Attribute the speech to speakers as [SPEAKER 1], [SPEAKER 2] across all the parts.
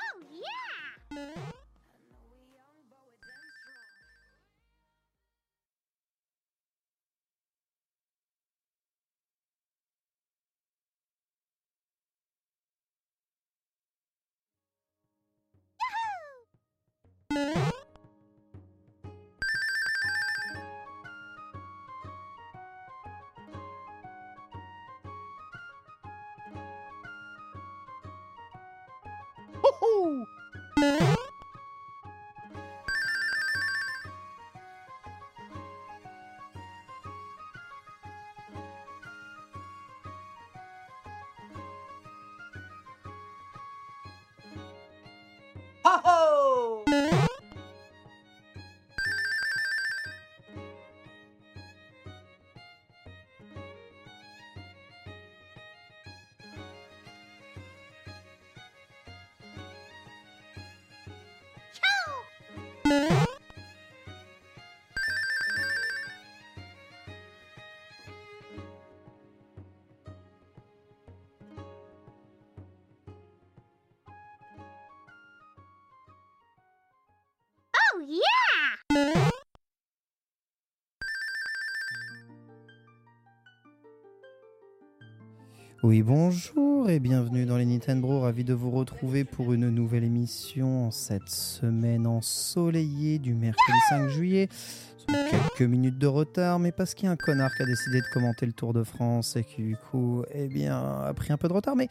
[SPEAKER 1] Oh, yeah!
[SPEAKER 2] Oh,
[SPEAKER 1] Oh, yeah!
[SPEAKER 3] Oui, bonjour et bienvenue dans les Nintendo. Ravi de vous retrouver pour une nouvelle émission en cette semaine ensoleillée du mercredi 5 juillet. Nous avons Quelques minutes de retard, mais parce qu'il y a un connard qui a décidé de commenter le Tour de France et qui, du coup, eh bien, a pris un peu de retard. Mais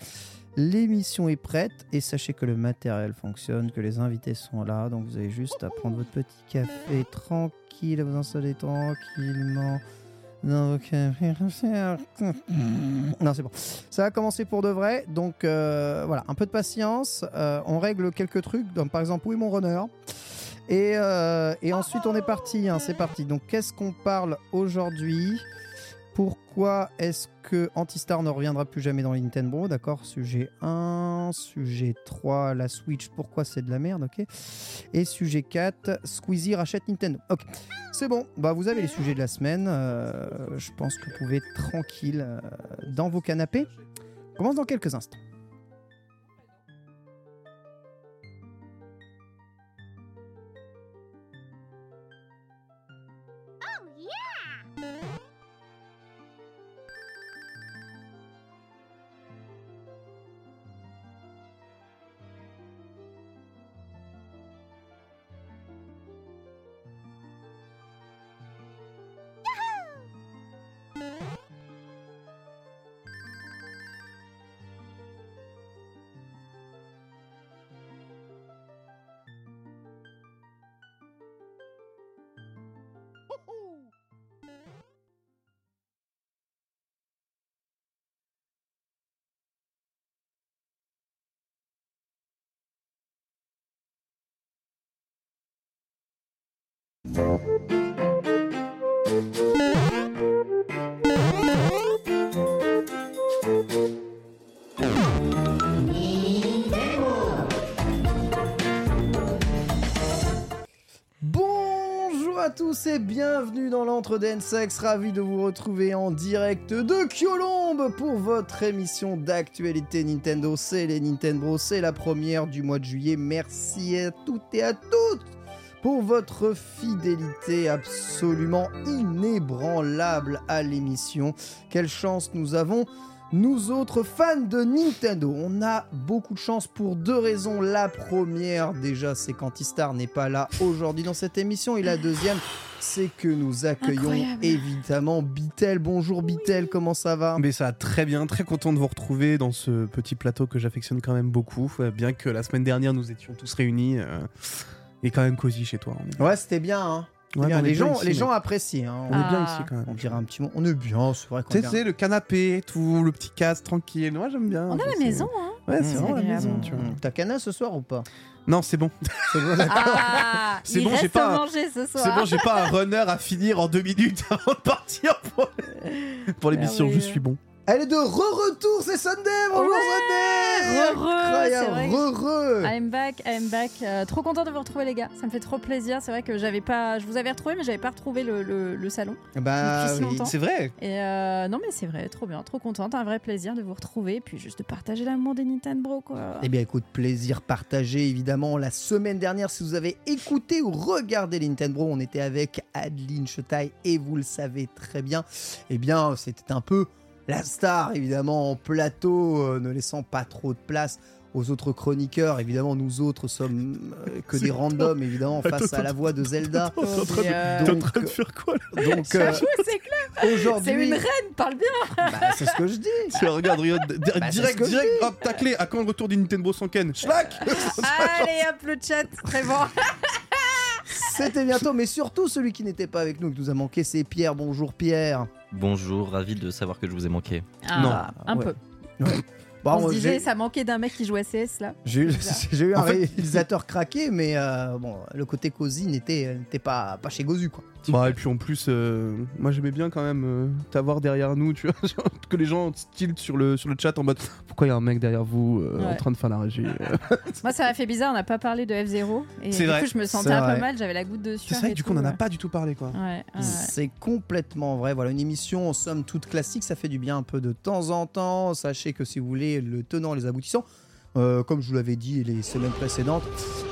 [SPEAKER 3] l'émission est prête et sachez que le matériel fonctionne, que les invités sont là. Donc, vous avez juste à prendre votre petit café tranquille, à vous installer tranquillement. Non, ok. Non, c'est bon. Ça a commencé pour de vrai, donc euh, voilà, un peu de patience. euh, on règle quelques trucs, donc par exemple, oui, mon runner. Et, euh, et ensuite, on est parti. hein, c'est parti. Donc, qu'est-ce qu'on parle aujourd'hui Pourquoi est-ce que Antistar ne reviendra plus jamais dans les Nintendo D'accord, sujet 1. Sujet 3, la Switch, pourquoi c'est de la merde, ok Et sujet 4, Squeezie rachète Nintendo. Ok. C'est bon, bah vous avez les sujets de la semaine. euh, je pense que vous pouvez être tranquille euh, dans vos canapés. On commence dans quelques instants.
[SPEAKER 1] Oh, yeah!
[SPEAKER 3] Bonjour à tous et bienvenue dans l'entre d'Ensex. Ravi de vous retrouver en direct de Kyolombe pour votre émission d'actualité Nintendo. C'est les Nintendo, c'est la première du mois de juillet. Merci à toutes et à toutes pour votre fidélité absolument inébranlable à l'émission. Quelle chance nous avons nous autres fans de Nintendo, on a beaucoup de chance pour deux raisons. La première, déjà, c'est qu'Antistar n'est pas là aujourd'hui dans cette émission. Et la deuxième, c'est que nous accueillons
[SPEAKER 2] Incroyable.
[SPEAKER 3] évidemment Bitel. Bonjour Bitel, comment ça va
[SPEAKER 4] Mais ça va très bien, très content de vous retrouver dans ce petit plateau que j'affectionne quand même beaucoup, euh, bien que la semaine dernière nous étions tous réunis. euh, et quand même cosy chez toi. On est-
[SPEAKER 3] Ouais, c'était bien. hein.
[SPEAKER 4] Ouais,
[SPEAKER 3] Bien,
[SPEAKER 4] mais on est
[SPEAKER 3] les
[SPEAKER 4] bien
[SPEAKER 3] gens,
[SPEAKER 4] ici,
[SPEAKER 3] les
[SPEAKER 4] mec.
[SPEAKER 3] gens apprécient. hein.
[SPEAKER 4] On est bien
[SPEAKER 2] Ah.
[SPEAKER 4] ici quand même.
[SPEAKER 3] On dirait un petit mot. On est bien, c'est vrai qu'on
[SPEAKER 4] Tu
[SPEAKER 3] est
[SPEAKER 4] sais,
[SPEAKER 3] bien.
[SPEAKER 4] c'est le canapé, tout, le petit casse tranquille. Moi j'aime bien.
[SPEAKER 2] On a
[SPEAKER 4] ça,
[SPEAKER 2] la
[SPEAKER 4] c'est-
[SPEAKER 2] maison, hein
[SPEAKER 4] Ouais, c'est
[SPEAKER 3] Mm.
[SPEAKER 2] C'est
[SPEAKER 4] vraiment la
[SPEAKER 2] agréable.
[SPEAKER 4] maison, tu vois.
[SPEAKER 3] Mmh. T'as cana ce soir ou pas
[SPEAKER 4] Non, c'est bon.
[SPEAKER 2] Ah,
[SPEAKER 4] C'est
[SPEAKER 2] il
[SPEAKER 4] bon, j'ai
[SPEAKER 2] reste
[SPEAKER 4] pas
[SPEAKER 2] à
[SPEAKER 4] un-
[SPEAKER 2] manger ce
[SPEAKER 4] C'est
[SPEAKER 2] soir.
[SPEAKER 4] bon, j'ai pas un runner à finir en deux minutes avant de partir pour, pour l'émission. Je
[SPEAKER 2] Merveilleux.
[SPEAKER 4] suis bon.
[SPEAKER 3] Elle est de re-retour, c'est Sunday Bonjour
[SPEAKER 2] Ouais,
[SPEAKER 3] Sunday
[SPEAKER 2] re-re,
[SPEAKER 3] Incroyable,
[SPEAKER 2] c'est vrai que-
[SPEAKER 3] re-re.
[SPEAKER 2] I'm back, I'm back. Euh, trop content de vous retrouver les gars. Ça me fait trop plaisir. C'est vrai que j'avais pas, je vous avais retrouvé, mais j'avais pas retrouvé le, le- le salon.
[SPEAKER 3] Bah
[SPEAKER 2] Depuis si
[SPEAKER 3] oui.
[SPEAKER 2] longtemps.
[SPEAKER 4] C'est vrai.
[SPEAKER 2] Et euh, non mais c'est vrai, trop bien, trop contente, un vrai plaisir de vous retrouver, puis juste de partager l'amour des Nintendo Bro quoi.
[SPEAKER 3] Eh bien, écoute, plaisir partagé, évidemment. La semaine dernière, si vous avez écouté ou regardé les Nintendo, on était avec Adeline Chetaille et vous le savez très bien. Eh bien, c'était un peu la star, évidemment, en plateau, euh, ne laissant pas trop de place aux autres chroniqueurs. Évidemment, nous autres sommes euh, que
[SPEAKER 4] C'est
[SPEAKER 3] des
[SPEAKER 4] toi.
[SPEAKER 3] randoms, évidemment,
[SPEAKER 4] Attends,
[SPEAKER 3] face à la voix de Zelda.
[SPEAKER 4] Attends, t'es en train de-
[SPEAKER 2] Et, euh,
[SPEAKER 4] T'es en
[SPEAKER 3] Donc,
[SPEAKER 4] train de faire quoi là
[SPEAKER 3] Donc,
[SPEAKER 2] ça
[SPEAKER 3] euh,
[SPEAKER 2] joue, c'est clair. C'est
[SPEAKER 3] aujourd'hui,
[SPEAKER 2] une reine, parle bien.
[SPEAKER 3] bah, c'est ce que je dis.
[SPEAKER 4] Tu regardes, regarde, di-
[SPEAKER 3] Bah, c'est ce
[SPEAKER 4] direct,
[SPEAKER 3] que je
[SPEAKER 4] direct, hop, ta clé. À quand le retour du Nintendo sans Ken Schlack
[SPEAKER 3] Ah.
[SPEAKER 2] Allez hop le chat, très bon.
[SPEAKER 3] C'était bientôt, mais surtout celui qui n'était pas avec nous, qui nous a manqué, c'est Pierre. Bonjour Pierre.
[SPEAKER 5] Bonjour, ravi de savoir que je vous ai manqué.
[SPEAKER 2] Ah, un
[SPEAKER 3] ouais.
[SPEAKER 2] peu.
[SPEAKER 4] Bah,
[SPEAKER 3] Bon,
[SPEAKER 2] On se
[SPEAKER 3] j'ai-
[SPEAKER 2] disait ça manquait d'un mec qui jouait à CS là.
[SPEAKER 3] J'ai eu, j'ai eu un
[SPEAKER 4] En fait-
[SPEAKER 3] réalisateur craqué, mais euh, bon, le côté cosy n'était euh, n'était pas, pas chez Gozu. Quoi.
[SPEAKER 4] Bah, et puis en plus, euh, moi j'aimais bien quand même euh, t'avoir derrière nous, tu vois, genre, que les gens tiltent sur le, sur le chat en mode pourquoi il y a un mec derrière vous euh, en
[SPEAKER 2] Ouais.
[SPEAKER 4] train de faire la régie. euh.
[SPEAKER 2] Moi, ça m'a fait bizarre, on n'a pas parlé de F0. Et
[SPEAKER 4] C'est
[SPEAKER 2] du
[SPEAKER 4] vrai.
[SPEAKER 2] coup, je me sentais
[SPEAKER 3] C'est
[SPEAKER 2] un
[SPEAKER 3] vrai.
[SPEAKER 2] peu mal, j'avais la goutte de
[SPEAKER 4] C'est
[SPEAKER 2] sueur.
[SPEAKER 4] vrai,
[SPEAKER 2] et
[SPEAKER 4] que du coup,
[SPEAKER 2] tout,
[SPEAKER 4] on en a
[SPEAKER 2] ouais.
[SPEAKER 4] pas du tout parlé quoi.
[SPEAKER 2] Ouais, ouais.
[SPEAKER 3] C'est complètement vrai. Voilà, une émission en somme toute classique, ça fait du bien un peu de temps en temps. Sachez que si vous voulez le tenant, les aboutissants, euh, comme je vous l'avais dit les semaines précédentes,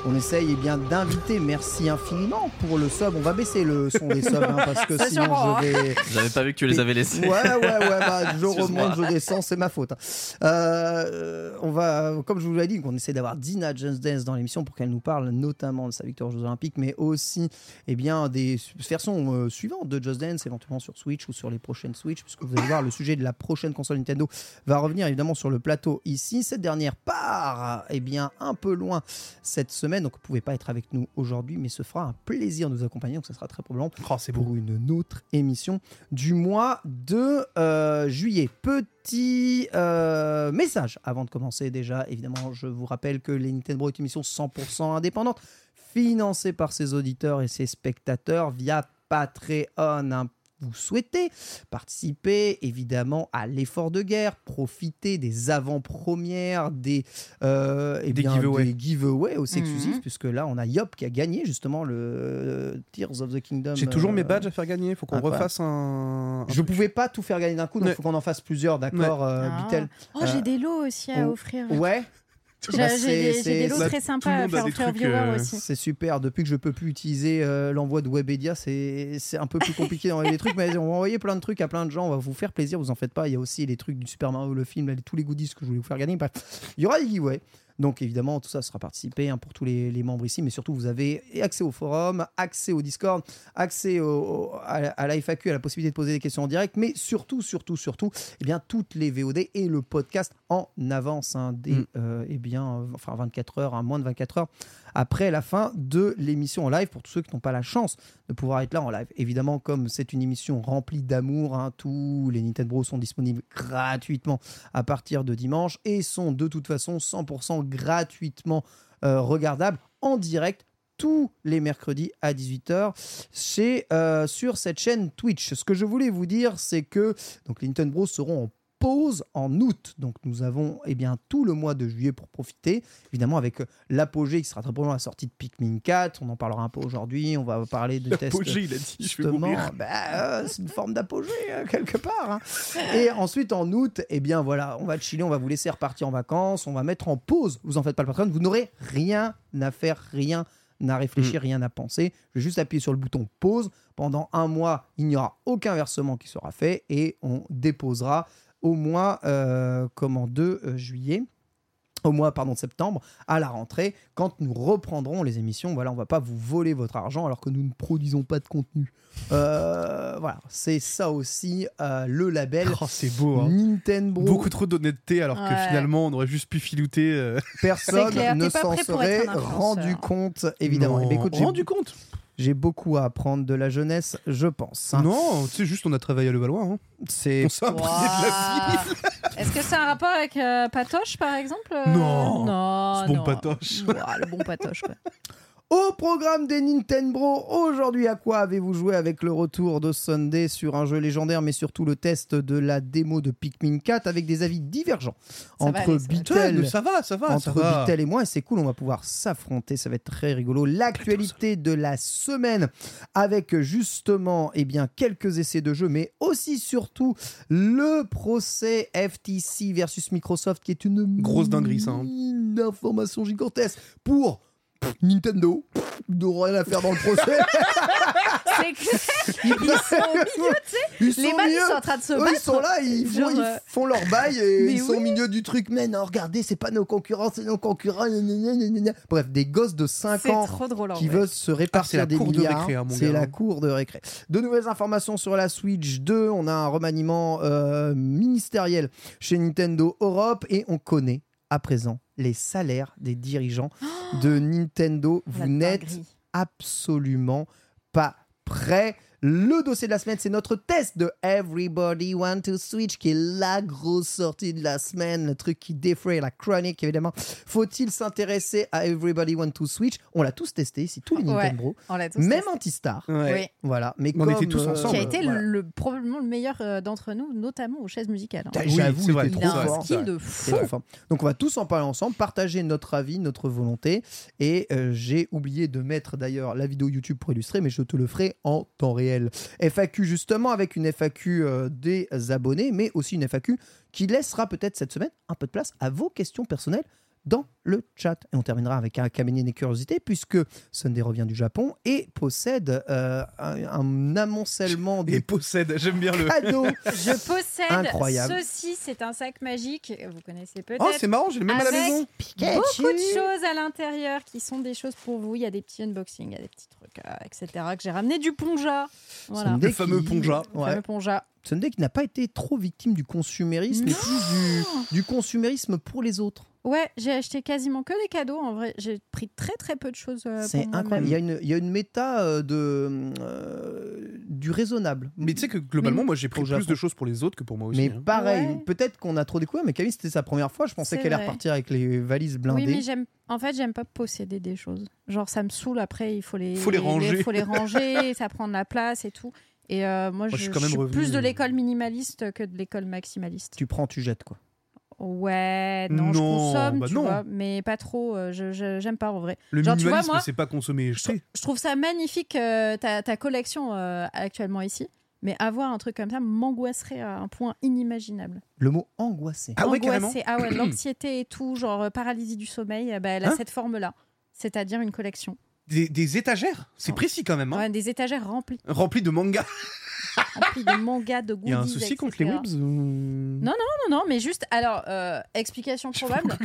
[SPEAKER 3] on essaye eh bien d'inviter. Merci infiniment pour le sub. On va baisser le son des subs hein, parce que
[SPEAKER 2] Ça
[SPEAKER 3] sinon
[SPEAKER 2] sûrement, hein.
[SPEAKER 3] je vais.
[SPEAKER 5] J'avais pas vu que tu les avais laissés.
[SPEAKER 3] Ouais, ouais, ouais, bah, je
[SPEAKER 5] Excuse-moi.
[SPEAKER 3] remonte, je descends, c'est ma faute. hein. Euh, on va, comme je vous l'ai dit, qu'on essaie d'avoir Dina Jones Dance dans l'émission pour qu'elle nous parle notamment de sa victoire aux Jeux Olympiques, mais aussi eh bien, des versions euh, suivantes de Just Dance, éventuellement sur Switch ou sur les prochaines Switch, puisque vous allez voir, le sujet de la prochaine console Nintendo va revenir évidemment sur le plateau ici. Cette dernière part eh bien, un peu loin cette semaine, donc vous ne pouvez pas être avec nous aujourd'hui, mais ce fera un plaisir de nous accompagner, donc ça sera très probablement
[SPEAKER 4] Oh, c'est beau.
[SPEAKER 3] pour une autre émission du mois de euh, juillet. Petit euh, message avant de commencer déjà. Évidemment, je vous rappelle que les Nintendo est une émission 100% indépendante, financée par ses auditeurs et ses spectateurs via Patreon. Un vous souhaitez participer évidemment à l'effort de guerre, profiter des avant-premières, des, euh, eh
[SPEAKER 4] Des
[SPEAKER 3] bien,
[SPEAKER 4] giveaways.
[SPEAKER 3] des giveaways aussi
[SPEAKER 2] Mhm.
[SPEAKER 3] exclusifs, puisque là on a Yop qui a gagné justement le euh, Tears of the Kingdom.
[SPEAKER 4] J'ai toujours
[SPEAKER 3] euh,
[SPEAKER 4] mes badges à faire gagner, faut qu'on
[SPEAKER 3] incroyable.
[SPEAKER 4] refasse un. un
[SPEAKER 3] Je
[SPEAKER 4] truc.
[SPEAKER 3] pouvais pas tout faire gagner d'un coup, donc il
[SPEAKER 4] Ouais.
[SPEAKER 3] faut qu'on en fasse plusieurs, d'accord, euh,
[SPEAKER 2] Ah.
[SPEAKER 3] Bitel
[SPEAKER 2] Oh, j'ai des lots aussi à
[SPEAKER 3] on-
[SPEAKER 2] offrir.
[SPEAKER 3] Ouais,
[SPEAKER 2] J'ai
[SPEAKER 3] bah,
[SPEAKER 2] j'ai
[SPEAKER 3] c'est-
[SPEAKER 2] des, j'ai des
[SPEAKER 3] c'est-
[SPEAKER 2] lots
[SPEAKER 4] Là,
[SPEAKER 2] très
[SPEAKER 4] tout le
[SPEAKER 2] sympas à
[SPEAKER 4] monde a
[SPEAKER 2] faire
[SPEAKER 4] des
[SPEAKER 2] offrir aux
[SPEAKER 4] trucs,
[SPEAKER 2] viewers
[SPEAKER 4] euh,
[SPEAKER 2] aussi.
[SPEAKER 3] c'est super. Depuis que je peux plus utiliser euh, l'envoi de Webedia, c'est c'est un peu plus compliqué d'envoyer des trucs, mais on va envoyer plein de trucs à plein de gens, on va vous faire plaisir, vous en faites pas. Il y a aussi les trucs du Super Mario, le film, là, les- tous les goodies que je voulais vous faire gagner. Bref, il y aura des giveaways. Donc évidemment, tout ça sera participé hein, pour tous les, les membres ici, mais surtout vous avez accès au forum, accès au Discord, accès au- au- à, la- à la FAQ, à la possibilité de poser des questions en direct, mais surtout, surtout, surtout, eh bien, toutes les VOD et le podcast en avance, hein, dès,
[SPEAKER 4] Mm.
[SPEAKER 3] euh, eh bien, euh, enfin 24 heures, hein, moins de 24 heures après la fin de l'émission en live, pour tous ceux qui n'ont pas la chance de pouvoir être là en live. Évidemment, comme c'est une émission remplie d'amour, hein, tous les Nintendo Bros sont disponibles gratuitement à partir de dimanche et sont de toute façon 100% gratuitement euh, regardables en direct tous les mercredis à 18h chez, euh, sur cette chaîne Twitch. Ce que je voulais vous dire, c'est que donc, les Nintendo Bros seront en pause en août. Donc nous avons eh bien, tout le mois de juillet pour profiter. Évidemment, avec euh, l'apogée qui sera très probablement la sortie de Pikmin 4. On en parlera un peu aujourd'hui. On va parler de tests
[SPEAKER 4] Apogée, il a dit, je vais
[SPEAKER 3] justement,
[SPEAKER 4] mourir.
[SPEAKER 3] bah, euh, c'est une forme d'apogée euh, quelque part. hein. Et ensuite en août, eh bien voilà, on va chiller, on va vous laisser repartir en vacances, on va mettre en pause. Vous en faites pas le patron, vous n'aurez rien à faire, rien à
[SPEAKER 4] Mm.
[SPEAKER 3] réfléchir, rien à penser. Je vais juste appuyer sur le bouton pause. Pendant un mois, il n'y aura aucun versement qui sera fait et on déposera au mois euh, comment 2 euh, juillet au mois pardon de septembre à la rentrée quand nous reprendrons les émissions voilà on va pas vous voler votre argent alors que nous ne produisons pas de contenu Euh, voilà c'est ça aussi euh, le label
[SPEAKER 4] Oh, c'est beau, hein.
[SPEAKER 3] Nintendo
[SPEAKER 4] Beaucoup trop d'honnêteté, alors que
[SPEAKER 2] Ouais.
[SPEAKER 4] finalement, on aurait juste pu filouter. euh,
[SPEAKER 3] personne
[SPEAKER 2] C'est clair,
[SPEAKER 3] ne
[SPEAKER 2] t'es pas
[SPEAKER 3] s'en
[SPEAKER 2] prêt pour être
[SPEAKER 3] serait
[SPEAKER 2] un influenceur.
[SPEAKER 3] rendu compte évidemment
[SPEAKER 4] non.
[SPEAKER 3] Eh bien, écoute, j'ai-
[SPEAKER 4] rendu compte
[SPEAKER 3] j'ai beaucoup à apprendre de la jeunesse je pense hein.
[SPEAKER 4] Non, tu sais, juste, on a travaillé à Levallois. Hein.
[SPEAKER 3] c'est
[SPEAKER 4] On s'est imprégné de la vie.
[SPEAKER 2] Est-ce que c'est un rapport avec euh, Patoche, par exemple Euh,
[SPEAKER 4] Non.
[SPEAKER 2] Non.
[SPEAKER 4] Ce bon
[SPEAKER 2] non.
[SPEAKER 4] Patoche.
[SPEAKER 2] Ouah, le bon Patoche, quoi.
[SPEAKER 3] Au programme des Nintendo, aujourd'hui, à quoi avez-vous joué avec le retour de Sunday sur un jeu légendaire, mais surtout le test de la démo de Pikmin 4 avec des avis divergents
[SPEAKER 2] Ça
[SPEAKER 3] entre
[SPEAKER 2] va aller, ça va aller.
[SPEAKER 4] Putain, mais
[SPEAKER 3] Bitel.
[SPEAKER 4] ça va, ça va. ça
[SPEAKER 3] Entre
[SPEAKER 4] va.
[SPEAKER 3] Bitel et moi, et c'est cool, on va pouvoir s'affronter, ça va être très rigolo. L'actualité de la semaine avec justement eh bien, quelques essais de jeu, mais aussi surtout le procès FTC versus Microsoft qui est une
[SPEAKER 4] Grosse dinguerie, ça, hein.
[SPEAKER 3] mine d'informations gigantesques pour pff, Nintendo. Pff, Ils n'ont rien à faire dans le procès.
[SPEAKER 2] C'est clair. Ils sont au milieu, tu sais.
[SPEAKER 3] Ils sont
[SPEAKER 2] Les mecs, ils
[SPEAKER 3] mieux.
[SPEAKER 2] sont en train de se
[SPEAKER 3] Eux,
[SPEAKER 2] battre.
[SPEAKER 3] ils sont là, ils font,
[SPEAKER 2] Genre,
[SPEAKER 3] ils
[SPEAKER 2] euh,
[SPEAKER 3] font leur bail et
[SPEAKER 2] mais
[SPEAKER 3] ils sont au
[SPEAKER 2] oui.
[SPEAKER 3] milieu du truc. Mais non, regardez, c'est pas nos concurrents, c'est nos concurrents. gna, gna, gna, gna, gna. Bref, des gosses de 5
[SPEAKER 2] C'est
[SPEAKER 3] ans
[SPEAKER 2] trop drôle. en
[SPEAKER 3] qui
[SPEAKER 2] vrai.
[SPEAKER 3] veulent se répartir
[SPEAKER 4] la
[SPEAKER 3] des
[SPEAKER 4] cour de
[SPEAKER 3] milliards.
[SPEAKER 4] récré, hein, mon
[SPEAKER 3] c'est
[SPEAKER 4] gars,
[SPEAKER 3] la
[SPEAKER 4] hein.
[SPEAKER 3] cour de récré. De nouvelles informations sur la Switch 2. On a un remaniement euh, ministériel chez Nintendo Europe et on connaît à présent les salaires des dirigeants de Nintendo.
[SPEAKER 2] La
[SPEAKER 3] Vous n'êtes
[SPEAKER 2] dinguerie.
[SPEAKER 3] absolument pas prêt. Le dossier de la semaine, c'est notre test de Everybody Want to Switch, qui est la grosse sortie de la semaine, le truc qui défraye la chronique, évidemment. Faut-il s'intéresser à Everybody Want to Switch On l'a tous testé ici, tous les
[SPEAKER 2] Ouais.
[SPEAKER 3] Nintendo,
[SPEAKER 2] On l'a tous
[SPEAKER 3] même
[SPEAKER 2] testé.
[SPEAKER 3] Antistar.
[SPEAKER 4] Ouais.
[SPEAKER 2] Oui.
[SPEAKER 3] Voilà, mais
[SPEAKER 4] On
[SPEAKER 3] comme,
[SPEAKER 4] était tous
[SPEAKER 3] euh,
[SPEAKER 4] ensemble.
[SPEAKER 2] Qui a été
[SPEAKER 3] voilà.
[SPEAKER 2] le, probablement le meilleur euh, d'entre nous, notamment aux chaises musicales. hein.
[SPEAKER 3] Putain,
[SPEAKER 4] Oui,
[SPEAKER 3] J'avoue,
[SPEAKER 4] c'est
[SPEAKER 3] il
[SPEAKER 4] vrai,
[SPEAKER 3] était
[SPEAKER 2] Il
[SPEAKER 3] trop
[SPEAKER 2] a un
[SPEAKER 3] fort.
[SPEAKER 2] skill de
[SPEAKER 3] C'est
[SPEAKER 2] fou.
[SPEAKER 3] la forme. Donc on va tous en parler ensemble, partager notre avis, notre volonté. Et euh, j'ai oublié de mettre d'ailleurs la vidéo YouTube pour illustrer, mais je te le ferai en temps réel. FAQ justement avec une FAQ euh, des abonnés, mais aussi une FAQ qui laissera peut-être cette semaine un peu de place à vos questions personnelles dans le chat. Et on terminera avec un cabinet des curiosités, puisque Sunday revient du Japon et possède euh, un, un amoncellement
[SPEAKER 4] Et
[SPEAKER 3] de
[SPEAKER 4] possède, j'aime bien le.
[SPEAKER 2] Ah,
[SPEAKER 3] cadeaux.
[SPEAKER 2] Je possède
[SPEAKER 3] Incroyable.
[SPEAKER 2] ceci, c'est un sac magique, vous connaissez peut-être.
[SPEAKER 4] Oh, c'est marrant, j'ai le même à la
[SPEAKER 2] Avec-
[SPEAKER 4] maison.
[SPEAKER 2] beaucoup de choses à l'intérieur qui sont des choses pour vous. Il y a des petits unboxings, il y a des petits trucs, euh, etc. que j'ai ramené du Ponja. Voilà.
[SPEAKER 3] Sunday
[SPEAKER 4] Le fameux
[SPEAKER 3] qui-
[SPEAKER 4] Ponja.
[SPEAKER 2] Le
[SPEAKER 3] Ouais.
[SPEAKER 2] fameux Ponja.
[SPEAKER 3] Sunday qui n'a pas été trop victime du consumérisme, mais
[SPEAKER 2] Non.
[SPEAKER 3] plus du, du consumérisme pour les autres.
[SPEAKER 2] Ouais, j'ai acheté quasiment que des cadeaux. En vrai, j'ai pris très très peu de choses. euh, pour
[SPEAKER 3] C'est
[SPEAKER 2] moi-même.
[SPEAKER 3] incroyable. Il y, a une, il y a une méta euh, de, euh, du raisonnable.
[SPEAKER 4] Mais tu sais que globalement,
[SPEAKER 2] Mais-
[SPEAKER 4] moi, j'ai pris
[SPEAKER 3] Au
[SPEAKER 4] plus
[SPEAKER 3] Japon.
[SPEAKER 4] de choses pour les autres que pour moi aussi.
[SPEAKER 3] Mais
[SPEAKER 4] hein.
[SPEAKER 3] pareil,
[SPEAKER 2] Ouais.
[SPEAKER 3] peut-être qu'on a trop découvert, mais Camille, c'était sa première fois. Je pensais
[SPEAKER 2] C'est
[SPEAKER 3] qu'elle allait
[SPEAKER 2] vrai.
[SPEAKER 3] repartir avec les valises blindées.
[SPEAKER 2] Oui, mais j'aime. En fait, j'aime pas posséder des choses. Genre, ça me saoule après. Il faut les,
[SPEAKER 4] Faut les ranger.
[SPEAKER 2] faut les ranger, ça prend de la place et tout. Et euh, moi, je,
[SPEAKER 4] je suis quand même
[SPEAKER 2] suis
[SPEAKER 4] revenu-
[SPEAKER 2] plus de l'école minimaliste que de l'école maximaliste.
[SPEAKER 3] Tu prends, tu jettes, quoi.
[SPEAKER 2] Ouais, non, je
[SPEAKER 4] Non,
[SPEAKER 2] consomme,
[SPEAKER 4] bah
[SPEAKER 2] tu
[SPEAKER 4] non.
[SPEAKER 2] vois, mais pas trop. euh, je- je- j'aime pas en vrai.
[SPEAKER 4] Le
[SPEAKER 2] Genre, tu vois,
[SPEAKER 4] minimalisme,
[SPEAKER 2] moi-
[SPEAKER 4] c'est pas consommer. Je sais.
[SPEAKER 2] Je trouve ça magnifique euh, ta, ta collection euh, actuellement ici, mais avoir un truc comme ça m'angoisserait à un point inimaginable.
[SPEAKER 3] Le mot angoissé.
[SPEAKER 4] Ah ouais, carrément.
[SPEAKER 2] Angoissée, ah ouais, l'anxiété et tout, genre euh, paralysie du sommeil, euh, bah, elle a
[SPEAKER 4] Hein
[SPEAKER 2] cette forme-là. C'est-à-dire une collection.
[SPEAKER 4] Des, des étagères, c'est précis quand même. Hein.
[SPEAKER 2] Ouais, des étagères remplies,
[SPEAKER 4] Remplies de mangas.
[SPEAKER 2] remplies de mangas, de goodies.
[SPEAKER 4] Il y a un souci contre les
[SPEAKER 2] etc..
[SPEAKER 4] webs Non.
[SPEAKER 2] Non, non, mais juste, alors, euh, explication probable.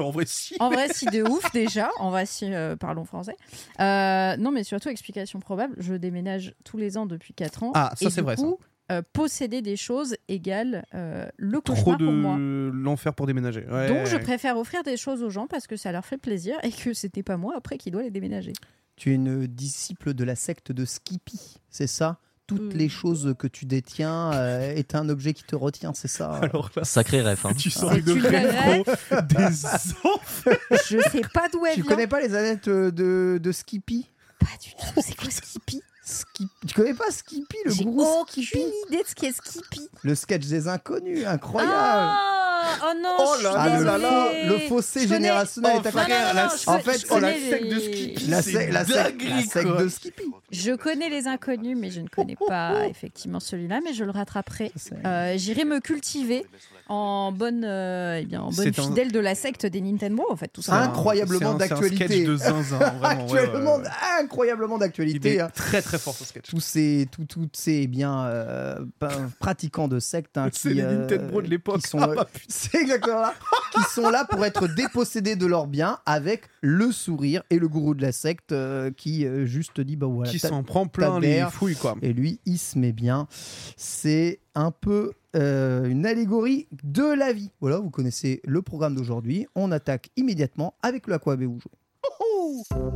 [SPEAKER 4] en vrai, si.
[SPEAKER 2] En vrai, si de ouf déjà. En vrai, si euh, parlons français. Euh, non, mais surtout, explication probable, je déménage tous les ans depuis 4 ans.
[SPEAKER 4] Ah, ça,
[SPEAKER 2] Et
[SPEAKER 4] c'est
[SPEAKER 2] du
[SPEAKER 4] vrai, ça.
[SPEAKER 2] coup, euh, posséder des choses égale euh, le
[SPEAKER 4] Trop
[SPEAKER 2] cauchemar pour moi.
[SPEAKER 4] de l'enfer pour déménager. Ouais.
[SPEAKER 2] Donc, je préfère offrir des choses aux gens parce que ça leur fait plaisir et que c'était pas moi après qui dois les déménager.
[SPEAKER 3] Tu es une disciple de la secte de Skippy, c'est ça toutes
[SPEAKER 2] Mm.
[SPEAKER 3] les choses que tu détiens euh, est un objet qui te retient, c'est ça
[SPEAKER 4] Alors là,
[SPEAKER 6] Sacré ref. hein.
[SPEAKER 4] tu sors
[SPEAKER 2] C'est
[SPEAKER 4] une
[SPEAKER 2] une
[SPEAKER 4] rétro des enfers.
[SPEAKER 2] Je sais pas d'où elle
[SPEAKER 3] Tu
[SPEAKER 2] vient.
[SPEAKER 3] connais pas les annettes euh, de, de Skippy
[SPEAKER 2] Pas du tout. C'est quoi Skippy
[SPEAKER 3] Skip- Tu connais pas Skippy, le
[SPEAKER 2] J'ai
[SPEAKER 3] gourou Skippy
[SPEAKER 2] aucune idée de ce qu'est Skippy.
[SPEAKER 3] Le sketch des inconnus, incroyable
[SPEAKER 2] Ah, Oh, non,
[SPEAKER 3] Oh
[SPEAKER 2] je
[SPEAKER 3] là
[SPEAKER 2] suis
[SPEAKER 3] là là là,
[SPEAKER 2] désolée.
[SPEAKER 3] le fossé
[SPEAKER 2] Je connais-
[SPEAKER 3] générationnel est
[SPEAKER 2] Enfin,
[SPEAKER 3] attaqué.
[SPEAKER 2] non, non,
[SPEAKER 4] la-
[SPEAKER 2] non, je
[SPEAKER 3] en
[SPEAKER 2] co-
[SPEAKER 3] fait,
[SPEAKER 2] je
[SPEAKER 3] oh, la
[SPEAKER 2] connais
[SPEAKER 4] secte de
[SPEAKER 2] les-
[SPEAKER 4] Skippy.
[SPEAKER 3] La,
[SPEAKER 4] C'est
[SPEAKER 3] sec- la, sec- la
[SPEAKER 4] dinguerie,
[SPEAKER 3] secte
[SPEAKER 4] quoi.
[SPEAKER 3] de Skippy.
[SPEAKER 2] Je connais les inconnus, mais je ne connais pas effectivement celui-là, mais je le rattraperai.
[SPEAKER 3] C'est-
[SPEAKER 2] Euh, J'irai me cultiver en bonne, euh, eh bien, en bonne
[SPEAKER 4] C'est un-
[SPEAKER 2] fidèle de la secte des Nintendo, en fait, tout
[SPEAKER 3] Ah,
[SPEAKER 2] ça.
[SPEAKER 3] Incroyablement
[SPEAKER 4] hein. C'est un- c'est un
[SPEAKER 3] d'actualité.
[SPEAKER 4] sketch de zinzin, vraiment, ouais,
[SPEAKER 3] Actuellement,
[SPEAKER 4] ouais, ouais.
[SPEAKER 3] incroyablement
[SPEAKER 4] Il
[SPEAKER 3] d'actualité.
[SPEAKER 4] est
[SPEAKER 3] hein.
[SPEAKER 4] très très fort ce sketch.
[SPEAKER 3] Tous ces, tout, toutes ces eh bien euh, pa- pratiquants de sectes hein,
[SPEAKER 4] C'est
[SPEAKER 3] qui,
[SPEAKER 4] les
[SPEAKER 3] euh,
[SPEAKER 4] Nintendo de l'époque.
[SPEAKER 3] qui sont,
[SPEAKER 4] Ah,
[SPEAKER 3] euh,
[SPEAKER 4] bah, putain.
[SPEAKER 3] C'est exactement là. qui sont là pour être dépossédés de leurs biens avec le sourire et le gourou de la secte euh, qui euh, juste dit bah voilà.
[SPEAKER 4] qui
[SPEAKER 3] t'as-
[SPEAKER 4] s'en prend plein les
[SPEAKER 3] mère.
[SPEAKER 4] fouilles quoi.
[SPEAKER 3] Et lui, il se met bien. C'est un peu euh, une allégorie de la vie. Voilà, vous connaissez le programme d'aujourd'hui. On attaque immédiatement avec le Aquabé ou jouer.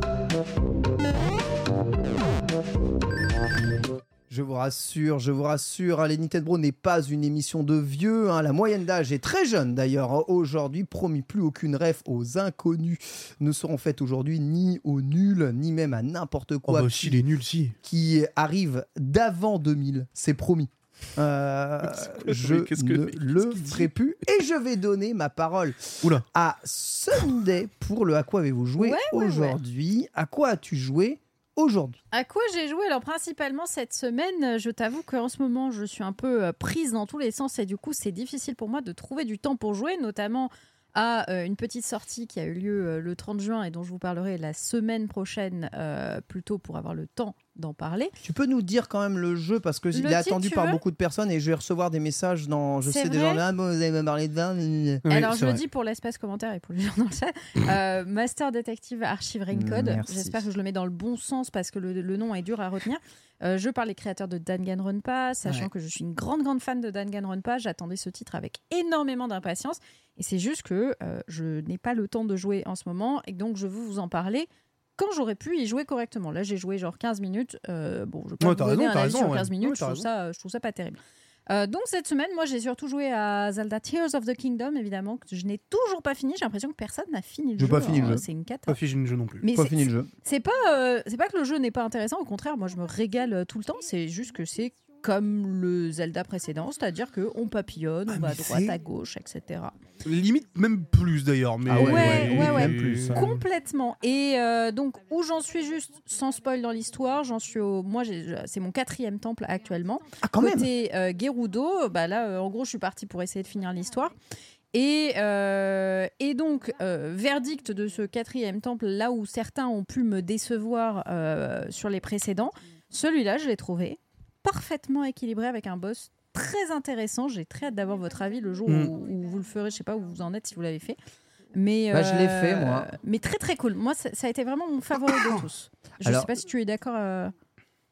[SPEAKER 3] Je vous rassure, je vous rassure, hein, les Nintendo n'est pas une émission de vieux. hein. La moyenne d'âge est très jeune d'ailleurs. hein. Aujourd'hui, promis, plus aucune ref aux inconnus ne seront faites aujourd'hui ni aux nuls, ni même à n'importe
[SPEAKER 4] Oh
[SPEAKER 3] quoi
[SPEAKER 4] bah si, il est nul si.
[SPEAKER 3] qui arrive d'avant 2000, c'est promis. Euh,
[SPEAKER 4] C'est quoi,
[SPEAKER 3] je
[SPEAKER 4] mais qu'est-ce que-
[SPEAKER 3] ne
[SPEAKER 4] qu'est-ce
[SPEAKER 3] le
[SPEAKER 4] qu'il dit
[SPEAKER 3] ferai plus et je vais donner ma parole
[SPEAKER 4] Oula.
[SPEAKER 3] à Sunday pour le à quoi avez-vous joué
[SPEAKER 2] Ouais, ouais, ouais.
[SPEAKER 3] aujourd'hui À quoi as-tu joué aujourd'hui
[SPEAKER 2] À quoi j'ai joué Alors principalement cette semaine, je t'avoue qu'en ce moment, je suis un peu euh, prise dans tous les sens et du coup, c'est difficile pour moi de trouver du temps pour jouer, notamment à euh, une petite sortie qui a eu lieu euh, le 30 juin et dont je vous parlerai la semaine prochaine, euh, plutôt pour avoir le temps d'en parler.
[SPEAKER 3] Tu peux nous dire quand même le jeu parce que
[SPEAKER 2] Le
[SPEAKER 3] il est
[SPEAKER 2] titre,
[SPEAKER 3] attendu
[SPEAKER 2] tu
[SPEAKER 3] par
[SPEAKER 2] veux
[SPEAKER 3] beaucoup de personnes et je vais recevoir des messages dans je
[SPEAKER 2] C'est
[SPEAKER 3] sais des
[SPEAKER 2] vrai
[SPEAKER 3] gens là vous allez me parler de vin. gna gna gna.
[SPEAKER 2] Alors, je le dis pour l'espace commentaire et pour les gens dans le chat. Euh, Master Detective Archive Rain Code.
[SPEAKER 3] Merci.
[SPEAKER 2] J'espère que je le mets dans le bon sens parce que le, le nom est dur à retenir. Euh, je parle des créateurs de Danganronpa, sachant
[SPEAKER 3] Ouais.
[SPEAKER 2] que je suis une grande, grande fan de Danganronpa. J'attendais ce titre avec énormément d'impatience. Et c'est juste que euh, je n'ai pas le temps de jouer en ce moment. Et donc, je veux vous en parler quand j'aurais pu y jouer correctement. Là, j'ai joué genre 15 minutes. Euh, bon, je vais pas
[SPEAKER 4] Ouais,
[SPEAKER 2] vous
[SPEAKER 4] t'as
[SPEAKER 2] donner
[SPEAKER 4] raison,
[SPEAKER 2] un
[SPEAKER 4] t'as
[SPEAKER 2] avis
[SPEAKER 4] raison,
[SPEAKER 2] sur
[SPEAKER 4] ouais.
[SPEAKER 2] 15 minutes.
[SPEAKER 4] Ouais,
[SPEAKER 2] je,
[SPEAKER 4] t'as
[SPEAKER 2] trouve
[SPEAKER 4] raison.
[SPEAKER 2] ça, euh, je trouve ça pas terrible. Euh, donc cette semaine, moi j'ai surtout joué à Zelda Tears of the Kingdom, évidemment, que je n'ai toujours pas fini. J'ai l'impression que personne n'a fini le
[SPEAKER 3] J'ai
[SPEAKER 2] jeu.
[SPEAKER 3] pas fini le
[SPEAKER 2] hein.
[SPEAKER 3] jeu.
[SPEAKER 2] C'est une cata.
[SPEAKER 4] Pas fini le jeu non plus.
[SPEAKER 2] Mais
[SPEAKER 3] Pas
[SPEAKER 2] c'est-
[SPEAKER 3] fini le jeu.
[SPEAKER 2] c'est pas, euh, c'est pas que le jeu n'est pas intéressant, au contraire, moi je me régale euh, tout le temps, c'est juste que c'est comme le Zelda précédent, c'est-à-dire que on papillonne,
[SPEAKER 4] Ah,
[SPEAKER 2] on va à
[SPEAKER 4] mais
[SPEAKER 2] droite,
[SPEAKER 4] c'est-
[SPEAKER 2] à gauche, etc.
[SPEAKER 4] Limite même plus d'ailleurs. Mais
[SPEAKER 3] Ah ouais,
[SPEAKER 2] Ouais, ouais, ouais, ouais.
[SPEAKER 3] même plus, hein.
[SPEAKER 2] Complètement. Et euh, donc, où j'en suis juste, sans spoil dans l'histoire, j'en suis au. Moi, j'ai- c'est mon quatrième temple actuellement.
[SPEAKER 3] Ah quand même.
[SPEAKER 2] Côté euh, Gerudo, bah là, euh, en gros, je suis partie pour essayer de finir l'histoire. Et, euh, et donc, euh, verdict de ce quatrième temple, là où certains ont pu me décevoir euh, sur les précédents, celui-là, je l'ai trouvé parfaitement équilibré avec un boss très intéressant. J'ai très hâte d'avoir votre avis le jour
[SPEAKER 3] Hmm.
[SPEAKER 4] Mm.
[SPEAKER 2] où, où vous le ferez. Je sais pas où vous en êtes si vous l'avez fait. Mais, euh,
[SPEAKER 3] Bah, je l'ai fait, moi.
[SPEAKER 2] Mais très très cool. Moi, ça, ça a été vraiment mon favori de tous. Je
[SPEAKER 3] Alors-
[SPEAKER 2] sais pas si tu es d'accord. euh.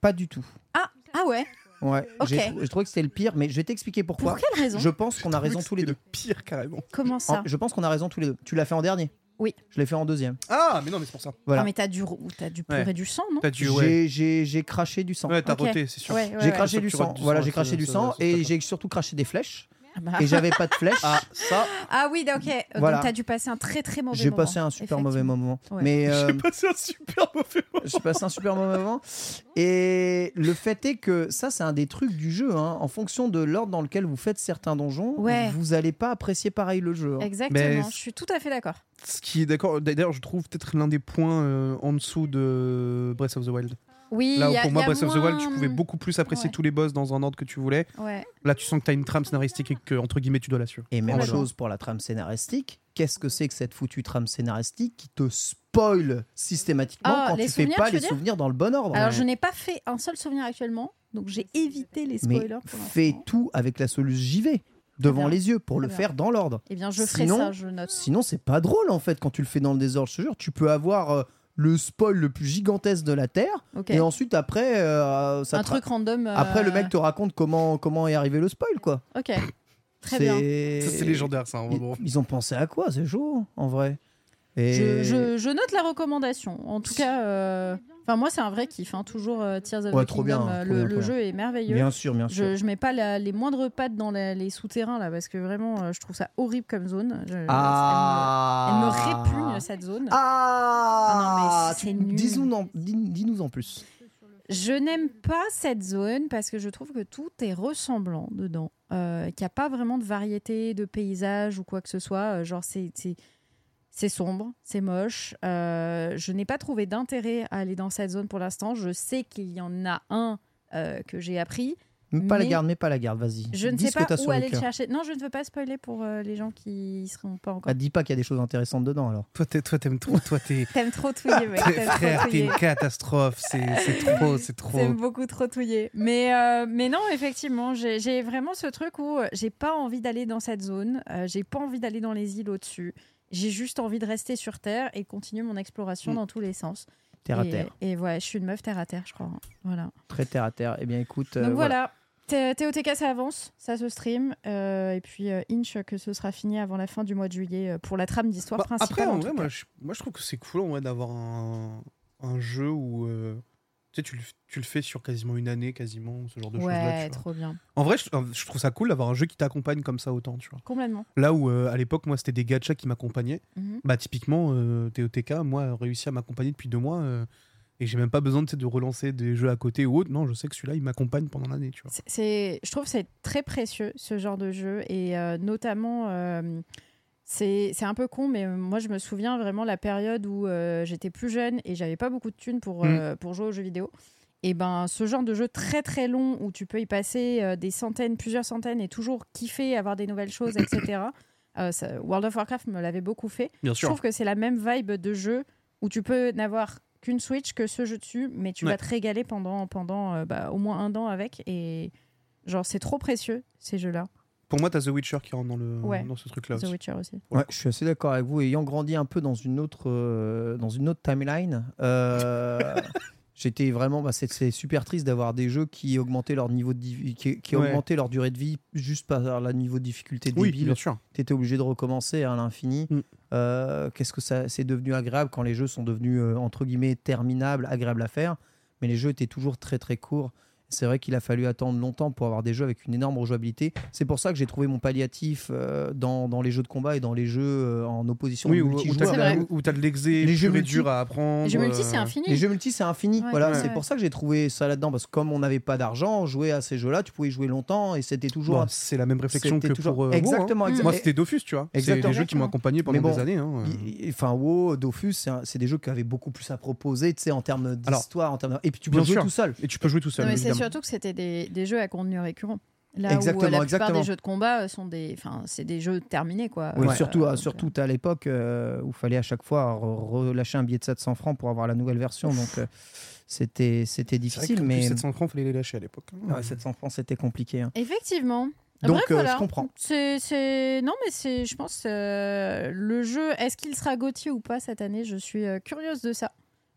[SPEAKER 3] Pas du tout.
[SPEAKER 2] Ah, ah ouais.
[SPEAKER 3] Ouais.
[SPEAKER 2] Ok.
[SPEAKER 3] J'ai trou- Je trouve que c'était le pire, mais je vais t'expliquer
[SPEAKER 2] Pour
[SPEAKER 3] pourquoi.
[SPEAKER 2] quelle raison
[SPEAKER 3] Je pense qu'on a raison tous les deux.
[SPEAKER 4] Le pire carrément.
[SPEAKER 2] Comment ça
[SPEAKER 3] En- Je pense qu'on a raison tous les deux. Tu l'as fait en dernier.
[SPEAKER 2] Oui.
[SPEAKER 3] Je l'ai fait en deuxième.
[SPEAKER 4] Ah mais non mais c'est pour ça.
[SPEAKER 3] Voilà.
[SPEAKER 2] Ah, mais t'as dû, rou- t'as dû pleurer du sang, non
[SPEAKER 4] T'as dû ouais.
[SPEAKER 3] J'ai- j'ai j'ai craché du sang.
[SPEAKER 4] Ouais t'as
[SPEAKER 2] Ok.
[SPEAKER 4] roté c'est sûr.
[SPEAKER 2] Ouais, ouais,
[SPEAKER 3] j'ai
[SPEAKER 2] ouais.
[SPEAKER 3] craché
[SPEAKER 4] Ça,
[SPEAKER 3] du
[SPEAKER 4] tu
[SPEAKER 3] sang.
[SPEAKER 4] rates du
[SPEAKER 3] Voilà,
[SPEAKER 4] sang,
[SPEAKER 3] j'ai
[SPEAKER 4] ça,
[SPEAKER 3] craché du
[SPEAKER 4] ça,
[SPEAKER 3] sang
[SPEAKER 4] ça, ça,
[SPEAKER 3] et
[SPEAKER 4] ça.
[SPEAKER 3] j'ai surtout craché des flèches.
[SPEAKER 2] Ah bah.
[SPEAKER 3] Et j'avais pas de flèches.
[SPEAKER 4] Ah ça.
[SPEAKER 2] Ah oui, d'accord, ok. Euh,
[SPEAKER 3] Voilà.
[SPEAKER 2] Donc t'as dû passer un très très mauvais
[SPEAKER 3] J'ai
[SPEAKER 2] moment.
[SPEAKER 3] passé un super mauvais moment.
[SPEAKER 2] Ouais.
[SPEAKER 3] Mais euh,
[SPEAKER 4] J'ai passé un super mauvais moment.
[SPEAKER 3] j'ai passé un super mauvais moment. Et le fait est que ça, c'est un des trucs du jeu. hein. En fonction de l'ordre dans lequel vous faites certains donjons,
[SPEAKER 2] Ouais.
[SPEAKER 3] vous allez pas apprécier pareil le jeu. hein.
[SPEAKER 2] Exactement,
[SPEAKER 4] Mais-
[SPEAKER 2] je suis tout à fait d'accord.
[SPEAKER 4] Ce qui est d'accord. D'ailleurs je trouve peut-être l'un des points euh, en dessous de Breath of the Wild.
[SPEAKER 2] Oui,
[SPEAKER 4] Là où
[SPEAKER 2] y a-
[SPEAKER 4] pour moi
[SPEAKER 2] y a
[SPEAKER 4] Breath of the Wild tu
[SPEAKER 2] moins-
[SPEAKER 4] pouvais beaucoup plus apprécier
[SPEAKER 2] Ouais.
[SPEAKER 4] tous les boss dans un ordre que tu voulais.
[SPEAKER 2] Ouais.
[SPEAKER 4] Là tu sens que t'as une trame scénaristique et que entre guillemets tu dois la suivre.
[SPEAKER 3] Et même
[SPEAKER 4] Voilà.
[SPEAKER 3] chose pour la trame scénaristique. Qu'est-ce que c'est que cette foutue trame scénaristique qui te spoil systématiquement
[SPEAKER 2] Ah,
[SPEAKER 3] quand
[SPEAKER 2] les
[SPEAKER 3] tu fais
[SPEAKER 2] souvenirs,
[SPEAKER 3] pas
[SPEAKER 2] tu veux
[SPEAKER 3] les
[SPEAKER 2] dire
[SPEAKER 3] souvenirs dans le bon ordre
[SPEAKER 2] Alors je n'ai pas fait un seul souvenir actuellement, donc j'ai évité les
[SPEAKER 3] Mais
[SPEAKER 2] spoilers. pour
[SPEAKER 3] fais
[SPEAKER 2] l'instant.
[SPEAKER 3] tout avec la solution JV devant
[SPEAKER 2] bien.
[SPEAKER 3] les yeux pour
[SPEAKER 2] Très
[SPEAKER 3] le
[SPEAKER 2] bien.
[SPEAKER 3] faire dans l'ordre.
[SPEAKER 2] Eh bien, je ferai
[SPEAKER 3] Sinon-
[SPEAKER 2] ça, je note.
[SPEAKER 3] Sinon, c'est pas drôle en fait quand tu le fais dans le désordre. Je te jure, tu peux avoir euh, le spoil le plus gigantesque de la terre
[SPEAKER 2] Ok.
[SPEAKER 3] et ensuite après, euh, ça
[SPEAKER 2] un
[SPEAKER 3] te-
[SPEAKER 2] truc random. euh,
[SPEAKER 3] après le mec te raconte comment comment est arrivé le spoil quoi.
[SPEAKER 2] Ok. Très
[SPEAKER 3] C'est-
[SPEAKER 2] bien.
[SPEAKER 4] Ça c'est légendaire ça.
[SPEAKER 3] Ils,
[SPEAKER 4] Bon.
[SPEAKER 3] ils ont pensé à quoi C'est chaud en vrai. Et
[SPEAKER 2] Je, je- je note la recommandation. En tout cas, euh, enfin, Enfin, moi, c'est un vrai kiff. hein, Toujours euh, Tears of
[SPEAKER 3] Ouais,
[SPEAKER 2] the
[SPEAKER 3] trop
[SPEAKER 2] Kingdom,
[SPEAKER 3] bien,
[SPEAKER 2] euh,
[SPEAKER 3] trop
[SPEAKER 2] le,
[SPEAKER 3] bien,
[SPEAKER 2] le
[SPEAKER 3] trop
[SPEAKER 2] jeu est merveilleux.
[SPEAKER 3] Bien sûr, bien sûr.
[SPEAKER 2] Je, je mets pas la- les moindres pattes dans la- les souterrains là parce que vraiment euh, je trouve ça horrible comme zone. Je-
[SPEAKER 3] Ah.
[SPEAKER 2] Elle me répugne cette zone.
[SPEAKER 3] Ah,
[SPEAKER 2] Ah non, mais c'est
[SPEAKER 3] Tu-
[SPEAKER 2] nul.
[SPEAKER 3] Dis-nous en, dis- dis-nous en plus.
[SPEAKER 2] Je n'aime pas cette zone parce que je trouve que tout est ressemblant dedans, euh, qu'il n'y a pas vraiment de variété de paysage ou quoi que ce soit. Euh, genre c'est c'est- c'est sombre, c'est moche. Euh, je n'ai pas trouvé d'intérêt à aller dans cette zone pour l'instant. Je sais qu'il y en a un euh, que j'ai appris.
[SPEAKER 3] Mais pas la
[SPEAKER 2] Mais-
[SPEAKER 3] garde, mais pas la garde, vas-y.
[SPEAKER 2] Je ne
[SPEAKER 3] Dis
[SPEAKER 2] sais
[SPEAKER 3] ce que
[SPEAKER 2] pas
[SPEAKER 3] t'as sur
[SPEAKER 2] où
[SPEAKER 3] le
[SPEAKER 2] aller le
[SPEAKER 3] cœur.
[SPEAKER 2] chercher. Non, je ne veux pas spoiler pour euh, les gens qui ne seront pas encore.
[SPEAKER 3] Ah, dis pas qu'il y a des choses intéressantes dedans alors.
[SPEAKER 4] Toi, t'es- toi, t'aimes trop. Toi, t'es.
[SPEAKER 2] T'aimes trop touiller, mec.
[SPEAKER 4] t'es-
[SPEAKER 2] T'aimes trop
[SPEAKER 4] Frère, t'es
[SPEAKER 2] touiller.
[SPEAKER 4] une catastrophe. C'est c'est trop, c'est trop.
[SPEAKER 2] T'aimes beaucoup trop touiller. Mais, euh, mais non, effectivement, j'ai j'ai vraiment ce truc où euh, j'ai pas envie d'aller dans cette zone, euh, j'ai pas envie d'aller dans les îles au-dessus. J'ai juste envie de rester sur Terre et continuer mon exploration
[SPEAKER 3] Mm.
[SPEAKER 2] dans tous les sens.
[SPEAKER 3] Terre à
[SPEAKER 2] et,
[SPEAKER 3] terre,
[SPEAKER 2] Et ouais, je suis une meuf terre à terre, je crois. hein. Voilà.
[SPEAKER 3] très terre à terre. Eh bien, écoute. euh,
[SPEAKER 2] Donc voilà. T- TOTK, ça avance, ça se stream. euh, et puis, euh, Inch, que ce sera fini avant la fin du mois de juillet euh, pour la trame d'histoire
[SPEAKER 4] Bah,
[SPEAKER 2] principale.
[SPEAKER 4] après,
[SPEAKER 2] en
[SPEAKER 4] en
[SPEAKER 2] tout
[SPEAKER 4] vrai,
[SPEAKER 2] cas.
[SPEAKER 4] moi je, moi, je trouve que c'est cool en vrai, d'avoir un, un jeu où euh, tu, sais, tu, le, tu le fais sur quasiment une année, quasiment, ce genre de choses-là.
[SPEAKER 2] ouais,
[SPEAKER 4] tu vois.
[SPEAKER 2] trop bien.
[SPEAKER 4] En vrai, je, je trouve ça cool d'avoir un jeu qui t'accompagne comme ça autant. Tu vois.
[SPEAKER 2] Complètement.
[SPEAKER 4] Là où, euh, à l'époque, moi, c'était des gachas qui m'accompagnaient.
[SPEAKER 2] Mhm.
[SPEAKER 4] Bah, typiquement, euh, TOTK, moi, a réussi à m'accompagner depuis deux mois. euh, et j'ai même pas besoin tu sais, de relancer des jeux à côté ou autre. Non, je sais que celui-là, il m'accompagne pendant l'année. Tu vois.
[SPEAKER 2] C'est- C'est, je trouve que c'est très précieux ce genre de jeu et euh, notamment euh, c'est, c'est un peu con mais euh, moi je me souviens vraiment la période où euh, j'étais plus jeune et j'avais pas beaucoup de thunes pour,
[SPEAKER 4] Mm.
[SPEAKER 2] euh, pour jouer aux jeux vidéo. Et ben ce genre de jeu très très long où tu peux y passer euh, des centaines, plusieurs centaines et toujours kiffer, avoir des nouvelles choses, etc. Euh, ça- World of Warcraft me l'avait beaucoup fait.
[SPEAKER 4] Bien
[SPEAKER 2] Je trouve que c'est la même vibe de jeu où tu peux n'avoir qu'une Switch que ce jeu dessus, mais tu
[SPEAKER 4] Ouais.
[SPEAKER 2] vas te régaler pendant, pendant euh, bah, au moins un an avec. Et genre, c'est trop précieux ces jeux-là.
[SPEAKER 4] Pour moi, t'as The Witcher qui rentre dans, le,
[SPEAKER 2] Ouais.
[SPEAKER 4] dans ce truc-là
[SPEAKER 2] The
[SPEAKER 4] aussi.
[SPEAKER 2] Witcher aussi.
[SPEAKER 3] Ouais, je suis assez d'accord avec vous. Ayant grandi un peu dans une autre, euh, dans une autre timeline, euh, j'étais vraiment. Bah, c'est c'est super triste d'avoir des jeux qui augmentaient leur niveau de, di- qui, qui
[SPEAKER 4] Ouais.
[SPEAKER 3] augmentaient leur durée de vie juste par le niveau de difficulté
[SPEAKER 4] Oui,
[SPEAKER 3] débile.
[SPEAKER 4] bien sûr.
[SPEAKER 3] T'étais obligé de recommencer à l'infini.
[SPEAKER 4] Mm.
[SPEAKER 3] Euh, Qu'est-ce que ça, c'est devenu agréable quand les jeux sont devenus euh, entre guillemets terminables, agréables à faire, mais les jeux étaient toujours très très courts. C'est vrai qu'il a fallu attendre longtemps pour avoir des jeux avec une énorme rejouabilité. C'est pour ça que j'ai trouvé mon palliatif euh, dans, dans les jeux de combat et dans les jeux euh, en opposition
[SPEAKER 4] Oui,
[SPEAKER 3] de
[SPEAKER 4] où, où
[SPEAKER 3] multijoueur.
[SPEAKER 2] C'est
[SPEAKER 4] t'as
[SPEAKER 2] vrai.
[SPEAKER 4] où- où t'as de l'exé,
[SPEAKER 3] Les
[SPEAKER 4] les
[SPEAKER 3] jeux
[SPEAKER 4] jeux
[SPEAKER 3] multi-
[SPEAKER 4] dur à apprendre.
[SPEAKER 2] Les jeux multi, c'est
[SPEAKER 4] euh,
[SPEAKER 2] infini.
[SPEAKER 3] Les jeux multi, c'est infini.
[SPEAKER 2] Ouais,
[SPEAKER 3] voilà,
[SPEAKER 2] ouais,
[SPEAKER 3] c'est
[SPEAKER 2] ouais.
[SPEAKER 3] pour ça que j'ai trouvé ça là-dedans parce que comme on n'avait pas d'argent, jouer à ces jeux-là, tu pouvais y jouer longtemps et c'était toujours.
[SPEAKER 4] bon,
[SPEAKER 3] un-
[SPEAKER 4] c'est la même réflexion que
[SPEAKER 3] c'était toujours...
[SPEAKER 4] pour. euh, WoW, hein.
[SPEAKER 3] exactement,
[SPEAKER 2] Mm.
[SPEAKER 3] exactement.
[SPEAKER 4] Moi, c'était Dofus, tu vois. C'est
[SPEAKER 3] Exactement.
[SPEAKER 4] des jeux qui m'ont accompagné pendant
[SPEAKER 3] Mais bon,
[SPEAKER 4] des années. hein.
[SPEAKER 3] Il- il- Enfin, WoW, Dofus, c'est un- c'est des jeux qui avaient beaucoup plus à proposer, tu sais, en termes d'histoire, en termes. de- Et puis tu peux
[SPEAKER 4] bien
[SPEAKER 3] jouer
[SPEAKER 4] sûr.
[SPEAKER 3] tout seul.
[SPEAKER 4] Et tu peux jouer tout seul.
[SPEAKER 2] Non, mais c'est
[SPEAKER 4] évidemment.
[SPEAKER 2] surtout que c'était des, des jeux à contenu récurrent. Là
[SPEAKER 3] Exactement,
[SPEAKER 2] où euh, la plupart
[SPEAKER 3] exactement.
[SPEAKER 2] des jeux de combat euh, sont des, enfin, c'est des jeux terminés quoi.
[SPEAKER 3] Oui,
[SPEAKER 2] Euh,
[SPEAKER 3] surtout, à-
[SPEAKER 2] donc,
[SPEAKER 3] surtout à l'époque euh, où il fallait à chaque fois re- relâcher un billet de 700 francs pour avoir la nouvelle version, donc euh, c'était c'était
[SPEAKER 4] C'est vrai qu'en
[SPEAKER 3] difficile,
[SPEAKER 4] plus,
[SPEAKER 3] mais
[SPEAKER 4] 700 francs, fallait les lâcher à l'époque. hein.
[SPEAKER 3] Ouais, 700 francs c'était compliqué. hein.
[SPEAKER 2] euh, Effectivement.
[SPEAKER 3] Donc,
[SPEAKER 2] Bref,
[SPEAKER 3] euh,
[SPEAKER 2] voilà.
[SPEAKER 3] je comprends.
[SPEAKER 2] C'est, c'est- non mais c'est, je pense euh, le jeu. Est-ce qu'il sera Gauthier ou pas cette année Je suis euh, curieuse de ça.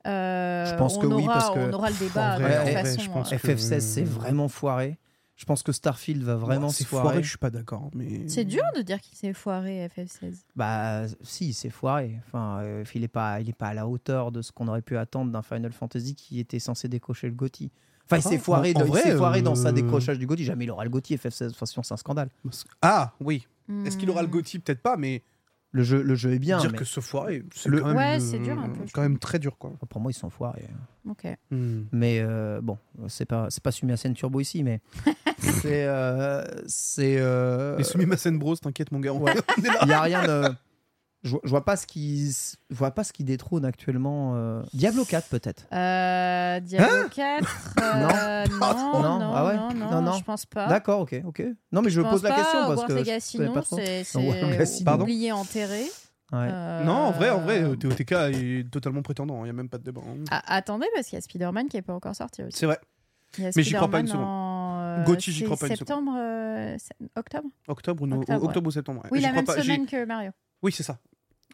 [SPEAKER 2] Euh,
[SPEAKER 3] Je pense
[SPEAKER 2] on
[SPEAKER 3] que oui,
[SPEAKER 2] aura,
[SPEAKER 3] parce que-
[SPEAKER 2] on aura le
[SPEAKER 4] en
[SPEAKER 2] débat.
[SPEAKER 4] vrai,
[SPEAKER 2] de
[SPEAKER 3] en
[SPEAKER 2] toute
[SPEAKER 3] vrai,
[SPEAKER 2] façon,
[SPEAKER 4] je pense
[SPEAKER 2] euh,
[SPEAKER 4] que-
[SPEAKER 3] FF16 c'est vraiment foiré. Je pense que Starfield va vraiment
[SPEAKER 4] Ouais,
[SPEAKER 3] se
[SPEAKER 4] c'est
[SPEAKER 3] foirer.
[SPEAKER 4] foiré, je suis pas d'accord. Mais...
[SPEAKER 2] C'est dur de dire qu'il s'est foiré FF16.
[SPEAKER 3] Bah si, c'est foiré. Enfin, euh, il est pas, il est pas à la hauteur de ce qu'on aurait pu attendre d'un Final Fantasy qui était censé décocher le Gotti. Enfin, il
[SPEAKER 4] Ah,
[SPEAKER 3] s'est foiré,
[SPEAKER 4] en- en
[SPEAKER 3] de- il s'est
[SPEAKER 4] vrai,
[SPEAKER 3] foiré dans sa
[SPEAKER 4] euh,
[SPEAKER 3] décrochage du Gotti. Jamais il aura le Gotti FF16. Enfin, sinon c'est un scandale.
[SPEAKER 4] Ah, oui. Est-ce
[SPEAKER 2] Hmm.
[SPEAKER 4] qu'il aura le Gothi Peut-être pas, mais
[SPEAKER 3] Le jeu, le jeu est bien.
[SPEAKER 4] dire
[SPEAKER 3] mais
[SPEAKER 4] que se foirer, c'est
[SPEAKER 3] Le-
[SPEAKER 4] quand même,
[SPEAKER 2] Ouais,
[SPEAKER 4] euh,
[SPEAKER 2] c'est dur un peu, je
[SPEAKER 4] quand même très dur, quoi.
[SPEAKER 3] pour moi, ils sont foirés.
[SPEAKER 2] Ok.
[SPEAKER 4] Hmm.
[SPEAKER 3] Mais euh, bon, c'est pas, c'est pas Sumimasen Turbo ici, mais c'est, euh, c'est. euh,
[SPEAKER 4] Mais Sumi Masen Bros, t'inquiète, mon gars. on- on est là.
[SPEAKER 3] Il y a rien de. Je, vois- je vois pas ce qui, je vois pas ce qui détrône actuellement. euh, Diablo 4 peut-être.
[SPEAKER 2] Euh,
[SPEAKER 4] Hein
[SPEAKER 2] Diablo 4 euh,
[SPEAKER 3] Non.
[SPEAKER 2] non,
[SPEAKER 3] Non,
[SPEAKER 2] non,
[SPEAKER 3] ah ouais.
[SPEAKER 2] non, non,
[SPEAKER 3] Non, non.
[SPEAKER 2] je pense pas.
[SPEAKER 3] D'accord, ok, ok. Non, mais je,
[SPEAKER 2] pense
[SPEAKER 3] pose la
[SPEAKER 2] pas.
[SPEAKER 3] question parce
[SPEAKER 2] Hogwarts
[SPEAKER 3] que
[SPEAKER 2] Legacy,
[SPEAKER 3] je connais
[SPEAKER 2] non,
[SPEAKER 3] pas trop.
[SPEAKER 2] c'est,
[SPEAKER 3] Non, Hogwarts Legacy,
[SPEAKER 2] c'est
[SPEAKER 3] non.
[SPEAKER 2] oublié, enterré.
[SPEAKER 3] Ouais.
[SPEAKER 2] Euh,
[SPEAKER 4] Non, en vrai, en vrai, euh, TOTK est totalement prétendant. Il y a même pas de débat. hein.
[SPEAKER 2] Ah, attendez, parce qu'il y a Spider-Man qui est pas encore sorti aussi.
[SPEAKER 4] C'est vrai.
[SPEAKER 2] Il y a
[SPEAKER 4] Mais j'y crois pas
[SPEAKER 2] Spider-Man
[SPEAKER 4] une seconde.
[SPEAKER 2] en, euh,
[SPEAKER 4] Gauthier, j'y
[SPEAKER 2] c'est
[SPEAKER 4] crois pas une seconde.
[SPEAKER 2] Septembre, euh, sept- octobre
[SPEAKER 4] Octobre ou, no-
[SPEAKER 2] Octobre, ouais.
[SPEAKER 4] octobre ou septembre. ouais.
[SPEAKER 2] Oui,
[SPEAKER 4] J'y
[SPEAKER 2] la
[SPEAKER 4] crois
[SPEAKER 2] même
[SPEAKER 4] pas, j'y-
[SPEAKER 2] semaine que Mario.
[SPEAKER 4] Oui, c'est ça.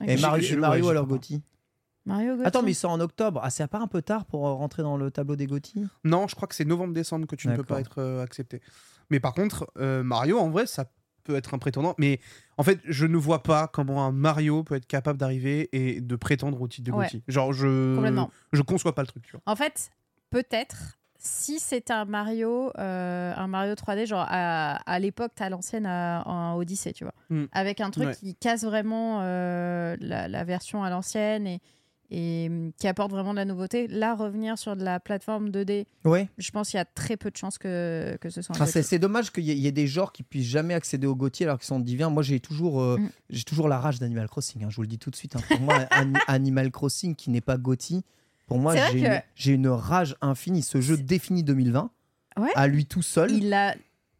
[SPEAKER 3] Et
[SPEAKER 2] Ok.
[SPEAKER 4] J'ai-
[SPEAKER 3] Mario,
[SPEAKER 4] j'ai-
[SPEAKER 3] et
[SPEAKER 4] ouais,
[SPEAKER 3] Mario
[SPEAKER 4] j'ai
[SPEAKER 3] alors
[SPEAKER 4] pas.
[SPEAKER 3] Gotti.
[SPEAKER 2] Mario Gauthier.
[SPEAKER 3] Attends, mais il sort en octobre. Ah, c'est pas un peu tard pour euh, rentrer dans le tableau des Gotti
[SPEAKER 4] Non, je crois que c'est novembre-décembre que tu ne peux
[SPEAKER 3] D'accord.
[SPEAKER 4] pas être euh, accepté. Mais par contre, euh, Mario, en vrai, ça peut être un prétendant. Mais en fait, je ne vois pas comment un Mario peut être capable d'arriver et de prétendre au titre de
[SPEAKER 2] Ouais.
[SPEAKER 4] Gotti. Genre, je
[SPEAKER 2] Complètement.
[SPEAKER 4] je conçois pas le truc. Tu vois.
[SPEAKER 2] En fait, peut-être si c'est un Mario, euh, un Mario 3D, genre à, à l'époque, t'as l'ancienne à- en Odyssey, tu vois,
[SPEAKER 4] Mm.
[SPEAKER 2] avec un truc
[SPEAKER 4] Ouais.
[SPEAKER 2] qui casse vraiment euh, la, la version à l'ancienne et, et hum, qui apporte vraiment de la nouveauté. Là, revenir sur de la plateforme 2D,
[SPEAKER 3] Ouais.
[SPEAKER 2] je pense qu'il y a très peu de chances que, que ce soit. un
[SPEAKER 3] Ah, c'est
[SPEAKER 2] Gotti.
[SPEAKER 3] c'est dommage qu'il y, ait- il y ait des genres qui puissent jamais accéder au Gauthier alors qu'ils sont divins. Moi, j'ai toujours, euh,
[SPEAKER 2] Mm.
[SPEAKER 3] j'ai toujours la rage d'Animal Crossing. hein, je vous le dis tout de suite. hein. Pour moi, Ani- Animal Crossing qui n'est pas Gauthier, pour moi,
[SPEAKER 2] C'est vrai
[SPEAKER 3] j'ai
[SPEAKER 2] que-
[SPEAKER 3] une, j'ai une rage infinie. Ce jeu définit 2020
[SPEAKER 2] Ouais.
[SPEAKER 3] à lui tout seul.
[SPEAKER 2] Il a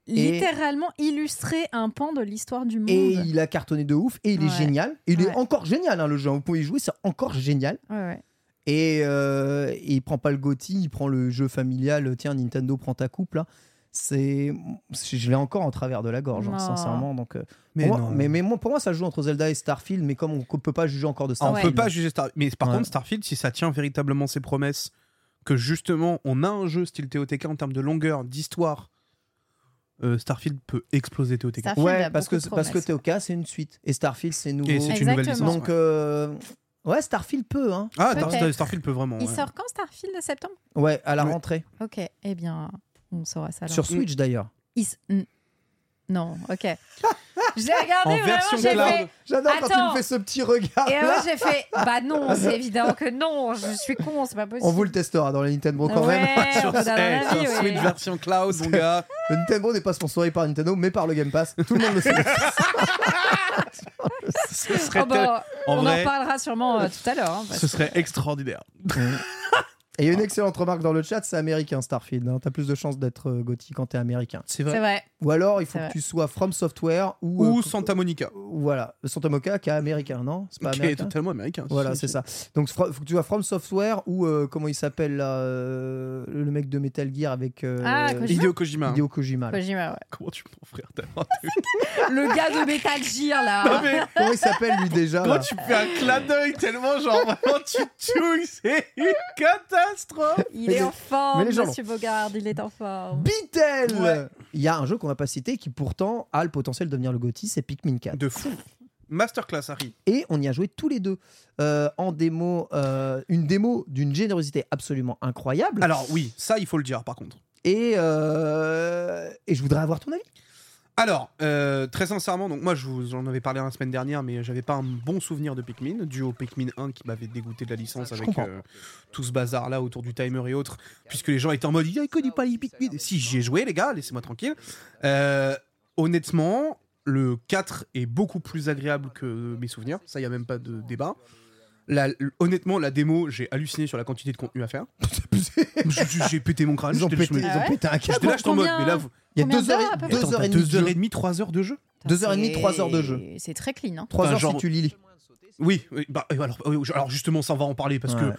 [SPEAKER 2] littéralement illustré un pan de l'histoire du monde.
[SPEAKER 3] Et il a cartonné de ouf, et il
[SPEAKER 2] Ouais.
[SPEAKER 3] est génial. Et il
[SPEAKER 2] Ouais.
[SPEAKER 3] est encore génial, hein, le jeu. Vous pouvez y jouer, c'est encore génial.
[SPEAKER 2] Ouais, ouais.
[SPEAKER 3] Et, euh, et il prend pas le Gotti, il prend le jeu familial. Tiens, Nintendo prend ta coupe là. C'est, je l'ai encore en travers de la gorge, hein,
[SPEAKER 2] Non.
[SPEAKER 3] sincèrement. Donc, euh,
[SPEAKER 4] Mais
[SPEAKER 3] pour moi-
[SPEAKER 4] non.
[SPEAKER 3] mais, mais moi, pour moi, ça joue entre Zelda et Starfield. Mais comme on ne Ah, peut pas juger encore de
[SPEAKER 4] on
[SPEAKER 3] Starfield,
[SPEAKER 4] peut pas juger Starfield. Mais par
[SPEAKER 3] Ouais.
[SPEAKER 4] contre, Starfield, si ça tient véritablement ses promesses, que justement, on a un jeu style TOTK en termes de longueur, d'histoire, euh, Starfield peut exploser TOTK.
[SPEAKER 2] Starfield
[SPEAKER 3] ouais,
[SPEAKER 2] a
[SPEAKER 3] parce que
[SPEAKER 2] beaucoup de
[SPEAKER 3] parce que
[SPEAKER 2] promesses.
[SPEAKER 3] TOK c'est une suite et Starfield c'est nouveau.
[SPEAKER 4] Et c'est une nouvelle
[SPEAKER 2] Exactement.
[SPEAKER 4] licence.
[SPEAKER 3] Donc,
[SPEAKER 4] ouais.
[SPEAKER 3] euh, ouais, Starfield peut, hein.
[SPEAKER 4] ah,
[SPEAKER 2] peut-être.
[SPEAKER 4] Star- Starfield peut vraiment.
[SPEAKER 2] Il
[SPEAKER 4] ouais.
[SPEAKER 2] sort quand Starfield de septembre
[SPEAKER 3] Ouais, à la
[SPEAKER 4] Ouais.
[SPEAKER 3] rentrée
[SPEAKER 2] Ok, eh bien, on saura ça. alors.
[SPEAKER 3] sur Switch d'ailleurs.
[SPEAKER 2] Il s- n- Non, ok. J'ai regardé
[SPEAKER 4] En
[SPEAKER 2] vraiment,
[SPEAKER 4] version
[SPEAKER 2] j'ai
[SPEAKER 4] cloud.
[SPEAKER 2] fait.
[SPEAKER 3] J'adore
[SPEAKER 2] quand Attends. il me fait
[SPEAKER 3] ce petit regard.
[SPEAKER 2] Et moi j'ai fait. Bah non, c'est évident que non, je suis con, c'est pas possible.
[SPEAKER 3] On vous le testera dans la Nintendo
[SPEAKER 2] Ouais,
[SPEAKER 3] quand même.
[SPEAKER 2] on
[SPEAKER 4] sur,
[SPEAKER 2] vous donne
[SPEAKER 4] eh,
[SPEAKER 2] un
[SPEAKER 4] sur
[SPEAKER 2] avis, ouais. Oh,
[SPEAKER 4] Switch version cloud, mon gars.
[SPEAKER 3] Le Nintendo n'est pas sponsorisé par Nintendo, mais par le Game Pass. Tout le monde le sait.
[SPEAKER 4] Ce serait
[SPEAKER 2] Oh bah,
[SPEAKER 4] en
[SPEAKER 2] on en
[SPEAKER 4] vrai-
[SPEAKER 2] parlera sûrement euh, tout à l'heure. hein, parce
[SPEAKER 4] Ce serait extraordinaire.
[SPEAKER 3] Et il y
[SPEAKER 4] Ah.
[SPEAKER 3] a une excellente remarque dans le chat, c'est américain Starfield. hein. T'as plus de chances d'être euh, Gotti quand t'es américain.
[SPEAKER 4] C'est
[SPEAKER 2] que- C'est vrai.
[SPEAKER 3] Ou alors il faut
[SPEAKER 2] C'est vrai.
[SPEAKER 3] que tu sois From Software ou,
[SPEAKER 4] Ou
[SPEAKER 3] euh,
[SPEAKER 4] Santa Monica,
[SPEAKER 3] ou- voilà Santa Monica qui est américain, non C'est pas
[SPEAKER 4] qui est
[SPEAKER 3] américain.
[SPEAKER 4] totalement américain.
[SPEAKER 3] Voilà, c'est ça. Donc fro- faut que tu sois From Software ou euh, comment il s'appelle là, euh, le mec de Metal Gear avec euh,
[SPEAKER 2] Ah, Kojima
[SPEAKER 4] Hideo Kojima.
[SPEAKER 3] Hideo Kojima. là.
[SPEAKER 2] Kojima, ouais.
[SPEAKER 4] Comment tu prends, frère T'as raté.
[SPEAKER 2] Le gars de Metal Gear là.
[SPEAKER 4] Non, mais
[SPEAKER 3] Comment il s'appelle lui déjà
[SPEAKER 4] Quand
[SPEAKER 3] là
[SPEAKER 4] tu fais un clin d'œil tellement genre vraiment tu tues, c'est une catastrophe.
[SPEAKER 2] Il est en forme,
[SPEAKER 3] mais les gens
[SPEAKER 2] Monsieur Bogard, il est en forme.
[SPEAKER 3] Beatle
[SPEAKER 4] Ouais.
[SPEAKER 3] Il y a un jeu qu'on n'a pas cité qui pourtant a le potentiel de devenir le Gotti, c'est Pikmin 4.
[SPEAKER 4] De fou. Masterclass Harry.
[SPEAKER 3] et on y a joué tous les deux Euh, en démo, euh, une démo d'une générosité absolument incroyable.
[SPEAKER 4] Alors oui, ça il faut le dire par contre.
[SPEAKER 3] Et, euh, et je voudrais avoir ton avis.
[SPEAKER 4] Alors, euh, très sincèrement, donc moi je vous en avais parlé la semaine dernière, mais j'avais pas un bon souvenir de Pikmin, dû au Pikmin 1 qui m'avait dégoûté de la licence avec
[SPEAKER 3] comprends.
[SPEAKER 4] euh, tout ce bazar là autour du timer et autres, puisque les gens étaient en mode il connaît pas les Pikmin. Si j'y ai joué, les gars, laissez-moi tranquille. Euh, honnêtement, le 4 est beaucoup plus agréable que mes souvenirs, ça y a même pas de débat. La- l- honnêtement, la démo, j'ai halluciné sur la quantité de contenu à faire. J'ai- j'ai pété mon crâne.
[SPEAKER 3] Ils ont
[SPEAKER 4] j'étais-
[SPEAKER 3] pété, ils ont
[SPEAKER 2] Ah ouais
[SPEAKER 3] pété un câble.
[SPEAKER 4] J'étais là, j'étais en mode,
[SPEAKER 2] Combien
[SPEAKER 4] mais là, vous-
[SPEAKER 3] Il y a
[SPEAKER 2] Combien
[SPEAKER 3] 2
[SPEAKER 2] d'heures, à peu près
[SPEAKER 4] Attends, t'as
[SPEAKER 3] h
[SPEAKER 4] deux heures et
[SPEAKER 3] demie.
[SPEAKER 4] demie, trois heures de jeu
[SPEAKER 3] 2h30, 3h de jeu.
[SPEAKER 2] C'est très clean. Hein.
[SPEAKER 3] 3
[SPEAKER 4] Enfin,
[SPEAKER 3] heures si
[SPEAKER 4] genre-
[SPEAKER 3] tu lis.
[SPEAKER 4] Oui, oui, bah, euh, alors, euh, je- alors justement, ça on va en parler parce
[SPEAKER 3] Ouais.
[SPEAKER 4] que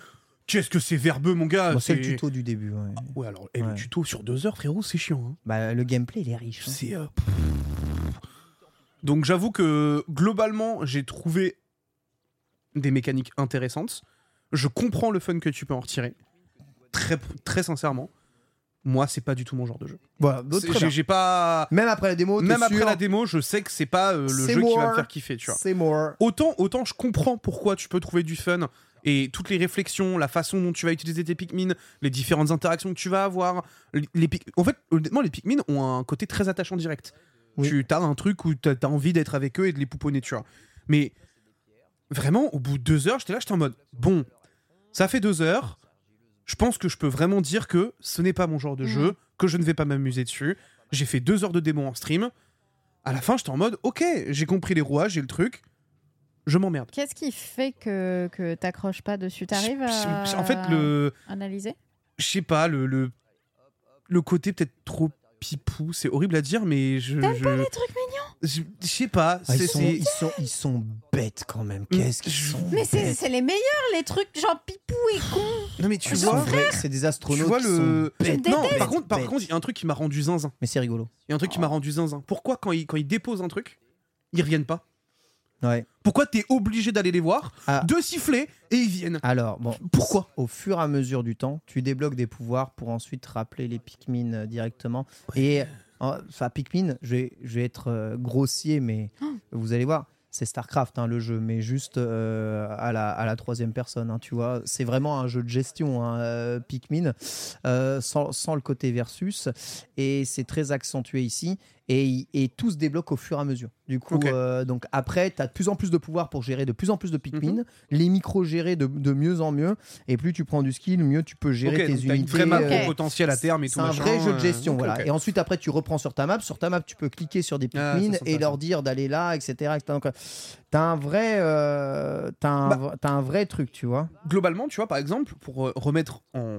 [SPEAKER 4] qu'est-ce que c'est verbeux, mon gars
[SPEAKER 3] Bon, c'est le
[SPEAKER 4] Ah, c'est-
[SPEAKER 3] tuto du début. ouais.
[SPEAKER 4] Ouais, alors, et
[SPEAKER 3] Ouais.
[SPEAKER 4] le tuto sur deux heures, frérot, c'est chiant. hein.
[SPEAKER 3] Bah, le gameplay, il est riche. hein.
[SPEAKER 4] C'est. euh, Donc, j'avoue que globalement, j'ai trouvé des mécaniques intéressantes. Je comprends le fun que tu peux en retirer. Très, très sincèrement, moi, c'est pas du tout mon genre de jeu.
[SPEAKER 3] Voilà, d'autres,
[SPEAKER 4] C'est-
[SPEAKER 3] très
[SPEAKER 4] j'ai-
[SPEAKER 3] bien.
[SPEAKER 4] J'ai pas.
[SPEAKER 3] Même après la démo, t'es
[SPEAKER 4] Même après
[SPEAKER 3] sûr,
[SPEAKER 4] la démo, je sais que c'est pas euh, le
[SPEAKER 3] C'est
[SPEAKER 4] jeu qui va me
[SPEAKER 3] more.
[SPEAKER 4] faire kiffer, tu vois.
[SPEAKER 3] C'est more.
[SPEAKER 4] autant, autant je comprends pourquoi tu peux trouver du fun et toutes les réflexions, la façon dont tu vas utiliser tes Pikmin, les différentes interactions que tu vas avoir. Les, les Pik- en fait, honnêtement, les Pikmin ont un côté très attachant direct.
[SPEAKER 3] Oui.
[SPEAKER 4] Tu as un truc où tu as, envie d'être avec eux et de les pouponner, tu vois. Mais vraiment, au bout de deux heures, j'étais là, j'étais en mode bon, ça fait deux heures. Je pense que je peux vraiment dire que ce n'est pas mon
[SPEAKER 2] Mm.
[SPEAKER 4] genre de jeu, que je ne vais pas m'amuser dessus. J'ai fait deux heures de démo en stream. À la fin, j'étais en mode ok, j'ai compris les rouages, j'ai le truc. Je m'emmerde.
[SPEAKER 2] Qu'est-ce qui fait que, que t'accroches pas dessus T'arrives
[SPEAKER 4] Je- je-
[SPEAKER 2] à
[SPEAKER 4] En fait, le,
[SPEAKER 2] analyser
[SPEAKER 4] je sais pas, le, le, le côté peut-être trop pipou, c'est horrible à dire, mais je.
[SPEAKER 2] T'aimes
[SPEAKER 4] je-
[SPEAKER 2] pas les trucs mignons
[SPEAKER 4] je je sais pas.
[SPEAKER 3] Ah,
[SPEAKER 4] c'est-
[SPEAKER 3] ils, sont,
[SPEAKER 4] c'est-
[SPEAKER 3] ils, sont, ils sont bêtes quand même. Qu'est-ce qu'ils sont
[SPEAKER 2] Mais c'est
[SPEAKER 3] bêtes.
[SPEAKER 2] c'est les meilleurs, les trucs genre pipou et con.
[SPEAKER 4] Non, mais tu
[SPEAKER 3] Ils
[SPEAKER 4] vois.
[SPEAKER 3] sont vrais, C'est des
[SPEAKER 4] Tu
[SPEAKER 3] astronautes
[SPEAKER 4] vois
[SPEAKER 3] qui
[SPEAKER 4] le.
[SPEAKER 3] sont bêtes.
[SPEAKER 4] non,
[SPEAKER 3] bêtes,
[SPEAKER 4] par contre, par
[SPEAKER 3] bêtes.
[SPEAKER 4] contre, il y a un truc qui m'a rendu zinzin.
[SPEAKER 3] Mais c'est rigolo.
[SPEAKER 4] Il y a un truc qui
[SPEAKER 3] Ah.
[SPEAKER 4] m'a rendu zinzin. Pourquoi quand ils quand ils déposent un truc, ils reviennent pas
[SPEAKER 3] Ouais.
[SPEAKER 4] Pourquoi t'es obligé d'aller les voir,
[SPEAKER 3] Ah.
[SPEAKER 4] de siffler et ils viennent
[SPEAKER 3] Alors, bon,
[SPEAKER 4] Pourquoi
[SPEAKER 3] au fur et à mesure du temps, tu débloques des pouvoirs pour ensuite rappeler les Pikmin euh, directement. Et Enfin, Pikmin, je vais, je vais être euh, grossier, mais
[SPEAKER 4] Oh.
[SPEAKER 3] vous allez voir, c'est StarCraft hein, le jeu, mais juste euh, à, la, à la troisième personne, hein, tu vois. C'est vraiment un jeu de gestion, hein, euh, Pikmin, euh, sans, sans le côté versus. Et c'est très accentué ici. Et, il- et tout se débloque au fur et à mesure. Du coup,
[SPEAKER 4] Ok.
[SPEAKER 3] euh, donc après, tu as de plus en plus de pouvoir pour gérer de plus en plus de
[SPEAKER 4] Mhm.
[SPEAKER 3] Pikmin, les micros gérés de, de mieux en mieux. Et plus tu prends du skill, mieux tu peux gérer
[SPEAKER 4] Ok,
[SPEAKER 3] tes
[SPEAKER 4] donc t'as
[SPEAKER 3] unités.
[SPEAKER 4] une vraie map
[SPEAKER 3] euh,
[SPEAKER 4] au potentiel à terme et tout
[SPEAKER 3] c'est un
[SPEAKER 4] machin,
[SPEAKER 3] vrai jeu de
[SPEAKER 4] euh,
[SPEAKER 3] gestion,
[SPEAKER 4] ok,
[SPEAKER 3] voilà.
[SPEAKER 4] ok.
[SPEAKER 3] Et ensuite, après, tu reprends sur ta map. Sur ta map, tu peux cliquer sur des
[SPEAKER 4] Ah, ça,
[SPEAKER 3] Pikmin
[SPEAKER 4] c'est
[SPEAKER 3] et leur dire d'aller là, etc. etc. Donc, euh, t'as un vrai, euh, t'as un,
[SPEAKER 4] Bah.
[SPEAKER 3] v- t'as un vrai truc, tu vois.
[SPEAKER 4] globalement, tu vois, par exemple, pour euh, remettre en,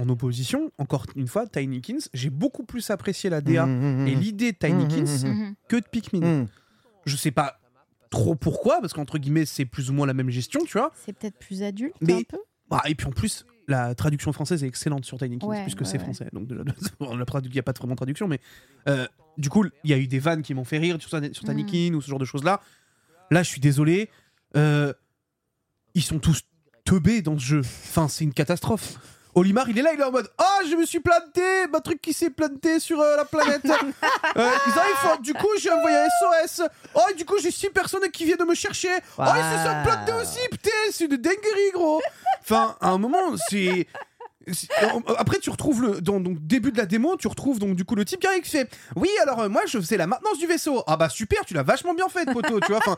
[SPEAKER 4] en opposition, encore une fois, Tiny Kings, j'ai beaucoup plus apprécié la DA
[SPEAKER 3] Mhm, mhm,
[SPEAKER 4] et l'idée de Tiny
[SPEAKER 3] Mhm,
[SPEAKER 4] Kings
[SPEAKER 2] Mhm.
[SPEAKER 4] que de Pikmin.
[SPEAKER 3] mhm.
[SPEAKER 4] Je sais pas trop pourquoi, parce qu'entre guillemets, c'est plus ou moins la même gestion, tu vois.
[SPEAKER 2] C'est peut-être plus adulte
[SPEAKER 4] Mais-
[SPEAKER 2] un peu.
[SPEAKER 4] Ah, et puis en plus, la traduction française est excellente sur Tiny Kings,
[SPEAKER 2] Ouais,
[SPEAKER 4] puisque
[SPEAKER 2] ouais,
[SPEAKER 4] c'est
[SPEAKER 2] ouais.
[SPEAKER 4] français. Donc, déjà, bon, la tradu- il n'y a pas de vraiment de traduction, mais euh, du coup, il y a eu des vannes qui m'ont fait rire sur, Tan- sur Tiny
[SPEAKER 2] Mhm.
[SPEAKER 4] Kings ou ce genre de choses-là. Là, je suis désolé. euh, ils sont tous teubés dans ce jeu. Enfin, c'est une catastrophe. Olimar, il est là, il est en mode Ah, je me suis planté, ma truc qui s'est planté sur euh, la planète. Euh, ils arrivent, font, du coup, j'ai envoyé un SOS. Oh, et du coup, j'ai six personnes qui viennent me chercher. Oh, ils se sont
[SPEAKER 3] Waouh.
[SPEAKER 4] plantés aussi, putain, c'est une dinguerie, gros. Enfin, à un moment, c'est. c'est- euh, Après, tu retrouves le dans, donc début de la démo, tu retrouves donc du coup le type qui arrive qui fait oui alors euh, moi je faisais la maintenance du vaisseau ah bah super tu l'as vachement bien fait poteau tu vois enfin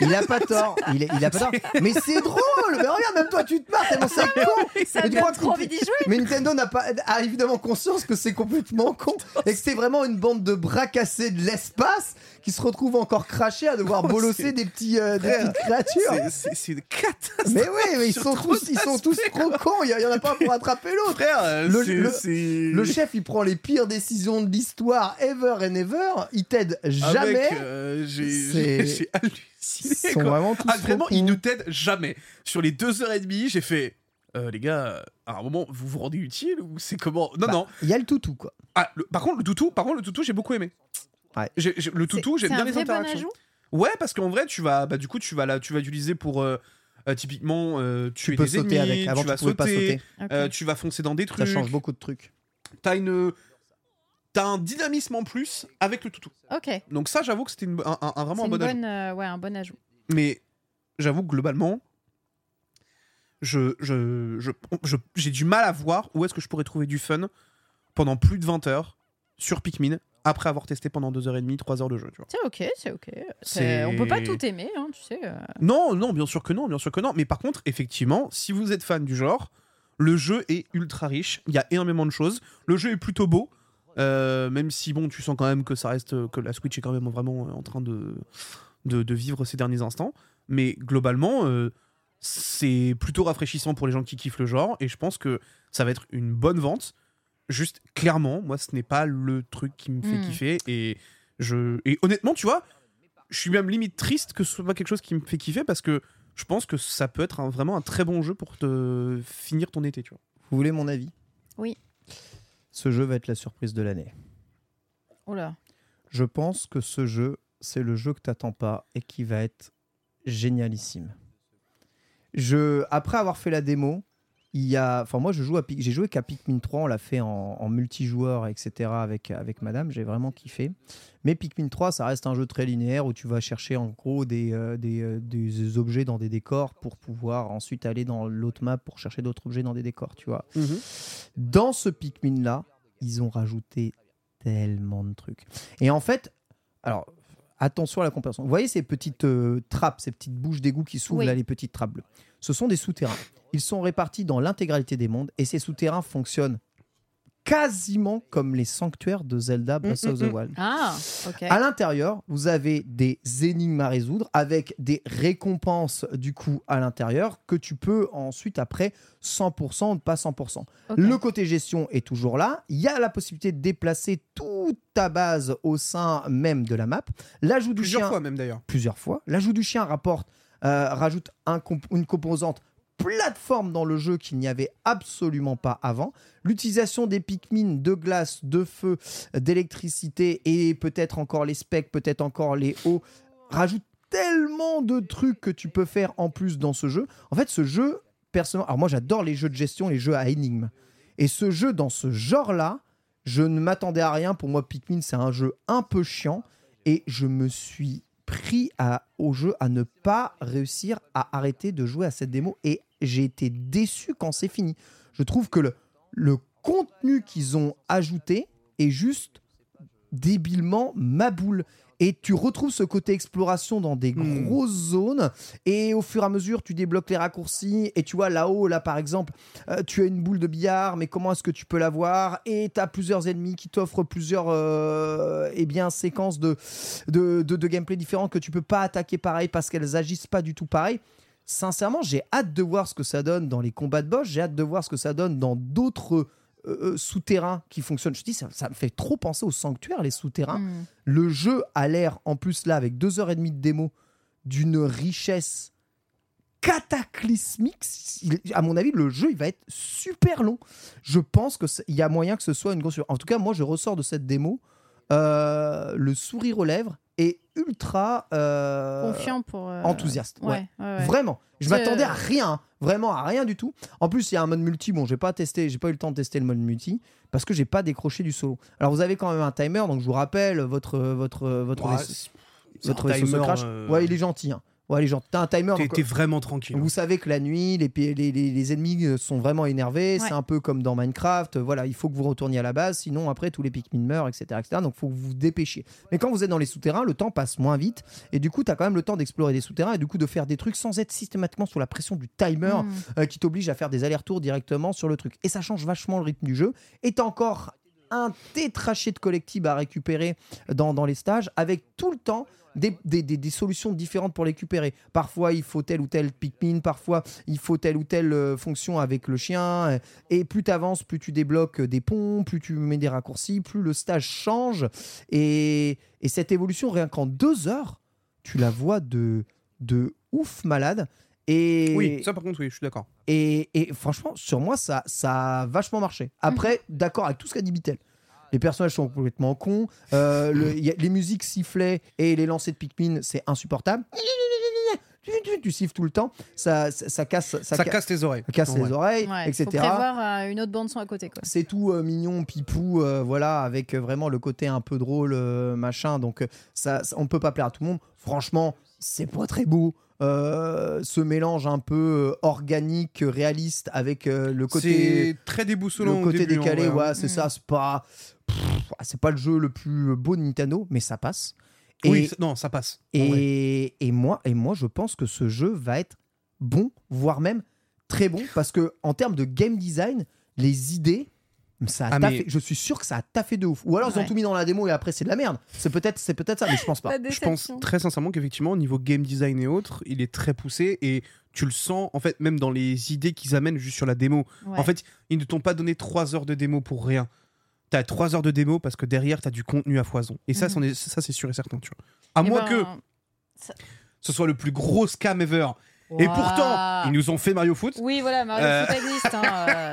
[SPEAKER 3] Il a pas tort, il, est- il a pas tort. Mais c'est drôle, mais regarde, même toi tu te marres, tellement c'est
[SPEAKER 4] Ah
[SPEAKER 3] con.
[SPEAKER 2] Ça
[SPEAKER 3] Mais tu
[SPEAKER 2] me donne
[SPEAKER 3] crois que
[SPEAKER 2] trop envie d'y jouer.
[SPEAKER 3] Mais Nintendo n'a pas, a évidemment conscience que c'est complètement con et que c'est vraiment une bande de bras cassés de l'espace qui se retrouve encore crachés à devoir
[SPEAKER 4] Oh,
[SPEAKER 3] bolosser
[SPEAKER 4] c'est-
[SPEAKER 3] des, petits, euh, des petites créatures.
[SPEAKER 4] c'est- c'est c'est une catastrophe
[SPEAKER 3] Mais oui, mais ils
[SPEAKER 4] Sur
[SPEAKER 3] sont
[SPEAKER 4] trop
[SPEAKER 3] tous, ils sont tous
[SPEAKER 4] d'aspects,
[SPEAKER 3] trop cons. Il y, a- il y en a pas un pour attraper l'autre.
[SPEAKER 4] frère euh,
[SPEAKER 3] Le-
[SPEAKER 4] c'est-
[SPEAKER 3] le-
[SPEAKER 4] c'est-
[SPEAKER 3] Le chef, il prend les pires décisions de l'histoire ever and ever. Il t'aide jamais.
[SPEAKER 4] Ah, mec, euh, j'ai-
[SPEAKER 3] C'est-
[SPEAKER 4] j'ai j'ai
[SPEAKER 3] Ils
[SPEAKER 4] halluciné.
[SPEAKER 3] sont
[SPEAKER 4] quoi.
[SPEAKER 3] vraiment tous
[SPEAKER 4] Ah, vraiment,
[SPEAKER 3] trop
[SPEAKER 4] ils
[SPEAKER 3] cons.
[SPEAKER 4] ne t'aident jamais. Sur les deux heures et demie, j'ai fait. euh, les gars, à un moment, vous vous rendez utile ou c'est comment Non,
[SPEAKER 3] Bah,
[SPEAKER 4] non.
[SPEAKER 3] Il y a le toutou quoi.
[SPEAKER 4] Ah, le- par contre, le toutou, par contre, le toutou, j'ai beaucoup aimé.
[SPEAKER 3] Ouais.
[SPEAKER 4] J'ai- j'ai- le toutou,
[SPEAKER 2] C'est-
[SPEAKER 4] j'aime
[SPEAKER 2] c'est
[SPEAKER 4] bien
[SPEAKER 2] un
[SPEAKER 4] les
[SPEAKER 2] vrai bon
[SPEAKER 4] interactions.
[SPEAKER 2] ajout.
[SPEAKER 4] ouais, parce qu'en vrai, tu vas, bah, du coup, tu vas là, tu vas utiliser pour euh, euh, typiquement, euh,
[SPEAKER 3] Tu
[SPEAKER 4] tuer
[SPEAKER 3] peux
[SPEAKER 4] des
[SPEAKER 3] sauter
[SPEAKER 4] ennemis,
[SPEAKER 3] avec. Avant,
[SPEAKER 4] tu
[SPEAKER 3] tu,
[SPEAKER 4] vas
[SPEAKER 3] pouvais pas sauter.
[SPEAKER 2] Ok.
[SPEAKER 4] euh, tu vas foncer dans des
[SPEAKER 3] Ça
[SPEAKER 4] trucs.
[SPEAKER 3] change beaucoup de trucs.
[SPEAKER 4] T'as une, t'as un dynamisme en plus avec le toutou.
[SPEAKER 2] Ok. C'est
[SPEAKER 4] Donc ça, j'avoue que c'était une- un, un- un vraiment un
[SPEAKER 2] une
[SPEAKER 4] bon ajout.
[SPEAKER 2] bonne, euh, ouais, un bon ajout.
[SPEAKER 4] Mais j'avoue que globalement, je, je, je- je- j'ai du mal à voir où est-ce que je pourrais trouver du fun pendant plus de 20 heures sur Pikmin après avoir testé pendant 2h30, 3 heures de jeu. Tu vois.
[SPEAKER 2] C'est ok, c'est ok.
[SPEAKER 4] C'est-
[SPEAKER 2] C'est- On peut pas tout aimer, hein, tu sais. euh.
[SPEAKER 4] Non, non, bien sûr que non, bien sûr que non. Mais par contre, effectivement, si vous êtes fan du genre, le jeu est ultra riche. Il y a énormément de choses. Le jeu est plutôt beau. euh, même si bon, tu sens quand même que ça reste que la Switch est quand même vraiment euh, en train de de, de vivre ces derniers instants. Mais globalement, euh, c'est plutôt rafraîchissant pour les gens qui kiffent le genre. Et je pense que ça va être une bonne vente. Juste, clairement, moi, ce n'est pas le truc qui me fait
[SPEAKER 2] Mm.
[SPEAKER 4] kiffer. Et, je... et honnêtement, tu vois, je suis même limite triste que ce soit pas quelque chose qui me fait kiffer parce que je pense que ça peut être un- vraiment un très bon jeu pour te finir ton été, tu vois.
[SPEAKER 3] Vous voulez mon avis
[SPEAKER 2] Oui.
[SPEAKER 3] Ce jeu va être la surprise de l'année.
[SPEAKER 2] Oh là.
[SPEAKER 3] Je pense que ce jeu, c'est le jeu que t'attends pas et qui va être génialissime. Je, après avoir fait la démo, il y a, enfin moi je joue à Pic- j'ai joué qu'à Pikmin 3, on l'a fait en, en multijoueur, etc. avec avec Madame, j'ai vraiment kiffé. Mais Pikmin 3, ça reste un jeu très linéaire où tu vas chercher en gros des euh, des, euh, des objets dans des décors pour pouvoir ensuite aller dans l'autre map pour chercher d'autres objets dans des décors, tu vois. Dans ce Pikmin-là, ils ont rajouté tellement de trucs. Et en fait, alors, attention à la comparaison. Vous voyez ces petites euh, trappes, ces petites bouches d'égout qui s'ouvrent,
[SPEAKER 2] Oui.
[SPEAKER 3] là, les petites trappes bleues. Ce sont des souterrains. Ils sont répartis dans l'intégralité des mondes et ces souterrains fonctionnent quasiment comme les sanctuaires de Zelda Breath of the Wild.
[SPEAKER 2] Ah, ok.
[SPEAKER 3] À l'intérieur, vous avez des énigmes à résoudre avec des récompenses du coup à l'intérieur que tu peux ensuite après 100% ou pas 100%.
[SPEAKER 2] ok. Hmm.
[SPEAKER 3] Le côté gestion est toujours là. Il y a la possibilité de déplacer toute ta base au sein même de la map. L'ajout du
[SPEAKER 4] Plusieurs
[SPEAKER 3] chien
[SPEAKER 4] fois même d'ailleurs.
[SPEAKER 3] plusieurs fois. L'ajout du chien rapporte, euh, rajoute un comp- une composante plateforme dans le jeu qu'il n'y avait absolument pas avant. L'utilisation des Pikmin de glace, de feu, d'électricité et peut-être encore les specs, peut-être encore les hauts rajoute tellement de trucs que tu peux faire en plus dans ce jeu. En fait, ce jeu, personnellement, alors moi j'adore les jeux de gestion, les jeux à énigmes. Et ce jeu dans ce genre-là, Je ne m'attendais à rien. Pour moi, Pikmin, c'est un jeu un peu chiant. Et je me suis pris à, au jeu à ne pas réussir à arrêter de jouer à cette démo. Et j'ai été déçu quand c'est fini. Je trouve que le, le contenu qu'ils ont ajouté est juste débilement ma boule. Et tu retrouves ce côté exploration dans des
[SPEAKER 4] Hmm.
[SPEAKER 3] grosses zones. Et au fur et à mesure, tu débloques les raccourcis. Et tu vois, là-haut, là, par exemple, euh, tu as une boule de billard, mais comment est-ce que tu peux l'avoir Et tu as plusieurs ennemis qui t'offrent plusieurs euh, eh bien, séquences de, de, de- de gameplay différentes que tu peux pas attaquer pareil parce qu'elles agissent pas du tout pareil. Sincèrement, j'ai hâte de voir ce que ça donne dans les combats de boss. J'ai hâte de voir ce que ça donne dans d'autres euh, euh, souterrains qui fonctionnent. Je te dis, ça, ça me fait trop penser au sanctuaire, les souterrains.
[SPEAKER 2] Hmm.
[SPEAKER 3] Le jeu a l'air, en plus là, avec deux heures et demie de démo, d'une richesse cataclysmique. Il- à mon avis, le jeu, il va être super long. Je pense que c'est- il y a moyen que ce soit une grosse... surprise. En tout cas, moi, je ressors de cette démo euh, le sourire aux lèvres et ultra... euh,
[SPEAKER 2] Confiant pour. euh,
[SPEAKER 3] enthousiaste, ouais.
[SPEAKER 2] Ouais, ouais, ouais.
[SPEAKER 3] Vraiment, je
[SPEAKER 2] C'est- euh,
[SPEAKER 3] m'attendais à rien, hein. vraiment à rien du tout. En plus, il y a un mode multi. Bon, j'ai pas testé, j'ai pas eu le temps de tester le mode multi parce que j'ai pas décroché du solo. Alors vous avez quand même un timer, donc je vous rappelle votre euh, votre euh, votre
[SPEAKER 4] Bah,
[SPEAKER 3] vaisseau-
[SPEAKER 4] c'est-
[SPEAKER 3] votre
[SPEAKER 4] c'est un
[SPEAKER 3] vaisseau se
[SPEAKER 4] timer,
[SPEAKER 3] crash.
[SPEAKER 4] euh,
[SPEAKER 3] Ouais, il est gentil. hein. Ouais, il est gentil. T'as un timer.
[SPEAKER 4] T'es
[SPEAKER 3] donc, euh,
[SPEAKER 4] t'es vraiment tranquille.
[SPEAKER 3] vous savez que la nuit, les, pi- les, les- les ennemis euh, sont vraiment énervés.
[SPEAKER 2] Ouais.
[SPEAKER 3] C'est un peu comme dans Minecraft. euh, Voilà, il faut que vous retourniez à la base, sinon après tous les Pikmin meurent, etc. etc. donc faut que vous vous dépêchiez. Mais quand vous êtes dans les souterrains, le temps passe moins vite. Et du coup, tu as quand même le temps d'explorer des souterrains et du coup de faire des trucs sans être systématiquement sous la pression du timer
[SPEAKER 2] Hmm.
[SPEAKER 3] euh, qui t'oblige à faire des allers-retours directement sur le truc. Et ça change vachement le rythme du jeu. Et t'as encore un tétraché de collectibles à récupérer dans, dans les stages, avec tout le temps des, des- des- des solutions différentes pour les récupérer. Parfois, il faut tel ou tel Pikmin, parfois, il faut telle ou telle euh, fonction avec le chien. euh, Et plus tu avances, plus tu débloques euh, des ponts, plus tu mets des raccourcis, plus le stage change. Et, et cette évolution, rien qu'en deux heures, tu la vois de, de ouf malade. Et,
[SPEAKER 4] Oui, ça par contre, oui, je suis d'accord.
[SPEAKER 3] et, et franchement, sur moi, ça, ça a vachement marché. Après,
[SPEAKER 2] Mhm.
[SPEAKER 3] d'accord avec tout ce qu'a dit Bitel. Les personnages sont complètement cons. euh, le- y a- les musiques sifflaient et les lancers de Pikmin, c'est insupportable. Tu, tu- tu siffles tout le temps. Ça, ça, ça casse, ça
[SPEAKER 4] Ça,
[SPEAKER 3] ca-
[SPEAKER 4] casse les oreilles.
[SPEAKER 3] casse les
[SPEAKER 4] Ouais.
[SPEAKER 3] oreilles,
[SPEAKER 2] Ouais,
[SPEAKER 3] etc.
[SPEAKER 2] Faut prévoir euh, une autre bande son à côté, quoi.
[SPEAKER 3] C'est tout euh, mignon, pipou, euh, voilà, avec euh, vraiment le côté un peu drôle, euh, machin. Donc, euh, ça, ça- on ne peut pas plaire à tout le monde. Franchement, c'est pas très beau. Euh, ce mélange un peu euh, organique, réaliste, avec euh, le côté,
[SPEAKER 4] C'est très déboussolant.
[SPEAKER 3] le
[SPEAKER 4] au
[SPEAKER 3] côté
[SPEAKER 4] début, hein,
[SPEAKER 3] décalé.
[SPEAKER 4] ouais.
[SPEAKER 3] ouais, c'est
[SPEAKER 2] Mm.
[SPEAKER 3] ça, c'est pas, pff, c'est pas le jeu le plus beau de Nintendo, mais ça passe. Et,
[SPEAKER 4] Oui, ça- non, ça passe. en vrai.
[SPEAKER 3] et, et moi, et moi, je pense que ce jeu va être bon, voire même très bon, parce que en termes de game design, les idées, ça a
[SPEAKER 4] Ah,
[SPEAKER 3] taffé.
[SPEAKER 4] mais-
[SPEAKER 3] Je suis sûr que ça a taffé de ouf. Ou alors ils ont
[SPEAKER 2] Ouais.
[SPEAKER 3] tout mis dans la démo et après c'est de la merde. C'est peut-être, c'est peut-être ça, mais je pense pas.
[SPEAKER 2] La
[SPEAKER 4] Je pense
[SPEAKER 2] déception.
[SPEAKER 4] très sincèrement qu'effectivement, au niveau game design et autres, il est très poussé et tu le sens, en fait, même dans les idées qu'ils amènent juste sur la démo.
[SPEAKER 2] Ouais.
[SPEAKER 4] En fait, ils ne t'ont pas donné 3 heures de démo pour rien. T'as 3 heures de démo parce que derrière, t'as du contenu à foison. Et ça,
[SPEAKER 2] Mhm.
[SPEAKER 4] c'en est- ça c'est sûr et certain, tu vois. À
[SPEAKER 2] Eh
[SPEAKER 4] moins
[SPEAKER 2] ben,
[SPEAKER 4] que ce soit le plus gros scam ever. Et
[SPEAKER 2] ouah.
[SPEAKER 4] pourtant, ils nous ont fait Mario Foot.
[SPEAKER 2] Oui, voilà, Mario
[SPEAKER 4] Euh.
[SPEAKER 2] Foot existe. Hein,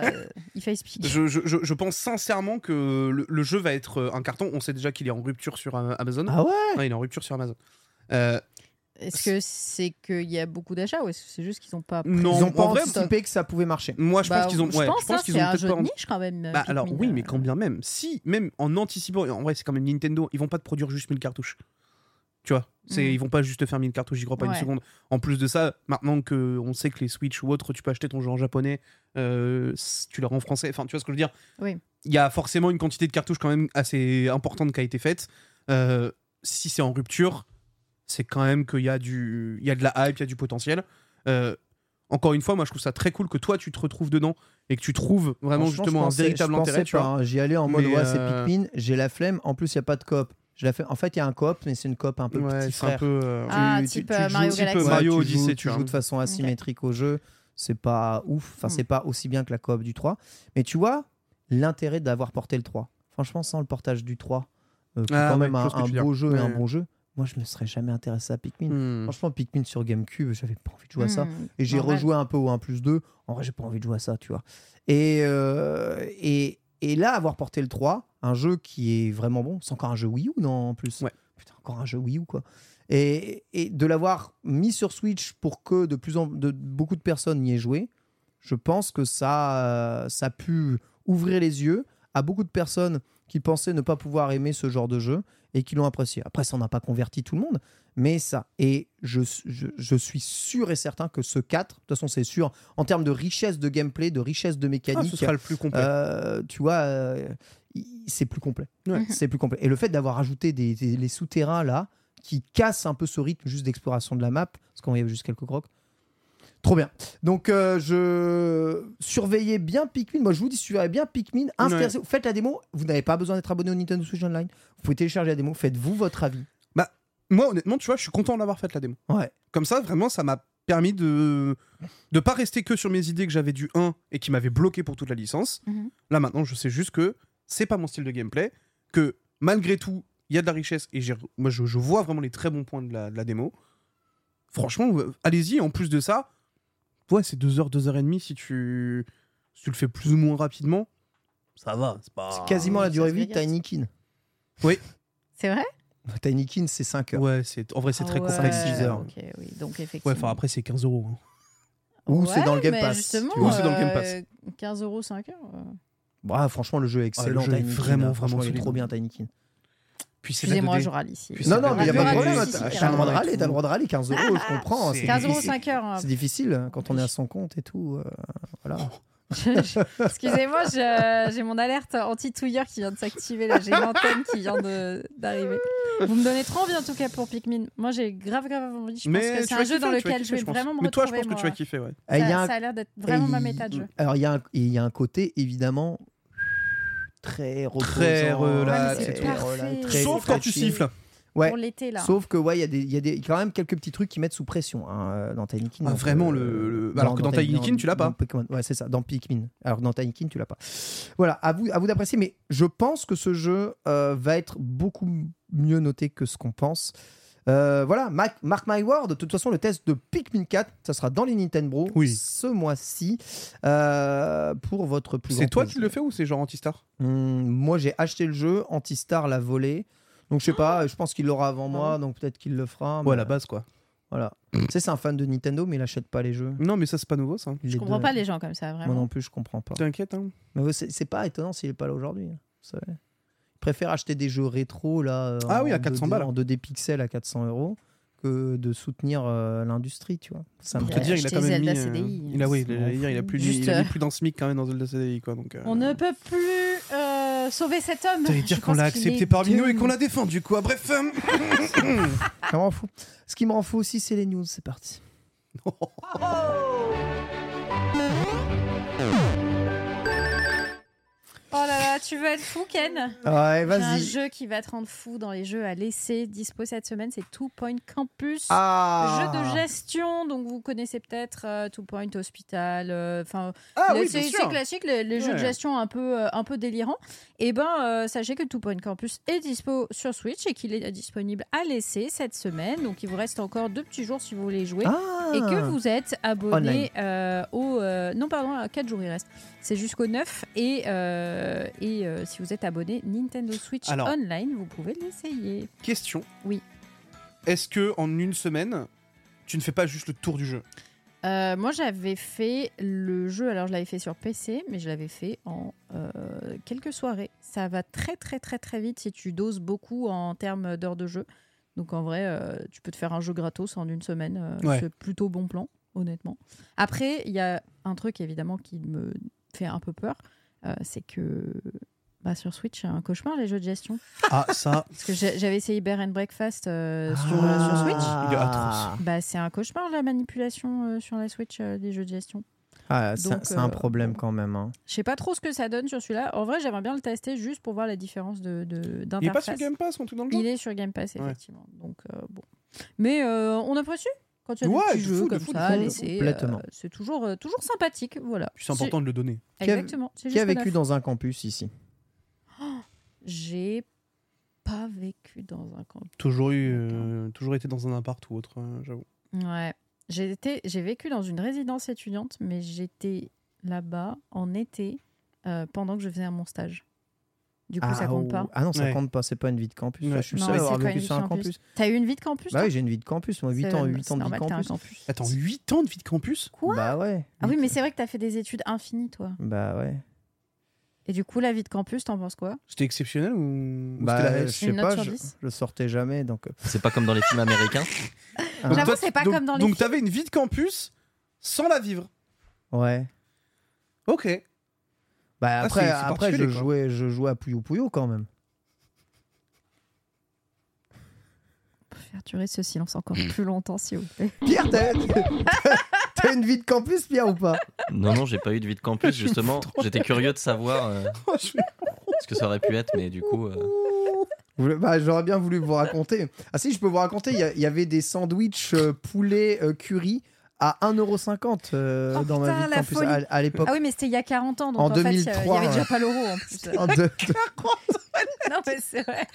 [SPEAKER 2] euh, il fait speak.
[SPEAKER 4] Je, je- je- je pense sincèrement que le, le jeu va être euh, un carton. On sait déjà qu'il est en rupture sur euh, Amazon.
[SPEAKER 3] Ah ouais.
[SPEAKER 4] Non, il est en rupture sur Amazon. Euh,
[SPEAKER 2] Est-ce que c'est qu'il y a beaucoup d'achats ou est-ce que c'est juste qu'ils n'ont pas. pris-
[SPEAKER 4] non,
[SPEAKER 3] Ils ont pas
[SPEAKER 4] en vrai,
[SPEAKER 3] anticipé que ça pouvait marcher.
[SPEAKER 4] moi je
[SPEAKER 2] Bah,
[SPEAKER 4] pense qu'ils ont. ouais,
[SPEAKER 2] je pense, hein,
[SPEAKER 4] qu'ils
[SPEAKER 2] c'est
[SPEAKER 4] ont
[SPEAKER 2] un
[SPEAKER 4] peut-être
[SPEAKER 2] jeu
[SPEAKER 4] pas
[SPEAKER 2] de niche quand même.
[SPEAKER 4] Bah,
[SPEAKER 2] Pikmin,
[SPEAKER 4] alors oui,
[SPEAKER 2] euh.
[SPEAKER 4] mais quand bien même, si, même en anticipant, en vrai c'est quand même Nintendo, ils vont pas te produire juste 1000 cartouches. Tu vois, c'est
[SPEAKER 2] Mhm.
[SPEAKER 4] ils vont pas juste te faire 1000 cartouches, j'y crois pas
[SPEAKER 2] Ouais.
[SPEAKER 4] une seconde. En plus de ça, maintenant que on sait que les Switch ou autres, tu peux acheter ton jeu en japonais, euh, s- tu le rends en français, enfin tu vois ce que je veux dire
[SPEAKER 2] Oui.
[SPEAKER 4] Il y a forcément une quantité de cartouches quand même assez importante qui a été faite. Euh, si c'est en rupture, c'est quand même qu'il y a du il y a de la hype, il y a du potentiel. Euh, encore une fois, moi je trouve ça très cool que toi tu te retrouves dedans et que tu trouves vraiment
[SPEAKER 3] Franchement,
[SPEAKER 4] justement
[SPEAKER 3] je
[SPEAKER 4] un
[SPEAKER 3] pensais-
[SPEAKER 4] véritable
[SPEAKER 3] je pensais
[SPEAKER 4] intérêt. tu
[SPEAKER 3] pas,
[SPEAKER 4] vois.
[SPEAKER 3] hein. J'y allais en mode
[SPEAKER 4] Mais,
[SPEAKER 3] ouais, c'est
[SPEAKER 4] euh,
[SPEAKER 3] Pikmin. J'ai la flemme. En plus, il y a pas de coop. Je la fais- En fait, il y a un coop, mais c'est une coop un peu petit
[SPEAKER 4] c'est un
[SPEAKER 3] frère.
[SPEAKER 4] peu. euh,
[SPEAKER 2] Ah,
[SPEAKER 3] tu-
[SPEAKER 2] type
[SPEAKER 3] tu-
[SPEAKER 2] euh,
[SPEAKER 4] tu
[SPEAKER 2] Mario
[SPEAKER 4] joues un petit peu
[SPEAKER 2] Galaxy.
[SPEAKER 3] Ouais,
[SPEAKER 4] Mario
[SPEAKER 3] tu
[SPEAKER 4] Odyssey,
[SPEAKER 3] joues- tu,
[SPEAKER 4] tu vois.
[SPEAKER 3] joues de façon asymétrique au jeu, c'est pas ouf, enfin c'est pas aussi bien que la coop du 3, mais tu vois l'intérêt d'avoir porté le 3. Franchement, sans le portage du 3, euh, qui est
[SPEAKER 4] Ah
[SPEAKER 3] quand
[SPEAKER 4] ouais,
[SPEAKER 3] même
[SPEAKER 4] je
[SPEAKER 3] un,
[SPEAKER 4] vois ce que
[SPEAKER 3] un
[SPEAKER 4] tu veux
[SPEAKER 3] beau
[SPEAKER 4] dire.
[SPEAKER 3] jeu et un
[SPEAKER 4] Ouais.
[SPEAKER 3] bon jeu, moi je me serais jamais intéressé à Pikmin.
[SPEAKER 4] hmm.
[SPEAKER 3] Franchement, Pikmin sur GameCube, j'avais pas envie de jouer à ça.
[SPEAKER 2] Hmm,
[SPEAKER 3] Et j'ai
[SPEAKER 2] normal.
[SPEAKER 3] rejoué un peu au 1 plus 2. En vrai, j'ai pas envie de jouer à ça, tu vois. Et, euh, et, et là, avoir porté le 3, un jeu qui est vraiment bon, c'est encore un jeu Wii U, non, en plus
[SPEAKER 4] Ouais.
[SPEAKER 3] Putain, encore un jeu Wii U, quoi. Et, et de l'avoir mis sur Switch pour que de plus en de, beaucoup de personnes y aient joué, je pense que ça, euh, ça a pu ouvrir les yeux à beaucoup de personnes qui pensaient ne pas pouvoir aimer ce genre de jeu et qui l'ont apprécié. Après, ça n'a pas converti tout le monde, mais ça. Et je, je, je suis sûr et certain que ce 4, de toute façon, c'est sûr, en termes de richesse de gameplay, de richesse de
[SPEAKER 4] Ah,
[SPEAKER 3] mécanique,
[SPEAKER 4] ce sera le plus complet.
[SPEAKER 3] euh, tu vois, euh, il- c'est plus complet.
[SPEAKER 4] Ouais.
[SPEAKER 3] C'est plus complet. Et le fait d'avoir ajouté des, des- les souterrains là, qui cassent un peu ce rythme juste d'exploration de la map, parce qu'on y avait juste quelques crocs. Trop bien. Donc, euh, je surveillais bien Pikmin. Moi, je vous dis, surveillez bien Pikmin. Intéressez- Faites la démo. Vous n'avez pas besoin d'être abonné au Nintendo Switch Online. Vous pouvez télécharger la démo. Faites-vous votre avis.
[SPEAKER 4] Moi, honnêtement, tu vois, je suis content d'avoir fait la démo.
[SPEAKER 3] Ouais.
[SPEAKER 4] Comme ça, vraiment, ça m'a permis de de pas rester que sur mes idées que j'avais du 1 et qui m'avaient bloqué pour toute la licence.
[SPEAKER 2] Mhm.
[SPEAKER 4] Là, maintenant, je sais juste que c'est pas mon style de gameplay, que malgré tout, il y a de la richesse et j'ai- moi, je, je vois vraiment les très bons points de la, de la démo. Franchement, euh, allez-y. En plus de ça, ouais, c'est 2 heures, 2 heures et demie si tu, si tu le fais plus ou moins rapidement. Ça va, c'est pas.
[SPEAKER 3] C'est quasiment la
[SPEAKER 2] oui,
[SPEAKER 3] durée
[SPEAKER 2] ça
[SPEAKER 3] de
[SPEAKER 2] se
[SPEAKER 3] vie de
[SPEAKER 2] regarde.
[SPEAKER 3] Tiny Kin.
[SPEAKER 2] C'est vrai
[SPEAKER 3] Tiny Kin, c'est 5 heures.
[SPEAKER 4] Ouais, c'est en vrai, c'est très
[SPEAKER 2] Ah ouais,
[SPEAKER 4] complexe.
[SPEAKER 3] six heures.
[SPEAKER 2] ok, oui, donc effectivement.
[SPEAKER 4] Ouais, enfin après, c'est 15 euros. hein.
[SPEAKER 3] Ou c'est
[SPEAKER 2] Ouais,
[SPEAKER 3] dans le Game
[SPEAKER 2] mais
[SPEAKER 3] Pass.
[SPEAKER 2] justement,
[SPEAKER 3] tu vois.
[SPEAKER 4] Ou c'est dans le Game Pass.
[SPEAKER 2] euh, 15 euros 5 heures. euh.
[SPEAKER 3] Bah, franchement, le jeu est excellent.
[SPEAKER 4] le jeu est
[SPEAKER 3] Tiny Kin,
[SPEAKER 4] vraiment,
[SPEAKER 3] hein.
[SPEAKER 4] vraiment
[SPEAKER 3] Franchement, il est
[SPEAKER 4] solide.
[SPEAKER 3] trop bien, Tiny Kin.
[SPEAKER 4] Puis c'est la
[SPEAKER 2] Excusez-moi,
[SPEAKER 4] 2D.
[SPEAKER 2] je râle ici.
[SPEAKER 4] Puis
[SPEAKER 3] Non,
[SPEAKER 4] ça
[SPEAKER 3] non, mais il n'y a
[SPEAKER 4] Ah,
[SPEAKER 3] pas de
[SPEAKER 4] oui,
[SPEAKER 3] problème.
[SPEAKER 4] si, si,
[SPEAKER 3] T'as
[SPEAKER 4] si,
[SPEAKER 3] t'as le droit de
[SPEAKER 4] carrément.
[SPEAKER 3] râler, t'as le droit de râler. 15 euros, je comprends.
[SPEAKER 4] C'est
[SPEAKER 3] c'est
[SPEAKER 2] 15 Ah, euros
[SPEAKER 3] difficile.
[SPEAKER 2] 5 heures. hein.
[SPEAKER 3] C'est difficile hein, quand on est à son compte et tout. euh, voilà.
[SPEAKER 2] Oh, Excusez-moi, je- j'ai mon alerte anti-touilleur qui vient de s'activer là. J'ai l'antenne qui vient de- d'arriver. Vous me donnez trop envie en tout cas pour Pikmin. Moi j'ai grave grave envie. Je pense que
[SPEAKER 4] tu
[SPEAKER 2] c'est
[SPEAKER 4] vas
[SPEAKER 2] un jeu
[SPEAKER 4] kiffer,
[SPEAKER 2] dans
[SPEAKER 4] tu vas
[SPEAKER 2] lequel
[SPEAKER 4] kiffer,
[SPEAKER 2] je vais
[SPEAKER 4] pense.
[SPEAKER 2] vraiment me
[SPEAKER 4] Mais toi, je
[SPEAKER 2] retrouver,
[SPEAKER 4] pense que tu vas
[SPEAKER 2] moi.
[SPEAKER 4] kiffer, ouais.
[SPEAKER 3] Et
[SPEAKER 2] Ça,
[SPEAKER 3] il y a un-
[SPEAKER 2] ça Ah, a l'air d'être
[SPEAKER 3] et
[SPEAKER 2] vraiment ma
[SPEAKER 3] il-
[SPEAKER 2] méta de jeu.
[SPEAKER 3] Alors, il y, a un- et il y a un côté, évidemment, très reposant.
[SPEAKER 4] Très relax
[SPEAKER 2] Ouais, mais c'est
[SPEAKER 3] très
[SPEAKER 2] parfait.
[SPEAKER 3] relax, très-
[SPEAKER 4] Sauf
[SPEAKER 3] très
[SPEAKER 4] quand tu
[SPEAKER 3] chill.
[SPEAKER 4] siffles.
[SPEAKER 3] Ouais.
[SPEAKER 2] Pour l'été là.
[SPEAKER 3] Sauf que, ouais, il y a des- il y, a des- quand même quelques petits trucs qui mettent sous pression hein, euh, dans Tiny Kin.
[SPEAKER 4] Ah,
[SPEAKER 3] Donc,
[SPEAKER 4] vraiment, le- le- alors que dans Tiny Kin, tu l'as pas.
[SPEAKER 3] dans Pokémon. Ouais, c'est ça, dans Pikmin. Alors que dans Tiny Kin, tu l'as pas. Voilà, à vous, à vous d'apprécier, mais je pense que ce jeu euh, va être beaucoup mieux noté que ce qu'on pense. Euh, voilà, Mac- mark my word. De toute façon, le test de Pikmin 4, ça sera dans les Nintendo
[SPEAKER 4] Oui.
[SPEAKER 3] ce mois-ci euh, pour votre plus
[SPEAKER 4] C'est
[SPEAKER 3] grand
[SPEAKER 4] toi
[SPEAKER 3] plaisir.
[SPEAKER 4] qui le fais ou c'est genre anti-star
[SPEAKER 3] Hum, moi, j'ai acheté le jeu, Antistar l'a volé. Donc, je sais pas, je pense qu'il l'aura avant
[SPEAKER 2] Ah
[SPEAKER 3] moi, donc peut-être qu'il le fera. mais-
[SPEAKER 4] base, quoi.
[SPEAKER 3] Voilà. tu sais, c'est un fan de Nintendo, mais il achète pas les jeux.
[SPEAKER 4] Non, mais ça, c'est pas nouveau, ça.
[SPEAKER 2] Je comprends pas les gens comme ça
[SPEAKER 3] Moi
[SPEAKER 2] vraiment.
[SPEAKER 3] non plus, je comprends pas.
[SPEAKER 4] T'inquiète, hein.
[SPEAKER 3] Mais c'est c'est pas étonnant s'il est pas là aujourd'hui. hein. C'est vrai. Il préfère acheter des jeux rétro là, euh,
[SPEAKER 4] Ah oui, à
[SPEAKER 3] en
[SPEAKER 4] 400
[SPEAKER 3] 2D
[SPEAKER 4] balles.
[SPEAKER 3] En 2D pixels à 400 euros que de soutenir euh, l'industrie, tu vois. Ça me
[SPEAKER 4] Pour te
[SPEAKER 2] Il a
[SPEAKER 4] dire, il a
[SPEAKER 2] acheté
[SPEAKER 4] quand même
[SPEAKER 2] Zelda
[SPEAKER 4] mis, euh,
[SPEAKER 2] CDI,
[SPEAKER 4] Il a, oui,
[SPEAKER 3] c'est
[SPEAKER 4] j'allais dire, il a plus,
[SPEAKER 2] Juste,
[SPEAKER 4] il a
[SPEAKER 2] euh,
[SPEAKER 4] mis plus d'un SMIC quand même dans Zelda CDI, quoi. Donc, euh,
[SPEAKER 2] On ne peut plus euh, sauver cet homme.
[SPEAKER 4] T'allais
[SPEAKER 2] Je
[SPEAKER 4] dire qu'on
[SPEAKER 2] pense
[SPEAKER 4] l'a
[SPEAKER 2] qu'il
[SPEAKER 4] accepté
[SPEAKER 2] est
[SPEAKER 4] parmi nous et
[SPEAKER 2] doomed.
[SPEAKER 4] qu'on l'a défendu, quoi. Bref. euh,
[SPEAKER 3] Ça m'en fout. Ce qui me rend fou aussi, c'est les news. C'est parti.
[SPEAKER 2] Oh là là, tu veux être fou Ken
[SPEAKER 3] Ouais,
[SPEAKER 2] J'ai Un
[SPEAKER 3] vas-y.
[SPEAKER 2] jeu qui va te rendre fou dans les jeux à laisser dispo cette semaine, c'est Two Point Campus.
[SPEAKER 3] Ah.
[SPEAKER 2] Jeu de gestion, donc vous connaissez peut-être euh, Two Point Hospital, euh, enfin
[SPEAKER 4] Ah
[SPEAKER 2] le-
[SPEAKER 4] oui, bien
[SPEAKER 2] c'est c'est
[SPEAKER 4] sûr.
[SPEAKER 2] classique les, les jeux de
[SPEAKER 4] Ouais.
[SPEAKER 2] gestion un peu euh, un peu délirants. Et ben euh, sachez que Two Point Campus est dispo sur Switch et qu'il est disponible à laisser cette semaine, donc il vous reste encore deux petits jours si vous voulez y jouer.
[SPEAKER 3] Ah.
[SPEAKER 2] Et que vous êtes
[SPEAKER 3] Online.
[SPEAKER 2] abonné euh, au. euh, non, pardon, à 4 jours il reste. C'est jusqu'au 9. Et, euh, et euh, si vous êtes abonné Nintendo Switch
[SPEAKER 4] Alors.
[SPEAKER 2] Online, vous pouvez l'essayer.
[SPEAKER 4] Question.
[SPEAKER 2] Oui.
[SPEAKER 4] Est-ce que en une semaine, tu ne fais pas juste le tour du jeu
[SPEAKER 2] Euh, moi, j'avais fait le jeu. Alors, je l'avais fait sur PC, mais je l'avais fait en euh, quelques soirées. Ça va très, très, très, très vite si tu doses beaucoup en termes d'heures de jeu. Donc, en vrai, euh, tu peux te faire un jeu gratos en une semaine. euh,
[SPEAKER 4] Ouais.
[SPEAKER 2] C'est plutôt bon plan, honnêtement. Après, il y a un truc évidemment qui me fait un peu peur. euh, c'est que bah, sur Switch, c'est un cauchemar les jeux de gestion.
[SPEAKER 4] Ah, ça.
[SPEAKER 2] Parce que j'ai- j'avais essayé Bear and Breakfast euh,
[SPEAKER 3] Ah.
[SPEAKER 2] sur, sur Switch.
[SPEAKER 4] Il est atroce.
[SPEAKER 2] Bah, c'est un cauchemar la manipulation euh, sur la Switch euh, des jeux de gestion.
[SPEAKER 3] Ah, c'est
[SPEAKER 2] Donc,
[SPEAKER 3] c'est un
[SPEAKER 2] euh,
[SPEAKER 3] problème quand même. hein.
[SPEAKER 2] Je sais pas trop ce que ça donne sur celui-là. En vrai, j'aimerais bien le tester juste pour voir la différence de de-
[SPEAKER 4] Il est pas
[SPEAKER 2] d'interface.
[SPEAKER 4] sur Game Pass, en tout dans le
[SPEAKER 2] Il
[SPEAKER 4] jeu
[SPEAKER 2] est sur Game Pass,
[SPEAKER 4] Ouais.
[SPEAKER 2] effectivement. Donc euh, bon. Mais euh, on apprécie quand il y a
[SPEAKER 4] Ouais,
[SPEAKER 2] des petits
[SPEAKER 4] de
[SPEAKER 2] jeux
[SPEAKER 4] fou, de
[SPEAKER 2] comme
[SPEAKER 4] fou, de
[SPEAKER 2] ça,
[SPEAKER 4] fou,
[SPEAKER 2] laissés,
[SPEAKER 3] complètement.
[SPEAKER 2] euh, c'est toujours euh, toujours sympathique, voilà.
[SPEAKER 4] Puis c'est important de le donner.
[SPEAKER 2] C'est-
[SPEAKER 3] Qui a-
[SPEAKER 2] Exactement. c'est
[SPEAKER 3] Qui a
[SPEAKER 2] juste
[SPEAKER 3] vécu dans un campus ici
[SPEAKER 2] J'ai pas vécu dans un camp.
[SPEAKER 4] Toujours eu, euh, toujours été dans un appart ou autre, euh, j'avoue.
[SPEAKER 2] Ouais. J'ai été, j'ai vécu dans une résidence étudiante, mais j'étais là-bas en été euh, pendant que je faisais mon stage. Du coup, ça compte
[SPEAKER 3] ou-
[SPEAKER 2] pas.
[SPEAKER 3] Ah non, ça
[SPEAKER 4] Ouais.
[SPEAKER 3] compte pas, c'est pas une vie de campus.
[SPEAKER 4] Ouais.
[SPEAKER 3] Je suis
[SPEAKER 2] Non,
[SPEAKER 3] seul à
[SPEAKER 2] mais
[SPEAKER 3] avoir
[SPEAKER 2] c'est quoi
[SPEAKER 3] vécu
[SPEAKER 2] une
[SPEAKER 3] sur
[SPEAKER 2] vie
[SPEAKER 3] un
[SPEAKER 2] de
[SPEAKER 3] campus.
[SPEAKER 2] T'as eu une vie de campus
[SPEAKER 3] Bah
[SPEAKER 2] toi
[SPEAKER 3] oui, j'ai une vie de campus, moi, 8
[SPEAKER 2] C'est-
[SPEAKER 3] ans, 8
[SPEAKER 2] c'est
[SPEAKER 3] ans de vie de
[SPEAKER 2] normal que t'aies un
[SPEAKER 3] campus.
[SPEAKER 2] campus.
[SPEAKER 4] Attends, 8 ans de vie de campus
[SPEAKER 2] Quoi
[SPEAKER 3] bah ouais.
[SPEAKER 2] Ah oui,
[SPEAKER 3] Huit-
[SPEAKER 2] mais c'est vrai que t'as fait des études infinies, toi.
[SPEAKER 3] Bah ouais.
[SPEAKER 2] Et du coup, la vie de campus, t'en penses quoi
[SPEAKER 4] C'était exceptionnel ou, ou
[SPEAKER 3] Bah,
[SPEAKER 4] c'était la
[SPEAKER 3] je
[SPEAKER 4] réussite
[SPEAKER 3] sais
[SPEAKER 2] Une note
[SPEAKER 3] pas,
[SPEAKER 2] sur
[SPEAKER 3] je,
[SPEAKER 2] 10?
[SPEAKER 3] je sortais jamais, donc euh,
[SPEAKER 7] C'est pas comme dans les films américains.
[SPEAKER 3] Ah. Donc
[SPEAKER 2] J'avoue,
[SPEAKER 4] toi,
[SPEAKER 2] c'est pas
[SPEAKER 4] donc-
[SPEAKER 2] comme dans les
[SPEAKER 4] Donc
[SPEAKER 2] films.
[SPEAKER 4] t'avais une vie de campus sans la vivre.
[SPEAKER 3] ouais.
[SPEAKER 4] Ok.
[SPEAKER 3] Bah
[SPEAKER 4] Ah,
[SPEAKER 3] après,
[SPEAKER 4] c'est- c'est
[SPEAKER 3] après je
[SPEAKER 4] particulier, quoi.
[SPEAKER 3] jouais, je jouais à Puyo Puyo quand même.
[SPEAKER 2] Pour faire durer ce silence encore plus longtemps, s'il vous plaît.
[SPEAKER 3] Pierre, t'as t'as une vie de campus, Pierre ou pas
[SPEAKER 7] Non, non, j'ai pas eu de vie de campus,
[SPEAKER 4] Je me
[SPEAKER 7] justement.
[SPEAKER 4] fous trop
[SPEAKER 7] J'étais curieux de savoir euh,
[SPEAKER 3] Oh,
[SPEAKER 7] ce que ça aurait pu être, mais du coup. euh,
[SPEAKER 3] Vous voulez- bah, J'aurais bien voulu vous raconter. Ah si, je peux vous raconter. Il y a- il y, avait des sandwichs euh, poulet euh, curry à 1,50€ euh,
[SPEAKER 2] Oh,
[SPEAKER 3] dans ma
[SPEAKER 2] putain,
[SPEAKER 3] vie de
[SPEAKER 2] la
[SPEAKER 3] campus
[SPEAKER 2] folie.
[SPEAKER 3] à, à l'époque.
[SPEAKER 2] Ah oui, mais c'était il y a 40 ans, donc
[SPEAKER 3] En
[SPEAKER 2] en, fait, il y
[SPEAKER 3] 2003,
[SPEAKER 2] avait
[SPEAKER 3] ouais.
[SPEAKER 2] déjà pas l'euro en plus.
[SPEAKER 3] En deux- deux-
[SPEAKER 2] non, mais c'est vrai.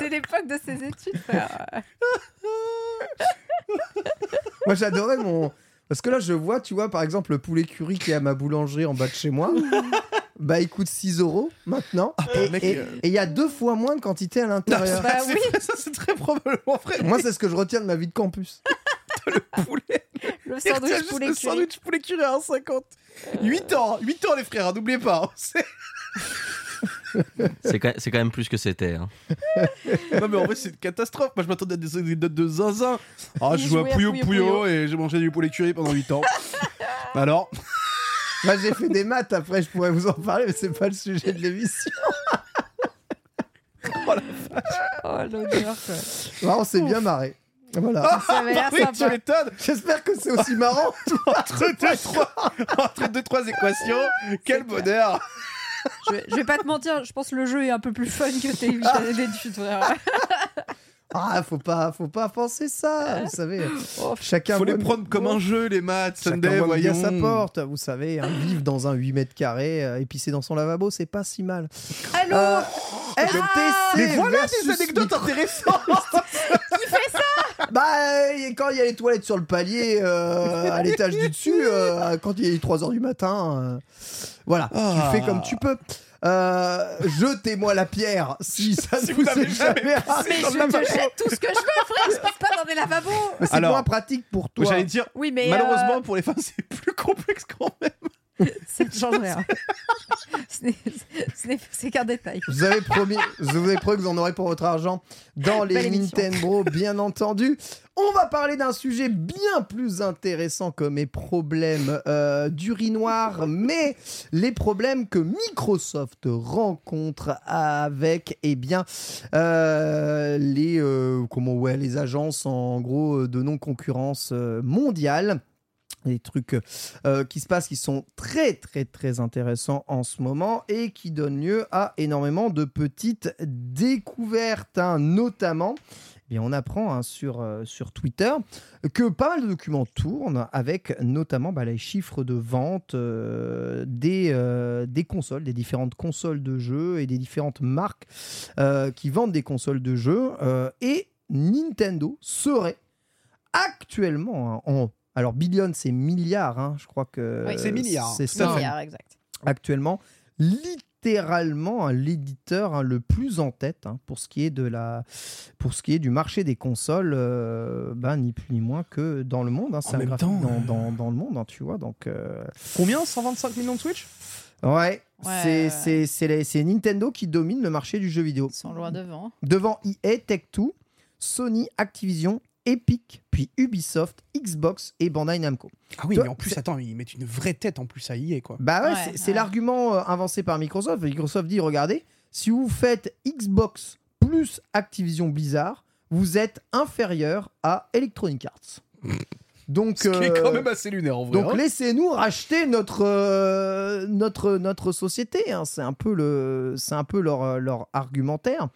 [SPEAKER 2] C'est l'époque de ses études, frère.
[SPEAKER 3] Moi, j'adorais mon. Parce que là, je vois, tu vois, par exemple, le poulet curry qui est à ma boulangerie en bas de chez moi. bah, il coûte 6 euros maintenant.
[SPEAKER 4] bah, mec,
[SPEAKER 3] et et-
[SPEAKER 4] euh.
[SPEAKER 3] et il y a deux fois moins de quantité à l'intérieur.
[SPEAKER 2] Bah
[SPEAKER 4] C'est
[SPEAKER 2] oui.
[SPEAKER 4] vrai, Ah, ça c'est très probablement vrai.
[SPEAKER 3] Moi, c'est ce que je retiens de ma vie de campus.
[SPEAKER 4] Poulet. Il
[SPEAKER 2] Le
[SPEAKER 4] retient
[SPEAKER 2] sandwich
[SPEAKER 4] juste
[SPEAKER 2] poulet
[SPEAKER 4] le
[SPEAKER 2] curry.
[SPEAKER 4] sandwich poulet curé à 1,50. 8 ans, 8 ans les frères, hein, n'oubliez pas. hein, c'est-
[SPEAKER 7] C'est quand, c'est quand même plus que c'était. hein.
[SPEAKER 4] non mais en vrai c'est une catastrophe. Moi je m'attendais à des anecdotes de zinzin. Ah
[SPEAKER 2] Il
[SPEAKER 4] je jouais à Puyo Puyo
[SPEAKER 2] Puyo.
[SPEAKER 4] et j'ai mangé du poulet curé pendant 8 ans. Bah Alors,
[SPEAKER 3] Moi, j'ai fait des maths après, je pourrais vous en parler, mais c'est pas le sujet de l'émission.
[SPEAKER 2] Oh, l'odeur, quoi.
[SPEAKER 3] Là, on s'est bien marré. Voilà.
[SPEAKER 2] Ça avait
[SPEAKER 4] bah
[SPEAKER 2] l'air
[SPEAKER 4] oui, tu
[SPEAKER 2] sympa.
[SPEAKER 4] m'étonnes.
[SPEAKER 3] J'espère que c'est aussi marrant.
[SPEAKER 4] Entre deux, trois, entre deux, trois équations, quel bonheur.
[SPEAKER 2] Je, je vais pas te mentir, je pense que le jeu est un peu plus fun que tes 8 années d'études, frère.
[SPEAKER 3] Ah, faut pas, faut pas penser ça, vous savez. Chacun
[SPEAKER 4] Oh. Faut les
[SPEAKER 3] voit-
[SPEAKER 4] prendre comme un jeu les maths.
[SPEAKER 3] Chacun
[SPEAKER 4] Sunday,
[SPEAKER 3] voit bien sa
[SPEAKER 4] voyons.
[SPEAKER 3] porte, vous savez, hein, vivre dans un 8 mètres carrés, euh, et pisser dans son lavabo, c'est pas si mal.
[SPEAKER 2] Allô
[SPEAKER 3] Euh, FTC
[SPEAKER 4] Mais voilà
[SPEAKER 3] versus
[SPEAKER 4] des anecdotes intéressantes.
[SPEAKER 3] Mic- Bah, euh, quand il y a les toilettes sur le palier, euh, à l'étage du dessus, euh, quand il est 3h du matin, euh, voilà,
[SPEAKER 4] Ah.
[SPEAKER 3] tu fais comme tu peux. Euh, jetez-moi la pierre si ça ne
[SPEAKER 4] Si
[SPEAKER 3] vous,
[SPEAKER 4] vous
[SPEAKER 3] est
[SPEAKER 4] l'avez jamais
[SPEAKER 3] jamais
[SPEAKER 2] Mais
[SPEAKER 3] arrivé.
[SPEAKER 2] je te jette tout ce que je veux, frère. Je passe pas dans des lavabos.
[SPEAKER 3] Mais C'est
[SPEAKER 4] Alors-
[SPEAKER 3] moins pratique pour toi.
[SPEAKER 4] J'allais dire.
[SPEAKER 2] Oui, mais. euh,
[SPEAKER 4] Malheureusement pour les femmes c'est plus complexe quand même.
[SPEAKER 2] Ça ne change rien. Ce n'est- ce n'est- C'est qu'un détail.
[SPEAKER 3] Je vous avais promis, je vous avais promis que vous en aurez pour votre argent dans les
[SPEAKER 2] Belle émission.
[SPEAKER 3] Nintendo, bien entendu. On va parler d'un sujet bien plus intéressant que mes problèmes euh, d'urinoir, mais les problèmes que Microsoft rencontre avec, eh bien, euh, les euh, comment ouais, les agences en gros euh, de non concurrence euh, mondiale. Les trucs euh, qui se passent qui sont très très très intéressants en ce moment et qui donnent lieu à énormément de petites découvertes, hein. notamment. eh bien, on apprend hein, sur, euh, sur Twitter que pas mal de documents tournent avec notamment bah, les chiffres de vente euh, des, euh, des consoles, des différentes consoles de jeux et des différentes marques euh, qui vendent des consoles de jeux. euh, et Nintendo serait actuellement hein, en. Alors, billion, c'est milliards, hein, je crois que.
[SPEAKER 2] Oui,
[SPEAKER 4] c'est milliards,
[SPEAKER 3] C'est
[SPEAKER 4] tout à
[SPEAKER 3] ça
[SPEAKER 4] fait.
[SPEAKER 2] Milliard, exact.
[SPEAKER 3] actuellement littéralement hein, l'éditeur hein, le plus en tête hein, pour ce qui est de la pour ce qui est du marché des consoles euh, ben, ni plus ni moins que dans le monde hein, c'est un
[SPEAKER 4] même
[SPEAKER 3] graphique
[SPEAKER 4] temps,
[SPEAKER 3] dans,
[SPEAKER 4] euh,
[SPEAKER 3] dans- dans le monde hein, tu vois donc euh,
[SPEAKER 4] Combien 125 millions de Switch
[SPEAKER 3] ouais, c'est
[SPEAKER 2] ouais.
[SPEAKER 3] c'est- c'est les- c'est Nintendo qui domine le marché du jeu vidéo
[SPEAKER 2] Ils sont loin devant.
[SPEAKER 3] devant EA Tech2 Sony Activision Epic puis Ubisoft Xbox et Bandai Namco
[SPEAKER 4] Ah oui,
[SPEAKER 3] Toi,
[SPEAKER 4] mais en plus,
[SPEAKER 3] c'est-
[SPEAKER 4] attends, ils mettent une vraie tête en plus à IA, quoi.
[SPEAKER 3] Bah ouais,
[SPEAKER 2] Ouais,
[SPEAKER 3] c'est- c'est
[SPEAKER 2] ouais.
[SPEAKER 3] l'argument euh, avancé par Microsoft. Microsoft dit regardez, si vous faites Xbox plus Activision Blizzard, vous êtes inférieur à Electronic Arts. Donc,
[SPEAKER 4] Ce qui est
[SPEAKER 3] euh,
[SPEAKER 4] quand même assez lunaire en vrai.
[SPEAKER 3] donc
[SPEAKER 4] hein.
[SPEAKER 3] laissez-nous racheter notre, euh, notre, notre société. hein. C'est un peu, le, c'est un peu leur, euh, leur argumentaire.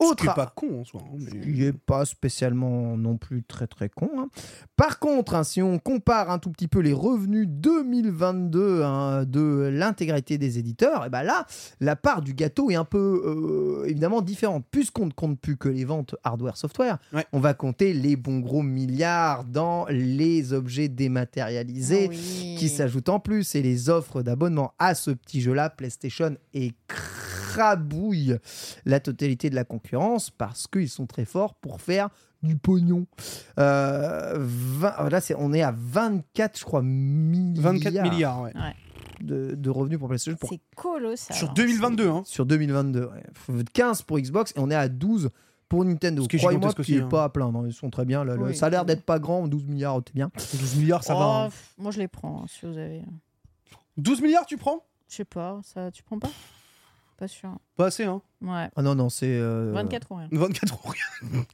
[SPEAKER 4] Ce qui est
[SPEAKER 3] a-
[SPEAKER 4] pas con en soi. hein, mais-
[SPEAKER 3] il n'est pas spécialement non plus très très con. hein. Par contre, hein, si on compare un tout petit peu les revenus 2022 hein, de l'intégralité des éditeurs, et ben là, la part du gâteau est un peu euh, évidemment différente. Puisqu'on ne compte plus que les ventes hardware-software,
[SPEAKER 4] Ouais.
[SPEAKER 3] on va compter les bons gros milliards dans les objets
[SPEAKER 2] Ah
[SPEAKER 3] dématérialisés qui s'ajoutent en plus et les offres d'abonnement à ce petit jeu-là, PlayStation écrabouille la totalité de la concurrence parce qu'ils sont très forts pour faire du pognon. oh, Euh, vingt- là, c'est, on est à 24, je crois, milliards.
[SPEAKER 4] 24 milliards, ouais.
[SPEAKER 3] de, de revenus pour PlayStation pour
[SPEAKER 2] C'est colossal.
[SPEAKER 4] Sur 2022, hein.
[SPEAKER 3] sur 2022. ouais. Faut 15 pour Xbox et on est à 12 pour Nintendo.
[SPEAKER 4] Ce qui est
[SPEAKER 3] Croyez-moi
[SPEAKER 4] gigantesque
[SPEAKER 3] qu'il
[SPEAKER 4] aussi,
[SPEAKER 3] n'est
[SPEAKER 4] hein.
[SPEAKER 3] pas à plaindre. hein, Ils sont très bien. Le, le-
[SPEAKER 2] Oui.
[SPEAKER 3] ça a l'air d'être pas grand. 12 milliards, c'est bien.
[SPEAKER 4] 12 milliards, ça va.
[SPEAKER 2] Oh,
[SPEAKER 4] hein.
[SPEAKER 2] pff, Moi, je les prends, hein, si vous avez.
[SPEAKER 4] 12 milliards, tu prends
[SPEAKER 2] Je sais pas, ça, tu prends pas Pas sûr.
[SPEAKER 4] Pas assez, hein.
[SPEAKER 2] Ouais.
[SPEAKER 3] Ah non, non, c'est. euh,
[SPEAKER 2] 24 ou rien.
[SPEAKER 4] 24 euros. rien.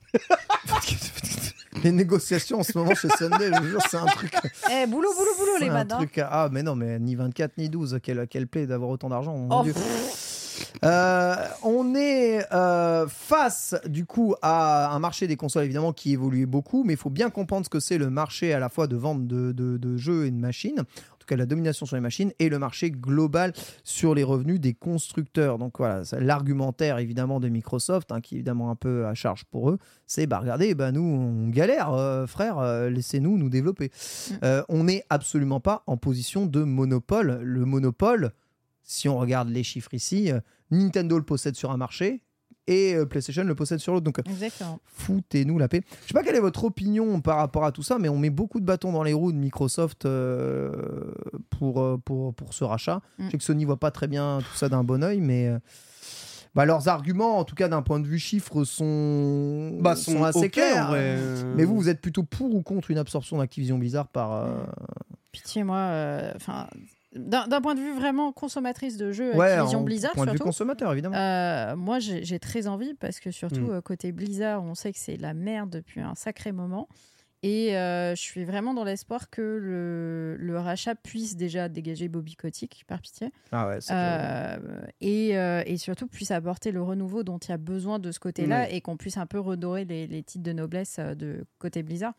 [SPEAKER 3] Les négociations en ce moment chez Sunday, je vous jure, c'est un truc.
[SPEAKER 2] Eh, boulot, boulot, boulot,
[SPEAKER 3] c'est
[SPEAKER 2] les
[SPEAKER 3] un
[SPEAKER 2] badins.
[SPEAKER 3] truc à- Ah, mais non, mais ni 24 ni 12. Quelle, quelle plaie d'avoir autant d'argent. mon
[SPEAKER 2] Oh,
[SPEAKER 3] Dieu.
[SPEAKER 2] pff,
[SPEAKER 3] Euh, on est euh, face du coup à un marché des consoles évidemment qui évolue beaucoup, mais il faut bien comprendre ce que c'est le marché à la fois de vente de, de- de jeux et de machines, en tout cas la domination sur les machines, et le marché global sur les revenus des constructeurs. Donc voilà, ça- l'argumentaire évidemment de Microsoft, hein, qui est évidemment un peu à charge pour eux, c'est bah regardez, bah, nous on galère, euh, frère, euh, laissez-nous nous développer. Euh, on n'est absolument pas en position de monopole. Le monopole, si on regarde les chiffres ici, euh, Nintendo le possède sur un marché et euh, PlayStation le possède sur l'autre. Donc euh,
[SPEAKER 2] Exactement.
[SPEAKER 3] foutez-nous la paix. Je sais pas quelle est votre opinion par rapport à tout ça, mais on met beaucoup de bâtons dans les roues de Microsoft euh, pour, euh, pour, pour ce rachat.
[SPEAKER 2] Mm.
[SPEAKER 3] Je sais que Sony voit pas très bien tout ça d'un bon oeil, mais euh, bah, leurs arguments, en tout cas d'un point de vue chiffre, sont,
[SPEAKER 4] Bah, sont
[SPEAKER 3] assez
[SPEAKER 4] ok,
[SPEAKER 3] clairs.
[SPEAKER 4] en vrai, euh.
[SPEAKER 3] Mais vous, vous êtes plutôt pour ou contre une absorption d'Activision Blizzard par... euh,
[SPEAKER 2] Pitié, moi. euh, Enfin, d'un d'un point de vue vraiment consommatrice de jeux,
[SPEAKER 3] ouais,
[SPEAKER 2] Activision
[SPEAKER 3] en-
[SPEAKER 2] Blizzard,
[SPEAKER 3] point de vue
[SPEAKER 2] surtout.
[SPEAKER 3] consommateur, évidemment.
[SPEAKER 2] Euh, moi, j'ai j'ai très envie parce que surtout
[SPEAKER 4] Mm.
[SPEAKER 2] euh, côté Blizzard, on sait que c'est la merde depuis un sacré moment. Et euh, je suis vraiment dans l'espoir que le, le rachat puisse déjà dégager Bobby Kotick, par pitié,
[SPEAKER 3] Ah ouais, c'est
[SPEAKER 2] Euh, et, euh, et surtout puisse apporter le renouveau dont il y a besoin de ce côté-là et qu'on puisse un peu redorer les, les titres de noblesse euh, de côté Blizzard.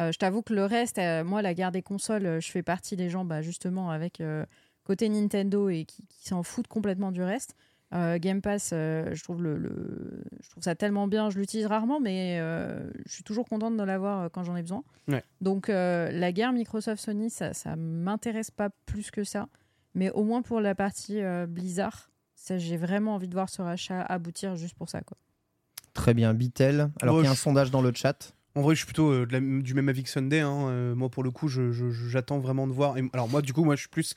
[SPEAKER 2] Euh, je t'avoue que le reste, euh, moi, la guerre des consoles, euh, je fais partie des gens, bah, justement, avec euh, côté Nintendo et qui, qui s'en foutent complètement du reste. Euh, Game Pass, euh, je, trouve le, le- je trouve ça tellement bien, je l'utilise rarement, mais euh, je suis toujours contente de l'avoir euh, quand j'en ai besoin.
[SPEAKER 4] Ouais.
[SPEAKER 2] Donc euh, la guerre Microsoft-Sony, ça ça m'intéresse pas plus que ça, mais au moins pour la partie euh, Blizzard, ça, j'ai vraiment envie de voir ce rachat aboutir juste pour ça. Quoi.
[SPEAKER 3] Très bien, Bitel. Alors
[SPEAKER 4] Moi,
[SPEAKER 3] qu'il y a un
[SPEAKER 4] je-
[SPEAKER 3] sondage dans le chat.
[SPEAKER 4] En vrai, je suis plutôt euh, de la- du même avis que Sunday. hein. Euh, moi, pour le coup, je- je- je- j'attends vraiment de voir. Et- alors, moi, du coup, moi, je suis plus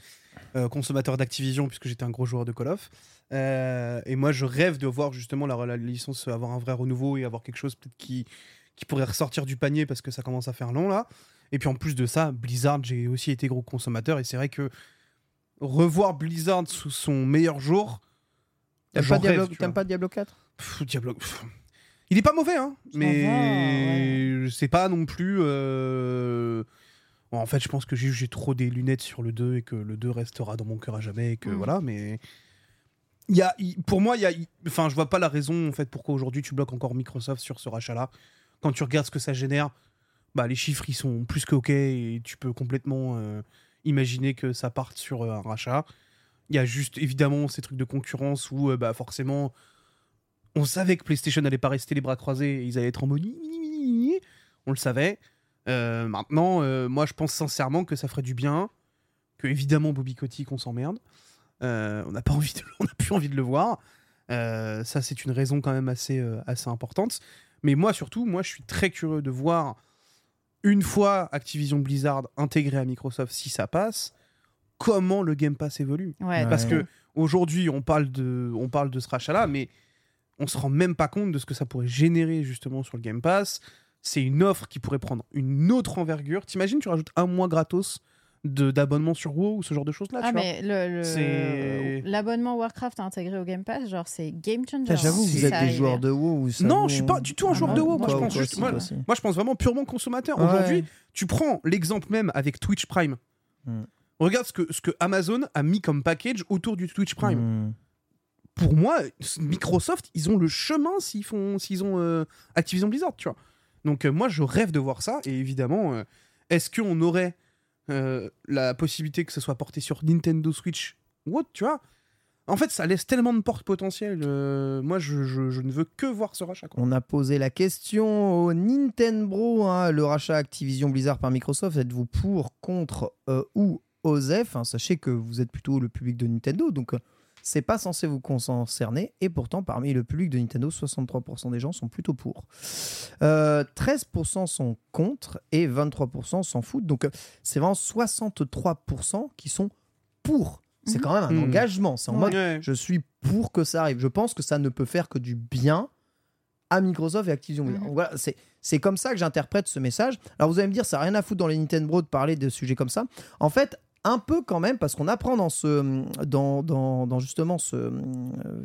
[SPEAKER 4] euh, consommateur d'Activision puisque j'étais un gros joueur de Call of. Euh, et moi, je rêve de voir justement la, la licence avoir un vrai renouveau et avoir quelque chose peut-être qui, qui pourrait ressortir du panier parce que ça commence à faire long là. Et puis en plus de ça, Blizzard, j'ai aussi été gros consommateur et c'est vrai que revoir Blizzard sous son meilleur jour.
[SPEAKER 3] T'aimes
[SPEAKER 4] j'en
[SPEAKER 3] pas, Diablo...
[SPEAKER 4] rêve, tu
[SPEAKER 3] t'aimes
[SPEAKER 4] vois.
[SPEAKER 3] pas Diablo 4
[SPEAKER 4] Pff, Diablo. pff. Il est pas mauvais, hein, mais c'est pas non plus. euh, En fait, je pense que j'ai j'ai trop des lunettes sur le 2 et que le 2 restera dans mon cœur à jamais. Et que
[SPEAKER 2] Mm.
[SPEAKER 4] voilà, mais. Il y a, il- pour moi, il y a, il- enfin, je vois pas la raison en fait pourquoi aujourd'hui tu bloques encore Microsoft sur ce rachat-là. Quand tu regardes ce que ça génère, bah, les chiffres ils sont plus que ok et tu peux complètement euh, imaginer que ça parte sur euh, un rachat. Il y a juste évidemment ces trucs de concurrence où euh, bah, forcément on savait que PlayStation allait pas rester les bras croisés et ils allaient être en mode Ni, ni, ni, ni, ni. on le savait. Euh, maintenant, euh, moi je pense sincèrement que ça ferait du bien, que évidemment Bobby Kotick on s'emmerde, Euh, on n'a pas envie de, on n'a plus envie de le voir. Euh, ça c'est une raison quand même assez euh, assez importante. Mais moi surtout, moi je suis très curieux de voir une fois Activision Blizzard intégré à Microsoft, si ça passe, comment le Game Pass évolue.
[SPEAKER 2] Ouais,
[SPEAKER 4] Parce
[SPEAKER 2] donc,
[SPEAKER 4] que aujourd'hui, on parle de, on parle de ce rachat-là, mais on se rend même pas compte de ce que ça pourrait générer justement sur le Game Pass. C'est une offre qui pourrait prendre une autre envergure. T'imagines, tu rajoutes un mois gratos de- d'abonnement sur WoW ou ce genre de choses-là.
[SPEAKER 2] Ah
[SPEAKER 4] tu vois.
[SPEAKER 2] mais le- le-
[SPEAKER 4] C'est-
[SPEAKER 2] l'abonnement Warcraft intégré au Game Pass, genre c'est game changer.
[SPEAKER 3] J'avoue,
[SPEAKER 2] hein, si
[SPEAKER 3] vous
[SPEAKER 2] ça
[SPEAKER 3] êtes des
[SPEAKER 2] arrivait.
[SPEAKER 3] joueurs de WoW. ou ça
[SPEAKER 4] Non,
[SPEAKER 3] vous-
[SPEAKER 4] je suis pas du tout un
[SPEAKER 2] Ah
[SPEAKER 4] joueur
[SPEAKER 2] non,
[SPEAKER 4] de WoW. Moi,
[SPEAKER 2] moi,
[SPEAKER 4] je
[SPEAKER 3] toi
[SPEAKER 4] pense
[SPEAKER 3] aussi,
[SPEAKER 4] juste-
[SPEAKER 3] toi
[SPEAKER 4] moi-
[SPEAKER 3] aussi.
[SPEAKER 4] moi, je pense vraiment purement consommateur.
[SPEAKER 3] Ouais.
[SPEAKER 4] Aujourd'hui, tu prends l'exemple même avec Twitch Prime.
[SPEAKER 3] Mm.
[SPEAKER 4] Regarde ce que, ce que Amazon a mis comme package autour du Twitch Prime.
[SPEAKER 3] Mm.
[SPEAKER 4] Pour moi, c- Microsoft, ils ont le chemin s'ils font, s'ils ont euh, Activision Blizzard, tu vois. Donc euh, moi, je rêve de voir ça. Et évidemment, euh, est-ce qu'on aurait euh, la possibilité que ce soit porté sur Nintendo Switch ou autre, tu vois En fait, ça laisse tellement de portes potentielles. Euh, moi, je, je- je ne veux que voir ce rachat. Quoi.
[SPEAKER 3] On a posé la question au Nintendo, hein, le rachat Activision Blizzard par Microsoft. Êtes-vous pour, contre euh, ou OSEF Hein, Sachez que vous êtes plutôt le public de Nintendo, donc euh, c'est pas censé vous concerner. Et pourtant, parmi le public de Nintendo, 63% des gens sont plutôt pour. Euh, 13% sont contre et 23% s'en foutent. Donc euh, c'est vraiment 63% qui sont pour C'est quand même un
[SPEAKER 4] Mhm.
[SPEAKER 3] engagement. C'est en mode,
[SPEAKER 4] Ouais.
[SPEAKER 3] je suis pour que ça arrive. Je pense que ça ne peut faire que du bien à Microsoft et Activision.
[SPEAKER 2] Mhm.
[SPEAKER 3] Voilà, c'est c'est comme ça que j'interprète ce message. Alors vous allez me dire, ça n'a rien à foutre dans les Nintendo de parler de sujets comme ça. En fait, un peu quand même, parce qu'on apprend dans, ce, dans, dans, dans justement ce euh,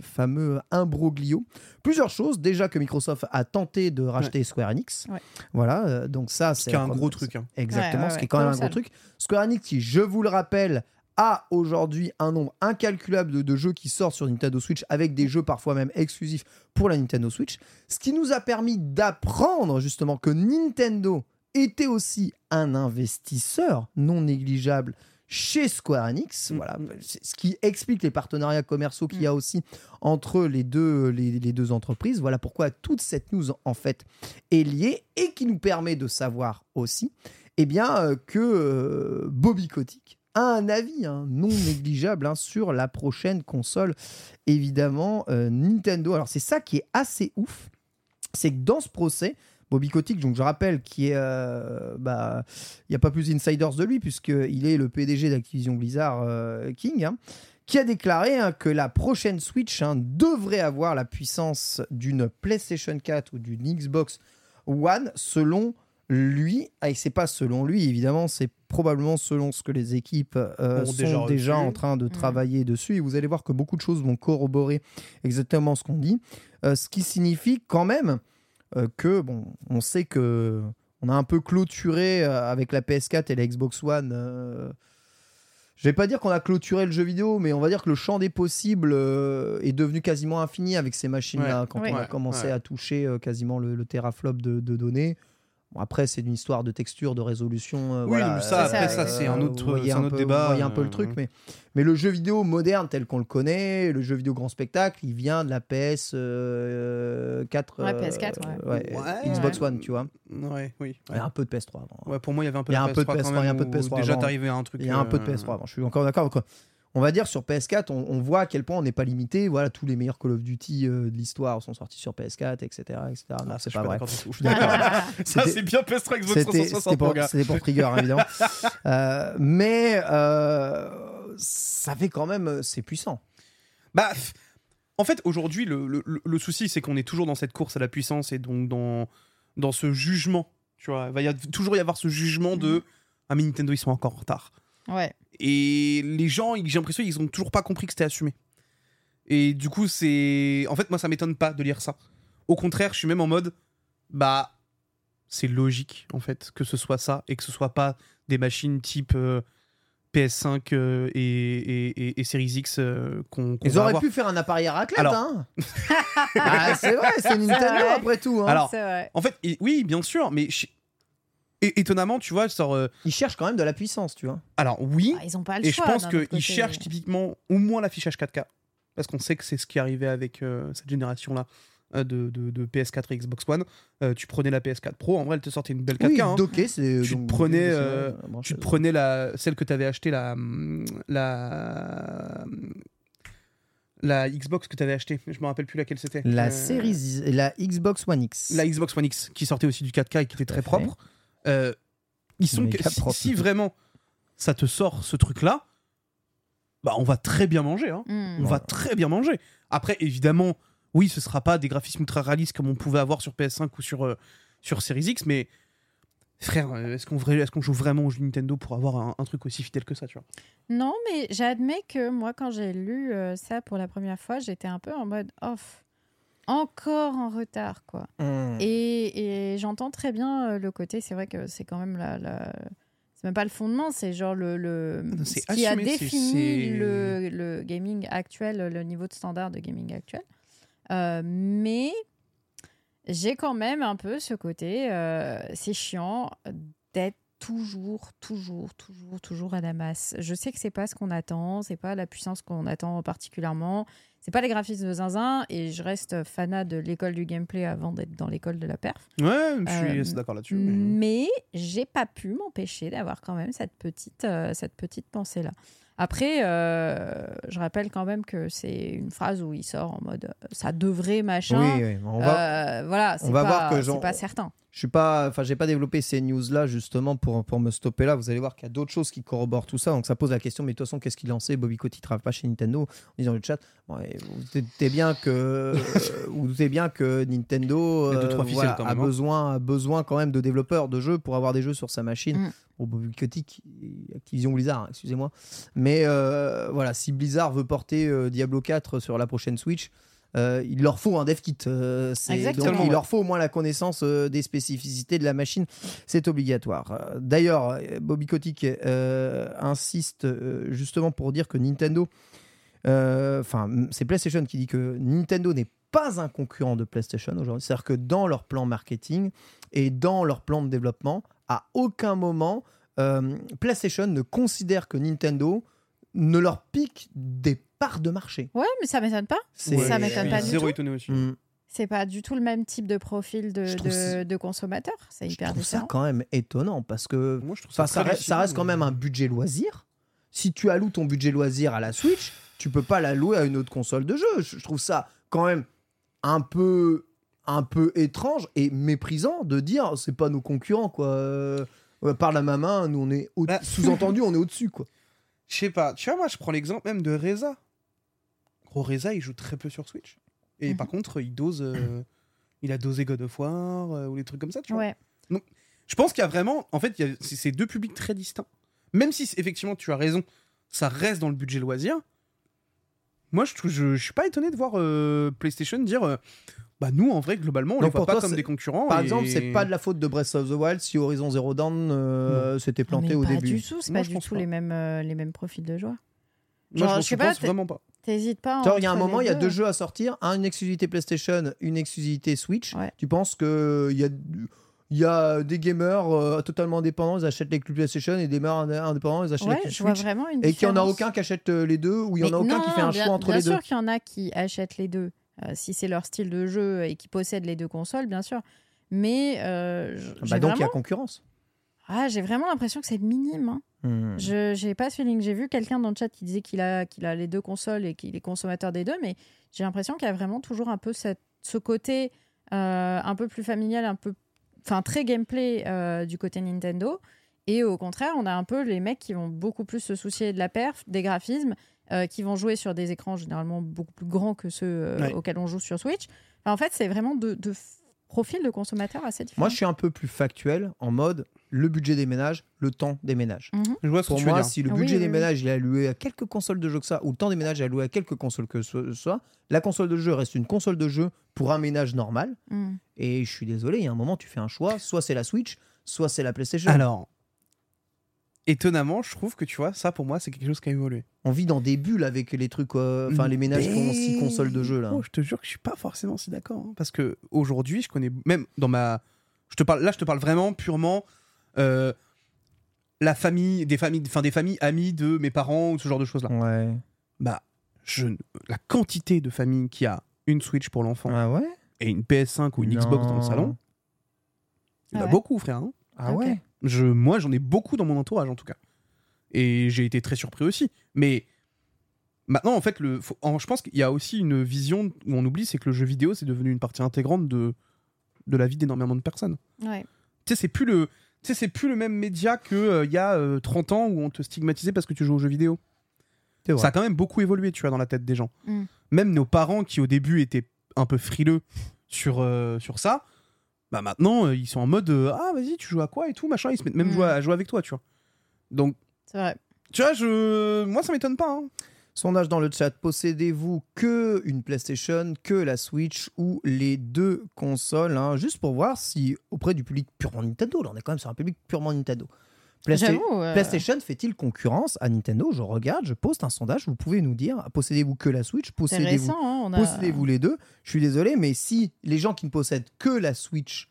[SPEAKER 3] fameux imbroglio plusieurs choses. Déjà que Microsoft a tenté de racheter Square Enix.
[SPEAKER 2] Ouais.
[SPEAKER 3] Voilà, euh, donc ça, c'est
[SPEAKER 4] qui est un gros truc. hein.
[SPEAKER 3] Exactement,
[SPEAKER 2] Ouais,
[SPEAKER 3] ce
[SPEAKER 2] ouais,
[SPEAKER 3] qui
[SPEAKER 2] ouais,
[SPEAKER 3] est quand même un gros
[SPEAKER 2] colossal.
[SPEAKER 3] truc. Square Enix, qui, je vous le rappelle, a aujourd'hui un nombre incalculable de, de jeux qui sortent sur Nintendo Switch, avec des jeux parfois même exclusifs pour la Nintendo Switch. Ce qui nous a permis d'apprendre justement que Nintendo était aussi un investisseur non négligeable chez Square Enix,
[SPEAKER 4] Mm.
[SPEAKER 3] voilà, C'est ce qui explique les partenariats commerciaux qu'il y a
[SPEAKER 2] Mm.
[SPEAKER 3] aussi entre les deux, les, les deux entreprises. Voilà pourquoi toute cette news en fait est liée et qui nous permet de savoir aussi eh bien, euh, que euh, Bobby Kotick a un avis hein, non négligeable hein, sur la prochaine console, évidemment, euh, Nintendo. Alors, c'est ça qui est assez ouf, c'est que dans ce procès, Bobby Kotick, donc je rappelle, qui est, euh, bah, il n'y a pas plus d'insiders de lui, puisqu'il est le PDG d'Activision Blizzard euh, King, hein, qui a déclaré hein, que la prochaine Switch hein, devrait avoir la puissance d'une PlayStation 4 ou d'une Xbox One, selon lui, Ah, et c'est pas selon lui évidemment, c'est probablement selon ce que les équipes euh,
[SPEAKER 4] Ont
[SPEAKER 3] sont
[SPEAKER 4] déjà
[SPEAKER 3] déjà,
[SPEAKER 4] reçu.
[SPEAKER 3] en train de travailler dessus. Et vous allez voir que beaucoup de choses vont corroborer exactement ce qu'on dit, Euh, ce qui signifie quand même euh, que bon, on sait que on a un peu clôturé euh, avec la PS4 et la Xbox One. euh, je vais pas dire qu'on a clôturé le jeu vidéo, mais on va dire que le champ des possibles euh, est devenu quasiment infini avec ces machines-là.
[SPEAKER 4] Ouais.
[SPEAKER 3] Quand
[SPEAKER 2] Ouais.
[SPEAKER 3] on a
[SPEAKER 4] Ouais.
[SPEAKER 3] commencé
[SPEAKER 4] Ouais.
[SPEAKER 3] à toucher euh, quasiment le, le teraflop de, de données. Bon, après, c'est une histoire de texture, de résolution. euh,
[SPEAKER 4] Oui,
[SPEAKER 3] voilà, euh,
[SPEAKER 4] mais ça,
[SPEAKER 2] après, ça,
[SPEAKER 4] c'est un autre-
[SPEAKER 3] vous voyez
[SPEAKER 4] c'est un
[SPEAKER 3] peu-
[SPEAKER 4] autre
[SPEAKER 3] vous
[SPEAKER 4] débat,
[SPEAKER 3] voyez un peu le
[SPEAKER 4] euh,
[SPEAKER 3] truc, mais,
[SPEAKER 4] ouais.
[SPEAKER 3] mais le jeu vidéo moderne tel qu'on le connaît, le jeu vidéo grand spectacle, il vient de la euh, PS4,
[SPEAKER 2] Ouais, PS4,
[SPEAKER 4] Ouais.
[SPEAKER 2] ouais.
[SPEAKER 3] Xbox One, tu vois.
[SPEAKER 4] Ouais, oui.
[SPEAKER 3] Il y a un peu de PS3 avant.
[SPEAKER 4] Ouais, pour moi, il y avait un peu
[SPEAKER 3] Il
[SPEAKER 4] de
[SPEAKER 3] y a un peu de
[SPEAKER 4] PS3
[SPEAKER 3] PS3,
[SPEAKER 4] quand
[SPEAKER 3] il y a un
[SPEAKER 4] même,
[SPEAKER 3] peu de
[SPEAKER 4] où
[SPEAKER 3] PS3
[SPEAKER 4] Déjà,
[SPEAKER 3] avant.
[SPEAKER 4] t'arrivais à un truc.
[SPEAKER 3] Il y a un peu de
[SPEAKER 4] euh,
[SPEAKER 3] PS3 avant. Je suis encore d'accord. quoi. On va dire sur PS4, on, on voit à quel point on n'est pas limité. Voilà, tous les meilleurs Call of Duty euh, de l'histoire sont sortis sur PS4, etc. etc. Non,
[SPEAKER 4] Ah, ça, je
[SPEAKER 3] c'est
[SPEAKER 4] suis
[SPEAKER 3] pas vrai.
[SPEAKER 4] d'accord du tout.
[SPEAKER 3] Je suis d'accord.
[SPEAKER 4] Ça,
[SPEAKER 3] C'était-
[SPEAKER 4] Ah, c'est bien PS3 Xbox
[SPEAKER 3] C'était c'était
[SPEAKER 4] 360, mon
[SPEAKER 3] pour,
[SPEAKER 4] gars.
[SPEAKER 3] c'était pour Trigger, hein, évidemment. Euh, mais euh, ça fait quand même. euh, C'est puissant.
[SPEAKER 4] Bah, pff, en fait, aujourd'hui, le, le- le- le souci, c'est qu'on est toujours dans cette course à la puissance et donc dans, dans ce jugement. Tu vois, il va y a- toujours y avoir ce jugement de Ah, mais Nintendo, ils sont encore en retard.
[SPEAKER 2] Ouais.
[SPEAKER 4] Et les gens, ils- j'ai l'impression, ils ont toujours pas compris que c'était assumé. Et du coup, c'est. En fait, moi, ça m'étonne pas de lire ça. Au contraire, je suis même en mode Bah, c'est logique, en fait, que ce soit ça et que ce soit pas des machines type. euh, PS5 euh, et, et, et- et Series X euh, qu'on qu'on
[SPEAKER 3] Ils
[SPEAKER 4] va
[SPEAKER 3] auraient
[SPEAKER 4] avoir.
[SPEAKER 3] pu faire un appareil à raclette.
[SPEAKER 4] Alors-
[SPEAKER 3] hein. Ah, c'est vrai, c'est Nintendo
[SPEAKER 2] vrai.
[SPEAKER 3] après tout. hein.
[SPEAKER 4] Alors,
[SPEAKER 2] C'est vrai.
[SPEAKER 4] En fait, et- oui, bien sûr, mais je- é- étonnamment, tu vois, genre, euh,
[SPEAKER 3] Ils cherchent quand même de la puissance, tu vois.
[SPEAKER 4] alors oui,
[SPEAKER 2] Bah, ils ont pas le
[SPEAKER 4] et je
[SPEAKER 2] choix.
[SPEAKER 4] pense
[SPEAKER 2] d'un autre
[SPEAKER 4] qu'ils
[SPEAKER 2] côté.
[SPEAKER 4] cherchent typiquement au moins l'affichage 4K, parce qu'on sait que c'est ce qui arrivait avec euh, cette génération-là euh, de, de- de PS4 et Xbox One. Euh, tu prenais la PS4 Pro, en vrai, elle te sortait une belle 4K.
[SPEAKER 3] oui,
[SPEAKER 4] hein.
[SPEAKER 3] docké, c'est.
[SPEAKER 4] Tu te
[SPEAKER 3] donc-
[SPEAKER 4] prenais,
[SPEAKER 3] c'est-
[SPEAKER 4] euh,
[SPEAKER 3] bon,
[SPEAKER 4] Tu
[SPEAKER 3] c'est-
[SPEAKER 4] te prenais la, celle que tu avais achetée, la, hum, la, la Xbox que tu avais achetée. Je me rappelle plus laquelle c'était.
[SPEAKER 3] La
[SPEAKER 4] Euh,
[SPEAKER 3] série, la Xbox One X.
[SPEAKER 4] la Xbox One X qui sortait aussi du 4K et qui était très
[SPEAKER 3] à fait.
[SPEAKER 4] propre. euh, ils sont
[SPEAKER 3] Méga
[SPEAKER 4] que- si,
[SPEAKER 3] propre.
[SPEAKER 4] si vraiment ça te sort ce truc là, bah on va très bien manger. hein.
[SPEAKER 2] Mm.
[SPEAKER 4] On va très bien manger. Après évidemment, oui, ce sera pas des graphismes ultra réalistes comme on pouvait avoir sur PS5 ou sur euh, sur Series X, mais frère, euh, est-ce qu'on est qu'on joue vraiment au jeu Nintendo pour avoir un, un truc aussi fidèle que ça, tu vois
[SPEAKER 2] Non, mais j'admets que moi, quand j'ai lu euh, ça pour la première fois, j'étais un peu en mode off. Encore en retard, quoi.
[SPEAKER 4] Hmm.
[SPEAKER 3] Mm.
[SPEAKER 2] Et, et j'entends très bien euh, le côté, c'est vrai que c'est quand même la. la- C'est même pas le fondement, c'est genre le, le
[SPEAKER 4] non,
[SPEAKER 2] ce
[SPEAKER 4] c'est
[SPEAKER 2] qui a
[SPEAKER 4] assumé, c'est-
[SPEAKER 2] défini
[SPEAKER 4] c'est-
[SPEAKER 2] le, le gaming actuel, le niveau de standard de gaming actuel. Euh, mais j'ai quand même un peu ce côté, euh, c'est chiant d'être toujours, toujours, toujours, toujours à la masse. Je sais que c'est pas ce qu'on attend, c'est pas la puissance qu'on attend particulièrement, c'est pas les graphismes de zinzin, et je reste fanat de l'école du gameplay avant d'être dans l'école de la perf.
[SPEAKER 4] Ouais, je suis
[SPEAKER 2] Euh,
[SPEAKER 4] assez d'accord là-dessus. mais-
[SPEAKER 2] Mais j'ai pas pu m'empêcher d'avoir quand même cette petite, euh, cette petite pensée là. Après, euh, je rappelle quand même que c'est une phrase où il sort en mode euh, ça devrait machin.
[SPEAKER 3] Oui, oui, on va-
[SPEAKER 2] Euh, voilà,
[SPEAKER 3] on
[SPEAKER 2] c'est
[SPEAKER 3] va
[SPEAKER 2] pas-
[SPEAKER 3] voir que j'en-
[SPEAKER 2] c'est pas certain.
[SPEAKER 3] Je suis pas, enfin, j'ai pas développé ces news-là justement pour, pour me stopper là. Vous allez voir qu'il y a d'autres choses qui corroborent tout ça. Donc ça pose la question, mais de toute façon, qu'est-ce qu'il en sait Bobby Kotick travaille pas chez Nintendo. On dit dans le chat, bon, et vous doutez bien que, euh, vous doutez bien que Nintendo euh,
[SPEAKER 4] Il y a deux, trois ficelles quand
[SPEAKER 3] a
[SPEAKER 4] même, hein.
[SPEAKER 3] besoin, a besoin quand même de développeurs de jeux pour avoir des jeux sur sa machine.
[SPEAKER 2] Mm.
[SPEAKER 3] Bon, Bobby Kotick, Activision Blizzard, hein, excusez-moi. Mais euh, voilà, si Blizzard veut porter euh, Diablo 4 sur la prochaine Switch. euh, il leur faut un dev kit. euh, c'est- donc,
[SPEAKER 2] Exactement,
[SPEAKER 3] il
[SPEAKER 2] ouais.
[SPEAKER 3] leur faut au moins la connaissance euh, des spécificités de la machine. C'est obligatoire. Euh, D'ailleurs, euh, Bobby Kotick euh, insiste euh, justement pour dire que Nintendo, euh, enfin, m- c'est PlayStation qui dit que Nintendo n'est pas un concurrent de PlayStation aujourd'hui. C'est-à-dire que dans leur plan marketing et dans leur plan de développement, à aucun moment, euh, PlayStation ne considère que Nintendo ne leur pique des parts de marché.
[SPEAKER 2] Ouais, mais ça m'étonne pas.
[SPEAKER 3] C'est-
[SPEAKER 2] Ça m'étonne pas du
[SPEAKER 4] Zéro
[SPEAKER 2] tout.
[SPEAKER 4] étonné aussi.
[SPEAKER 3] Mm.
[SPEAKER 2] C'est pas du tout le même type de profil de,
[SPEAKER 3] Je trouve
[SPEAKER 2] de,
[SPEAKER 3] ça-
[SPEAKER 2] de consommateur. C'est
[SPEAKER 3] Je
[SPEAKER 2] hyper
[SPEAKER 3] trouve ça
[SPEAKER 2] différent.
[SPEAKER 3] quand même étonnant parce que
[SPEAKER 4] Moi, je trouve
[SPEAKER 3] Enfin, ça,
[SPEAKER 4] très euh,
[SPEAKER 3] reste, ça
[SPEAKER 4] lucide,
[SPEAKER 3] reste quand
[SPEAKER 4] mais-
[SPEAKER 3] même un budget loisir. Si tu alloues ton budget loisir à la Switch, tu peux pas l'allouer à une autre console de jeu. Je je trouve ça quand même un peu, un peu étrange et méprisant de dire oh, c'est pas nos concurrents quoi. Euh, ouais, Parle à ma main, nous on est au-
[SPEAKER 4] Bah.
[SPEAKER 3] sous-entendu, on est au-dessus quoi.
[SPEAKER 4] Je sais pas. Tu vois, moi, je prends l'exemple même de Reza. Gros, Reza, il joue très peu sur Switch. Et
[SPEAKER 2] Mhm.
[SPEAKER 4] par contre, il dose. euh, il a dosé God of War euh, ou les trucs comme ça, tu vois.
[SPEAKER 2] Ouais.
[SPEAKER 4] Je pense qu'il y a vraiment. En fait, il y a- c'est c'est deux publics très distincts. Même si, effectivement, tu as raison, ça reste dans le budget loisir. Moi, je, trou- je, je suis pas étonné de voir euh, PlayStation dire euh, Bah, nous, en vrai, globalement, on
[SPEAKER 3] Donc
[SPEAKER 4] les voit
[SPEAKER 3] pour
[SPEAKER 4] pas
[SPEAKER 3] toi,
[SPEAKER 4] comme
[SPEAKER 3] c'est-
[SPEAKER 4] des concurrents.
[SPEAKER 3] Par
[SPEAKER 4] et-
[SPEAKER 3] exemple, c'est pas de la faute de Breath of the Wild si Horizon Zero Dawn euh, s'était
[SPEAKER 2] Non,
[SPEAKER 3] planté
[SPEAKER 2] mais
[SPEAKER 3] au
[SPEAKER 2] pas
[SPEAKER 3] début.
[SPEAKER 2] du tout. C'est
[SPEAKER 4] Moi,
[SPEAKER 2] pas
[SPEAKER 4] je
[SPEAKER 2] du
[SPEAKER 4] pense
[SPEAKER 2] tout
[SPEAKER 4] pas.
[SPEAKER 2] les mêmes, euh, les mêmes profils de joueurs.
[SPEAKER 4] Moi,
[SPEAKER 2] Genre,
[SPEAKER 4] je,
[SPEAKER 2] je sais
[SPEAKER 4] je
[SPEAKER 2] pas,
[SPEAKER 4] pense
[SPEAKER 2] t'es-
[SPEAKER 4] vraiment pas.
[SPEAKER 2] T'hésites pas.
[SPEAKER 3] Tu vois, il y a un
[SPEAKER 2] entre
[SPEAKER 3] moment, il
[SPEAKER 2] les hein.
[SPEAKER 3] y a deux jeux à sortir, un, une exclusivité PlayStation, une exclusivité Switch.
[SPEAKER 2] Ouais.
[SPEAKER 3] Tu penses que il y a, il y a des gamers euh, totalement indépendants, ils achètent les clubs PlayStation, et des gamers indé- indépendants, ils achètent
[SPEAKER 2] Ouais,
[SPEAKER 3] les
[SPEAKER 2] je vois
[SPEAKER 3] clubs Switch.
[SPEAKER 2] vraiment une
[SPEAKER 3] Et qu'il n'y en a
[SPEAKER 2] différence.
[SPEAKER 3] aucun qui achète euh, les deux, ou il n'y en a
[SPEAKER 2] Mais
[SPEAKER 3] aucun
[SPEAKER 2] non,
[SPEAKER 3] qui fait un
[SPEAKER 2] bien-
[SPEAKER 3] choix entre
[SPEAKER 2] bien
[SPEAKER 3] les deux.
[SPEAKER 2] sûr qu'il y en a qui achètent les deux, euh, si c'est leur style de jeu et qui possèdent les deux consoles, bien sûr. Mais euh, j-
[SPEAKER 3] Ah
[SPEAKER 2] j'ai
[SPEAKER 3] Bah donc il y a
[SPEAKER 2] vraiment...
[SPEAKER 3] concurrence.
[SPEAKER 2] ah, j'ai vraiment l'impression que c'est minime. hein.
[SPEAKER 3] Mhm.
[SPEAKER 2] Je j'ai pas ce feeling. J'ai vu quelqu'un dans le chat qui disait qu'il a, qu'il a les deux consoles et qu'il est consommateur des deux, mais j'ai l'impression qu'il y a vraiment toujours un peu cette- ce côté euh, un peu plus familial, un peu, enfin très gameplay euh, du côté Nintendo. Et au contraire, on a un peu les mecs qui vont beaucoup plus se soucier de la perf, des graphismes, euh, qui vont jouer sur des écrans généralement beaucoup plus grands que ceux euh,
[SPEAKER 4] Ouais.
[SPEAKER 2] auxquels on joue sur Switch. Enfin, en fait, c'est vraiment deux deux f- profils de consommateurs assez différents.
[SPEAKER 3] Moi je suis un peu plus factuel en mode le budget des ménages, le temps des ménages.
[SPEAKER 4] Je vois ce
[SPEAKER 3] Pour
[SPEAKER 4] que tu veux
[SPEAKER 3] moi,
[SPEAKER 4] dire.
[SPEAKER 3] si le
[SPEAKER 2] Oui,
[SPEAKER 3] budget
[SPEAKER 2] Ah oui,
[SPEAKER 3] des
[SPEAKER 2] oui.
[SPEAKER 3] ménages il est alloué à quelques consoles de jeu que ça, ou le temps des ménages est alloué à quelques consoles que ce soit, la console de jeu reste une console de jeu pour un ménage normal.
[SPEAKER 2] Mm.
[SPEAKER 3] Et je suis désolé, il y a un moment, tu fais un choix. Soit c'est la Switch, soit c'est la PlayStation.
[SPEAKER 4] Alors, étonnamment, je trouve que tu vois, ça pour moi, c'est quelque chose qui a évolué.
[SPEAKER 3] On vit dans des bulles avec les trucs, euh, enfin les ménages qui ont six
[SPEAKER 4] Mais-
[SPEAKER 3] consoles de jeu là.
[SPEAKER 4] Oh, je te jure que je suis pas forcément si d'accord. hein. parce que aujourd'hui, je connais même dans ma, je te parle là, je te parle vraiment purement euh, la famille, des familles, enfin des familles amies de mes parents ou ce genre de choses là.
[SPEAKER 3] Ouais.
[SPEAKER 4] Bah, je, la quantité de familles qui a une Switch pour l'enfant
[SPEAKER 3] Ah ouais
[SPEAKER 4] et une PS5 ou une Xbox dans le
[SPEAKER 3] Non.
[SPEAKER 4] salon, il y en a
[SPEAKER 2] Ah ouais
[SPEAKER 4] beaucoup, frère. hein.
[SPEAKER 3] Ah
[SPEAKER 2] Ok.
[SPEAKER 3] ouais
[SPEAKER 4] Je, moi, j'en ai beaucoup dans mon entourage, en tout cas. Et j'ai été très surpris aussi. Mais maintenant, en fait, le, faut- en- je pense qu'il y a aussi une vision où on oublie, c'est que le jeu vidéo, c'est devenu une partie intégrante de, de la vie d'énormément de personnes.
[SPEAKER 2] Ouais.
[SPEAKER 4] Tu sais, c'est plus le... Tu sais, c'est plus le même média qu'il y a euh, 30 ans où on te stigmatisait parce que tu joues aux jeux vidéo.
[SPEAKER 3] C'est vrai.
[SPEAKER 4] Ça a quand même beaucoup évolué, tu vois, dans la tête des gens.
[SPEAKER 2] Mm.
[SPEAKER 4] Même nos parents qui, au début, étaient un peu frileux sur, euh, sur ça, bah maintenant, euh, ils sont en mode euh, Ah, vas-y, tu joues à quoi et tout, machin. Ils se mettent même
[SPEAKER 2] Mm.
[SPEAKER 4] jouer à, à jouer avec toi, tu vois. Donc,
[SPEAKER 2] C'est vrai.
[SPEAKER 4] tu vois, je... moi, ça m'étonne pas. hein.
[SPEAKER 3] Sondage dans le chat. Possédez-vous que une PlayStation, que la Switch ou les deux consoles hein, Juste pour voir si auprès du public purement Nintendo, là on est quand même sur un public purement Nintendo. Playsta-
[SPEAKER 2] J'avoue. euh,
[SPEAKER 3] PlayStation fait-il concurrence à Nintendo Je regarde, je poste un sondage, vous pouvez nous dire, possédez-vous que la Switch,
[SPEAKER 2] C'est
[SPEAKER 3] possédez-vous
[SPEAKER 2] récent, hein, on a...
[SPEAKER 3] Possédez-vous les deux. Je suis désolé, mais si les gens qui ne possèdent que la Switch,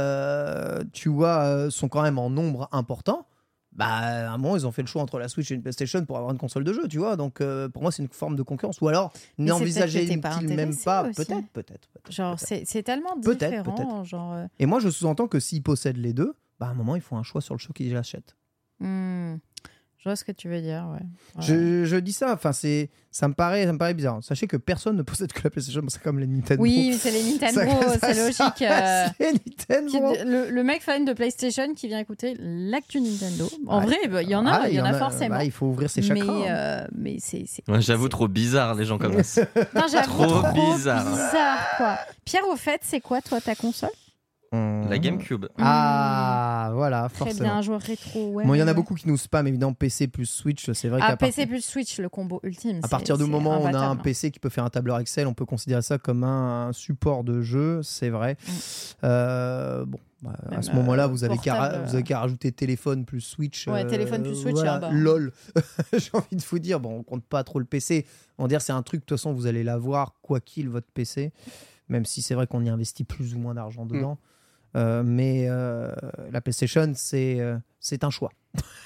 [SPEAKER 3] euh, tu vois, euh, sont quand même en nombre important, bah, à un moment, ils ont fait le choix entre la Switch et une PlayStation pour avoir une console de jeu, tu vois. Donc, euh, pour moi, c'est une forme de concurrence. Ou alors,
[SPEAKER 2] Mais c'est peut-être que t'es
[SPEAKER 3] n'envisagez-t-il
[SPEAKER 2] pas
[SPEAKER 3] même
[SPEAKER 2] intéressé
[SPEAKER 3] pas
[SPEAKER 2] aussi.
[SPEAKER 3] Peut-être, peut-être. peut-être,
[SPEAKER 2] Genre,
[SPEAKER 3] peut-être.
[SPEAKER 2] c'est c'est tellement
[SPEAKER 3] Peut-être,
[SPEAKER 2] différent.
[SPEAKER 3] peut-être.
[SPEAKER 2] Genre, euh,
[SPEAKER 3] Et moi, je sous-entends que s'ils possèdent les deux, bah, à un moment, ils font un choix sur le jeu qu'ils achètent.
[SPEAKER 2] hmm, Je vois ce que tu veux dire, ouais. Ouais.
[SPEAKER 3] Je, je dis ça, enfin c'est, ça me paraît, ça me paraît bizarre. Sachez que personne ne possède que la PlayStation, c'est comme les Nintendo.
[SPEAKER 2] Oui, mais c'est les Nintendo,
[SPEAKER 3] Ça- ça-
[SPEAKER 2] c'est logique. euh,
[SPEAKER 3] ça- c'est
[SPEAKER 2] qui-
[SPEAKER 3] Nintendo.
[SPEAKER 2] le, le mec fan de PlayStation qui vient écouter l'actu Nintendo. En
[SPEAKER 3] Ouais.
[SPEAKER 2] vrai, bah, il y en a,
[SPEAKER 3] Ah,
[SPEAKER 2] il y en a, forcément.
[SPEAKER 3] bah, il faut ouvrir ses chakras.
[SPEAKER 2] Mais,
[SPEAKER 3] hein.
[SPEAKER 2] euh, mais c'est. c'est-
[SPEAKER 8] Ouais, J'avoue, trop bizarre, les gens comme ça.
[SPEAKER 2] Putain, j'avoue,
[SPEAKER 8] Trop
[SPEAKER 2] trop,
[SPEAKER 8] bizarre.
[SPEAKER 2] bizarre. quoi. Pierre, au fait, c'est quoi, toi, ta console
[SPEAKER 8] La GameCube.
[SPEAKER 3] Mmh. Ah, voilà,
[SPEAKER 2] Mmh. Très
[SPEAKER 3] forcément.
[SPEAKER 2] bien, un joueur rétro. Ouais,
[SPEAKER 3] Bon, il y en
[SPEAKER 2] ouais,
[SPEAKER 3] a
[SPEAKER 2] ouais.
[SPEAKER 3] beaucoup qui nous spam évidemment PC plus Switch, c'est vrai
[SPEAKER 2] Ah,
[SPEAKER 3] qu'à part-
[SPEAKER 2] PC plus Switch, le combo ultime.
[SPEAKER 3] à
[SPEAKER 2] c'est-
[SPEAKER 3] Ah, partir du
[SPEAKER 2] c'est
[SPEAKER 3] moment où on a un
[SPEAKER 2] imbattable.
[SPEAKER 3] PC qui peut faire un tableur Excel, on peut considérer ça comme un, un support de jeu, c'est vrai. Euh, bon, bah, à
[SPEAKER 2] Mm. Même, euh,
[SPEAKER 3] ce moment-là, vous avez qu'à ra-
[SPEAKER 2] portable, euh.
[SPEAKER 3] vous avez qu'à rajouter téléphone plus Switch. euh,
[SPEAKER 2] Ouais, téléphone plus Switch,
[SPEAKER 3] voilà,
[SPEAKER 2] ah bah.
[SPEAKER 3] lol. J'ai envie de vous dire, bon, on compte pas trop le PC. On va dire c'est un truc, de toute façon, vous allez l'avoir quoi qu'il votre PC, même si c'est vrai qu'on y investit plus ou moins
[SPEAKER 4] Mm.
[SPEAKER 3] d'argent dedans. Euh, mais euh, la PlayStation, c'est euh, c'est un choix.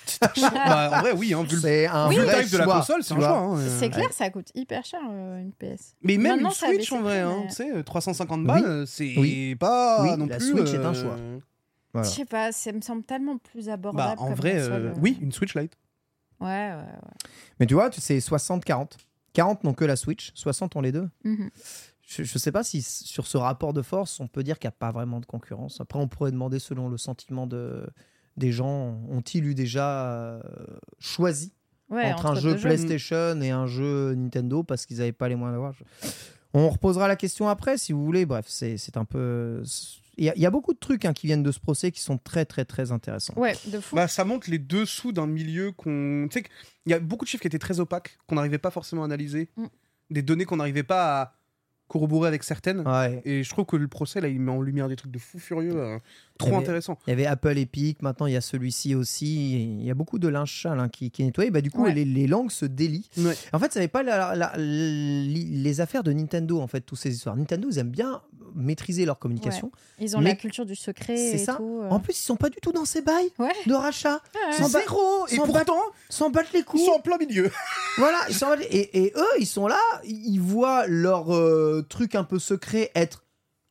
[SPEAKER 4] Bah, en vrai, oui, hein, vu le-
[SPEAKER 3] C'est un
[SPEAKER 4] vu le
[SPEAKER 3] vrai
[SPEAKER 4] tarif de la
[SPEAKER 3] choix,
[SPEAKER 4] console, c'est
[SPEAKER 3] tu
[SPEAKER 4] un
[SPEAKER 3] vois.
[SPEAKER 4] choix. hein, euh.
[SPEAKER 2] C'est clair, ça coûte hyper cher euh, une PS.
[SPEAKER 4] Mais même
[SPEAKER 2] Maintenant,
[SPEAKER 4] une
[SPEAKER 2] ça a
[SPEAKER 4] Switch
[SPEAKER 2] baissé
[SPEAKER 4] en
[SPEAKER 2] le
[SPEAKER 4] vrai,
[SPEAKER 2] prix,
[SPEAKER 4] hein,
[SPEAKER 2] mais-
[SPEAKER 4] tu sais, 350
[SPEAKER 3] Oui.
[SPEAKER 4] balles, euh, c'est
[SPEAKER 3] Oui.
[SPEAKER 4] pas
[SPEAKER 3] Oui,
[SPEAKER 4] non
[SPEAKER 3] la
[SPEAKER 4] plus. euh,
[SPEAKER 3] Switch est un choix.
[SPEAKER 2] Je sais pas, ça me semble tellement plus
[SPEAKER 4] Bah,
[SPEAKER 2] abordable.
[SPEAKER 4] en
[SPEAKER 2] comme
[SPEAKER 4] vrai,
[SPEAKER 2] console,
[SPEAKER 4] euh,
[SPEAKER 2] euh.
[SPEAKER 4] oui, une Switch Lite.
[SPEAKER 2] Ouais, ouais, ouais.
[SPEAKER 3] Mais tu vois, tu- c'est 60-40. 40 n'ont que la Switch, 60 ont les deux.
[SPEAKER 2] Mhm.
[SPEAKER 3] Je ne sais pas si s- sur ce rapport de force, on peut dire qu'il n'y a pas vraiment de concurrence. Après, on pourrait demander selon le sentiment de, des gens, ont-ils eu déjà euh, choisi
[SPEAKER 2] Ouais,
[SPEAKER 3] entre, un jeu
[SPEAKER 2] deux jeux.
[SPEAKER 3] PlayStation et un jeu Nintendo parce qu'ils n'avaient pas les moyens d'avoir. Je- On reposera la question après si vous voulez. Bref, c'est c'est un peu. Il y, a- il y a beaucoup de trucs hein, qui viennent de ce procès qui sont très très très intéressants.
[SPEAKER 2] Ouais, de fou.
[SPEAKER 4] Bah, ça montre les dessous d'un milieu qu'on. Tu sais, il y a beaucoup de chiffres qui étaient très opaques, qu'on n'arrivait pas forcément à analyser,
[SPEAKER 2] Mm.
[SPEAKER 4] des données qu'on n'arrivait pas à corroborer avec certaines.
[SPEAKER 3] Ouais.
[SPEAKER 4] Et je trouve que le procès, là, il met en lumière des trucs de fou furieux, hein. trop
[SPEAKER 3] Mais-
[SPEAKER 4] intéressant.
[SPEAKER 3] Il y avait Apple Epic, maintenant il y a celui-ci aussi. Il y a beaucoup de linge sale hein, qui, qui est nettoyé. Bah, du coup,
[SPEAKER 2] Ouais.
[SPEAKER 3] les, les langues se délient.
[SPEAKER 4] Ouais.
[SPEAKER 3] En fait, ça n'est pas la- la- li- les affaires de Nintendo, en fait, toutes ces histoires. Nintendo, ils aiment bien maîtriser leur communication.
[SPEAKER 2] Ils ont
[SPEAKER 3] les-
[SPEAKER 2] la culture du secret
[SPEAKER 3] C'est
[SPEAKER 2] et
[SPEAKER 3] ça.
[SPEAKER 2] tout. euh.
[SPEAKER 3] En plus, ils sont pas du tout dans ces bails
[SPEAKER 2] Ouais.
[SPEAKER 3] de rachat.
[SPEAKER 2] Ouais,
[SPEAKER 3] Sans
[SPEAKER 2] ouais.
[SPEAKER 3] ba-
[SPEAKER 4] Zéro Et
[SPEAKER 3] sans bat-
[SPEAKER 4] pourtant,
[SPEAKER 3] S'en battent les
[SPEAKER 4] ils
[SPEAKER 3] couilles.
[SPEAKER 4] sont en plein milieu.
[SPEAKER 3] Voilà, ils s'en battent- et, et eux, ils sont là, ils voient leur euh, truc un peu secret être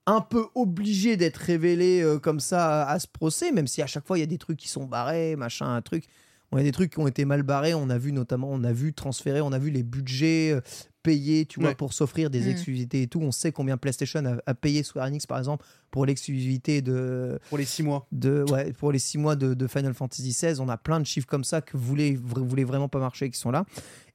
[SPEAKER 3] un peu obligé d'être révélé euh, comme ça à, à ce procès, même si à chaque fois il y a des trucs qui sont barrés, machin, un truc. On a des trucs qui ont été mal barrés, on a vu notamment, on a vu transférer, on a vu les budgets euh, payés, tu vois,
[SPEAKER 4] Ouais.
[SPEAKER 3] pour s'offrir des
[SPEAKER 2] Mm.
[SPEAKER 3] exclusivités et tout. On sait combien PlayStation a, a payé Square Enix, par exemple, pour l'exclusivité de,
[SPEAKER 4] Pour les six mois.
[SPEAKER 3] de, ouais, pour les six mois de, de Final Fantasy XVI, on a plein de chiffres comme ça que vous voulez, vous voulez vraiment pas marcher qui sont là.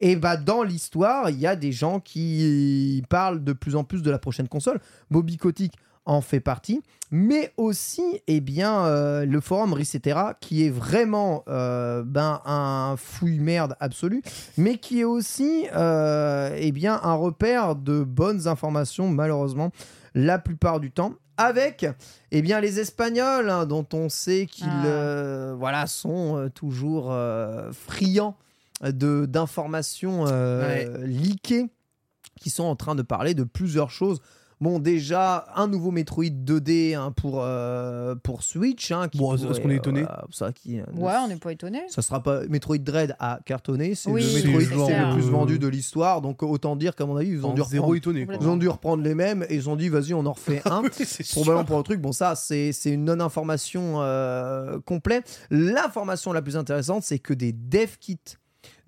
[SPEAKER 3] Et bah dans l'histoire, il y a des gens qui parlent de plus en plus de la prochaine console. Bobby Kotick en fait partie, mais aussi eh bien euh, le forum Ricetera qui est vraiment euh, ben un fouille merde absolu, mais qui est aussi euh, eh bien un repère de bonnes informations malheureusement la plupart du temps avec eh bien, les Espagnols, hein, dont on sait qu'ils
[SPEAKER 2] Ah.
[SPEAKER 3] euh, voilà, sont euh, toujours euh, friands de- d'informations euh, leakées, qui sont en train de parler de plusieurs choses. Bon, déjà, un nouveau Metroid 2D hein, pour, euh, pour Switch. hein, qui
[SPEAKER 4] Bon, est-ce
[SPEAKER 3] pourrait,
[SPEAKER 4] qu'on est étonné
[SPEAKER 3] voilà, ça, qui, euh, ne-
[SPEAKER 2] Ouais, on n'est pas étonné.
[SPEAKER 3] ça sera pas Metroid Dread a cartonné, c'est
[SPEAKER 2] Oui,
[SPEAKER 3] le
[SPEAKER 2] c'est
[SPEAKER 3] Metroid qui est le
[SPEAKER 2] clair.
[SPEAKER 3] plus vendu de l'histoire, donc autant dire qu'à mon avis, ils ont, dû
[SPEAKER 4] En zéro
[SPEAKER 3] reprendre,
[SPEAKER 4] étonné. quoi.
[SPEAKER 3] ils ont dû reprendre les mêmes et ils ont dit vas-y, on en refait un
[SPEAKER 4] Oui, c'est sûr.
[SPEAKER 3] probablement pour le truc. Bon, ça, c'est c'est une non-information euh, complète. L'information la plus intéressante, c'est que des dev kits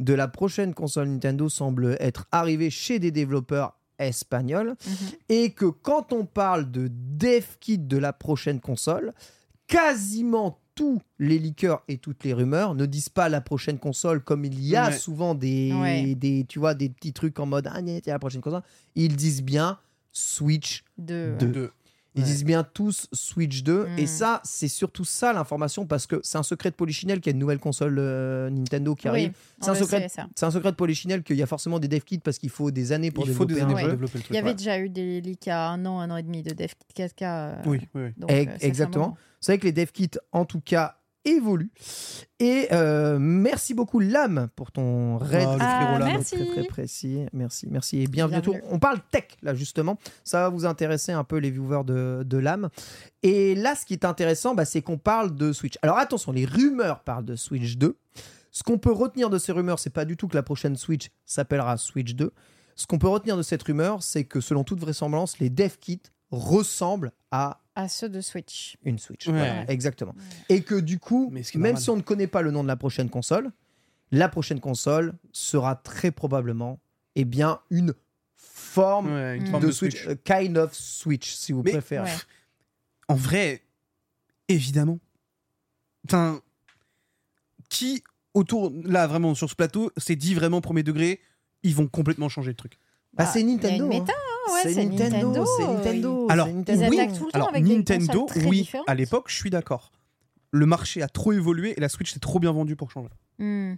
[SPEAKER 3] de la prochaine console Nintendo semblent être arrivés chez des développeurs espagnols
[SPEAKER 2] Mhm.
[SPEAKER 3] et que quand on parle de dev kit de la prochaine console, quasiment tous les leakers et toutes les rumeurs ne disent pas la prochaine console comme il y a
[SPEAKER 4] Ouais.
[SPEAKER 3] souvent des,
[SPEAKER 2] Ouais.
[SPEAKER 3] des tu vois des petits trucs en mode ah gna, gna, la prochaine console ils disent bien Switch
[SPEAKER 2] De...
[SPEAKER 3] Deux.
[SPEAKER 4] Deux.
[SPEAKER 3] ils
[SPEAKER 4] Ouais.
[SPEAKER 3] disent bien tous Switch 2.
[SPEAKER 2] Mm.
[SPEAKER 3] Et ça, c'est surtout ça l'information parce que c'est un secret de Polichinelle qu'il y a une nouvelle console euh, Nintendo qui
[SPEAKER 2] Oui,
[SPEAKER 3] arrive.
[SPEAKER 2] on
[SPEAKER 3] C'est un
[SPEAKER 2] le
[SPEAKER 3] secret.
[SPEAKER 2] sait, ça.
[SPEAKER 3] C'est un secret de Polichinelle qu'il y a forcément des dev kits parce qu'il faut des années pour
[SPEAKER 4] Il faut
[SPEAKER 3] développer un
[SPEAKER 4] des années
[SPEAKER 2] Ouais.
[SPEAKER 4] pour
[SPEAKER 3] jeu.
[SPEAKER 4] développer le
[SPEAKER 2] Il y
[SPEAKER 4] truc.
[SPEAKER 2] avait déjà eu des leaks à un an, un an et demi de Dev Kit 4K. euh,
[SPEAKER 4] Oui, oui, oui.
[SPEAKER 2] donc,
[SPEAKER 3] Ex-
[SPEAKER 2] euh, ça fait un
[SPEAKER 3] exactement.
[SPEAKER 2] moment.
[SPEAKER 3] C'est vrai que les dev kits, en tout cas, évoluent. Et euh, merci beaucoup, Lame, pour ton raid.
[SPEAKER 4] Ah, le
[SPEAKER 2] Ah, frérot Lame. merci.
[SPEAKER 3] Très, très précis. Merci, merci. Et bienvenue à toi.
[SPEAKER 2] Bienvenue.
[SPEAKER 3] On parle tech, là, justement. Ça va vous intéresser un peu, les viewers de, de Lame. Et là, ce qui est intéressant, bah, c'est qu'on parle de Switch. Alors attention, les rumeurs parlent de Switch 2. Ce qu'on peut retenir de ces rumeurs, c'est pas du tout que la prochaine Switch s'appellera Switch 2. Ce qu'on peut retenir de cette rumeur, c'est que selon toute vraisemblance, les dev kits ressemblent à
[SPEAKER 2] À ceux de Switch.
[SPEAKER 3] une Switch.
[SPEAKER 4] Ouais.
[SPEAKER 3] Voilà, exactement. Et que du coup,
[SPEAKER 4] Mais ce qui est
[SPEAKER 3] même
[SPEAKER 4] normal.
[SPEAKER 3] si on ne connaît pas le nom de la prochaine console, la prochaine console sera très probablement eh bien une forme
[SPEAKER 4] Ouais, une
[SPEAKER 2] Mm.
[SPEAKER 4] forme
[SPEAKER 3] de,
[SPEAKER 4] de
[SPEAKER 3] Switch,
[SPEAKER 4] Switch.
[SPEAKER 3] a kind of Switch si vous
[SPEAKER 4] Mais-
[SPEAKER 3] préférez.
[SPEAKER 2] Ouais.
[SPEAKER 4] En vrai, évidemment. Putain, qui autour, là vraiment sur ce plateau, s'est dit vraiment premier degré, ils vont complètement changer le truc.
[SPEAKER 3] Bah, c'est
[SPEAKER 2] il y a une
[SPEAKER 3] Nintendo. hein.
[SPEAKER 2] méta, hein, ouais, c'est Nintendo.
[SPEAKER 3] c'est Nintendo.
[SPEAKER 4] Alors,
[SPEAKER 3] c'est
[SPEAKER 2] Ils
[SPEAKER 3] Nintendo.
[SPEAKER 2] attaquent tout le temps
[SPEAKER 4] Alors
[SPEAKER 2] avec des
[SPEAKER 4] Nintendo,
[SPEAKER 2] consoles très
[SPEAKER 4] oui,
[SPEAKER 2] différentes.
[SPEAKER 4] à l'époque, je suis d'accord. Le marché a trop évolué et la Switch s'est trop bien vendue pour changer.
[SPEAKER 2] Hmm,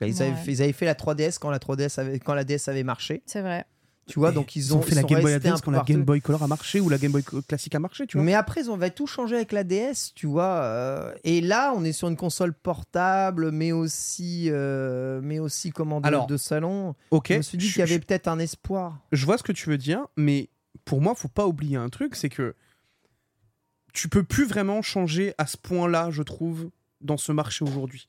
[SPEAKER 3] Ils, avaient,
[SPEAKER 2] Ouais.
[SPEAKER 3] ils avaient fait la 3DS quand la 3DS avait, quand la DS avait marché.
[SPEAKER 2] c'est vrai.
[SPEAKER 3] Tu vois, donc ils, ont
[SPEAKER 4] ont fait la
[SPEAKER 3] sont
[SPEAKER 4] Game Boy
[SPEAKER 3] restés un
[SPEAKER 4] Advance
[SPEAKER 3] peu
[SPEAKER 4] quand la
[SPEAKER 3] partout.
[SPEAKER 4] Game Boy Color a marché ou la Game Boy Co- classique a marché, tu vois.
[SPEAKER 3] Mais après, on va tout changer avec la DS, tu vois. euh, et là, on est sur une console portable, mais aussi, euh, mais aussi comment dire,
[SPEAKER 4] Alors,
[SPEAKER 3] de salon.
[SPEAKER 4] ok,
[SPEAKER 3] Je me suis dit
[SPEAKER 4] je-
[SPEAKER 3] qu'il y
[SPEAKER 4] je-
[SPEAKER 3] avait peut-être un espoir.
[SPEAKER 4] je vois ce que tu veux dire, mais pour moi, faut pas oublier un truc, c'est que tu peux plus vraiment changer à ce point-là, je trouve, dans ce marché aujourd'hui.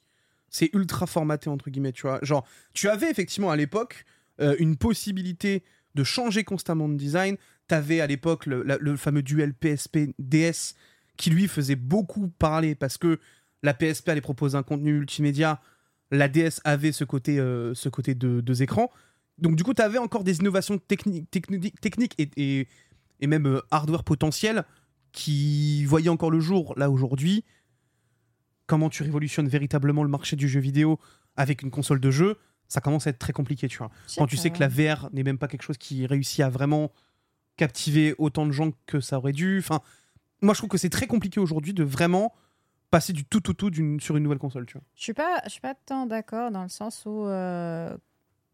[SPEAKER 4] C'est ultra formaté entre guillemets, tu vois. Genre, tu avais effectivement à l'époque euh, une possibilité de changer constamment de design. T'avais à l'époque le, la- le fameux duel PSP DS qui lui faisait beaucoup parler parce que la PSP allait proposer un contenu multimédia, la DS avait ce côté, euh, ce côté de deux écrans. Donc du coup, tu avais encore des innovations techniques, techni- techniques et, et, et même euh, hardware potentiel qui voyaient encore le jour là aujourd'hui. Comment tu révolutionnes véritablement le marché du jeu vidéo avec une console de jeu, ça commence à être très compliqué, tu vois. Quand tu sais que la VR n'est même pas quelque chose qui réussit à vraiment captiver autant de gens que ça aurait dû. Enfin, moi, je trouve que c'est très compliqué aujourd'hui de vraiment passer du tout tout tout d'une- sur une nouvelle console, tu vois.
[SPEAKER 2] Je suis pas, je suis pas tant d'accord dans le sens où euh,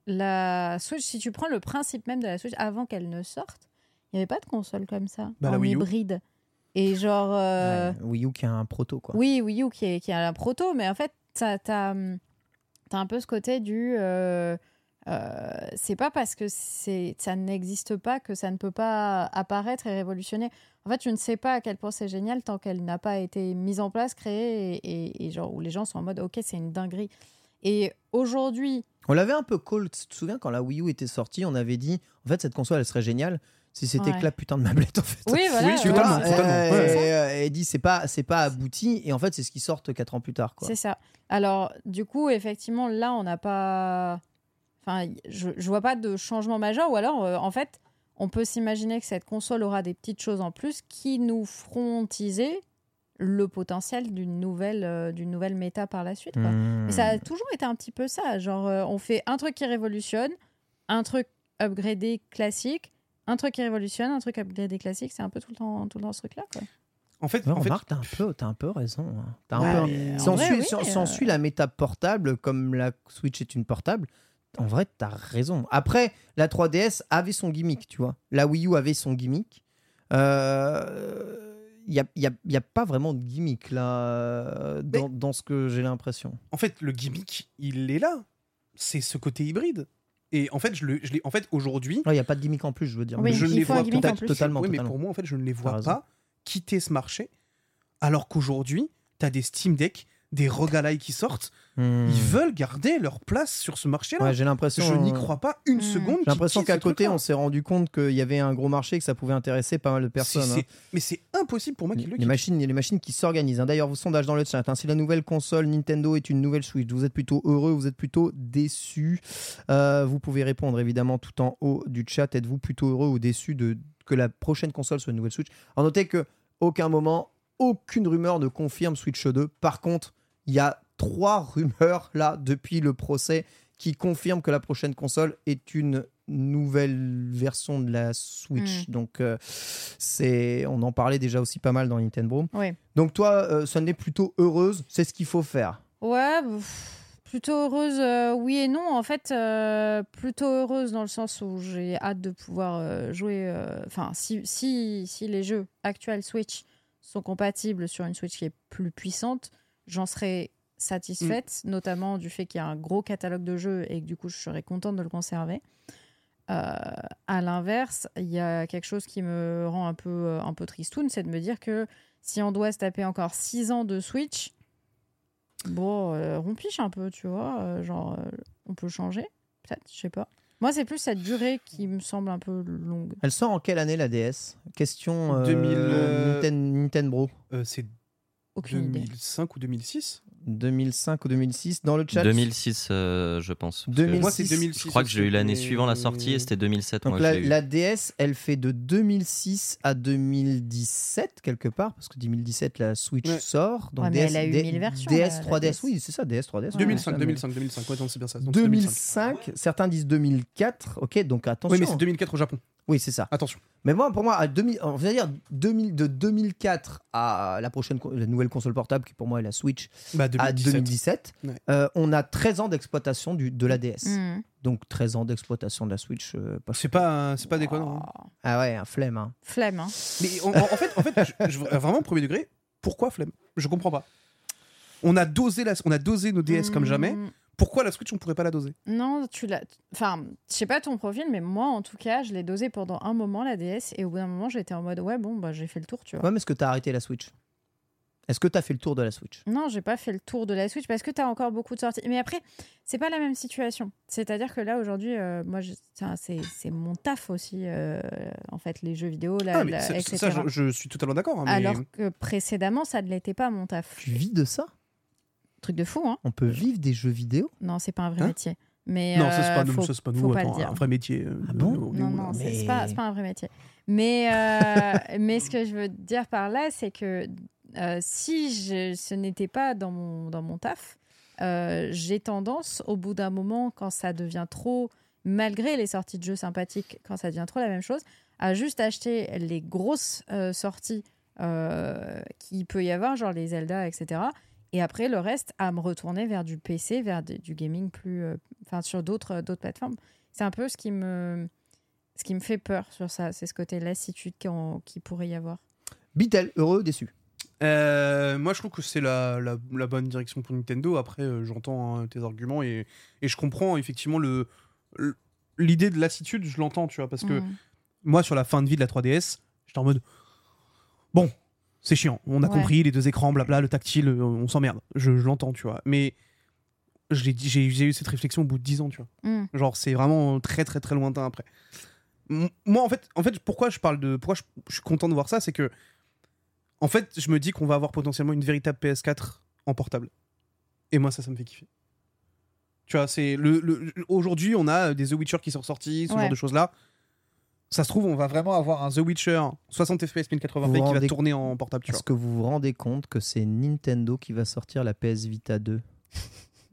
[SPEAKER 2] la Switch, si tu prends le principe même de la Switch avant qu'elle ne sorte, il n'y avait pas de console comme ça
[SPEAKER 4] Bah, la
[SPEAKER 2] en
[SPEAKER 4] Wii U.
[SPEAKER 2] hybride. Et genre, euh,
[SPEAKER 3] Ouais, Wii U qui a un proto, quoi.
[SPEAKER 2] oui, Wii U qui est, qui est un proto, mais en fait, t'as as, un peu ce côté du. euh, euh, c'est pas parce que c'est ça n'existe pas que ça ne peut pas apparaître et révolutionner. En fait, je ne sais pas à quel point c'est génial tant qu'elle n'a pas été mise en place, créée, et, et- et genre où les gens sont en mode ok, c'est une dinguerie. Et aujourd'hui,
[SPEAKER 3] On l'avait un peu call. Tu te souviens quand la Wii U était sortie, on avait dit en fait cette console elle serait géniale si c'était
[SPEAKER 2] Ouais.
[SPEAKER 3] que la putain de mablette en fait.
[SPEAKER 2] oui, voilà,
[SPEAKER 4] Oui,
[SPEAKER 3] Tu vois,
[SPEAKER 4] totalement,
[SPEAKER 3] euh,
[SPEAKER 4] totalement, ouais.
[SPEAKER 3] et, euh, et dit c'est pas c'est pas abouti et en fait c'est ce qui sort quatre ans plus tard quoi.
[SPEAKER 2] C'est ça. Alors, du coup, effectivement, là, on n'a pas. Enfin, y- je, je vois pas de changement majeur. Ou alors, euh, en fait, on peut s'imaginer que cette console aura des petites choses en plus qui nous feront teaser le potentiel d'une nouvelle, euh, d'une nouvelle méta par la suite. quoi.
[SPEAKER 3] Hmm.
[SPEAKER 2] Mais ça a toujours été un petit peu ça. Genre, euh, on fait un truc qui révolutionne, un truc upgradé classique, un truc qui révolutionne, un truc upgradé classique. C'est un peu tout le temps, tout le temps ce truc-là. quoi.
[SPEAKER 4] En fait,
[SPEAKER 3] Ouais,
[SPEAKER 4] en fait,
[SPEAKER 3] remarque, t'as un peu, t'as un peu raison. hein. T'as un
[SPEAKER 2] Ouais,
[SPEAKER 3] peu-
[SPEAKER 2] mais
[SPEAKER 3] Si
[SPEAKER 2] en
[SPEAKER 3] on
[SPEAKER 2] vrai,
[SPEAKER 3] suit,
[SPEAKER 2] oui,
[SPEAKER 3] si on- si
[SPEAKER 2] euh.
[SPEAKER 3] on suit la méta portable, comme la Switch est une portable, en vrai, t'as raison. Après, la 3DS avait son gimmick, tu vois. La Wii U avait son gimmick. Il n'y a, y a- y a pas vraiment de gimmick là euh, dans, dans ce que j'ai l'impression.
[SPEAKER 4] en fait, le gimmick, il est là. C'est ce côté hybride. Et en fait, je le, je l'ai- en fait aujourd'hui,
[SPEAKER 3] Il n'y a pas de gimmick en plus, je veux dire.
[SPEAKER 2] Oui,
[SPEAKER 4] je ne
[SPEAKER 2] il
[SPEAKER 4] les
[SPEAKER 2] faut un
[SPEAKER 4] vois
[SPEAKER 2] gimmick
[SPEAKER 4] pas.
[SPEAKER 2] en plus.
[SPEAKER 3] Totalement,
[SPEAKER 4] Oui, mais
[SPEAKER 3] totalement.
[SPEAKER 4] pour moi, en fait, je ne les
[SPEAKER 3] T'as
[SPEAKER 4] vois
[SPEAKER 3] raison.
[SPEAKER 4] pas quitter ce marché. Alors qu'aujourd'hui, tu as des Steam Deck, des Rogalai qui sortent.
[SPEAKER 3] Hmm.
[SPEAKER 4] Ils veulent garder leur place sur ce marché-là.
[SPEAKER 3] Ouais, j'ai l'impression. euh,
[SPEAKER 4] je n'y crois pas une
[SPEAKER 2] Mm.
[SPEAKER 4] seconde.
[SPEAKER 3] J'ai l'impression
[SPEAKER 4] qu'ils quittent
[SPEAKER 3] qu'à
[SPEAKER 4] ce
[SPEAKER 3] côté,
[SPEAKER 4] truc-là.
[SPEAKER 3] on s'est rendu compte qu'il y avait un gros marché et que ça pouvait intéresser pas mal de
[SPEAKER 4] C'est-
[SPEAKER 3] personnes. hein.
[SPEAKER 4] c'est- Mais c'est impossible pour moi
[SPEAKER 3] Les,
[SPEAKER 4] qu'ils le
[SPEAKER 3] les
[SPEAKER 4] quittent.
[SPEAKER 3] machines, les machines qui s'organisent. hein. D'ailleurs, vos sondages dans le chat. hein. Si la nouvelle console Nintendo est une nouvelle Switch, vous êtes plutôt heureux, vous êtes plutôt déçu. vous pouvez répondre évidemment tout en haut du chat. Êtes-vous plutôt heureux ou déçu de que la prochaine console soit une nouvelle Switch En notez que aucun moment, aucune rumeur ne confirme Switch 2. Par contre, il y a trois rumeurs là depuis le procès qui confirment que la prochaine console est une nouvelle version de la Switch. Donc, euh, c'est, on en parlait déjà aussi pas mal dans Nintendo.
[SPEAKER 2] Ouais.
[SPEAKER 3] Donc toi, euh, Sunday plutôt heureuse, c'est ce qu'il faut faire.
[SPEAKER 2] Ouais, pff, plutôt heureuse, euh, oui et non. En fait, euh, plutôt heureuse dans le sens où j'ai hâte de pouvoir euh, jouer. euh, Enfin, si, si, si les jeux actuels Switch sont compatibles sur une Switch qui est plus puissante, j'en serais satisfaite, notamment du fait qu'il y a un gros catalogue de jeux et que du coup, je serais contente de le conserver. Euh, à l'inverse, il y a quelque chose qui me rend un peu, euh, un peu tristoun, c'est de me dire que si on doit se taper encore 6 ans de Switch, bon, euh, on piche un peu, tu vois. euh, genre, euh, on peut changer, peut-être, je sais pas. Moi, c'est plus cette durée qui me semble un peu longue.
[SPEAKER 3] Elle sort en quelle année la DS Question euh,
[SPEAKER 4] 2000, euh,
[SPEAKER 3] Ninten- Nintendo.
[SPEAKER 4] Euh, c'est
[SPEAKER 2] Aucune idée.
[SPEAKER 4] 2005 ou 2006
[SPEAKER 3] 2005 ou 2006 dans le chat.
[SPEAKER 7] 2006, euh, je pense. parce que
[SPEAKER 3] 2006. Moi, c'est
[SPEAKER 7] Je
[SPEAKER 3] 2006
[SPEAKER 7] crois que j'ai eu l'année
[SPEAKER 3] aussi, mais-
[SPEAKER 7] suivant la sortie et c'était 2007.
[SPEAKER 3] Donc
[SPEAKER 7] moi,
[SPEAKER 3] la,
[SPEAKER 7] j'ai eu.
[SPEAKER 3] la DS, elle fait de 2006 à 2017 quelque part parce que 2017 la Switch
[SPEAKER 4] Ouais.
[SPEAKER 3] sort. Donc
[SPEAKER 2] Ouais, mais
[SPEAKER 3] DS,
[SPEAKER 2] elle a eu
[SPEAKER 3] D-
[SPEAKER 2] mille versions,
[SPEAKER 3] DS,
[SPEAKER 2] la- la
[SPEAKER 3] 3DS,
[SPEAKER 2] DS.
[SPEAKER 3] oui c'est ça DS, 3DS.
[SPEAKER 4] 2005,
[SPEAKER 3] ouais.
[SPEAKER 4] 2005, 2005. Ouais, non, c'est bien ça. Donc, c'est 2005.
[SPEAKER 3] 2005, certains disent 2004. Ok donc attention.
[SPEAKER 4] Oui, mais c'est 2004 au Japon.
[SPEAKER 3] Oui, c'est ça.
[SPEAKER 4] Attention.
[SPEAKER 3] Mais moi, pour moi, à 2000, on va dire 2000, de 2004 à la prochaine, co- la nouvelle console portable qui pour moi est la Switch,
[SPEAKER 2] Ah,
[SPEAKER 4] Bah,
[SPEAKER 3] à
[SPEAKER 4] 2017.
[SPEAKER 3] 2017,
[SPEAKER 4] Ouais.
[SPEAKER 3] euh, on a 13 ans d'exploitation du- de la DS.
[SPEAKER 2] Hmm.
[SPEAKER 3] Donc 13 ans d'exploitation de la Switch. euh, pas-
[SPEAKER 4] C'est pas, c'est pas déconnant. hein.
[SPEAKER 2] Oh,
[SPEAKER 3] Ah ouais, un flemme. hein.
[SPEAKER 2] Flemme. hein.
[SPEAKER 4] Mais en, en- en fait, en fait je- je- vraiment, premier degré, pourquoi flemme Je comprends pas. On a dosé, la, on a dosé nos DS comme jamais.
[SPEAKER 2] Hmm.
[SPEAKER 4] Pourquoi la Switch, on pourrait pas la doser
[SPEAKER 2] Non, tu l'as. Enfin, je sais pas ton profil, mais moi, en tout cas, je l'ai dosé pendant un moment, la DS, et au bout d'un moment, j'étais en mode, ouais, bon, bah, j'ai fait le tour, tu vois.
[SPEAKER 3] Ouais, mais est-ce que t'as arrêté la Switch Est-ce que t'as fait le tour de la Switch
[SPEAKER 2] Non, j'ai pas fait le tour de la Switch parce que t'as encore beaucoup de sorties. Mais après, c'est pas la même situation. C'est-à-dire que là, aujourd'hui, euh, moi, je- tiens, c'est c'est mon taf aussi, euh, en fait, les jeux vidéo, la,
[SPEAKER 4] Ah, mais
[SPEAKER 2] la-
[SPEAKER 4] ça,
[SPEAKER 2] Euh, etc.
[SPEAKER 4] ça, je, je suis totalement d'accord. hein, mais-
[SPEAKER 2] Alors que précédemment, ça ne l'était pas, mon taf.
[SPEAKER 3] Tu vis de ça
[SPEAKER 2] Truc de fou, hein
[SPEAKER 3] On peut vivre des jeux vidéo
[SPEAKER 2] Non, c'est pas un vrai
[SPEAKER 4] Hein
[SPEAKER 2] métier. Mais,
[SPEAKER 4] Non, ça, c'est
[SPEAKER 2] euh,
[SPEAKER 4] pas, nous,
[SPEAKER 2] faut-
[SPEAKER 4] ça, c'est pas
[SPEAKER 2] faut
[SPEAKER 4] nous.
[SPEAKER 2] pas
[SPEAKER 4] attends,
[SPEAKER 2] le dire.
[SPEAKER 4] un vrai métier. euh,
[SPEAKER 3] Ah bon
[SPEAKER 4] on est
[SPEAKER 2] Non,
[SPEAKER 4] où, là
[SPEAKER 2] non, c'est-
[SPEAKER 3] mais-
[SPEAKER 2] c'est pas, c'est pas un vrai métier. Mais, euh, mais ce que je veux dire par là, c'est que euh, si je- ce n'était pas dans mon, dans mon taf, euh, j'ai tendance, au bout d'un moment, quand ça devient trop, malgré les sorties de jeux sympathiques, quand ça devient trop la même chose, à juste acheter les grosses euh, sorties euh, qu'il peut y avoir, genre les Zelda, etc. Et après, le reste, à me retourner vers du PC, vers des- du gaming plus. euh, Enfin, sur d'autres d'autres plateformes. C'est un peu ce qui me. Ce qui me fait peur sur ça, c'est ce côté lassitude qui, en- qui pourrait y avoir.
[SPEAKER 3] Bitel, heureux, déçu.
[SPEAKER 4] Euh, moi, je trouve que c'est la, la- la bonne direction pour Nintendo. Après, euh, j'entends hein, tes arguments et, et je comprends effectivement le le- l'idée de lassitude. Je l'entends, tu vois, parce que
[SPEAKER 2] Mm.
[SPEAKER 4] moi, sur la fin de vie de la 3DS, j'étais en mode bon, c'est chiant. On a
[SPEAKER 2] Ouais.
[SPEAKER 4] compris les deux écrans, blabla, le tactile, euh, on s'emmerde. Je, je l'entends, tu vois. Mais je l'ai dit- j'ai j'ai eu cette réflexion au bout de 10 ans, tu vois.
[SPEAKER 2] Mm.
[SPEAKER 4] Genre, c'est vraiment très, très, très lointain après. M- Moi, en fait, en fait, pourquoi je parle de. Pourquoi je, je suis content de voir ça, c'est que. En fait, je me dis qu'on va avoir potentiellement une véritable PS4 en portable. Et moi, ça, ça me fait kiffer. Tu vois, c'est. Le, le- Aujourd'hui, on a des The Witcher qui sont sortis, ce
[SPEAKER 2] Ouais.
[SPEAKER 4] genre de choses-là. Ça se trouve, on va vraiment avoir un The Witcher 60 FPS 1080p
[SPEAKER 3] Vous
[SPEAKER 4] qui
[SPEAKER 3] vous
[SPEAKER 4] va
[SPEAKER 3] rendez-
[SPEAKER 4] tourner en portable, tu vois.
[SPEAKER 3] Est-ce que vous vous rendez compte que c'est Nintendo qui va sortir la PS Vita 2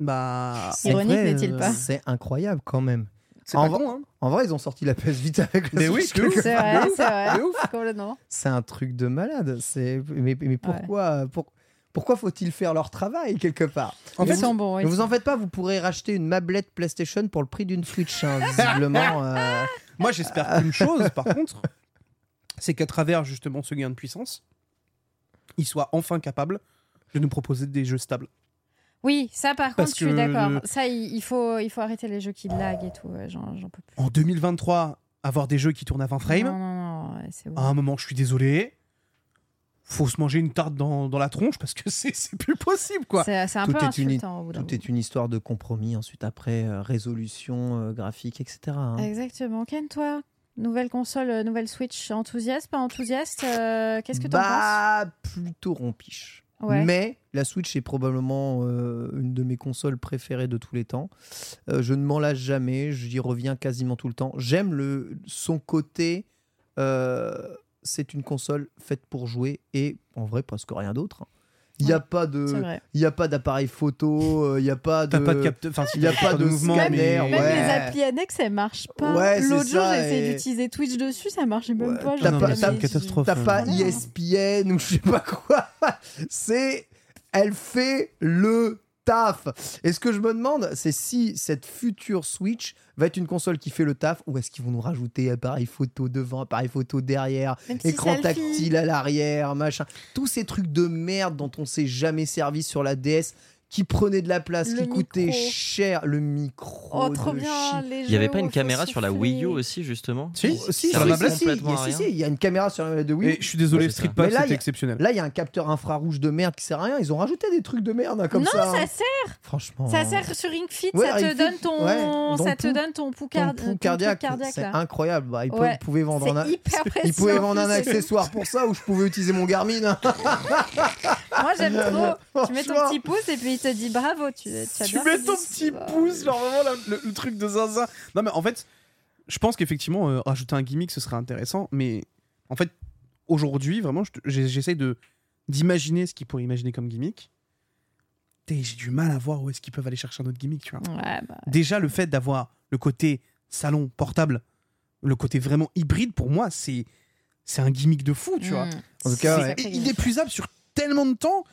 [SPEAKER 4] Bah.
[SPEAKER 2] C'est Ironique,
[SPEAKER 3] En vrai,
[SPEAKER 2] n'est-il
[SPEAKER 3] euh,
[SPEAKER 2] pas
[SPEAKER 3] C'est incroyable quand même.
[SPEAKER 4] C'est
[SPEAKER 3] En
[SPEAKER 4] pas
[SPEAKER 3] vrai-
[SPEAKER 4] con, hein.
[SPEAKER 3] En vrai, ils ont sorti la PS Vita avec la
[SPEAKER 4] Mais oui,
[SPEAKER 3] Switch
[SPEAKER 4] de ouf.
[SPEAKER 3] quelque
[SPEAKER 2] C'est
[SPEAKER 3] part.
[SPEAKER 2] vrai, c'est vrai.
[SPEAKER 4] De ouf.
[SPEAKER 2] Complètement.
[SPEAKER 3] C'est un truc de malade. C'est mais, mais pourquoi pour- pourquoi faut-il faire leur travail quelque part
[SPEAKER 4] En
[SPEAKER 2] Ils
[SPEAKER 4] fait,
[SPEAKER 2] sont bons, oui.
[SPEAKER 3] Ne vous en faites pas, vous pourrez racheter une mablette PlayStation pour le prix d'une Switch. hein, visiblement, euh,
[SPEAKER 4] Moi, j'espère qu'une chose, par contre, c'est qu'à travers justement ce gain de puissance, ils soient enfin capables de nous proposer des jeux stables.
[SPEAKER 2] Oui, ça par
[SPEAKER 4] Parce
[SPEAKER 2] contre, je suis
[SPEAKER 4] que-
[SPEAKER 2] d'accord. Ça, il, il faut, il faut arrêter les jeux qui lag et tout. ouais, J'en j'en peux plus.
[SPEAKER 4] En 2023, avoir des jeux qui tournent à 20 frames,
[SPEAKER 2] Non, non, non, ouais, c'est bon.
[SPEAKER 3] Ah,
[SPEAKER 4] à un moment, je suis désolé, faut se manger une tarte dans, dans la tronche parce que c'est c'est plus possible, quoi.
[SPEAKER 2] C'est c'est un
[SPEAKER 3] Tout
[SPEAKER 2] peu
[SPEAKER 3] est une-
[SPEAKER 2] insultant au bout d'un
[SPEAKER 3] tout est une histoire de compromis. Ensuite, après euh, résolution euh, graphique, etc. hein.
[SPEAKER 2] moment. Exactement. Ken, toi, nouvelle console, euh, nouvelle Switch, enthousiaste, pas enthousiaste euh, Qu'est-ce que t'en
[SPEAKER 3] bah, plutôt rompiche.
[SPEAKER 2] penses Ouais.
[SPEAKER 3] Mais la Switch est probablement euh, une de mes consoles préférées de tous les temps. Euh, je ne m'en lasse jamais, j'y reviens quasiment tout le temps. J'aime le son côté. euh, c'est une console faite pour jouer et en vrai presque rien d'autre. hein. Il n'y a pas
[SPEAKER 2] C'est
[SPEAKER 3] de,
[SPEAKER 2] vrai.
[SPEAKER 3] il y a pas d'appareil photo, euh, il n'y a pas de.
[SPEAKER 4] T'as pas de capteur, enfin, si
[SPEAKER 3] y a
[SPEAKER 4] t'as
[SPEAKER 3] pas
[SPEAKER 4] capteur
[SPEAKER 3] de
[SPEAKER 4] mouvement,
[SPEAKER 2] scanner,
[SPEAKER 4] mais.
[SPEAKER 2] Même
[SPEAKER 3] ouais.
[SPEAKER 2] les applis annexes, elles marchent pas.
[SPEAKER 3] Ouais, c'est
[SPEAKER 2] L'autre jour,
[SPEAKER 3] ça,
[SPEAKER 2] j'ai essayé
[SPEAKER 3] et-
[SPEAKER 2] d'utiliser Twitch dessus, ça marchait même
[SPEAKER 3] Ouais,
[SPEAKER 2] pas.
[SPEAKER 3] t'as
[SPEAKER 2] genre,
[SPEAKER 3] pas-
[SPEAKER 2] mais
[SPEAKER 3] t'as-
[SPEAKER 2] j'ai-
[SPEAKER 4] catastrophe.
[SPEAKER 3] T'as pas E
[SPEAKER 2] Voilà.
[SPEAKER 3] ESPN ou je sais pas quoi. C'est. Elle fait le taf. Et ce que je me demande, c'est si cette future Switch va être une console qui fait le taf ou est-ce qu'ils vont nous rajouter appareil photo devant, appareil photo derrière,
[SPEAKER 2] Même si
[SPEAKER 3] écran
[SPEAKER 2] selfie.
[SPEAKER 3] tactile à l'arrière, machin. Tous ces trucs de merde dont on s'est jamais servi sur la DS qui prenaient de la place,
[SPEAKER 2] Le
[SPEAKER 3] qui coûtaient
[SPEAKER 2] micro.
[SPEAKER 3] cher, le micro.
[SPEAKER 2] Oh, trop
[SPEAKER 3] de
[SPEAKER 2] bien.
[SPEAKER 3] chi-
[SPEAKER 2] les
[SPEAKER 7] Il n'y avait
[SPEAKER 2] jeux
[SPEAKER 7] pas
[SPEAKER 2] où
[SPEAKER 7] une
[SPEAKER 2] faut
[SPEAKER 7] caméra sur la
[SPEAKER 2] souffler.
[SPEAKER 7] Wii U aussi, justement
[SPEAKER 4] Si,
[SPEAKER 7] Ça
[SPEAKER 3] Oh, Si, si,
[SPEAKER 7] servait
[SPEAKER 3] si, si,
[SPEAKER 7] complètement à
[SPEAKER 3] si,
[SPEAKER 7] rien.
[SPEAKER 3] si, il y a une caméra sur la de Wii.
[SPEAKER 4] Et Eh, je suis désolé,
[SPEAKER 7] Ouais, c'est
[SPEAKER 4] Street
[SPEAKER 7] ça.
[SPEAKER 3] Mais
[SPEAKER 4] Pass,
[SPEAKER 3] là, y
[SPEAKER 4] c'était
[SPEAKER 3] a-
[SPEAKER 2] Ah
[SPEAKER 4] exceptionnel.
[SPEAKER 3] Là, il y a un capteur infrarouge de merde qui sert à rien. Ils ont rajouté des trucs de merde hein, comme
[SPEAKER 2] non,
[SPEAKER 3] ça. hein.
[SPEAKER 2] ça sert,
[SPEAKER 3] Franchement.
[SPEAKER 7] Oh.
[SPEAKER 2] ça sert sur Ring Fit,
[SPEAKER 3] Ouais,
[SPEAKER 2] ça
[SPEAKER 3] Ring
[SPEAKER 2] te
[SPEAKER 3] Fit,
[SPEAKER 2] donne ton,
[SPEAKER 3] ouais, dans
[SPEAKER 2] ça
[SPEAKER 3] le
[SPEAKER 2] te
[SPEAKER 3] pouls.
[SPEAKER 2] donne ton pouls,
[SPEAKER 3] Ton
[SPEAKER 2] car-
[SPEAKER 3] pouls
[SPEAKER 2] ton truc
[SPEAKER 3] cardiaque,
[SPEAKER 2] cardiaque,
[SPEAKER 3] c'est
[SPEAKER 2] là.
[SPEAKER 3] incroyable. Bah, ils, peuvent-
[SPEAKER 2] Ouais.
[SPEAKER 3] pouvaient vendre un,
[SPEAKER 2] C'est hyper
[SPEAKER 3] ils pouvaient
[SPEAKER 2] précieux,
[SPEAKER 3] vendre un
[SPEAKER 2] c'est-
[SPEAKER 3] accessoire pour ça ou je pouvais utiliser mon Garmin. hein.
[SPEAKER 2] Moi j'aime trop. Tu mets ton
[SPEAKER 3] Franchement.
[SPEAKER 2] petit pouce et puis te dis bravo, tu, tu as
[SPEAKER 4] tu
[SPEAKER 2] bien
[SPEAKER 4] mets
[SPEAKER 2] fait
[SPEAKER 4] ton
[SPEAKER 2] du
[SPEAKER 4] petit
[SPEAKER 2] sport.
[SPEAKER 4] pouce, genre vraiment la- le, le truc de zinzin. Non, mais en fait, je pense qu'effectivement, euh, rajouter un gimmick, ce serait intéressant. Mais en fait, aujourd'hui, vraiment, je te- j'ai- j'essaie de d'imaginer ce qu'ils pourraient imaginer comme gimmick. Putain, J'ai du mal à voir où est-ce qu'ils peuvent aller chercher un autre gimmick, tu vois.
[SPEAKER 2] Ouais, bah,
[SPEAKER 4] Déjà, le fait d'avoir le côté salon portable, le côté vraiment hybride, pour moi, c'est c'est un gimmick de fou, tu vois.
[SPEAKER 2] hmm.
[SPEAKER 3] En tout
[SPEAKER 4] C'est
[SPEAKER 3] cas, ouais.
[SPEAKER 4] inépuisable sur tellement de temps.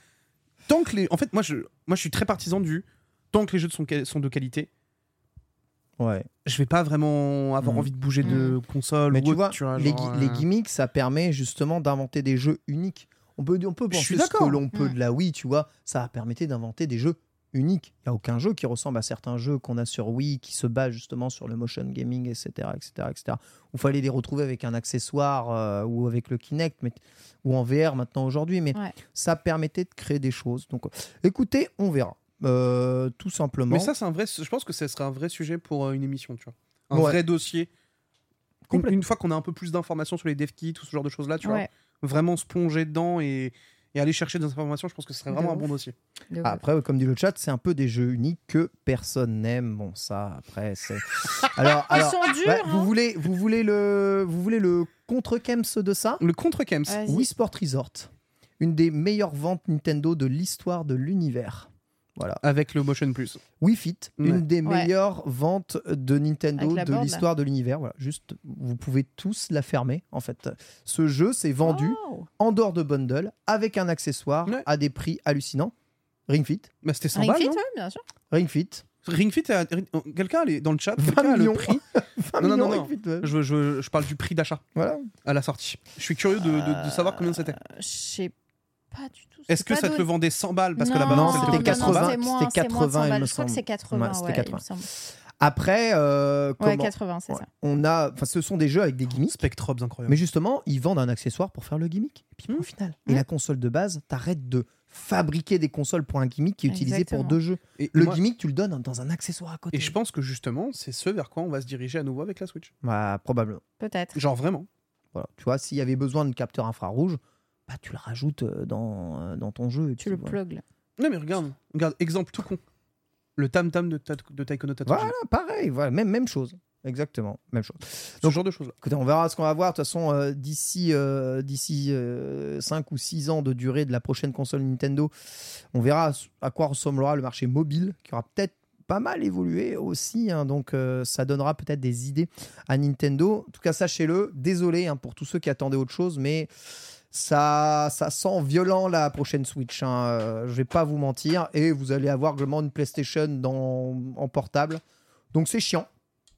[SPEAKER 4] Tant que les... En fait, moi je, moi, je suis très partisan du. Tant que les jeux de sont, quali- sont de qualité,
[SPEAKER 3] Ouais.
[SPEAKER 4] je vais pas vraiment avoir
[SPEAKER 3] Mhm.
[SPEAKER 4] envie de bouger de console.
[SPEAKER 3] Mais
[SPEAKER 4] ou
[SPEAKER 3] tu
[SPEAKER 4] autre,
[SPEAKER 3] vois, les,
[SPEAKER 4] genre,
[SPEAKER 3] gui-
[SPEAKER 4] euh,
[SPEAKER 3] les gimmicks, ça permet justement d'inventer des jeux uniques. On peut, on peut
[SPEAKER 4] Je suis
[SPEAKER 3] penser ce que
[SPEAKER 4] d'accord.
[SPEAKER 3] l'on peut
[SPEAKER 2] Mm.
[SPEAKER 3] de la Wii, tu vois. Ça permettait d'inventer des jeux uniques. Il n'y a aucun jeu qui ressemble à certains jeux qu'on a sur Wii, qui se basent justement sur le motion gaming, etc. etc., etc. Où fallait les retrouver avec un accessoire euh, ou avec le Kinect, mais, ou en VR maintenant aujourd'hui. Mais
[SPEAKER 2] Ouais.
[SPEAKER 3] ça permettait de créer des choses. Donc euh, écoutez, on verra. Euh, tout simplement.
[SPEAKER 4] Mais ça, c'est un vrai. Je pense que ce serait un vrai sujet pour euh, une émission, tu vois. Un
[SPEAKER 3] Ouais.
[SPEAKER 4] vrai dossier. Qu'on-
[SPEAKER 3] Complètement.
[SPEAKER 4] Une fois qu'on a un peu plus d'informations sur les dev kits, tout ce genre de choses là, tu
[SPEAKER 2] Ouais,
[SPEAKER 4] vois, vraiment se plonger dedans et, et aller chercher des informations, je pense que ce serait
[SPEAKER 2] De
[SPEAKER 4] vraiment un
[SPEAKER 2] ouf.
[SPEAKER 4] bon dossier.
[SPEAKER 2] de ouf.
[SPEAKER 3] Après, comme dit le chat, c'est un peu des jeux uniques que personne n'aime. Bon, ça, après, c'est. Alors,
[SPEAKER 2] Ils
[SPEAKER 3] alors,
[SPEAKER 2] sont durs.
[SPEAKER 3] ouais,
[SPEAKER 2] hein.
[SPEAKER 3] vous voulez, vous voulez le, vous voulez le contre-kems de ça
[SPEAKER 4] Le contre Kems.
[SPEAKER 2] Vas-y.
[SPEAKER 3] Wii Sport Resort, une des meilleures ventes Nintendo de l'histoire de l'univers. Voilà.
[SPEAKER 4] Avec le Motion Plus.
[SPEAKER 3] Wii Fit,
[SPEAKER 4] Ouais.
[SPEAKER 3] une des
[SPEAKER 2] Ouais.
[SPEAKER 3] meilleures ventes de Nintendo
[SPEAKER 2] Avec la
[SPEAKER 3] de
[SPEAKER 2] borne, là.
[SPEAKER 3] l'histoire de l'univers. Voilà, juste, vous pouvez tous la fermer en fait. Ce jeu s'est vendu
[SPEAKER 2] Oh.
[SPEAKER 3] en dehors de bundle avec un accessoire
[SPEAKER 4] Ouais.
[SPEAKER 3] à des prix hallucinants. Ring Fit,
[SPEAKER 4] Bah, c'était 100
[SPEAKER 2] Ring
[SPEAKER 4] balles.
[SPEAKER 2] Fit,
[SPEAKER 4] non
[SPEAKER 2] ouais, bien sûr.
[SPEAKER 3] Ring Fit,
[SPEAKER 4] Ring Fit, a- Ring- oh, quelqu'un est dans le chat,
[SPEAKER 3] 20
[SPEAKER 4] quelqu'un a le
[SPEAKER 3] millions.
[SPEAKER 4] prix.
[SPEAKER 3] 20
[SPEAKER 4] Non, non,
[SPEAKER 3] millions
[SPEAKER 4] non, non.
[SPEAKER 3] Ring Fit, ouais.
[SPEAKER 4] Je, je, je parle du prix d'achat
[SPEAKER 3] Voilà.
[SPEAKER 4] à la sortie. Je suis curieux de, de- de savoir combien c'était.
[SPEAKER 2] Euh, Je sais pas du tout.
[SPEAKER 4] Est-ce que ça te le vendait 100 balles Parce que la
[SPEAKER 2] Non,
[SPEAKER 4] balance
[SPEAKER 3] c'était
[SPEAKER 4] elle te
[SPEAKER 2] non, non,
[SPEAKER 4] coûtait 100
[SPEAKER 2] non,
[SPEAKER 4] balles.
[SPEAKER 2] c'est moins,
[SPEAKER 3] C'était
[SPEAKER 2] c'est moins de
[SPEAKER 3] 80,
[SPEAKER 2] 100
[SPEAKER 3] il
[SPEAKER 2] balles.
[SPEAKER 3] me
[SPEAKER 2] Je crois que
[SPEAKER 3] semble.
[SPEAKER 2] c'est 80.
[SPEAKER 3] Ouais, c'était
[SPEAKER 2] ouais, il me
[SPEAKER 3] 80.
[SPEAKER 2] semble.
[SPEAKER 3] Après, euh,
[SPEAKER 2] Ouais,
[SPEAKER 3] comment-
[SPEAKER 2] 80, c'est
[SPEAKER 3] ouais,
[SPEAKER 2] ça.
[SPEAKER 3] on a, enfin, ce sont des jeux avec des gimmicks,
[SPEAKER 4] Spectrobes, incroyable.
[SPEAKER 3] mais justement, ils vendent un accessoire pour faire le gimmick. Et puis,
[SPEAKER 4] Hmm.
[SPEAKER 3] au final, et la console de base, t'arrêtes de fabriquer des consoles pour un gimmick qui est utilisé
[SPEAKER 2] Exactement.
[SPEAKER 3] pour deux jeux.
[SPEAKER 4] Et
[SPEAKER 3] Le
[SPEAKER 4] moi-
[SPEAKER 3] gimmick, tu le donnes dans un accessoire à côté.
[SPEAKER 4] Et je pense que justement, c'est ce vers quoi on va se diriger à nouveau avec la Switch.
[SPEAKER 3] Bah, probablement.
[SPEAKER 2] Peut-être.
[SPEAKER 4] Genre vraiment.
[SPEAKER 3] Voilà. Tu vois, s'il y avait besoin de capteur infrarouge, bah, tu le rajoutes euh, dans, euh, dans ton jeu. et puis
[SPEAKER 2] Tu le
[SPEAKER 3] voilà.
[SPEAKER 2] plugues.
[SPEAKER 4] Non mais regarde, regarde, exemple tout con. Le tam tam de, Ta- de Taiko no Tatsujin.
[SPEAKER 3] Voilà, pareil, voilà, même, même chose. Exactement, même chose.
[SPEAKER 4] Ce
[SPEAKER 3] Donc-
[SPEAKER 4] genre de choses là.
[SPEAKER 3] Écoutez, on verra ce qu'on va voir. De toute façon, euh, d'ici euh, d'ici 5 ou 6 ans de durée de la prochaine console Nintendo, on verra à quoi ressemblera le marché mobile, qui aura peut-être pas mal évolué aussi. hein. donc, euh, ça donnera peut-être des idées à Nintendo. En tout cas, sachez-le. Désolé hein, pour tous ceux qui attendaient autre chose, mais ça, ça sent violent la prochaine Switch. hein. Euh, je vais pas vous mentir. Et vous allez avoir globalement une PlayStation dans, en portable. Donc, c'est chiant.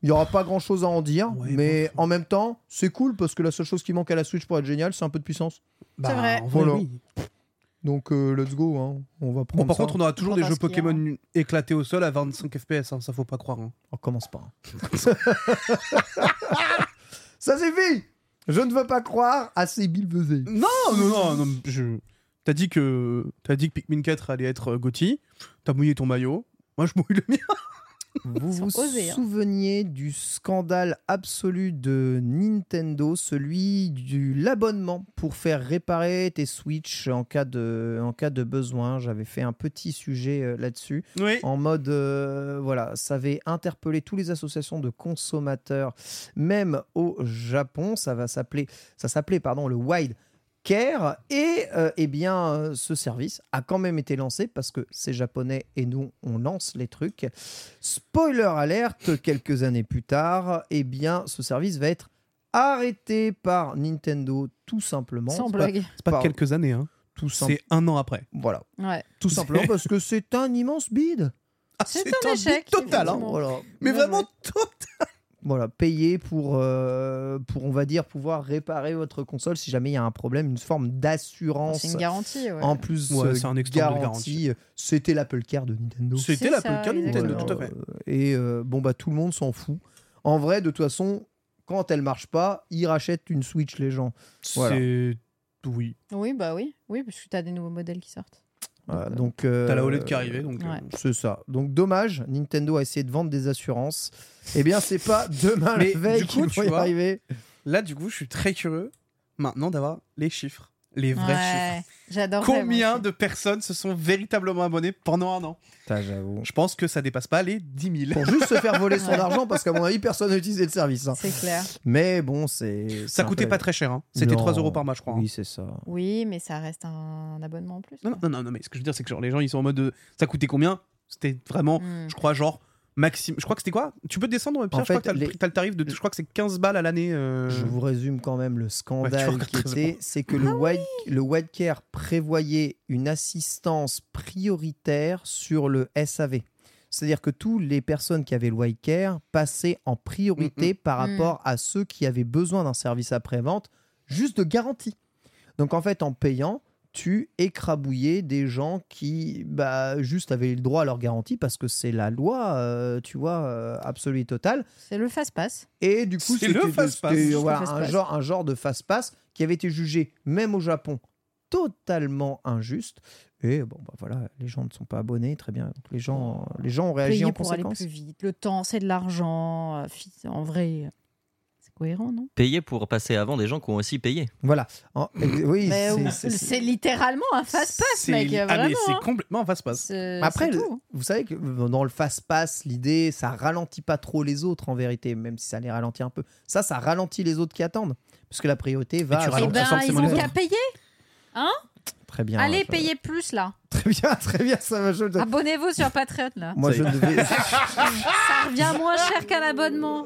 [SPEAKER 3] Il n'y aura pas grand chose à en dire,
[SPEAKER 4] Ouais,
[SPEAKER 3] mais en même temps, c'est cool parce que la seule chose qui manque à la Switch pour être géniale, c'est un peu de puissance.
[SPEAKER 4] Bah,
[SPEAKER 2] vrai.
[SPEAKER 4] en vrai,
[SPEAKER 3] Voilà.
[SPEAKER 4] oui.
[SPEAKER 3] Donc euh, let's go, hein. on va prendre.
[SPEAKER 4] Bon, par
[SPEAKER 3] ça.
[SPEAKER 4] contre, on aura toujours
[SPEAKER 2] On
[SPEAKER 4] des
[SPEAKER 2] va
[SPEAKER 4] jeux
[SPEAKER 2] se plier,
[SPEAKER 4] Pokémon éclatés au sol à 25 FPS, hein, ça faut pas croire. hein.
[SPEAKER 3] on commence pas. hein. ça suffit. Je ne veux pas croire à ces mille pesées.
[SPEAKER 4] Non, non, non, non, je... T'as dit que t'as dit que Pikmin 4 allait être Gotti. T'as mouillé ton maillot. Moi, je mouille le mien.
[SPEAKER 3] Vous vous
[SPEAKER 2] sont osés, hein.
[SPEAKER 3] souveniez du scandale absolu de Nintendo, celui du l'abonnement pour faire réparer tes Switch en cas de en cas de besoin. J'avais fait un petit sujet euh, là-dessus.
[SPEAKER 4] Oui.
[SPEAKER 3] en mode euh, voilà, ça avait interpellé toutes les associations de consommateurs, même au Japon. Ça va s'appeler, ça s'appelait pardon le Wide Care et euh, eh bien euh, ce service a quand même été lancé parce que c'est japonais et nous on lance les trucs. Spoiler alerte, quelques années plus tard, eh bien ce service va être arrêté par Nintendo tout simplement.
[SPEAKER 2] Sans
[SPEAKER 3] C'est pas-
[SPEAKER 2] blague.
[SPEAKER 4] C'est pas
[SPEAKER 3] Pardon.
[SPEAKER 4] quelques années, hein.
[SPEAKER 3] Tout simple.
[SPEAKER 4] C'est un an après.
[SPEAKER 3] Voilà,
[SPEAKER 2] Ouais.
[SPEAKER 3] tout simplement parce que c'est un immense bide.
[SPEAKER 4] Ah,
[SPEAKER 2] C'est un
[SPEAKER 4] bide
[SPEAKER 2] échec,
[SPEAKER 4] total, hein.
[SPEAKER 2] effectivement.
[SPEAKER 3] Voilà.
[SPEAKER 4] Mais
[SPEAKER 2] Ouais,
[SPEAKER 4] vraiment
[SPEAKER 2] ouais.
[SPEAKER 4] total.
[SPEAKER 3] voilà, payer pour, euh, pour, on va dire, pouvoir réparer votre console si jamais il y a un problème, une forme d'assurance.
[SPEAKER 2] C'est une garantie. ouais.
[SPEAKER 3] En plus,
[SPEAKER 4] Ouais,
[SPEAKER 3] euh,
[SPEAKER 4] c'est un extrait de
[SPEAKER 3] garantie. C'était l'Apple Care de Nintendo.
[SPEAKER 4] C'était
[SPEAKER 2] C'est
[SPEAKER 4] la
[SPEAKER 2] ça,
[SPEAKER 4] Polka de
[SPEAKER 2] exactement.
[SPEAKER 4] Nintendo,
[SPEAKER 3] Voilà,
[SPEAKER 4] tout à fait.
[SPEAKER 3] euh, Et euh, bon, bah, tout le monde s'en fout. En vrai, de toute façon, quand elle marche pas, ils rachètent une Switch, les gens. Voilà.
[SPEAKER 4] C'est. Oui.
[SPEAKER 2] Oui, bah oui. Oui, parce que t'as des nouveaux modèles qui sortent.
[SPEAKER 3] Voilà, donc,
[SPEAKER 2] Donc, euh,
[SPEAKER 3] euh,
[SPEAKER 4] T'as la OLED qui est arrivée, donc. euh,
[SPEAKER 2] ouais.
[SPEAKER 3] C'est ça. Donc, dommage, Nintendo a essayé de vendre des assurances. Eh bien, c'est pas demain
[SPEAKER 4] Mais
[SPEAKER 3] la veille
[SPEAKER 4] du coup,
[SPEAKER 3] qu'ils
[SPEAKER 4] tu
[SPEAKER 3] vont y
[SPEAKER 4] vois,
[SPEAKER 3] arriver.
[SPEAKER 4] Là, du coup, je suis très curieux maintenant d'avoir les chiffres les vrais
[SPEAKER 2] Ouais,
[SPEAKER 4] chiffres.
[SPEAKER 2] J'adore.
[SPEAKER 4] Combien de personnes se sont véritablement abonnées pendant un an
[SPEAKER 3] Putain, j'avoue.
[SPEAKER 4] Je pense que ça dépasse pas les 10 000.
[SPEAKER 3] Pour juste se faire voler son
[SPEAKER 2] Ouais.
[SPEAKER 3] argent, parce qu'à mon avis, personne n'a utilisé le service. hein.
[SPEAKER 2] C'est clair.
[SPEAKER 3] Mais bon, c'est. c'est
[SPEAKER 4] Ça
[SPEAKER 3] un
[SPEAKER 4] coûtait
[SPEAKER 3] peu-
[SPEAKER 4] pas très cher. hein. C'était
[SPEAKER 3] Non.
[SPEAKER 4] 3 euros par mois, je crois. hein.
[SPEAKER 3] Oui, c'est ça.
[SPEAKER 2] Oui, mais ça reste un abonnement en plus.
[SPEAKER 4] Non, non, non, non, mais ce que je veux dire, c'est que genre, les gens, ils sont en mode de, ça coûtait combien C'était vraiment,
[SPEAKER 2] Mm.
[SPEAKER 4] je crois, genre maximum. Je crois que c'était quoi Tu peux descendre, Pierre
[SPEAKER 3] En
[SPEAKER 4] Je crois
[SPEAKER 3] fait,
[SPEAKER 4] que t'as le
[SPEAKER 3] les-
[SPEAKER 4] prix- t'as le tarif de. Je crois que c'est 15 balles à l'année. euh,
[SPEAKER 3] Je vous résume quand même le scandale
[SPEAKER 4] regardes
[SPEAKER 3] qui
[SPEAKER 4] très
[SPEAKER 3] était, c'est que le, Wide- le Wildcare prévoyait une assistance prioritaire sur le SAV. C'est-à-dire que toutes les personnes qui avaient le Wildcare passaient en priorité par
[SPEAKER 2] Mm.
[SPEAKER 3] rapport à ceux qui avaient besoin d'un service après-vente, juste de garantie. Donc en fait, en payant, tu écrabouillais des gens qui bah, juste avaient le droit à leur garantie parce que c'est la loi, euh, tu vois, euh, absolue et totale.
[SPEAKER 2] C'est le fast-pass.
[SPEAKER 3] Et du coup,
[SPEAKER 4] C'est
[SPEAKER 3] c'était
[SPEAKER 4] le
[SPEAKER 3] de-
[SPEAKER 4] fast-pass.
[SPEAKER 3] c'était,
[SPEAKER 2] Le
[SPEAKER 3] voilà, un,
[SPEAKER 2] fast-pass.
[SPEAKER 3] genre, un genre de fast-pass qui avait été jugé, même au Japon, totalement injuste. Et bon, bah voilà, les gens ne sont pas abonnés, très bien. Donc, les, gens, les gens ont réagi Bah, en
[SPEAKER 2] Payer pour aller
[SPEAKER 3] conséquence.
[SPEAKER 2] plus vite. Le temps, c'est de l'argent. Euh, fi- En vrai, c'est cohérent, non
[SPEAKER 7] Payer pour passer avant des gens qui ont aussi payé.
[SPEAKER 3] Voilà. En- oui,
[SPEAKER 2] Mais
[SPEAKER 3] c'est-
[SPEAKER 2] ou-
[SPEAKER 3] c'est- c'est-
[SPEAKER 2] C'est littéralement un fast-pass,
[SPEAKER 4] c'est-
[SPEAKER 2] mec.
[SPEAKER 4] Ah, mais
[SPEAKER 2] vraiment,
[SPEAKER 4] c'est
[SPEAKER 2] hein.
[SPEAKER 4] complètement fast-pass.
[SPEAKER 2] C'est-
[SPEAKER 3] Après,
[SPEAKER 2] c'est
[SPEAKER 3] le-
[SPEAKER 2] tout.
[SPEAKER 3] vous savez que dans le fast-pass, l'idée, ça ralentit pas trop les autres en vérité, même si ça les ralentit un peu. Ça, ça ralentit les autres qui attendent, puisque la priorité va.
[SPEAKER 4] tu
[SPEAKER 3] à-
[SPEAKER 2] Eh
[SPEAKER 4] ralentis
[SPEAKER 2] ben, ils
[SPEAKER 4] forcément les
[SPEAKER 2] ont
[SPEAKER 4] autres.
[SPEAKER 2] qu'à payer.
[SPEAKER 3] Très bien.
[SPEAKER 2] Allez,
[SPEAKER 3] je-
[SPEAKER 2] payez plus, là.
[SPEAKER 3] Très bien, très bien, ça va. Je...
[SPEAKER 2] Abonnez-vous sur Patreon, là.
[SPEAKER 3] Moi,
[SPEAKER 4] Ça y
[SPEAKER 3] je devais.
[SPEAKER 2] Ça revient moins cher qu'un abonnement.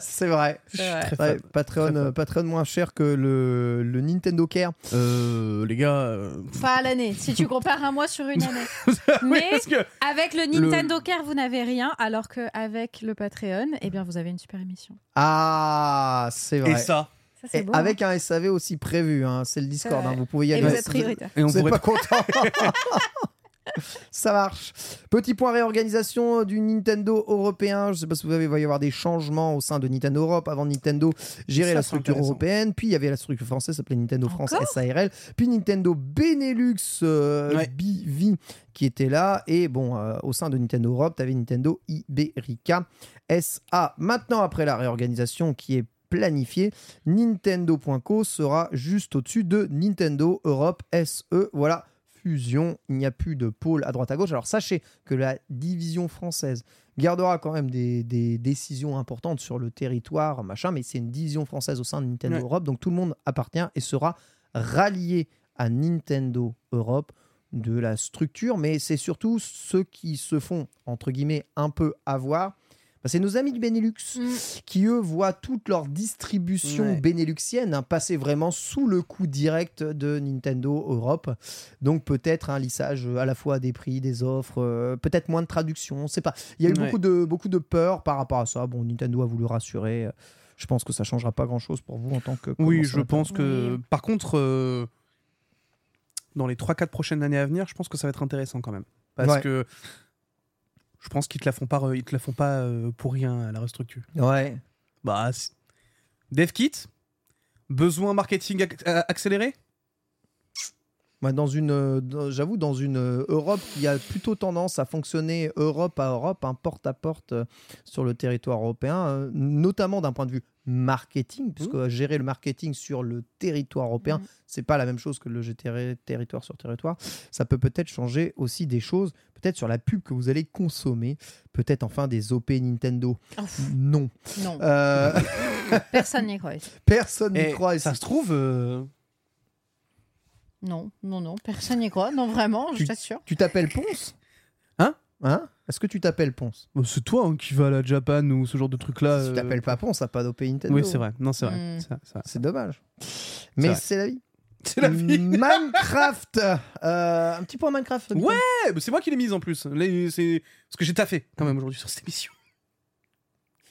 [SPEAKER 3] c'est vrai.
[SPEAKER 2] C'est vrai.
[SPEAKER 4] Très
[SPEAKER 3] Ouais,
[SPEAKER 4] faible.
[SPEAKER 3] Patreon,
[SPEAKER 4] Très
[SPEAKER 3] euh, Patreon moins cher que le, le Nintendo Care.
[SPEAKER 4] Euh, les gars. euh,
[SPEAKER 2] Pas à l'année. Si tu compares un mois sur une année. Mais
[SPEAKER 4] parce que
[SPEAKER 2] avec le Nintendo Care, vous n'avez rien, alors qu'avec le Patreon, eh bien, vous avez une super émission.
[SPEAKER 3] Ah, c'est vrai.
[SPEAKER 4] et ça.
[SPEAKER 2] Ça, c'est
[SPEAKER 3] Et
[SPEAKER 2] beau. hein.
[SPEAKER 3] avec un SAV aussi prévu, hein, c'est le Discord,
[SPEAKER 2] C'est vrai.
[SPEAKER 3] hein, vous pouvez y
[SPEAKER 2] Et
[SPEAKER 3] aller.
[SPEAKER 2] vous êtes prioritaire.
[SPEAKER 4] Et on
[SPEAKER 3] Vous êtes
[SPEAKER 4] pourrait
[SPEAKER 3] pas content. Ça marche. Petit point réorganisation du Nintendo européen. Je sais pas si vous avez, il va y avoir des changements au sein de Nintendo Europe. Avant Nintendo gérait
[SPEAKER 4] Ça,
[SPEAKER 3] la
[SPEAKER 4] c'est
[SPEAKER 3] structure
[SPEAKER 4] intéressant.
[SPEAKER 3] européenne, puis il y avait la structure française, ça s'appelait Nintendo France
[SPEAKER 2] Encore
[SPEAKER 3] SARL, puis Nintendo Benelux euh,
[SPEAKER 4] Ouais.
[SPEAKER 3] BV qui était là. Et bon, euh, au sein de Nintendo Europe, tu avais Nintendo Iberica SA. Maintenant, après la réorganisation qui est planifiée, Nintendo.co sera juste au-dessus de Nintendo Europe SE. Voilà, fusion, il n'y a plus de pôle à droite à gauche. Alors sachez que la division française gardera quand même des, des décisions importantes sur le territoire, machin, mais c'est une division française au sein de Nintendo
[SPEAKER 4] Ouais.
[SPEAKER 3] Europe, donc tout le monde appartient et sera rallié à Nintendo Europe de la structure, mais c'est surtout ceux qui se font, entre guillemets, un peu avoir. Bah, c'est nos amis du Benelux
[SPEAKER 2] Mm.
[SPEAKER 3] qui eux voient toute leur distribution
[SPEAKER 4] Ouais.
[SPEAKER 3] bénéluxienne hein, passer vraiment sous le coup direct de Nintendo Europe. Donc peut-être un lissage euh, à la fois des prix, des offres, euh, peut-être moins de traduction, on sait pas. Il y a eu
[SPEAKER 4] Ouais.
[SPEAKER 3] beaucoup de beaucoup de peur par rapport à ça. Bon, Nintendo a voulu rassurer. Euh, Je pense que ça changera pas grand-chose pour vous en tant que
[SPEAKER 4] Oui, je
[SPEAKER 3] consommateur.
[SPEAKER 4] pense que. Par contre, euh, dans les 3-4 prochaines années à venir, je pense que ça va être intéressant quand même. Parce
[SPEAKER 3] Ouais.
[SPEAKER 4] que je pense qu'ils te la font pas, euh, ils te la font pas euh, pour rien, la restructure.
[SPEAKER 3] Ouais.
[SPEAKER 4] Bah, c'est- DevKit Besoin marketing ac- euh, accéléré
[SPEAKER 3] Ouais, dans une, euh, dans- j'avoue, dans une euh, Europe qui a plutôt tendance à fonctionner Europe à Europe, hein, porte à porte euh, sur le territoire européen, euh, notamment d'un point de vue marketing, puisque
[SPEAKER 4] Mmh.
[SPEAKER 3] euh, gérer le marketing sur le territoire européen,
[SPEAKER 2] Mhm.
[SPEAKER 3] c'est pas la même chose que le gérer territoire sur territoire. Ça peut peut-être changer aussi des choses, peut-être sur la pub que vous allez consommer, peut-être enfin des OP Nintendo.
[SPEAKER 2] Ouf,
[SPEAKER 3] Non,
[SPEAKER 2] non,
[SPEAKER 3] Euh,
[SPEAKER 2] personne n'y croit.
[SPEAKER 3] personne
[SPEAKER 4] Eh,
[SPEAKER 3] n'y croit. et
[SPEAKER 4] ça
[SPEAKER 3] c'est-
[SPEAKER 4] se trouve, euh,
[SPEAKER 2] Non, non, non, personne n'y croit. Non, vraiment, je
[SPEAKER 3] Tu-
[SPEAKER 2] t'assure.
[SPEAKER 3] Tu t'appelles Ponce
[SPEAKER 4] Hein
[SPEAKER 3] Hein Est-ce que tu t'appelles Ponce
[SPEAKER 4] bah, c'est toi hein, qui vas à la Japan ou ce genre de truc-là.
[SPEAKER 3] Si tu
[SPEAKER 4] euh,
[SPEAKER 3] t'appelles pas Ponce, ça pas d'OP Nintendo.
[SPEAKER 4] Oui, c'est vrai. Non, c'est vrai.
[SPEAKER 2] Mm.
[SPEAKER 4] C'est vrai, c'est vrai.
[SPEAKER 3] C'est dommage. Mais
[SPEAKER 4] vrai.
[SPEAKER 3] c'est la vie.
[SPEAKER 4] C'est la vie.
[SPEAKER 3] Minecraft. euh, un petit point Minecraft. Victor.
[SPEAKER 4] Ouais, bah, c'est moi qui l'ai mise en plus. Là, c'est parce que j'ai taffé quand même aujourd'hui sur cette émission.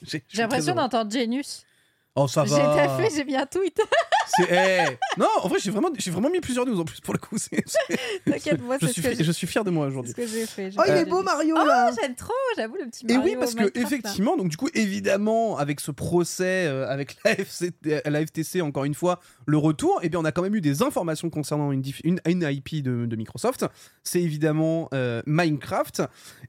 [SPEAKER 4] J'ai je suis
[SPEAKER 2] J'ai l'impression
[SPEAKER 4] très heureux.
[SPEAKER 2] d'entendre Genius.
[SPEAKER 4] Oh, ça
[SPEAKER 3] Ah
[SPEAKER 2] J'ai
[SPEAKER 3] bah.
[SPEAKER 4] va.
[SPEAKER 2] taffé, j'ai bien tweet.
[SPEAKER 4] C'est- hey Non, en vrai, j'ai vraiment, j'ai vraiment mis plusieurs news en plus pour le coup. C'est- c'est-
[SPEAKER 2] T'inquiète, moi,
[SPEAKER 4] je,
[SPEAKER 2] c'est ce
[SPEAKER 4] suis,
[SPEAKER 2] que
[SPEAKER 4] fi-
[SPEAKER 2] j'ai-
[SPEAKER 4] je suis fier de moi
[SPEAKER 2] c'est
[SPEAKER 4] aujourd'hui.
[SPEAKER 2] ce que j'ai fait. J'ai
[SPEAKER 3] Oh, il
[SPEAKER 2] pas
[SPEAKER 3] est beau
[SPEAKER 2] Genius.
[SPEAKER 3] Mario
[SPEAKER 2] Oh,
[SPEAKER 3] là.
[SPEAKER 2] j'aime trop, j'avoue, le petit
[SPEAKER 4] Et
[SPEAKER 2] Mario
[SPEAKER 4] oui, parce que
[SPEAKER 2] Minecraft, là.
[SPEAKER 4] effectivement, donc du coup, évidemment, avec ce procès euh, avec la, FC euh, la FTC, encore une fois, le retour, eh bien, on a quand même eu des informations concernant une, diff- une, une IP de, de Microsoft. C'est évidemment euh, Minecraft,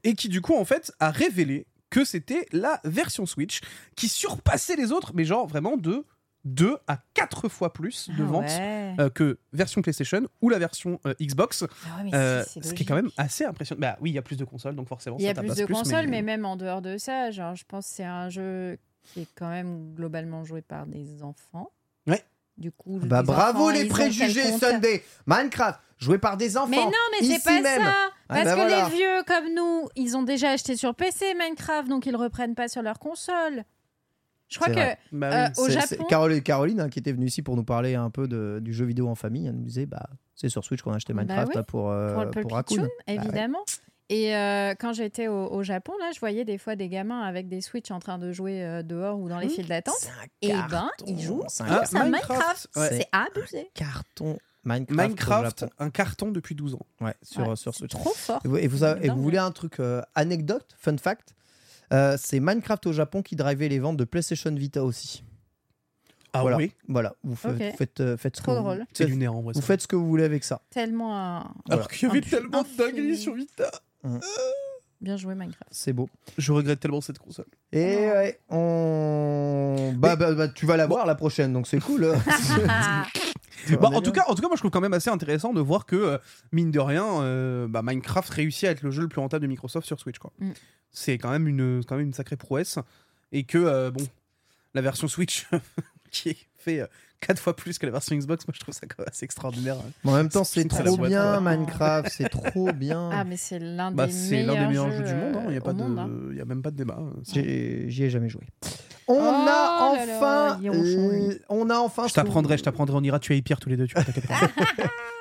[SPEAKER 4] et qui du coup, en fait, a révélé que c'était la version Switch qui surpassait les autres, mais genre vraiment de 2 à 4 fois plus de
[SPEAKER 2] Ah
[SPEAKER 4] ventes
[SPEAKER 2] ouais.
[SPEAKER 4] euh, que version PlayStation ou la version euh, Xbox.
[SPEAKER 2] Ah ouais, mais
[SPEAKER 4] Euh,
[SPEAKER 2] c'est- c'est
[SPEAKER 4] ce qui est quand même assez impressionnant. Bah oui, il y a plus de consoles, donc forcément,
[SPEAKER 2] Il y
[SPEAKER 4] ça
[SPEAKER 2] a plus
[SPEAKER 4] tabasse
[SPEAKER 2] de consoles, mais...
[SPEAKER 4] mais euh,
[SPEAKER 2] même en dehors de ça, genre, je pense que c'est un jeu qui est quand même globalement joué par des enfants.
[SPEAKER 4] Ouais. Ah
[SPEAKER 2] Du coup,
[SPEAKER 3] Bah
[SPEAKER 2] les
[SPEAKER 3] bravo
[SPEAKER 2] enfants,
[SPEAKER 3] les
[SPEAKER 2] ils ont
[SPEAKER 3] préjugés
[SPEAKER 2] quelconque-
[SPEAKER 3] Sunday Minecraft joué par des enfants.
[SPEAKER 2] Mais non, mais c'est
[SPEAKER 3] ici
[SPEAKER 2] pas
[SPEAKER 3] même.
[SPEAKER 4] Ah
[SPEAKER 2] ça euh, Parce
[SPEAKER 3] bah
[SPEAKER 2] que
[SPEAKER 3] voilà.
[SPEAKER 2] les vieux comme nous, ils ont déjà acheté sur PC Minecraft, donc ils reprennent pas sur leur console. Je crois
[SPEAKER 3] C'est
[SPEAKER 2] que
[SPEAKER 3] vrai.
[SPEAKER 4] bah Ah
[SPEAKER 2] euh, au
[SPEAKER 3] C'est- c'est
[SPEAKER 2] Japon,
[SPEAKER 3] Caroline, Caroline, hein, qui était venue ici pour nous parler un peu de- du jeu vidéo en famille, elle nous disait bah c'est sur Switch qu'on a acheté
[SPEAKER 2] Bah
[SPEAKER 3] Minecraft
[SPEAKER 2] oui,
[SPEAKER 3] là, pour euh,
[SPEAKER 2] pour le Pulp
[SPEAKER 3] pour Raccoon.
[SPEAKER 2] Fiction,
[SPEAKER 3] Bah ouais.
[SPEAKER 2] évidemment. Et euh, quand j'étais au, au Japon, là, je voyais des fois des gamins avec des Switch en train de jouer euh, dehors ou dans les
[SPEAKER 3] Mmh.
[SPEAKER 2] files d'attente.
[SPEAKER 3] C'est un
[SPEAKER 2] Et ben,
[SPEAKER 3] carton,
[SPEAKER 2] ils jouent
[SPEAKER 3] c'est
[SPEAKER 2] sur
[SPEAKER 3] un
[SPEAKER 4] Ah,
[SPEAKER 2] Minecraft.
[SPEAKER 4] Minecraft, ouais.
[SPEAKER 2] C'est abusé.
[SPEAKER 3] carton Minecraft, au
[SPEAKER 4] Minecraft,
[SPEAKER 3] Japon.
[SPEAKER 4] un carton depuis 12 ans.
[SPEAKER 3] Ouais, sur
[SPEAKER 2] Ouais,
[SPEAKER 3] sur
[SPEAKER 2] c'est
[SPEAKER 3] Switch.
[SPEAKER 2] Trop fort.
[SPEAKER 3] Et vous, et vous savez- et
[SPEAKER 2] Dingue.
[SPEAKER 3] vous voulez un truc euh, anecdote, fun fact Euh, C'est Minecraft au Japon qui drivait les ventes de PlayStation Vita aussi.
[SPEAKER 4] Ah
[SPEAKER 3] voilà.
[SPEAKER 4] oui
[SPEAKER 3] Voilà, vous faites,
[SPEAKER 2] Ok.
[SPEAKER 3] faites, euh, faites ce
[SPEAKER 2] Trop
[SPEAKER 3] que vous-
[SPEAKER 2] drôle.
[SPEAKER 4] C'est
[SPEAKER 3] faites-
[SPEAKER 4] lunaire en vrai.
[SPEAKER 3] vous
[SPEAKER 4] ça.
[SPEAKER 3] faites ce que vous voulez avec ça.
[SPEAKER 2] Tellement. euh, un-
[SPEAKER 4] Alors qu'il y avait
[SPEAKER 2] Un puits
[SPEAKER 4] tellement de dingueries
[SPEAKER 2] infini.
[SPEAKER 4] sur Vita.
[SPEAKER 2] Bien joué, Minecraft.
[SPEAKER 3] C'est beau.
[SPEAKER 4] Je regrette tellement cette console.
[SPEAKER 3] Et
[SPEAKER 2] Oh.
[SPEAKER 3] ouais, on. Bah, bah, bah, tu vas la voir la prochaine, donc c'est cool.
[SPEAKER 2] Ah,
[SPEAKER 3] Tu vois,
[SPEAKER 4] Bah,
[SPEAKER 3] on est
[SPEAKER 4] en, tout
[SPEAKER 3] bien.
[SPEAKER 4] cas, en tout cas, moi je trouve quand même assez intéressant de voir que, euh, mine de rien, euh, bah, Minecraft réussit à être le jeu le plus rentable de Microsoft sur Switch. quoi.
[SPEAKER 2] Mm.
[SPEAKER 4] C'est quand, même une- quand même une sacrée prouesse. Et que, euh, bon, la version Switch qui fait euh, quatre fois plus que la version Xbox, moi je trouve ça quand même assez extraordinaire. hein.
[SPEAKER 3] Mais en même temps, c'est
[SPEAKER 4] C'est très
[SPEAKER 3] trop
[SPEAKER 4] la boîte,
[SPEAKER 3] bien
[SPEAKER 2] ouais.
[SPEAKER 3] Minecraft, c'est trop
[SPEAKER 2] Ah,
[SPEAKER 3] bien.
[SPEAKER 2] mais c'est l'un
[SPEAKER 4] Bah,
[SPEAKER 2] des,
[SPEAKER 4] c'est l'un des meilleurs jeux du monde, il
[SPEAKER 2] euh,
[SPEAKER 4] n'y a, pas
[SPEAKER 2] au
[SPEAKER 4] de-
[SPEAKER 2] monde, hein.
[SPEAKER 4] y a même pas de débat. hein.
[SPEAKER 3] J'ai- J'y ai jamais joué. On a
[SPEAKER 2] Oh là là,
[SPEAKER 3] enfin,
[SPEAKER 2] ils ont changé.
[SPEAKER 3] l- on a enfin.
[SPEAKER 4] Je t'apprendrai, je t'apprendrai, on ira tuer Pierre tous les deux, tu vois, t'inquiète pas.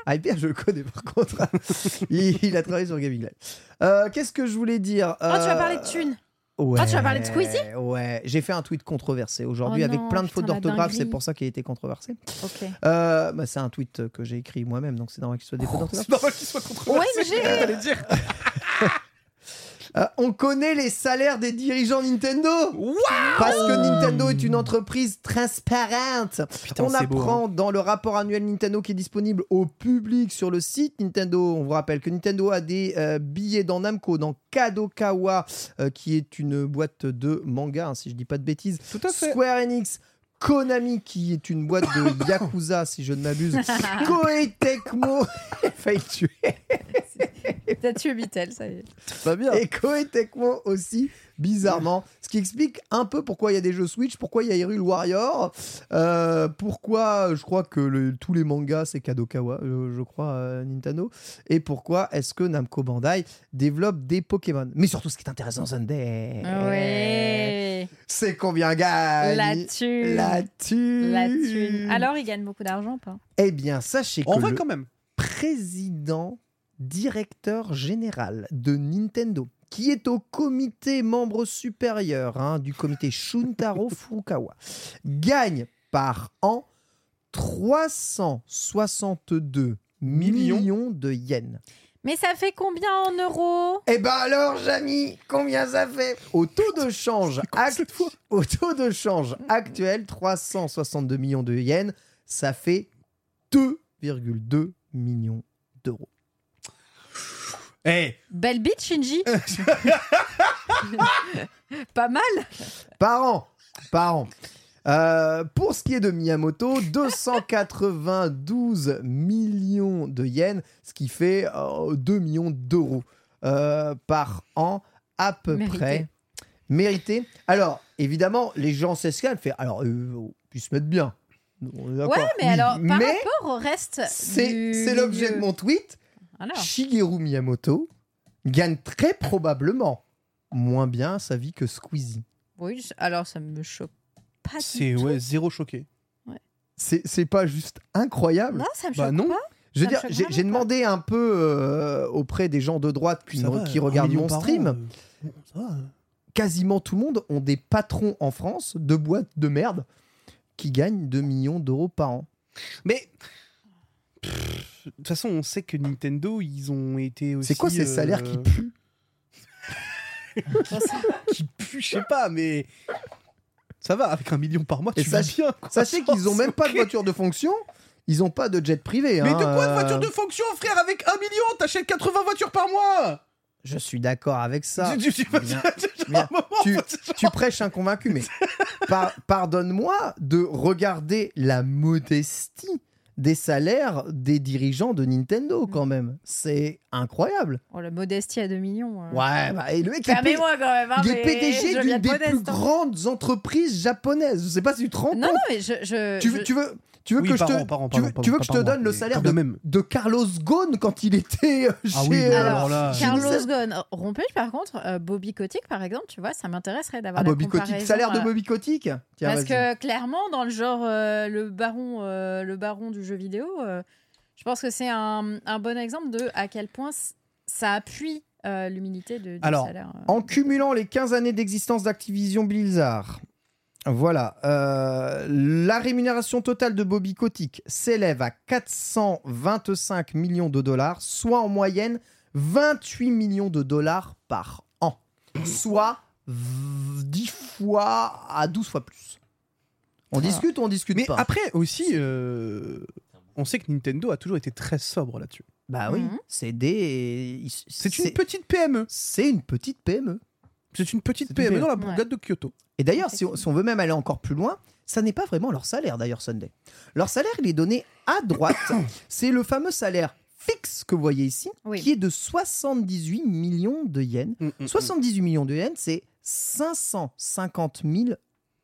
[SPEAKER 3] Ah, bien, je le connais par contre. il, il a travaillé sur Gaming Live. Euh, Qu'est-ce que je voulais dire
[SPEAKER 2] Oh, tu vas
[SPEAKER 3] Euh,
[SPEAKER 2] parler de thunes.
[SPEAKER 3] Ouais,
[SPEAKER 2] Ah, tu vas parler de Squeezie
[SPEAKER 3] Ouais, j'ai fait un tweet controversé aujourd'hui
[SPEAKER 2] Oh
[SPEAKER 3] avec
[SPEAKER 2] non,
[SPEAKER 3] plein de
[SPEAKER 2] putain,
[SPEAKER 3] fautes
[SPEAKER 2] la
[SPEAKER 3] d'orthographe, c'est
[SPEAKER 2] dinguerie.
[SPEAKER 3] pour ça qu'il a été controversé.
[SPEAKER 2] Ok.
[SPEAKER 3] Euh, bah, c'est un tweet que j'ai écrit moi-même, donc c'est normal qu'il soit des fautes d'orthographe.
[SPEAKER 4] C'est normal qu'il soit contre
[SPEAKER 2] Oui, Oh. mais j'ai.
[SPEAKER 4] dire.
[SPEAKER 3] Euh, on connaît les salaires des dirigeants Nintendo
[SPEAKER 4] Waouh
[SPEAKER 3] parce que Nintendo est une entreprise transparente.
[SPEAKER 4] Oh, Putain,
[SPEAKER 3] on
[SPEAKER 4] c'est beau, hein.
[SPEAKER 3] apprend dans le rapport annuel Nintendo qui est disponible au public sur le site Nintendo. On vous rappelle que Nintendo a des euh, billets dans Namco, dans Kadokawa, euh, qui est une boîte de manga, hein, si je dis pas de bêtises.
[SPEAKER 4] Tout à fait.
[SPEAKER 3] Square Enix. Konami, qui est une boîte de Yakuza, si je ne m'abuse. Koei Tecmo. J'ai failli le tuer.
[SPEAKER 2] T'as tué Beatle, ça y est.
[SPEAKER 4] Pas bien.
[SPEAKER 3] Et Koei Tecmo aussi, bizarrement. Ce qui explique un peu pourquoi il y a des jeux Switch, pourquoi il y a Hyrule Warrior, euh, pourquoi euh, je crois que le- tous les mangas c'est Kadokawa, euh, je crois, euh, Nintendo, et pourquoi est-ce que Namco Bandai développe des Pokémon. Mais surtout, ce qui est intéressant, Sunday,
[SPEAKER 2] Ouais.
[SPEAKER 3] c'est combien gagne
[SPEAKER 2] La thune.
[SPEAKER 3] La thune.
[SPEAKER 2] La thune. Alors, ils gagnent beaucoup d'argent, pas
[SPEAKER 3] Eh bien, sachez
[SPEAKER 4] En
[SPEAKER 3] que
[SPEAKER 4] vrai,
[SPEAKER 3] le
[SPEAKER 4] quand même.
[SPEAKER 3] président directeur général de Nintendo, qui est au comité membre supérieur hein, du comité Shuntaro Furukawa, gagne par an 362 millions,
[SPEAKER 4] Millions.
[SPEAKER 3] de yens.
[SPEAKER 2] Mais ça fait combien en euros
[SPEAKER 3] Eh ben alors, Jamy, combien ça fait Au taux de change
[SPEAKER 4] Ah,
[SPEAKER 3] act- au taux de change actuel, 362 millions de yens, ça fait 2,2 millions d'euros.
[SPEAKER 4] Eh,
[SPEAKER 2] Belle bite, Shinji Pas mal
[SPEAKER 3] Par an. Par an. Euh, pour ce qui est de Miyamoto, 292 millions de yens, ce qui fait euh, 2 millions d'euros euh, par an à peu
[SPEAKER 2] Mérité.
[SPEAKER 3] près. Mérité. Alors, évidemment, les gens s'escalent, fait alors euh, ils se mettent bien. On est d'accord.
[SPEAKER 2] Ouais, mais
[SPEAKER 3] Oui.
[SPEAKER 2] alors, par
[SPEAKER 3] Mais
[SPEAKER 2] rapport au reste.
[SPEAKER 3] c'est
[SPEAKER 2] du
[SPEAKER 3] c'est l'objet de
[SPEAKER 2] milieu.
[SPEAKER 3] mon tweet.
[SPEAKER 2] Alors,
[SPEAKER 3] Shigeru Miyamoto gagne très probablement moins bien sa vie que Squeezie.
[SPEAKER 2] oui, je- alors ça me choque
[SPEAKER 3] Ah,
[SPEAKER 2] pas. du
[SPEAKER 4] c'est
[SPEAKER 2] tout.
[SPEAKER 4] ouais, zéro choqué.
[SPEAKER 3] C'est c'est pas juste incroyable.
[SPEAKER 2] Non, ça me choque
[SPEAKER 4] Bah non.
[SPEAKER 2] pas.
[SPEAKER 3] Je veux
[SPEAKER 2] Ça me
[SPEAKER 3] dire,
[SPEAKER 2] choque
[SPEAKER 3] j'ai
[SPEAKER 2] vraiment
[SPEAKER 3] j'ai
[SPEAKER 2] pas.
[SPEAKER 3] demandé un peu euh, auprès des gens de droite qui,
[SPEAKER 4] Ça
[SPEAKER 3] me-
[SPEAKER 4] va,
[SPEAKER 3] qui
[SPEAKER 4] un
[SPEAKER 3] regardent
[SPEAKER 4] million
[SPEAKER 3] mon
[SPEAKER 4] par an,
[SPEAKER 3] stream.
[SPEAKER 4] euh, ça va.
[SPEAKER 3] Quasiment tout le monde ont des patrons en France de boîtes de merde qui gagnent 2 millions d'euros par an.
[SPEAKER 4] Mais Pff, de toute façon, on sait que Nintendo, ils ont été aussi.
[SPEAKER 3] C'est quoi ces
[SPEAKER 4] euh,
[SPEAKER 3] salaires qui puent
[SPEAKER 4] qui puent Je sais pas, mais ça va. Avec un million par mois,
[SPEAKER 3] Et
[SPEAKER 4] tu
[SPEAKER 3] ça-
[SPEAKER 4] vas bien. quoi.
[SPEAKER 3] Sachez qu'ils ont même pas de voiture de fonction, ils ont pas de jet privé.
[SPEAKER 4] Mais
[SPEAKER 3] hein,
[SPEAKER 4] de quoi de voiture
[SPEAKER 3] euh,
[SPEAKER 4] de fonction, frère Avec un million, t'achètes 80 voitures par mois
[SPEAKER 3] Je suis d'accord avec ça.
[SPEAKER 4] Tu- tu- tu-
[SPEAKER 3] Bien. Bien, tu, tu prêches un convaincu, mais par- pardonne-moi de regarder la modestie des salaires des dirigeants de
[SPEAKER 2] Mm.
[SPEAKER 3] Nintendo quand même. C'est incroyable.
[SPEAKER 2] Oh, la modestie à 2 millions. euh.
[SPEAKER 3] Ouais, bah, et le mec, il est P-
[SPEAKER 2] Fermez-moi quand même. hein,
[SPEAKER 3] il
[SPEAKER 2] mais
[SPEAKER 3] est PDG
[SPEAKER 2] je viens
[SPEAKER 3] d'une
[SPEAKER 2] de
[SPEAKER 3] des
[SPEAKER 2] modeste,
[SPEAKER 3] plus
[SPEAKER 2] hein.
[SPEAKER 3] grandes entreprises japonaises. Je sais pas si tu te rends
[SPEAKER 2] Non, non,
[SPEAKER 3] compte.
[SPEAKER 2] mais je. je-
[SPEAKER 3] Tu
[SPEAKER 2] je-
[SPEAKER 3] veux, tu veux, tu veux
[SPEAKER 4] Oui,
[SPEAKER 3] que je
[SPEAKER 4] par
[SPEAKER 3] te,
[SPEAKER 4] an, par an,
[SPEAKER 3] tu
[SPEAKER 4] par
[SPEAKER 3] veux,
[SPEAKER 4] an, par
[SPEAKER 3] tu veux
[SPEAKER 4] an,
[SPEAKER 3] que je
[SPEAKER 4] par
[SPEAKER 3] te
[SPEAKER 4] an,
[SPEAKER 3] donne le
[SPEAKER 4] mais
[SPEAKER 3] salaire
[SPEAKER 4] quand
[SPEAKER 3] de,
[SPEAKER 4] même.
[SPEAKER 3] de Carlos Ghosn quand il était euh, chez.
[SPEAKER 4] Ah oui, bah
[SPEAKER 3] euh,
[SPEAKER 2] alors,
[SPEAKER 4] là.
[SPEAKER 2] Carlos
[SPEAKER 3] Unicef.
[SPEAKER 2] Ghosn rompu, par contre, euh, Bobby Kotick, par exemple, tu vois, ça m'intéresserait d'avoir
[SPEAKER 3] Ah,
[SPEAKER 2] la
[SPEAKER 3] Bobby Kotick,
[SPEAKER 2] comparaison,
[SPEAKER 3] salaire de
[SPEAKER 2] euh,
[SPEAKER 3] Bobby Kotick Tiens,
[SPEAKER 2] Parce
[SPEAKER 3] vas-y.
[SPEAKER 2] que clairement, dans le genre euh, le baron, euh, le baron du jeu vidéo, euh, je pense que c'est un, un bon exemple de à quel point c- ça appuie euh, l'humilité de, du
[SPEAKER 3] Alors,
[SPEAKER 2] salaire. euh.
[SPEAKER 3] En cumulant les 15 années d'existence d'Activision Blizzard, voilà, euh, la rémunération totale de Bobby Kotick s'élève à 425 millions de dollars, soit en moyenne 28 millions de dollars par an, soit v- 10 fois à 12 fois plus. On
[SPEAKER 2] Voilà.
[SPEAKER 3] discute ou on discute
[SPEAKER 4] Ah. Mais
[SPEAKER 3] pas
[SPEAKER 4] après aussi, euh, on sait que Nintendo a toujours été très sobre là-dessus.
[SPEAKER 3] Bah oui,
[SPEAKER 2] Mhm.
[SPEAKER 3] c'est des...
[SPEAKER 4] C'est une petite PME.
[SPEAKER 3] C'est une petite E. PME.
[SPEAKER 4] C'est une E. petite
[SPEAKER 3] C'est une
[SPEAKER 4] PME dans la
[SPEAKER 2] PME.
[SPEAKER 4] bourgade de Kyoto.
[SPEAKER 3] Et d'ailleurs, si, on- si on veut même aller encore plus loin, ça n'est pas vraiment leur salaire d'ailleurs, Sunday. Leur salaire, il est donné à droite. C'est le fameux salaire fixe que vous voyez ici,
[SPEAKER 2] Oui.
[SPEAKER 3] qui est de 78 millions de yens.
[SPEAKER 4] Mm,
[SPEAKER 3] 78 millions de yens, c'est 550 000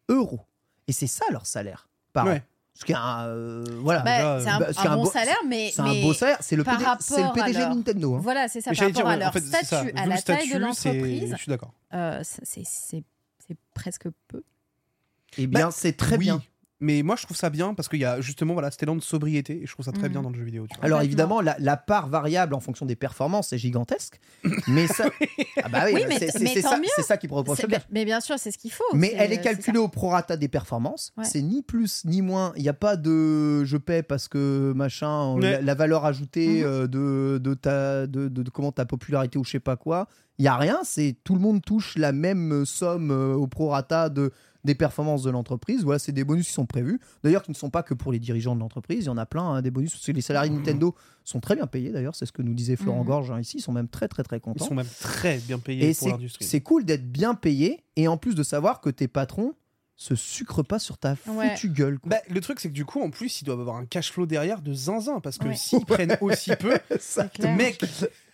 [SPEAKER 3] euros. Et c'est ça leur salaire par an.
[SPEAKER 4] Ouais.
[SPEAKER 3] Ce qui est un, euh, voilà,
[SPEAKER 2] Bah,
[SPEAKER 4] déjà,
[SPEAKER 2] c'est un,
[SPEAKER 3] bah,
[SPEAKER 2] un
[SPEAKER 3] c'est un
[SPEAKER 2] bon
[SPEAKER 3] beau-
[SPEAKER 2] salaire, mais,
[SPEAKER 3] c'est un
[SPEAKER 2] mais
[SPEAKER 3] beau salaire. C'est le,
[SPEAKER 2] par
[SPEAKER 3] PD c'est le
[SPEAKER 2] rapport à
[SPEAKER 3] PDG
[SPEAKER 2] leur-
[SPEAKER 3] de Nintendo. hein.
[SPEAKER 2] voilà, c'est ça
[SPEAKER 4] Mais
[SPEAKER 2] par
[SPEAKER 4] j'allais
[SPEAKER 2] rapport
[SPEAKER 4] dire,
[SPEAKER 2] à
[SPEAKER 4] ouais,
[SPEAKER 2] leur
[SPEAKER 4] en fait, c'est ça.
[SPEAKER 2] statut, à
[SPEAKER 4] Vu
[SPEAKER 2] la
[SPEAKER 4] le
[SPEAKER 2] taille de
[SPEAKER 4] statut, c'est-
[SPEAKER 2] l'entreprise,
[SPEAKER 4] Je suis d'accord.
[SPEAKER 2] euh, ça- c'est- c'est c'est presque peu.
[SPEAKER 3] Eh bien, c'est très
[SPEAKER 4] Bah, oui,
[SPEAKER 3] bien.
[SPEAKER 4] Mais moi, je trouve ça bien parce qu'il y a justement voilà, cet élan de sobriété et je trouve ça très
[SPEAKER 2] Mhm.
[SPEAKER 4] bien dans le jeu vidéo. Tu vois.
[SPEAKER 3] Alors
[SPEAKER 2] Complètement.
[SPEAKER 3] évidemment, la, la part variable en fonction des performances est gigantesque, mais ça, Ah bah
[SPEAKER 2] Oui,
[SPEAKER 3] bah,
[SPEAKER 2] mais-
[SPEAKER 3] c'est- c'est
[SPEAKER 2] mais
[SPEAKER 3] c'est
[SPEAKER 2] tant
[SPEAKER 3] ça,
[SPEAKER 2] mieux.
[SPEAKER 3] c'est ça qui reproche
[SPEAKER 2] C'est-
[SPEAKER 3] le bien.
[SPEAKER 2] Mais bien sûr, c'est ce qu'il faut.
[SPEAKER 3] Mais
[SPEAKER 2] c'est-
[SPEAKER 3] elle est
[SPEAKER 2] c'est ça.
[SPEAKER 3] calculée au prorata des performances.
[SPEAKER 2] Ouais.
[SPEAKER 3] C'est ni plus ni moins. Il n'y a pas de je paie parce que machin, euh,
[SPEAKER 4] Ouais.
[SPEAKER 3] la, la valeur ajoutée
[SPEAKER 2] Mhm.
[SPEAKER 3] euh, de, de, ta, de, de- de comment ta popularité ou je sais pas quoi. Il n'y a rien. C'est tout le monde touche la même euh, somme euh, au prorata de, des performances de l'entreprise. Voilà, c'est des bonus qui sont prévus. D'ailleurs, qui ne sont pas que pour les dirigeants de l'entreprise. Il y en a plein, hein, des bonus. Parce que les salariés Nintendo sont très bien payés d'ailleurs. C'est ce que nous disait Florent
[SPEAKER 2] Mhm.
[SPEAKER 3] Gorge hein, ici. Ils sont même très très très
[SPEAKER 4] Ils
[SPEAKER 3] contents.
[SPEAKER 4] sont même très bien payés
[SPEAKER 3] Et
[SPEAKER 4] pour
[SPEAKER 3] c'est-
[SPEAKER 4] l'industrie.
[SPEAKER 3] c'est cool d'être bien payé et en plus de savoir que tes patrons se sucrent pas sur ta foutue
[SPEAKER 2] Ouais.
[SPEAKER 3] gueule. quoi.
[SPEAKER 4] Bah, le truc, c'est que du coup, en plus, ils doivent avoir un cash flow derrière de zinzin parce que
[SPEAKER 2] Ouais.
[SPEAKER 4] s'ils prennent aussi peu,
[SPEAKER 2] C'est clair.
[SPEAKER 4] mec,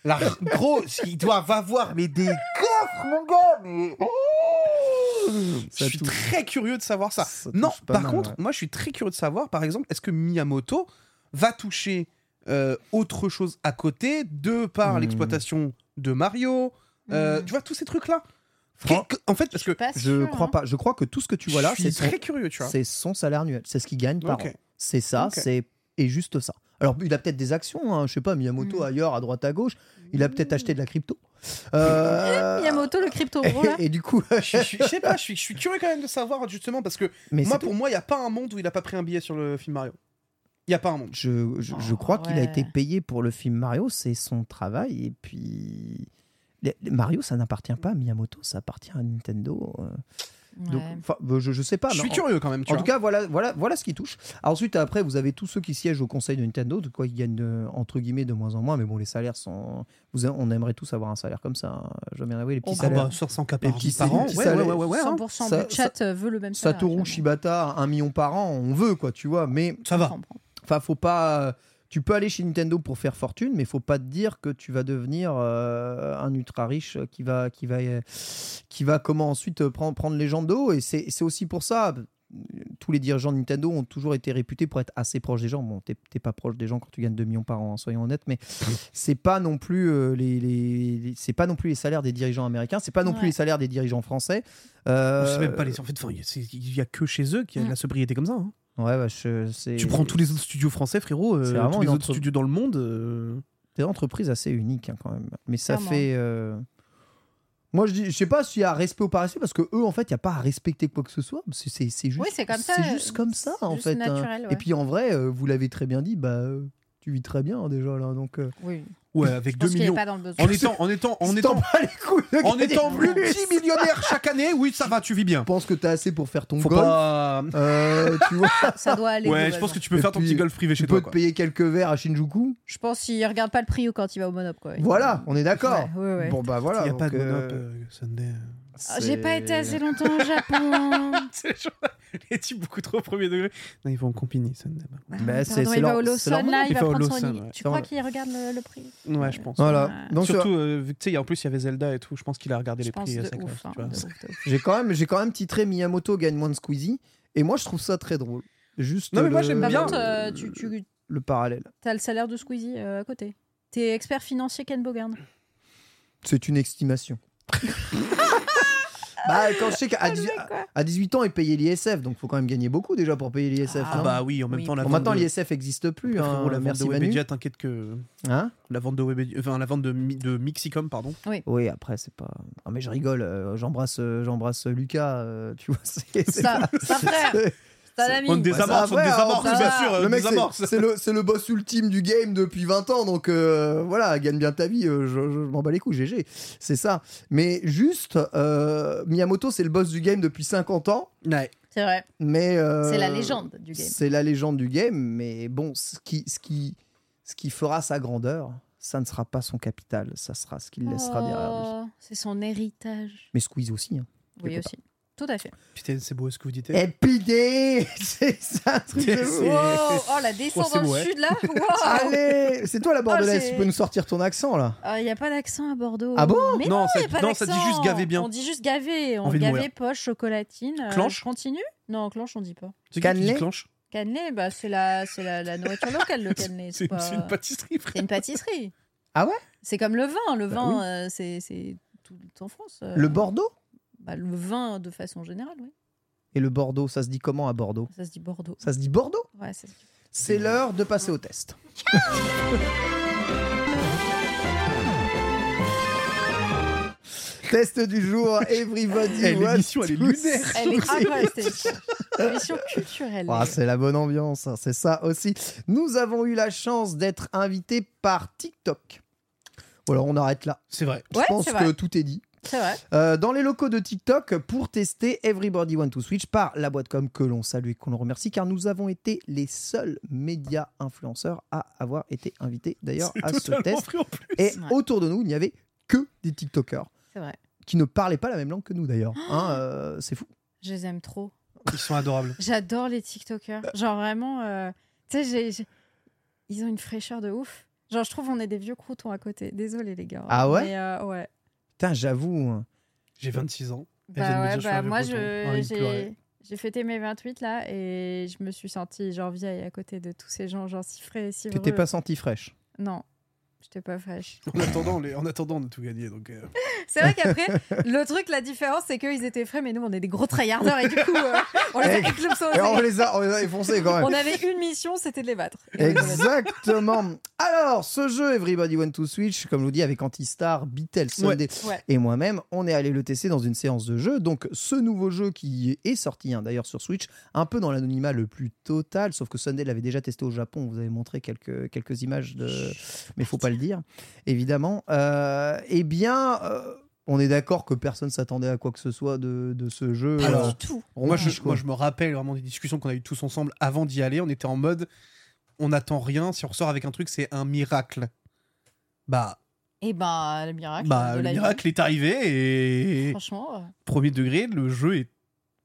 [SPEAKER 4] la... gros, ils doivent avoir mais des coffres, mon gars. mais- je
[SPEAKER 3] Ça
[SPEAKER 4] suis
[SPEAKER 3] touche.
[SPEAKER 4] très curieux de savoir ça.
[SPEAKER 3] Ça
[SPEAKER 4] non,
[SPEAKER 3] touche pas
[SPEAKER 4] par
[SPEAKER 3] mal,
[SPEAKER 4] contre,
[SPEAKER 3] ouais.
[SPEAKER 4] moi, je suis très curieux de savoir, par exemple, est-ce que Miyamoto va toucher euh, autre chose à côté de par
[SPEAKER 3] Hmm.
[SPEAKER 4] l'exploitation de Mario, euh,
[SPEAKER 2] Hmm.
[SPEAKER 4] tu vois tous ces trucs là.
[SPEAKER 3] Fran-
[SPEAKER 4] En fait, parce que
[SPEAKER 2] Pas
[SPEAKER 3] je
[SPEAKER 2] sûr,
[SPEAKER 3] crois
[SPEAKER 2] hein.
[SPEAKER 3] pas. Je crois que tout ce que tu vois là,
[SPEAKER 4] je suis
[SPEAKER 3] c'est
[SPEAKER 4] très
[SPEAKER 3] son,
[SPEAKER 4] curieux, tu vois.
[SPEAKER 3] c'est son salaire annuel. C'est ce qu'il gagne par
[SPEAKER 4] Ok.
[SPEAKER 3] an. C'est ça.
[SPEAKER 4] Ok.
[SPEAKER 3] C'est et juste ça. Alors, il a peut-être des actions, hein, je sais pas, Miyamoto
[SPEAKER 2] Mm.
[SPEAKER 3] ailleurs, à droite, à gauche. Il a peut-être acheté de la crypto. Euh,
[SPEAKER 2] Miyamoto, le crypto
[SPEAKER 3] et-
[SPEAKER 2] gros là.
[SPEAKER 3] Et, du coup,
[SPEAKER 4] Je, suis- je sais pas, je suis, je suis curieux quand même de savoir justement parce que
[SPEAKER 3] mais
[SPEAKER 4] moi,
[SPEAKER 3] c'est tout.
[SPEAKER 4] pour moi, il y a pas un monde où il a pas pris un billet sur le film Mario. Il y a pas un monde.
[SPEAKER 3] Je, je, je
[SPEAKER 2] Oh,
[SPEAKER 3] crois qu'il a
[SPEAKER 2] ouais.
[SPEAKER 3] été payé pour le film Mario, c'est son travail. Et puis. les- les- Mario, ça n'appartient pas à Miyamoto, ça appartient à Nintendo. euh. Donc,
[SPEAKER 2] Ouais.
[SPEAKER 3] enfin, bah, je, je sais pas.
[SPEAKER 4] je
[SPEAKER 3] mais
[SPEAKER 4] suis
[SPEAKER 3] en-
[SPEAKER 4] curieux hein. quand même, tu
[SPEAKER 3] En
[SPEAKER 4] vois.
[SPEAKER 3] tout cas, voilà, voilà, voilà ce qui touche. Alors, ensuite, après, vous avez tous ceux qui siègent au conseil de Nintendo, de quoi ils gagnent euh, entre guillemets de moins en moins. Mais bon, les salaires sont. Vous, on aimerait tous avoir un salaire comme ça. hein. J'aime bien avouer les petits
[SPEAKER 2] Oh, bah,
[SPEAKER 4] Ah
[SPEAKER 3] salaires.
[SPEAKER 4] bah, 500 k
[SPEAKER 3] Les
[SPEAKER 4] par,
[SPEAKER 3] petits-
[SPEAKER 4] par an.
[SPEAKER 3] les petits
[SPEAKER 4] Ouais, ouais,
[SPEAKER 3] salaires.
[SPEAKER 4] ouais, ouais, ouais, hein.
[SPEAKER 2] 100%
[SPEAKER 3] Ça-
[SPEAKER 2] du chat euh, veut le même salaire.
[SPEAKER 3] Satoru
[SPEAKER 2] finalement.
[SPEAKER 3] Shibata, un million par an, on veut quoi, tu vois. Mais
[SPEAKER 4] Ça
[SPEAKER 2] Je
[SPEAKER 4] va.
[SPEAKER 2] comprends.
[SPEAKER 3] Enfin, faut pas. euh, Tu peux aller chez Nintendo pour faire fortune, mais faut pas te dire que tu vas devenir euh, un ultra riche qui va, qui va, euh, qui va comment ensuite euh, prendre, prendre les gens de haut. Et c'est c'est aussi pour ça. euh, Tous les dirigeants de Nintendo ont toujours été réputés pour être assez proches des gens. Bon, t'es t'es pas proche des gens quand tu gagnes 2 millions par an, hein, soyons honnêtes, mais c'est pas non plus euh, les, les- les- c'est pas non plus les salaires des dirigeants américains, c'est pas non plus
[SPEAKER 2] Ouais.
[SPEAKER 3] les salaires des dirigeants français. Euh,
[SPEAKER 4] Je sais même pas les. En fait, enfin, il y a- c'est- il y a que chez eux
[SPEAKER 2] Mm.
[SPEAKER 4] qu'il y a de la sobriété comme ça. hein.
[SPEAKER 3] Ouais, bah, je- c'est-
[SPEAKER 4] Tu prends tous les autres studios français, frérot, euh,
[SPEAKER 3] C'est vraiment
[SPEAKER 4] tous les
[SPEAKER 3] une
[SPEAKER 4] autres
[SPEAKER 3] entre-
[SPEAKER 4] studios dans le monde. euh,
[SPEAKER 3] des entreprises assez uniques hein, quand même. Mais ça
[SPEAKER 2] Clairement.
[SPEAKER 3] fait. euh, Moi, je, dis, je sais pas s'il y a respect ou pas respect, parce que eux, en fait, il n'y a pas à respecter quoi que ce soit. C'est c'est- c'est juste,
[SPEAKER 2] Oui, c'est comme ça. euh,
[SPEAKER 3] C'est juste comme ça,
[SPEAKER 2] c'est
[SPEAKER 3] en
[SPEAKER 2] juste
[SPEAKER 3] fait. hein.
[SPEAKER 2] naturel, ouais.
[SPEAKER 3] Et puis, en vrai, euh, vous l'avez très bien dit, bah, euh, tu vis très bien hein, déjà là. Donc, euh,
[SPEAKER 2] Oui.
[SPEAKER 4] Ouais, avec
[SPEAKER 2] Je
[SPEAKER 4] 2
[SPEAKER 2] pense qu'il est
[SPEAKER 4] millions.
[SPEAKER 2] pas dans le besoin.
[SPEAKER 4] En étant, en étant, en
[SPEAKER 3] si
[SPEAKER 4] étant,
[SPEAKER 3] t'en bats les couilles de
[SPEAKER 4] en
[SPEAKER 3] gagner
[SPEAKER 4] étant
[SPEAKER 3] plus,
[SPEAKER 4] multimillionnaire chaque année, oui, ça va, tu vis bien.
[SPEAKER 3] Je pense que t'as assez pour faire ton
[SPEAKER 4] Faut
[SPEAKER 3] golf.
[SPEAKER 4] pas.
[SPEAKER 3] Euh, tu vois,
[SPEAKER 2] Ça doit aller.
[SPEAKER 4] Ouais, je pense que tu peux
[SPEAKER 3] Et
[SPEAKER 4] faire ton
[SPEAKER 3] puis,
[SPEAKER 4] petit golf privé
[SPEAKER 3] tu
[SPEAKER 4] chez
[SPEAKER 3] peux
[SPEAKER 4] toi.
[SPEAKER 3] te
[SPEAKER 4] quoi.
[SPEAKER 3] payer quelques verres à Shinjuku.
[SPEAKER 2] Je pense qu'il regarde pas le prix quand il va au monop. Quoi.
[SPEAKER 3] Voilà, on est d'accord.
[SPEAKER 2] Ouais, ouais, ouais.
[SPEAKER 3] Bon, bah voilà.
[SPEAKER 4] Il n'y a pas
[SPEAKER 3] donc,
[SPEAKER 4] de
[SPEAKER 3] euh,
[SPEAKER 4] monop, euh, Sunday.
[SPEAKER 2] Ah, J'ai pas été assez longtemps au Japon.
[SPEAKER 4] C'est genre- Il dit beaucoup trop au premier degré. Non, ils vont en compagnie, ça ne va pas.
[SPEAKER 2] Ah, pardon, il va au Lawson, là, il va prendre son lit. Tu crois qu'il regarde le, le prix
[SPEAKER 4] Ouais, je pense.
[SPEAKER 3] Voilà.
[SPEAKER 4] Ouais.
[SPEAKER 3] Donc,
[SPEAKER 4] Surtout, euh, vu que, tu sais, il y a- en plus, il y avait Zelda et tout. Je pense qu'il a regardé
[SPEAKER 2] Je
[SPEAKER 4] les
[SPEAKER 2] pense
[SPEAKER 4] prix.
[SPEAKER 2] de
[SPEAKER 4] à sa
[SPEAKER 2] ouf,
[SPEAKER 4] classe,
[SPEAKER 2] hein,
[SPEAKER 4] tu vois.
[SPEAKER 2] de ouf, de ouf.
[SPEAKER 3] J'ai quand même, j'ai quand même titré Miyamoto gagne moins de Squeezie, et moi je trouve ça très drôle. Juste.
[SPEAKER 4] Non, mais moi,
[SPEAKER 3] le-
[SPEAKER 4] j'aime
[SPEAKER 2] Par
[SPEAKER 4] bien.
[SPEAKER 2] contre, euh, tu, tu
[SPEAKER 3] le parallèle.
[SPEAKER 2] as le salaire de Squeezie euh, à côté. T'es expert financier Ken Bogard.
[SPEAKER 3] C'est une estimation. bah, quand je sais
[SPEAKER 4] Ah,
[SPEAKER 3] qu'à dix- à 18 ans, il payait l'ISF, donc faut quand même gagner beaucoup déjà pour payer l'ISF.
[SPEAKER 4] Ah
[SPEAKER 3] non
[SPEAKER 4] bah oui, en même
[SPEAKER 2] Oui.
[SPEAKER 4] temps, la
[SPEAKER 3] Bon,
[SPEAKER 4] vente
[SPEAKER 3] maintenant,
[SPEAKER 4] de-
[SPEAKER 3] l'ISF n'existe plus. hein,
[SPEAKER 4] frérot, la vente de
[SPEAKER 3] merci Manu.
[SPEAKER 4] Webedia, t'inquiète que
[SPEAKER 3] Hein
[SPEAKER 4] la vente de Webedia- enfin la vente de, Mi- de Mixicom, pardon.
[SPEAKER 3] oui, après, c'est pas. Ah, mais je rigole, euh, j'embrasse euh, j'embrasse Lucas, euh, tu vois. c'est- c'est
[SPEAKER 2] Ça,
[SPEAKER 3] pas-
[SPEAKER 2] ça frère,
[SPEAKER 3] c'est- hein,
[SPEAKER 2] ça l'ami.
[SPEAKER 4] On
[SPEAKER 3] ça,
[SPEAKER 4] désamorce, on
[SPEAKER 3] ouais,
[SPEAKER 4] désamorce,
[SPEAKER 2] ça
[SPEAKER 4] bien
[SPEAKER 2] va.
[SPEAKER 4] sûr, euh,
[SPEAKER 3] le
[SPEAKER 4] on
[SPEAKER 3] mec,
[SPEAKER 4] désamorce.
[SPEAKER 3] c'est- c'est le, c'est le boss ultime du game depuis 20 ans, donc euh, voilà, gagne bien ta vie, euh, je, je- je m'en bats les couilles, GG. C'est ça. Mais juste, euh, Miyamoto, c'est le boss du game depuis 50 ans,
[SPEAKER 4] Ouais.
[SPEAKER 2] C'est vrai,
[SPEAKER 3] mais. euh,
[SPEAKER 2] c'est la légende du game.
[SPEAKER 3] C'est la légende du game, mais bon, ce qui, ce qui, ce qui fera sa grandeur, ça ne sera pas son capital, ça sera ce qu'il laissera derrière lui.
[SPEAKER 2] Oh, C'est son héritage.
[SPEAKER 3] Mais Squeeze aussi. Hein.
[SPEAKER 2] Oui,
[SPEAKER 3] Quelque
[SPEAKER 2] aussi. Tout à fait.
[SPEAKER 4] Putain, c'est beau ce que vous dites.
[SPEAKER 3] Et puis des- C'est ça, un truc de fou.
[SPEAKER 4] C'est-
[SPEAKER 2] Wow, oh, la descente
[SPEAKER 4] Oh, c'est
[SPEAKER 2] dans
[SPEAKER 4] beau,
[SPEAKER 2] le
[SPEAKER 4] hein.
[SPEAKER 2] sud, là. Wow. Ah,
[SPEAKER 3] Allez, c'est toi la bordelaise,
[SPEAKER 2] c'est-
[SPEAKER 3] tu peux nous sortir ton accent là.
[SPEAKER 2] Ah, Il n'y a pas d'accent à Bordeaux.
[SPEAKER 3] Ah bon
[SPEAKER 2] Mais
[SPEAKER 4] Non,
[SPEAKER 2] non,
[SPEAKER 4] ça-
[SPEAKER 2] y a pas
[SPEAKER 4] non, ça dit
[SPEAKER 2] d'accent.
[SPEAKER 4] juste gavé bien.
[SPEAKER 2] On dit juste gavé. On
[SPEAKER 4] Envie de
[SPEAKER 2] gavé,
[SPEAKER 4] mourir.
[SPEAKER 2] poche, chocolatine. Euh,
[SPEAKER 4] Clenche
[SPEAKER 2] je Continue Non, clenche, on dit pas.
[SPEAKER 4] C'est qui qui dit
[SPEAKER 3] Cannelé
[SPEAKER 4] clenche
[SPEAKER 2] Cannelé, bah, c'est la, c'est la, la nourriture locale, le cannelé.
[SPEAKER 4] C'est
[SPEAKER 2] C'est pas-
[SPEAKER 4] c'est une pâtisserie, frère.
[SPEAKER 2] c'est une pâtisserie.
[SPEAKER 3] Ah ouais
[SPEAKER 2] C'est comme le vin. Le
[SPEAKER 3] Bah
[SPEAKER 2] vin,
[SPEAKER 3] oui.
[SPEAKER 2] euh, c'est- c'est tout en France. euh,
[SPEAKER 3] Le Bordeaux
[SPEAKER 2] bah, Le vin, de façon générale, oui.
[SPEAKER 3] Et le Bordeaux, ça se dit comment à Bordeaux
[SPEAKER 2] Ça se dit Bordeaux.
[SPEAKER 3] Ça se dit Bordeaux
[SPEAKER 2] Ouais, ça se dit-
[SPEAKER 3] C'est l'heure de passer au test. test du jour, everybody.
[SPEAKER 4] Eh,
[SPEAKER 3] wants
[SPEAKER 4] l'émission, elle est
[SPEAKER 3] to
[SPEAKER 4] lunaire.
[SPEAKER 2] Elle est
[SPEAKER 3] succeed.
[SPEAKER 2] incroyable, cette émission. Émission culturelle.
[SPEAKER 3] Ah, c'est la bonne ambiance, hein, c'est ça aussi. Nous avons eu la chance d'être invités par TikTok. Voilà, on arrête là.
[SPEAKER 4] C'est vrai.
[SPEAKER 3] Je
[SPEAKER 2] Ouais,
[SPEAKER 3] pense
[SPEAKER 2] c'est
[SPEAKER 3] que
[SPEAKER 2] vrai.
[SPEAKER 3] tout est dit.
[SPEAKER 2] C'est vrai.
[SPEAKER 3] Euh, dans les locaux de TikTok pour tester Everybody Want to Switch par la boîte com que l'on salue et qu'on remercie car nous avons été les seuls médias influenceurs à avoir été invités d'ailleurs à ce
[SPEAKER 4] Totalement
[SPEAKER 3] test.
[SPEAKER 4] pris en plus.
[SPEAKER 3] Et
[SPEAKER 2] Ouais.
[SPEAKER 3] autour de nous, il n'y avait que des TikTokers
[SPEAKER 2] C'est vrai.
[SPEAKER 3] qui ne parlaient pas la même langue que nous d'ailleurs.
[SPEAKER 2] Oh.
[SPEAKER 3] Hein, euh, c'est fou.
[SPEAKER 2] Je les aime trop.
[SPEAKER 4] Ils sont adorables.
[SPEAKER 2] J'adore les TikTokers. Genre vraiment, euh, tu sais, j'ai- j'ai- ils ont une fraîcheur de ouf. Genre, je trouve on est des vieux croutons à côté. Désolé les gars.
[SPEAKER 3] Ah ouais
[SPEAKER 2] Mais, euh, Ouais.
[SPEAKER 3] Putain, j'avoue. hein.
[SPEAKER 4] J'ai 26 ans. Elle vient de
[SPEAKER 2] Bah
[SPEAKER 4] me
[SPEAKER 2] ouais,
[SPEAKER 4] dire, je suis
[SPEAKER 2] bah
[SPEAKER 4] un vieux
[SPEAKER 2] moi
[SPEAKER 4] coton. Ah,
[SPEAKER 2] je
[SPEAKER 4] il pleurait.
[SPEAKER 2] j'ai j'ai fêté mes 28 là et je me suis sentie genre vieille à côté de tous ces gens genre si frais, si
[SPEAKER 3] T'étais
[SPEAKER 2] heureux.
[SPEAKER 3] pas senti fraîche.
[SPEAKER 2] Non, j'étais pas fraîche.
[SPEAKER 4] En attendant, les- en attendant, on a tout gagné. Donc, euh,
[SPEAKER 2] C'est vrai qu'après, le truc, la différence, c'est qu'ils étaient frais, mais nous, on est des gros tryharders et du coup, euh, on les a
[SPEAKER 3] Eh,
[SPEAKER 2] éclopsés.
[SPEAKER 3] Et on les a, on les a effondrés quand même.
[SPEAKER 2] On avait une mission, c'était de les battre.
[SPEAKER 3] Exactement. Alors, ce jeu Everybody Want to Switch, comme je vous dis, avec Antistar, Beatles, Sunday
[SPEAKER 2] Ouais.
[SPEAKER 3] et moi-même, on est allé le tester dans une séance de jeu. Donc, ce nouveau jeu qui est sorti hein, d'ailleurs sur Switch, un peu dans l'anonymat le plus total, sauf que Sunday l'avait déjà testé au Japon. On Vous avez montré quelques, quelques images de. Mais faut pas le dire, évidemment. Euh, eh bien. euh, on est d'accord que personne s'attendait à quoi que ce soit de, de ce jeu.
[SPEAKER 4] Alors,
[SPEAKER 3] euh,
[SPEAKER 2] Tout.
[SPEAKER 4] moi,
[SPEAKER 3] rondiche,
[SPEAKER 4] je,
[SPEAKER 3] quoi.
[SPEAKER 4] moi, je me rappelle vraiment des discussions qu'on a eues tous ensemble avant d'y aller. On était en mode, on n'attend rien. Si on ressort avec un truc, c'est un miracle. Bah,
[SPEAKER 2] Et ben, le miracle.
[SPEAKER 4] bah
[SPEAKER 2] de
[SPEAKER 4] le
[SPEAKER 2] la vie.
[SPEAKER 4] miracle est arrivé et
[SPEAKER 2] Franchement, euh,
[SPEAKER 4] premier degré, le jeu est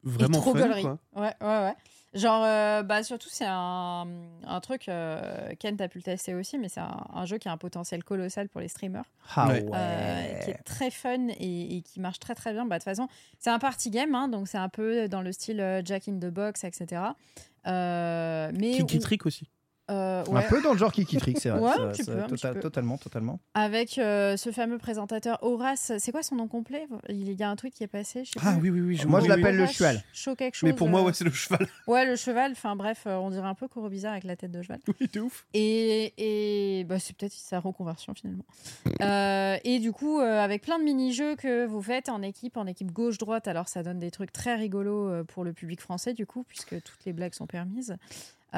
[SPEAKER 2] il est
[SPEAKER 4] vraiment
[SPEAKER 2] trop
[SPEAKER 4] fun.
[SPEAKER 2] gaulerie.
[SPEAKER 4] quoi.
[SPEAKER 2] Ouais, ouais, ouais. Genre, euh, bah, surtout, c'est un, un truc, euh, Ken, t'as pu le tester aussi, mais c'est un, un jeu qui a un potentiel colossal pour les streamers,
[SPEAKER 3] Ah
[SPEAKER 4] Ouais.
[SPEAKER 2] euh, qui est très fun et, et qui marche très très bien. Bah, De toute façon, c'est un party game, hein, donc c'est un peu dans le style euh, Jack in the Box, etc. Euh, mais
[SPEAKER 4] Qui, qui
[SPEAKER 2] où-
[SPEAKER 4] trick aussi.
[SPEAKER 2] euh,
[SPEAKER 3] Un
[SPEAKER 2] ouais,
[SPEAKER 3] peu dans le genre Kiki Trick, c'est vrai.
[SPEAKER 2] Ouais,
[SPEAKER 3] c'est
[SPEAKER 2] un
[SPEAKER 3] vrai,
[SPEAKER 2] petit
[SPEAKER 3] c'est
[SPEAKER 2] peu, un
[SPEAKER 3] tota-
[SPEAKER 2] petit peu.
[SPEAKER 3] Totalement, totalement.
[SPEAKER 2] avec euh, ce fameux présentateur Horace, c'est quoi son nom complet Il y a un tweet qui est passé, je sais
[SPEAKER 4] Ah oui,
[SPEAKER 2] plus.
[SPEAKER 4] oui, oui.
[SPEAKER 3] Moi,
[SPEAKER 4] oui,
[SPEAKER 3] je
[SPEAKER 4] oui.
[SPEAKER 3] l'appelle le
[SPEAKER 2] Horace
[SPEAKER 3] cheval.
[SPEAKER 2] Shaw quelque chose.
[SPEAKER 4] Mais pour moi,
[SPEAKER 2] euh,
[SPEAKER 4] ouais, c'est le cheval.
[SPEAKER 2] Ouais, le cheval, enfin bref, euh, on dirait un peu Koro Bizarre avec la tête de cheval.
[SPEAKER 4] Oui, de ouf.
[SPEAKER 2] Et, et bah, c'est peut-être sa reconversion finalement. Euh, et du coup, euh, avec plein de mini-jeux que vous faites en équipe, en équipe gauche-droite, alors ça donne des trucs très rigolos euh, pour le public français du coup, puisque toutes les blagues sont permises. Euh,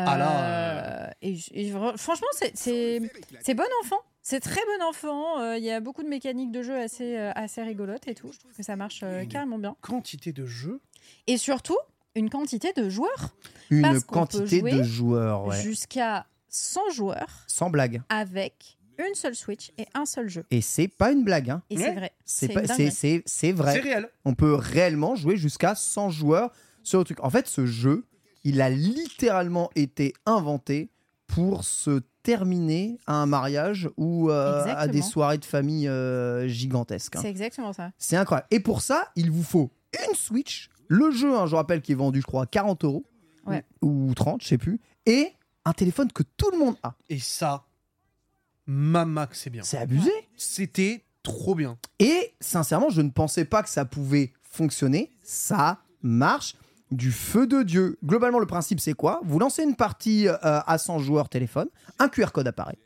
[SPEAKER 4] Ah là,
[SPEAKER 2] et, j- et vra- franchement, c'est- c'est c'est bon enfant. C'est très bon enfant. Euh, Il y a beaucoup de mécaniques de jeu assez, euh, assez rigolotes et tout. Je trouve que ça marche
[SPEAKER 4] Mmh.
[SPEAKER 2] euh, carrément bien.
[SPEAKER 4] Quantité de jeux.
[SPEAKER 2] Et surtout, une quantité de joueurs,
[SPEAKER 3] Une
[SPEAKER 2] Parce qu'on peut
[SPEAKER 3] quantité de
[SPEAKER 2] jouer
[SPEAKER 3] joueurs, ouais.
[SPEAKER 2] jusqu'à 100 joueurs
[SPEAKER 3] Sans blague.
[SPEAKER 2] avec une seule Switch et un seul jeu.
[SPEAKER 3] Et c'est pas une blague. hein.
[SPEAKER 2] Et c'est vrai.
[SPEAKER 3] C'est
[SPEAKER 2] C'est
[SPEAKER 3] pas-
[SPEAKER 2] une
[SPEAKER 3] c'est-
[SPEAKER 2] dinguerie.
[SPEAKER 3] c'est- c'est vrai.
[SPEAKER 4] C'est réel.
[SPEAKER 3] On peut réellement jouer jusqu'à 100 joueurs sur le truc. En fait, ce jeu, il a littéralement été inventé pour se terminer à un mariage ou euh, à des
[SPEAKER 2] Exactement.
[SPEAKER 3] soirées de famille euh, gigantesques. hein.
[SPEAKER 2] C'est exactement ça.
[SPEAKER 3] C'est incroyable. Et pour ça, il vous faut une Switch, le jeu, hein, je rappelle, qui est vendu, je crois, à 40 euros
[SPEAKER 2] Ouais.
[SPEAKER 3] ou ou 30, je sais plus, et un téléphone que tout le monde a.
[SPEAKER 4] Et ça, maman, que c'est bien.
[SPEAKER 3] C'est abusé.
[SPEAKER 4] C'était trop bien.
[SPEAKER 3] Et sincèrement, je ne pensais pas que ça pouvait fonctionner. Ça marche du feu de Dieu. Globalement, le principe, c'est quoi Vous lancez une partie euh, à 100 joueurs téléphone, un QR code apparaît.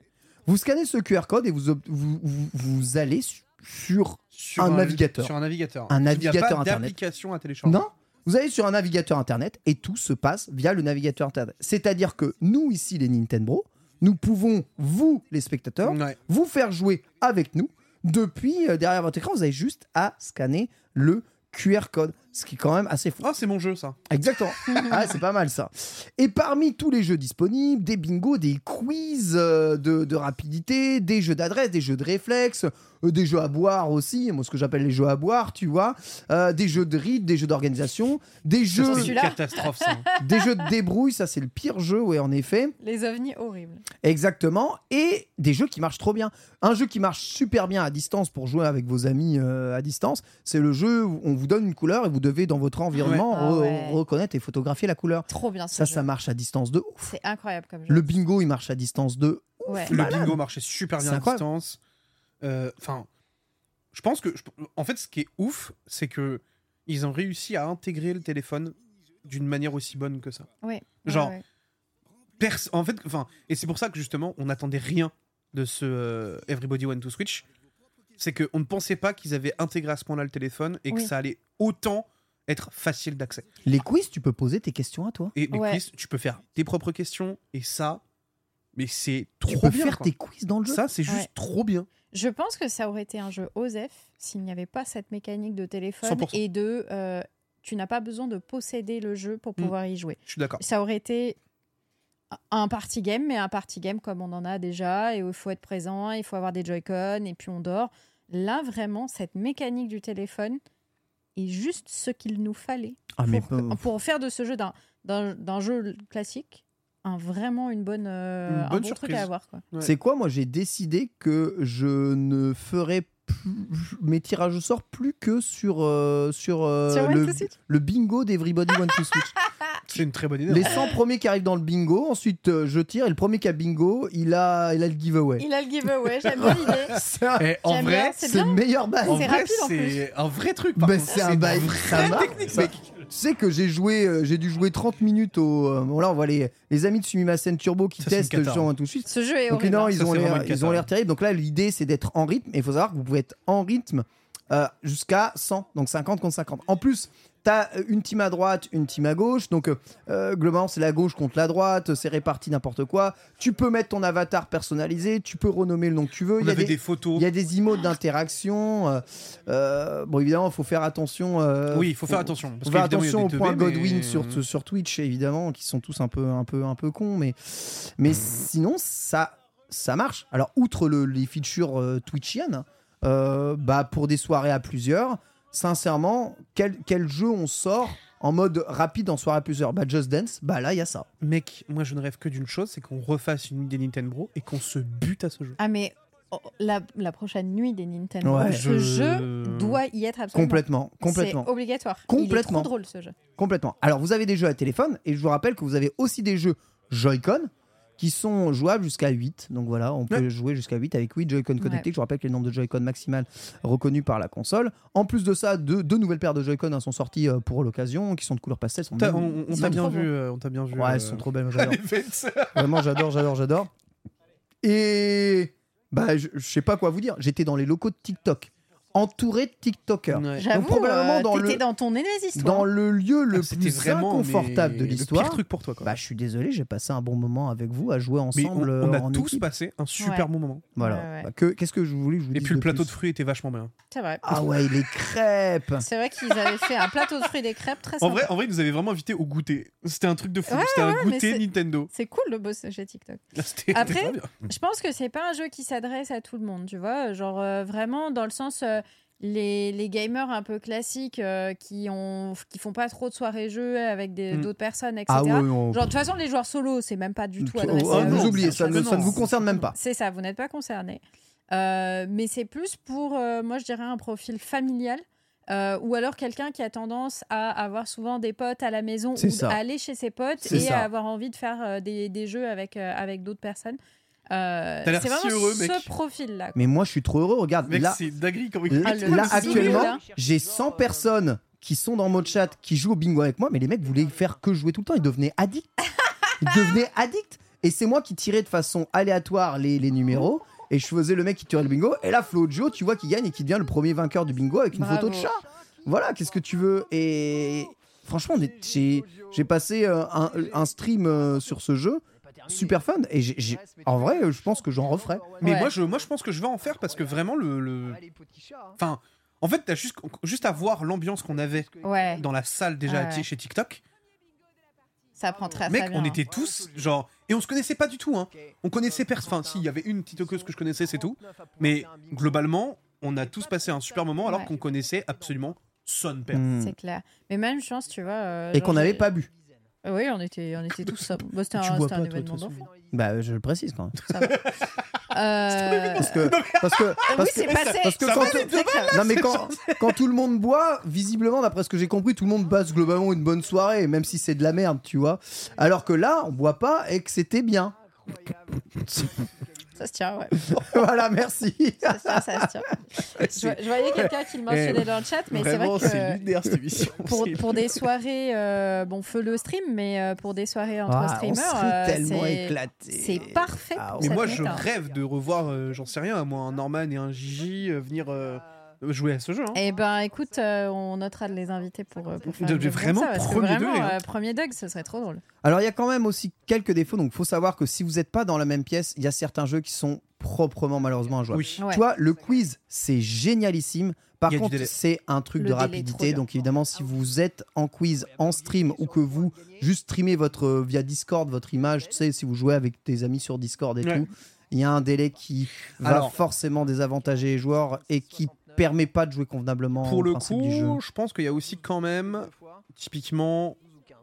[SPEAKER 3] Vous scannez ce QR code et vous, ob- vous, vous- vous allez su- sur...
[SPEAKER 4] Sur
[SPEAKER 3] Un navigateur.
[SPEAKER 4] Sur un navigateur.
[SPEAKER 3] Un
[SPEAKER 4] Il n'y a
[SPEAKER 3] navigateur
[SPEAKER 4] pas
[SPEAKER 3] Internet.
[SPEAKER 4] d'application à télécharger.
[SPEAKER 3] Non Vous allez sur un navigateur Internet et tout se passe via le navigateur Internet. C'est-à-dire que nous, ici, les Nintendo, nous pouvons, vous, les spectateurs,
[SPEAKER 4] Ouais.
[SPEAKER 3] vous faire jouer avec nous. Depuis, euh, derrière votre écran, vous avez juste à scanner le QR code, ce qui est quand même assez fou.
[SPEAKER 4] Ah, c'est mon jeu, ça.
[SPEAKER 3] Exactement. ah, c'est pas mal ça. Et parmi tous les jeux disponibles, des bingos, des quiz euh, de, de rapidité, des jeux d'adresse, des jeux de réflexe, euh, des jeux à boire aussi, moi ce que j'appelle les jeux à boire, tu vois, euh, des jeux de rides, des jeux d'organisation, des jeux,
[SPEAKER 4] Ça, C'est une
[SPEAKER 2] Celui-là.
[SPEAKER 4] catastrophe, ça.
[SPEAKER 3] des jeux de débrouille, ça c'est le pire jeu, oui en effet.
[SPEAKER 2] Les ovnis horribles.
[SPEAKER 3] Exactement, et des jeux qui marchent trop bien. Un jeu qui marche super bien à distance pour jouer avec vos amis euh, à distance, c'est le jeu où on vous donne une couleur et vous devez dans votre environnement
[SPEAKER 2] Ah
[SPEAKER 3] re-
[SPEAKER 2] ouais.
[SPEAKER 3] reconnaître et photographier la couleur.
[SPEAKER 2] Trop bien. ce
[SPEAKER 3] Ça,
[SPEAKER 2] jeu.
[SPEAKER 3] ça marche à distance de ouf.
[SPEAKER 2] C'est incroyable comme jeu.
[SPEAKER 3] Le bingo, il marche à distance de ouf.
[SPEAKER 2] Ouais.
[SPEAKER 4] Le
[SPEAKER 3] Malade.
[SPEAKER 4] bingo marchait super bien
[SPEAKER 3] C'est
[SPEAKER 4] à
[SPEAKER 3] incroyable.
[SPEAKER 4] distance. Euh, Enfin, je pense que. je- en fait, ce qui est ouf, c'est que ils ont réussi à intégrer le téléphone d'une manière aussi bonne que ça.
[SPEAKER 2] Ouais.
[SPEAKER 4] Genre,
[SPEAKER 2] Ouais, ouais.
[SPEAKER 4] Perso- en fait, enfin, et c'est pour ça que justement, on n'attendait rien de ce euh, Everybody One to Switch. C'est qu'on ne pensait pas qu'ils avaient intégré à ce point-là le téléphone et que
[SPEAKER 2] Oui.
[SPEAKER 4] ça allait autant être facile d'accès.
[SPEAKER 3] Les quiz, tu peux poser tes questions à toi.
[SPEAKER 4] Et les
[SPEAKER 2] Ouais.
[SPEAKER 4] quiz, tu peux faire tes propres questions et ça, mais c'est trop
[SPEAKER 3] Tu peux
[SPEAKER 4] bien.
[SPEAKER 3] faire
[SPEAKER 4] quoi.
[SPEAKER 3] tes quiz dans le jeu.
[SPEAKER 4] Ça, c'est juste
[SPEAKER 2] Ouais.
[SPEAKER 4] trop bien.
[SPEAKER 2] Je pense que ça aurait été un jeu OZEF s'il n'y avait pas cette mécanique de téléphone
[SPEAKER 4] 100%.
[SPEAKER 2] et de euh, tu n'as pas besoin de posséder le jeu pour pouvoir y jouer.
[SPEAKER 4] Je suis d'accord.
[SPEAKER 2] Ça aurait été un party game, mais un party game comme on en a déjà, et où il faut être présent, il faut avoir des Joy-Con, et puis on dort. Là, vraiment, cette mécanique du téléphone est juste ce qu'il nous fallait
[SPEAKER 3] Ah, mais
[SPEAKER 2] pour, que- pour faire de ce jeu d'un- d'un d'un jeu classique un vraiment une bonne, euh,
[SPEAKER 4] Une
[SPEAKER 2] un
[SPEAKER 4] bonne
[SPEAKER 2] bon truc
[SPEAKER 4] surprise.
[SPEAKER 2] à avoir quoi.
[SPEAKER 4] Ouais.
[SPEAKER 3] C'est quoi Moi, j'ai décidé que je ne ferai plus- mes tirages au sort plus que sur, euh, sur, euh,
[SPEAKER 2] Sur One
[SPEAKER 3] le,
[SPEAKER 2] to Switch
[SPEAKER 3] le bingo d'Everybody One to Switch.
[SPEAKER 4] C'est une très bonne idée.
[SPEAKER 3] Les
[SPEAKER 4] hein.
[SPEAKER 3] 100 premiers qui arrivent dans le bingo, ensuite euh, je tire et le premier qui a bingo, il a, il a le giveaway.
[SPEAKER 2] Il a le giveaway, j'aime bien l'idée.
[SPEAKER 3] C'est un-
[SPEAKER 4] Eh, en
[SPEAKER 2] J'aime
[SPEAKER 4] vrai,
[SPEAKER 2] bien, c'est
[SPEAKER 3] c'est
[SPEAKER 2] bien.
[SPEAKER 3] le meilleur bail.
[SPEAKER 2] En C'est rapide, en plus.
[SPEAKER 4] c'est un vrai truc. par
[SPEAKER 3] Bah,
[SPEAKER 4] contre.
[SPEAKER 3] c'est un bail. Ça marche. ça. Tu sais que j'ai joué, euh, j'ai dû jouer 30 minutes au. euh, bon là, on voit les, les amis de Sumimasen Turbo qui
[SPEAKER 4] Ça, c'est une
[SPEAKER 3] testent
[SPEAKER 4] cata, hein.
[SPEAKER 3] genre, tout de suite.
[SPEAKER 2] Ce jeu est
[SPEAKER 3] Donc
[SPEAKER 2] horrible.
[SPEAKER 3] non,
[SPEAKER 2] hein.
[SPEAKER 3] ils
[SPEAKER 4] Ça,
[SPEAKER 3] ont
[SPEAKER 4] c'est vraiment
[SPEAKER 3] l'air,
[SPEAKER 4] une
[SPEAKER 3] ils ont
[SPEAKER 4] cata.
[SPEAKER 3] l'air terribles. Donc là, l'idée c'est d'être en rythme. Et il faut savoir que vous pouvez être en rythme euh, jusqu'à 100, donc 50 contre 50. En plus. T'as euh, une team à droite, une team à gauche. Donc, euh, euh, globalement, c'est la gauche contre la droite. C'est réparti n'importe quoi. Tu peux mettre ton avatar personnalisé. Tu peux renommer le nom que tu veux.
[SPEAKER 4] On
[SPEAKER 3] Il y a
[SPEAKER 4] avait
[SPEAKER 3] des-
[SPEAKER 4] des, photos.
[SPEAKER 3] il y a des emotes d'interaction. euh, euh, bon, évidemment, il faut faire attention. euh,
[SPEAKER 4] Oui, il faut faire attention. Parce
[SPEAKER 3] faut faire
[SPEAKER 4] qu'évidemment, il y a
[SPEAKER 3] attention au
[SPEAKER 4] des
[SPEAKER 3] point
[SPEAKER 4] teubés, mais-
[SPEAKER 3] Godwin sur, sur Twitch, évidemment, qui sont tous un peu, un peu, un peu cons. Mais, mais sinon, ça, ça marche. Alors, outre le- les features euh, twitchiennes, euh, bah, pour des soirées à plusieurs, sincèrement, quel, quel jeu on sort en mode rapide en soirée à plusieurs bah, Just Dance, bah là, il y a ça.
[SPEAKER 4] Mec, moi je ne rêve que d'une chose, c'est qu'on refasse une nuit des Nintendo Bros et qu'on se bute à ce jeu.
[SPEAKER 2] Ah mais oh, la, la prochaine nuit des Nintendo,
[SPEAKER 3] Ouais.
[SPEAKER 4] Je-
[SPEAKER 2] ce jeu doit y être absolument.
[SPEAKER 3] Complètement, complètement.
[SPEAKER 2] C'est obligatoire.
[SPEAKER 3] Complètement.
[SPEAKER 2] Il est trop drôle ce jeu.
[SPEAKER 3] Complètement. Alors, vous avez des jeux à téléphone, et je vous rappelle que vous avez aussi des jeux Joy-Con qui sont jouables jusqu'à 8. Donc voilà, on peut jouer jusqu'à 8 avec 8 Joy-Con connectés. Je vous rappelle que le nombre de Joy-Con maximal reconnu par la console. En plus de ça, deux, deux nouvelles paires de Joy-Con hein, sont sorties euh, pour l'occasion, qui sont de couleur pastel. sont
[SPEAKER 4] T'as-
[SPEAKER 3] même-
[SPEAKER 4] On, on
[SPEAKER 3] ils
[SPEAKER 4] t'a
[SPEAKER 3] sont
[SPEAKER 4] bien
[SPEAKER 3] trop
[SPEAKER 4] vu,
[SPEAKER 3] beaux.
[SPEAKER 4] euh, on t'a bien vu.
[SPEAKER 3] Ouais,
[SPEAKER 4] euh,
[SPEAKER 3] elles sont trop belles. moi, J'adore.
[SPEAKER 4] les fêtes.
[SPEAKER 3] Vraiment, j'adore, j'adore, j'adore. Et bah, je, je sais pas quoi vous dire. J'étais dans les locaux de TikTok entouré de TikTokers.
[SPEAKER 4] Ouais.
[SPEAKER 2] J'avoue,
[SPEAKER 3] Donc, probablement
[SPEAKER 2] euh,
[SPEAKER 3] dans
[SPEAKER 2] t'étais
[SPEAKER 3] le-
[SPEAKER 2] dans ton aîné histoire.
[SPEAKER 3] Dans le lieu le
[SPEAKER 4] Ah, c'était
[SPEAKER 3] plus
[SPEAKER 4] vraiment,
[SPEAKER 3] inconfortable
[SPEAKER 4] mais,
[SPEAKER 3] de
[SPEAKER 4] le pire
[SPEAKER 3] l'histoire.
[SPEAKER 4] truc pour toi, quoi.
[SPEAKER 3] Bah, je suis désolé, j'ai passé un bon moment avec vous à jouer
[SPEAKER 4] mais on,
[SPEAKER 3] ensemble. euh,
[SPEAKER 4] on a
[SPEAKER 3] en
[SPEAKER 4] tous
[SPEAKER 3] équipe.
[SPEAKER 4] passé un super
[SPEAKER 2] Ouais.
[SPEAKER 4] bon moment.
[SPEAKER 3] Voilà.
[SPEAKER 2] Ouais, ouais.
[SPEAKER 3] Bah, que- Qu'est-ce que je voulais que je vous
[SPEAKER 4] Et
[SPEAKER 3] dise
[SPEAKER 4] puis le plateau de
[SPEAKER 3] plus
[SPEAKER 4] fruits était vachement bien.
[SPEAKER 2] C'est vrai.
[SPEAKER 3] Ah ouais, les crêpes.
[SPEAKER 2] C'est vrai qu'ils avaient fait un plateau de fruits et des crêpes très
[SPEAKER 4] En
[SPEAKER 2] sympa.
[SPEAKER 4] vrai, en vrai, ils nous avaient vraiment invités au goûter. C'était un truc de fou.
[SPEAKER 2] Ah Ouais,
[SPEAKER 4] C'était un
[SPEAKER 2] mais
[SPEAKER 4] goûter
[SPEAKER 2] c'est-
[SPEAKER 4] Nintendo.
[SPEAKER 2] C'est cool le bosser chez TikTok.
[SPEAKER 4] Là, c'était-
[SPEAKER 2] Après-
[SPEAKER 4] c'était bien.
[SPEAKER 2] Je pense que c'est pas un jeu qui s'adresse à tout le monde, tu vois. Genre euh, vraiment dans le sens euh, les, les gamers un peu classiques euh, qui ont qui font pas trop de soirées jeux avec des-
[SPEAKER 4] Mm.
[SPEAKER 2] d'autres personnes, etc.
[SPEAKER 3] Ah ouais, on-
[SPEAKER 2] Genre de toute façon les joueurs solo c'est même pas du tout
[SPEAKER 3] Oh,
[SPEAKER 2] adressé.
[SPEAKER 3] oh,
[SPEAKER 2] à eux.
[SPEAKER 3] vous oubliez, ça,
[SPEAKER 4] ça
[SPEAKER 3] ne-
[SPEAKER 4] me-
[SPEAKER 3] ça ne vous concerne même pas.
[SPEAKER 2] C'est ça, vous n'êtes pas concerné. Euh, mais c'est plus pour, euh, moi je dirais, un profil familial. euh, ou alors quelqu'un qui a tendance à avoir souvent des potes à la maison
[SPEAKER 3] C'est
[SPEAKER 2] ou
[SPEAKER 3] ça.
[SPEAKER 2] à aller chez ses potes
[SPEAKER 3] C'est
[SPEAKER 2] et
[SPEAKER 3] ça.
[SPEAKER 2] à avoir envie de faire euh, des, des jeux avec, euh, avec d'autres personnes. Euh,
[SPEAKER 4] T'as l'air
[SPEAKER 2] c'est
[SPEAKER 4] si
[SPEAKER 2] vraiment
[SPEAKER 4] heureux,
[SPEAKER 2] ce
[SPEAKER 4] mec.
[SPEAKER 2] profil-là. quoi.
[SPEAKER 3] Mais moi, je suis trop heureux. Regarde,
[SPEAKER 4] Mec,
[SPEAKER 3] là,
[SPEAKER 4] c'est d'agri comme
[SPEAKER 3] Là,
[SPEAKER 2] Ah, le-
[SPEAKER 3] là,
[SPEAKER 2] le
[SPEAKER 3] actuellement,
[SPEAKER 2] là.
[SPEAKER 3] j'ai 100 personnes qui sont dans mon chat, qui jouent au bingo avec moi, mais les mecs voulaient faire que jouer tout le temps. Ils devenaient addicts. Ils devenaient addicts. Et c'est moi qui tirais de façon aléatoire les, les numéros. Et je faisais le mec qui tirait le bingo. Et là, Flo Joe, tu vois, qui gagne et qui devient le premier vainqueur du bingo avec une
[SPEAKER 2] Bravo.
[SPEAKER 3] photo de chat. Voilà, qu'est-ce que tu veux Et franchement, on est- j'ai j'ai passé euh, un, un stream euh, sur ce jeu. Super fun. Et j'ai- j'ai- en vrai, euh, je pense que j'en referais.
[SPEAKER 4] Mais
[SPEAKER 2] Ouais.
[SPEAKER 4] moi je, moi, je pense que je vais en faire parce que vraiment, le. le-
[SPEAKER 2] hein.
[SPEAKER 4] Enfin, en fait, t'as juste, juste à voir l'ambiance qu'on avait
[SPEAKER 2] Ouais,
[SPEAKER 4] dans la salle déjà
[SPEAKER 2] Ouais, ouais.
[SPEAKER 4] chez TikTok.
[SPEAKER 2] ça prend très
[SPEAKER 4] Mec,
[SPEAKER 2] très bien.
[SPEAKER 4] on était tous, genre. Et on se connaissait pas du tout, hein. On connaissait personne. Enfin, si, il y avait une TikTokeuse que je connaissais, c'est tout. Mais globalement, on a tous passé un super moment alors
[SPEAKER 2] Ouais.
[SPEAKER 4] qu'on connaissait absolument son père.
[SPEAKER 3] Mm.
[SPEAKER 2] C'est clair. Mais même chance, tu vois. euh,
[SPEAKER 3] Et
[SPEAKER 2] genre,
[SPEAKER 3] qu'on n'avait
[SPEAKER 2] j'ai-
[SPEAKER 3] pas bu.
[SPEAKER 2] Oui, on était, on était tous sobres. Bah, c'était un,
[SPEAKER 3] Tu bois
[SPEAKER 2] c'était un
[SPEAKER 3] pas, toi, de
[SPEAKER 2] événement
[SPEAKER 3] toute façon.
[SPEAKER 2] d'enfant.
[SPEAKER 3] Bah, je le précise quand même.
[SPEAKER 2] Ça va. Euh,
[SPEAKER 3] Parce que, parce que, parce
[SPEAKER 2] oui,
[SPEAKER 3] que-
[SPEAKER 2] c'est passé.
[SPEAKER 3] parce que
[SPEAKER 2] Ça
[SPEAKER 3] quand,
[SPEAKER 2] va, c'est clair.
[SPEAKER 3] non mais quand, quand tout le monde boit, visiblement, d'après ce que j'ai compris, tout le monde passe globalement une bonne soirée, même si c'est de la merde, tu vois. Alors que là, on boit pas et que c'était bien.
[SPEAKER 2] Ça se tient, ouais.
[SPEAKER 3] voilà, merci.
[SPEAKER 2] Ça se tient, ça se tient. Je, je voyais quelqu'un qui le mentionnait dans le chat, mais c'est vrai
[SPEAKER 4] Vraiment, c'est
[SPEAKER 2] que
[SPEAKER 4] lunaire cette émission.
[SPEAKER 2] pour,
[SPEAKER 4] C'est-
[SPEAKER 2] pour des soirées, euh, bon, feu le stream, mais euh, pour des soirées entre
[SPEAKER 3] Ah, on
[SPEAKER 2] streamers,
[SPEAKER 3] serait
[SPEAKER 2] euh,
[SPEAKER 3] tellement
[SPEAKER 2] c'est-
[SPEAKER 3] éclaté.
[SPEAKER 2] c'est parfait
[SPEAKER 3] Ah
[SPEAKER 2] pour hein.
[SPEAKER 4] Mais
[SPEAKER 2] ça
[SPEAKER 4] moi,
[SPEAKER 2] te
[SPEAKER 4] je
[SPEAKER 2] met un-
[SPEAKER 4] rêve de revoir, euh, j'en sais rien, moi, un Norman et un Gigi euh, venir euh, jouer à ce jeu. hein.
[SPEAKER 2] Eh ben, écoute, euh, on notera de les inviter pour, euh, pour faire
[SPEAKER 4] De-
[SPEAKER 2] une
[SPEAKER 4] de-
[SPEAKER 2] jauge comme
[SPEAKER 4] vraiment
[SPEAKER 2] ça, parce que
[SPEAKER 4] premier
[SPEAKER 2] vraiment,
[SPEAKER 4] degré, hein.
[SPEAKER 2] euh, premier dog, ce serait trop drôle.
[SPEAKER 3] Alors il y a quand même aussi quelques défauts, donc faut savoir que si vous n'êtes pas dans la même pièce, il y a certains jeux qui sont proprement malheureusement injouables.
[SPEAKER 4] Oui.
[SPEAKER 2] Ouais.
[SPEAKER 3] Tu vois, le quiz, c'est génialissime. Par
[SPEAKER 4] Il y a du
[SPEAKER 3] contre,
[SPEAKER 4] délai.
[SPEAKER 3] c'est un truc
[SPEAKER 2] Le
[SPEAKER 3] de
[SPEAKER 2] délai est trop
[SPEAKER 3] rapidité.
[SPEAKER 2] dur.
[SPEAKER 3] Donc, évidemment, si vous êtes en quiz, en stream ou que vous juste streamez votre, euh, via Discord votre image, tu sais, si vous jouez avec tes amis sur Discord et
[SPEAKER 4] Ouais.
[SPEAKER 3] tout, il y a un délai qui va
[SPEAKER 4] Alors-
[SPEAKER 3] forcément désavantager les joueurs et qui permet pas de jouer convenablement
[SPEAKER 4] Pour
[SPEAKER 3] au
[SPEAKER 4] le
[SPEAKER 3] principe du jeu.
[SPEAKER 4] coup, je pense qu'il y a aussi quand même, typiquement,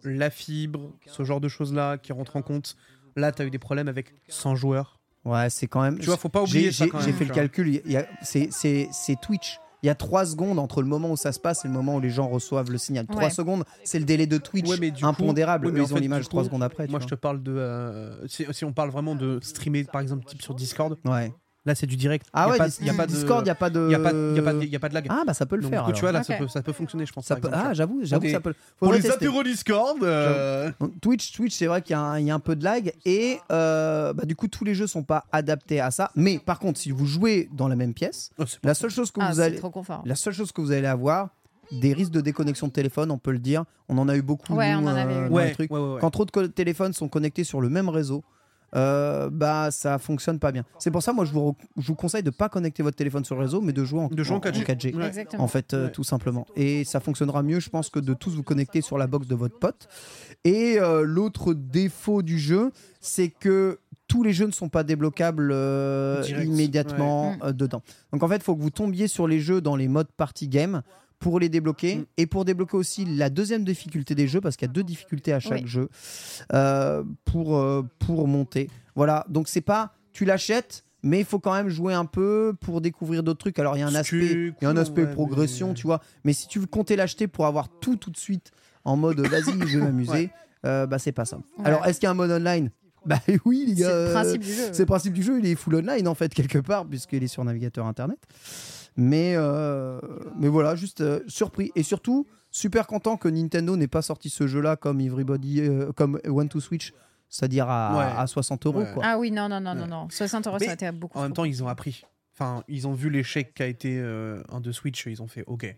[SPEAKER 4] la fibre, ce genre de choses-là qui rentrent en compte. Là, t'as eu des problèmes avec 100 joueurs.
[SPEAKER 3] Ouais, c'est quand même.
[SPEAKER 4] Tu vois, faut pas
[SPEAKER 3] J'ai
[SPEAKER 4] oublier ça
[SPEAKER 3] j'ai-
[SPEAKER 4] quand
[SPEAKER 3] j'ai
[SPEAKER 4] même,
[SPEAKER 3] fait
[SPEAKER 4] tu
[SPEAKER 3] le
[SPEAKER 4] vois.
[SPEAKER 3] calcul, il y a- c'est- c'est c'est Twitch. Il y a 3 secondes entre le moment où ça se passe et le moment où les gens reçoivent le signal. 3
[SPEAKER 2] Ouais.
[SPEAKER 3] secondes, c'est le délai de Twitch
[SPEAKER 4] Ouais, mais du coup-
[SPEAKER 3] impondérable.
[SPEAKER 4] ouais, mais
[SPEAKER 3] Eux,
[SPEAKER 4] en
[SPEAKER 3] ils ont
[SPEAKER 4] fait,
[SPEAKER 3] l'image
[SPEAKER 4] du
[SPEAKER 3] 3
[SPEAKER 4] coup,
[SPEAKER 3] secondes après. tu
[SPEAKER 4] Moi, je
[SPEAKER 3] vois.
[SPEAKER 4] te parle de. euh, si, si on parle vraiment de streamer, par exemple, type sur Discord,
[SPEAKER 3] Ouais.
[SPEAKER 4] là, c'est du direct.
[SPEAKER 3] Ah
[SPEAKER 4] Y a
[SPEAKER 3] ouais,
[SPEAKER 4] pas-
[SPEAKER 3] dis-
[SPEAKER 4] y a pas de-
[SPEAKER 3] Discord, il n'y a pas de.
[SPEAKER 4] il n'y a, pas- y a pas de- y a pas de lag.
[SPEAKER 3] Ah, bah ça peut le
[SPEAKER 4] Donc,
[SPEAKER 3] faire.
[SPEAKER 4] du coup, tu vois,
[SPEAKER 3] alors.
[SPEAKER 4] là, ça,
[SPEAKER 2] Ok.
[SPEAKER 4] peut, ça peut fonctionner, je pense.
[SPEAKER 3] ça
[SPEAKER 4] par
[SPEAKER 3] peut...
[SPEAKER 4] exemple, tu
[SPEAKER 3] Ah,
[SPEAKER 4] vois.
[SPEAKER 3] j'avoue, j'avoue,
[SPEAKER 4] Pour
[SPEAKER 3] ça
[SPEAKER 4] les-
[SPEAKER 3] peut le
[SPEAKER 4] Pour
[SPEAKER 3] faudrait
[SPEAKER 4] les
[SPEAKER 3] tester.
[SPEAKER 4] apéros Discord, euh,
[SPEAKER 3] Donc, Twitch, Twitch c'est vrai qu'il y, a un- il y a un peu de lag. Et euh, bah, du coup, tous les jeux sont pas adaptés à ça. Mais par contre, si vous jouez dans la même pièce,
[SPEAKER 4] oh, c'est-
[SPEAKER 3] la seule chose que
[SPEAKER 2] Ah,
[SPEAKER 3] vous
[SPEAKER 2] c'est
[SPEAKER 3] allez.
[SPEAKER 2] trop confort.
[SPEAKER 3] La seule chose que vous allez avoir, des risques de déconnexion de téléphone, on peut le dire. On en a eu beaucoup.
[SPEAKER 2] Ouais,
[SPEAKER 3] nous,
[SPEAKER 2] on en avait
[SPEAKER 3] euh, dans
[SPEAKER 2] eu.
[SPEAKER 3] les
[SPEAKER 4] ouais,
[SPEAKER 3] trucs.
[SPEAKER 4] ouais, ouais, ouais.
[SPEAKER 3] Quand trop de co- téléphones sont connectés sur le même réseau, euh, bah ça fonctionne pas bien. C'est pour ça, moi, je vous, re- je vous conseille de pas connecter votre téléphone sur le réseau, mais de jouer en,
[SPEAKER 4] De jouer en 4G. Ouais.
[SPEAKER 2] Exactement.
[SPEAKER 3] En fait, euh,
[SPEAKER 4] Ouais.
[SPEAKER 3] tout simplement. Et ça fonctionnera mieux, je pense, que de tous vous connecter sur la box de votre pote. Et euh, l'autre défaut du jeu, c'est que tous les jeux ne sont pas débloquables euh,
[SPEAKER 4] Direct.
[SPEAKER 3] immédiatement
[SPEAKER 2] Ouais.
[SPEAKER 3] euh, dedans. Donc en fait, il faut que vous tombiez sur les jeux dans les modes party game pour les débloquer
[SPEAKER 4] Mm.
[SPEAKER 3] et pour débloquer aussi la deuxième difficulté des jeux parce qu'il y a deux difficultés à chaque
[SPEAKER 2] Oui.
[SPEAKER 3] jeu euh, pour, euh, pour monter. Voilà, donc c'est pas tu l'achètes mais il faut quand même jouer un peu pour découvrir d'autres trucs. Alors il y a un aspect, il y a un
[SPEAKER 4] Stuc,
[SPEAKER 3] aspect
[SPEAKER 4] ouais,
[SPEAKER 3] progression,
[SPEAKER 4] mais-
[SPEAKER 3] tu vois. Mais si tu comptais l'acheter pour avoir tout tout de suite en mode euh, vas-y, je vais m'amuser,
[SPEAKER 4] Ouais.
[SPEAKER 3] euh, bah c'est pas ça.
[SPEAKER 2] Ouais.
[SPEAKER 3] Alors est-ce qu'il y a un mode online Bah oui, les
[SPEAKER 2] C'est
[SPEAKER 3] gars.
[SPEAKER 2] le
[SPEAKER 3] euh,
[SPEAKER 2] principe du jeu.
[SPEAKER 3] c'est le principe du jeu, il est full online en fait quelque part puisqu'il est sur navigateur internet. Mais euh, mais voilà, juste euh, surpris et surtout super content que Nintendo n'ait pas sorti ce jeu-là comme Everybody, euh, comme One to Switch, c'est-à-dire à,
[SPEAKER 4] Ouais.
[SPEAKER 3] à 60 euros
[SPEAKER 4] Ouais.
[SPEAKER 3] quoi.
[SPEAKER 2] Ah oui, non, non, non, non,
[SPEAKER 4] Ouais.
[SPEAKER 2] non. 60 euros,
[SPEAKER 4] Mais
[SPEAKER 2] ça a été beaucoup.
[SPEAKER 4] En même temps, ils ont appris. Enfin, ils ont vu l'échec qu'a été euh, un de Switch, ils ont fait OK.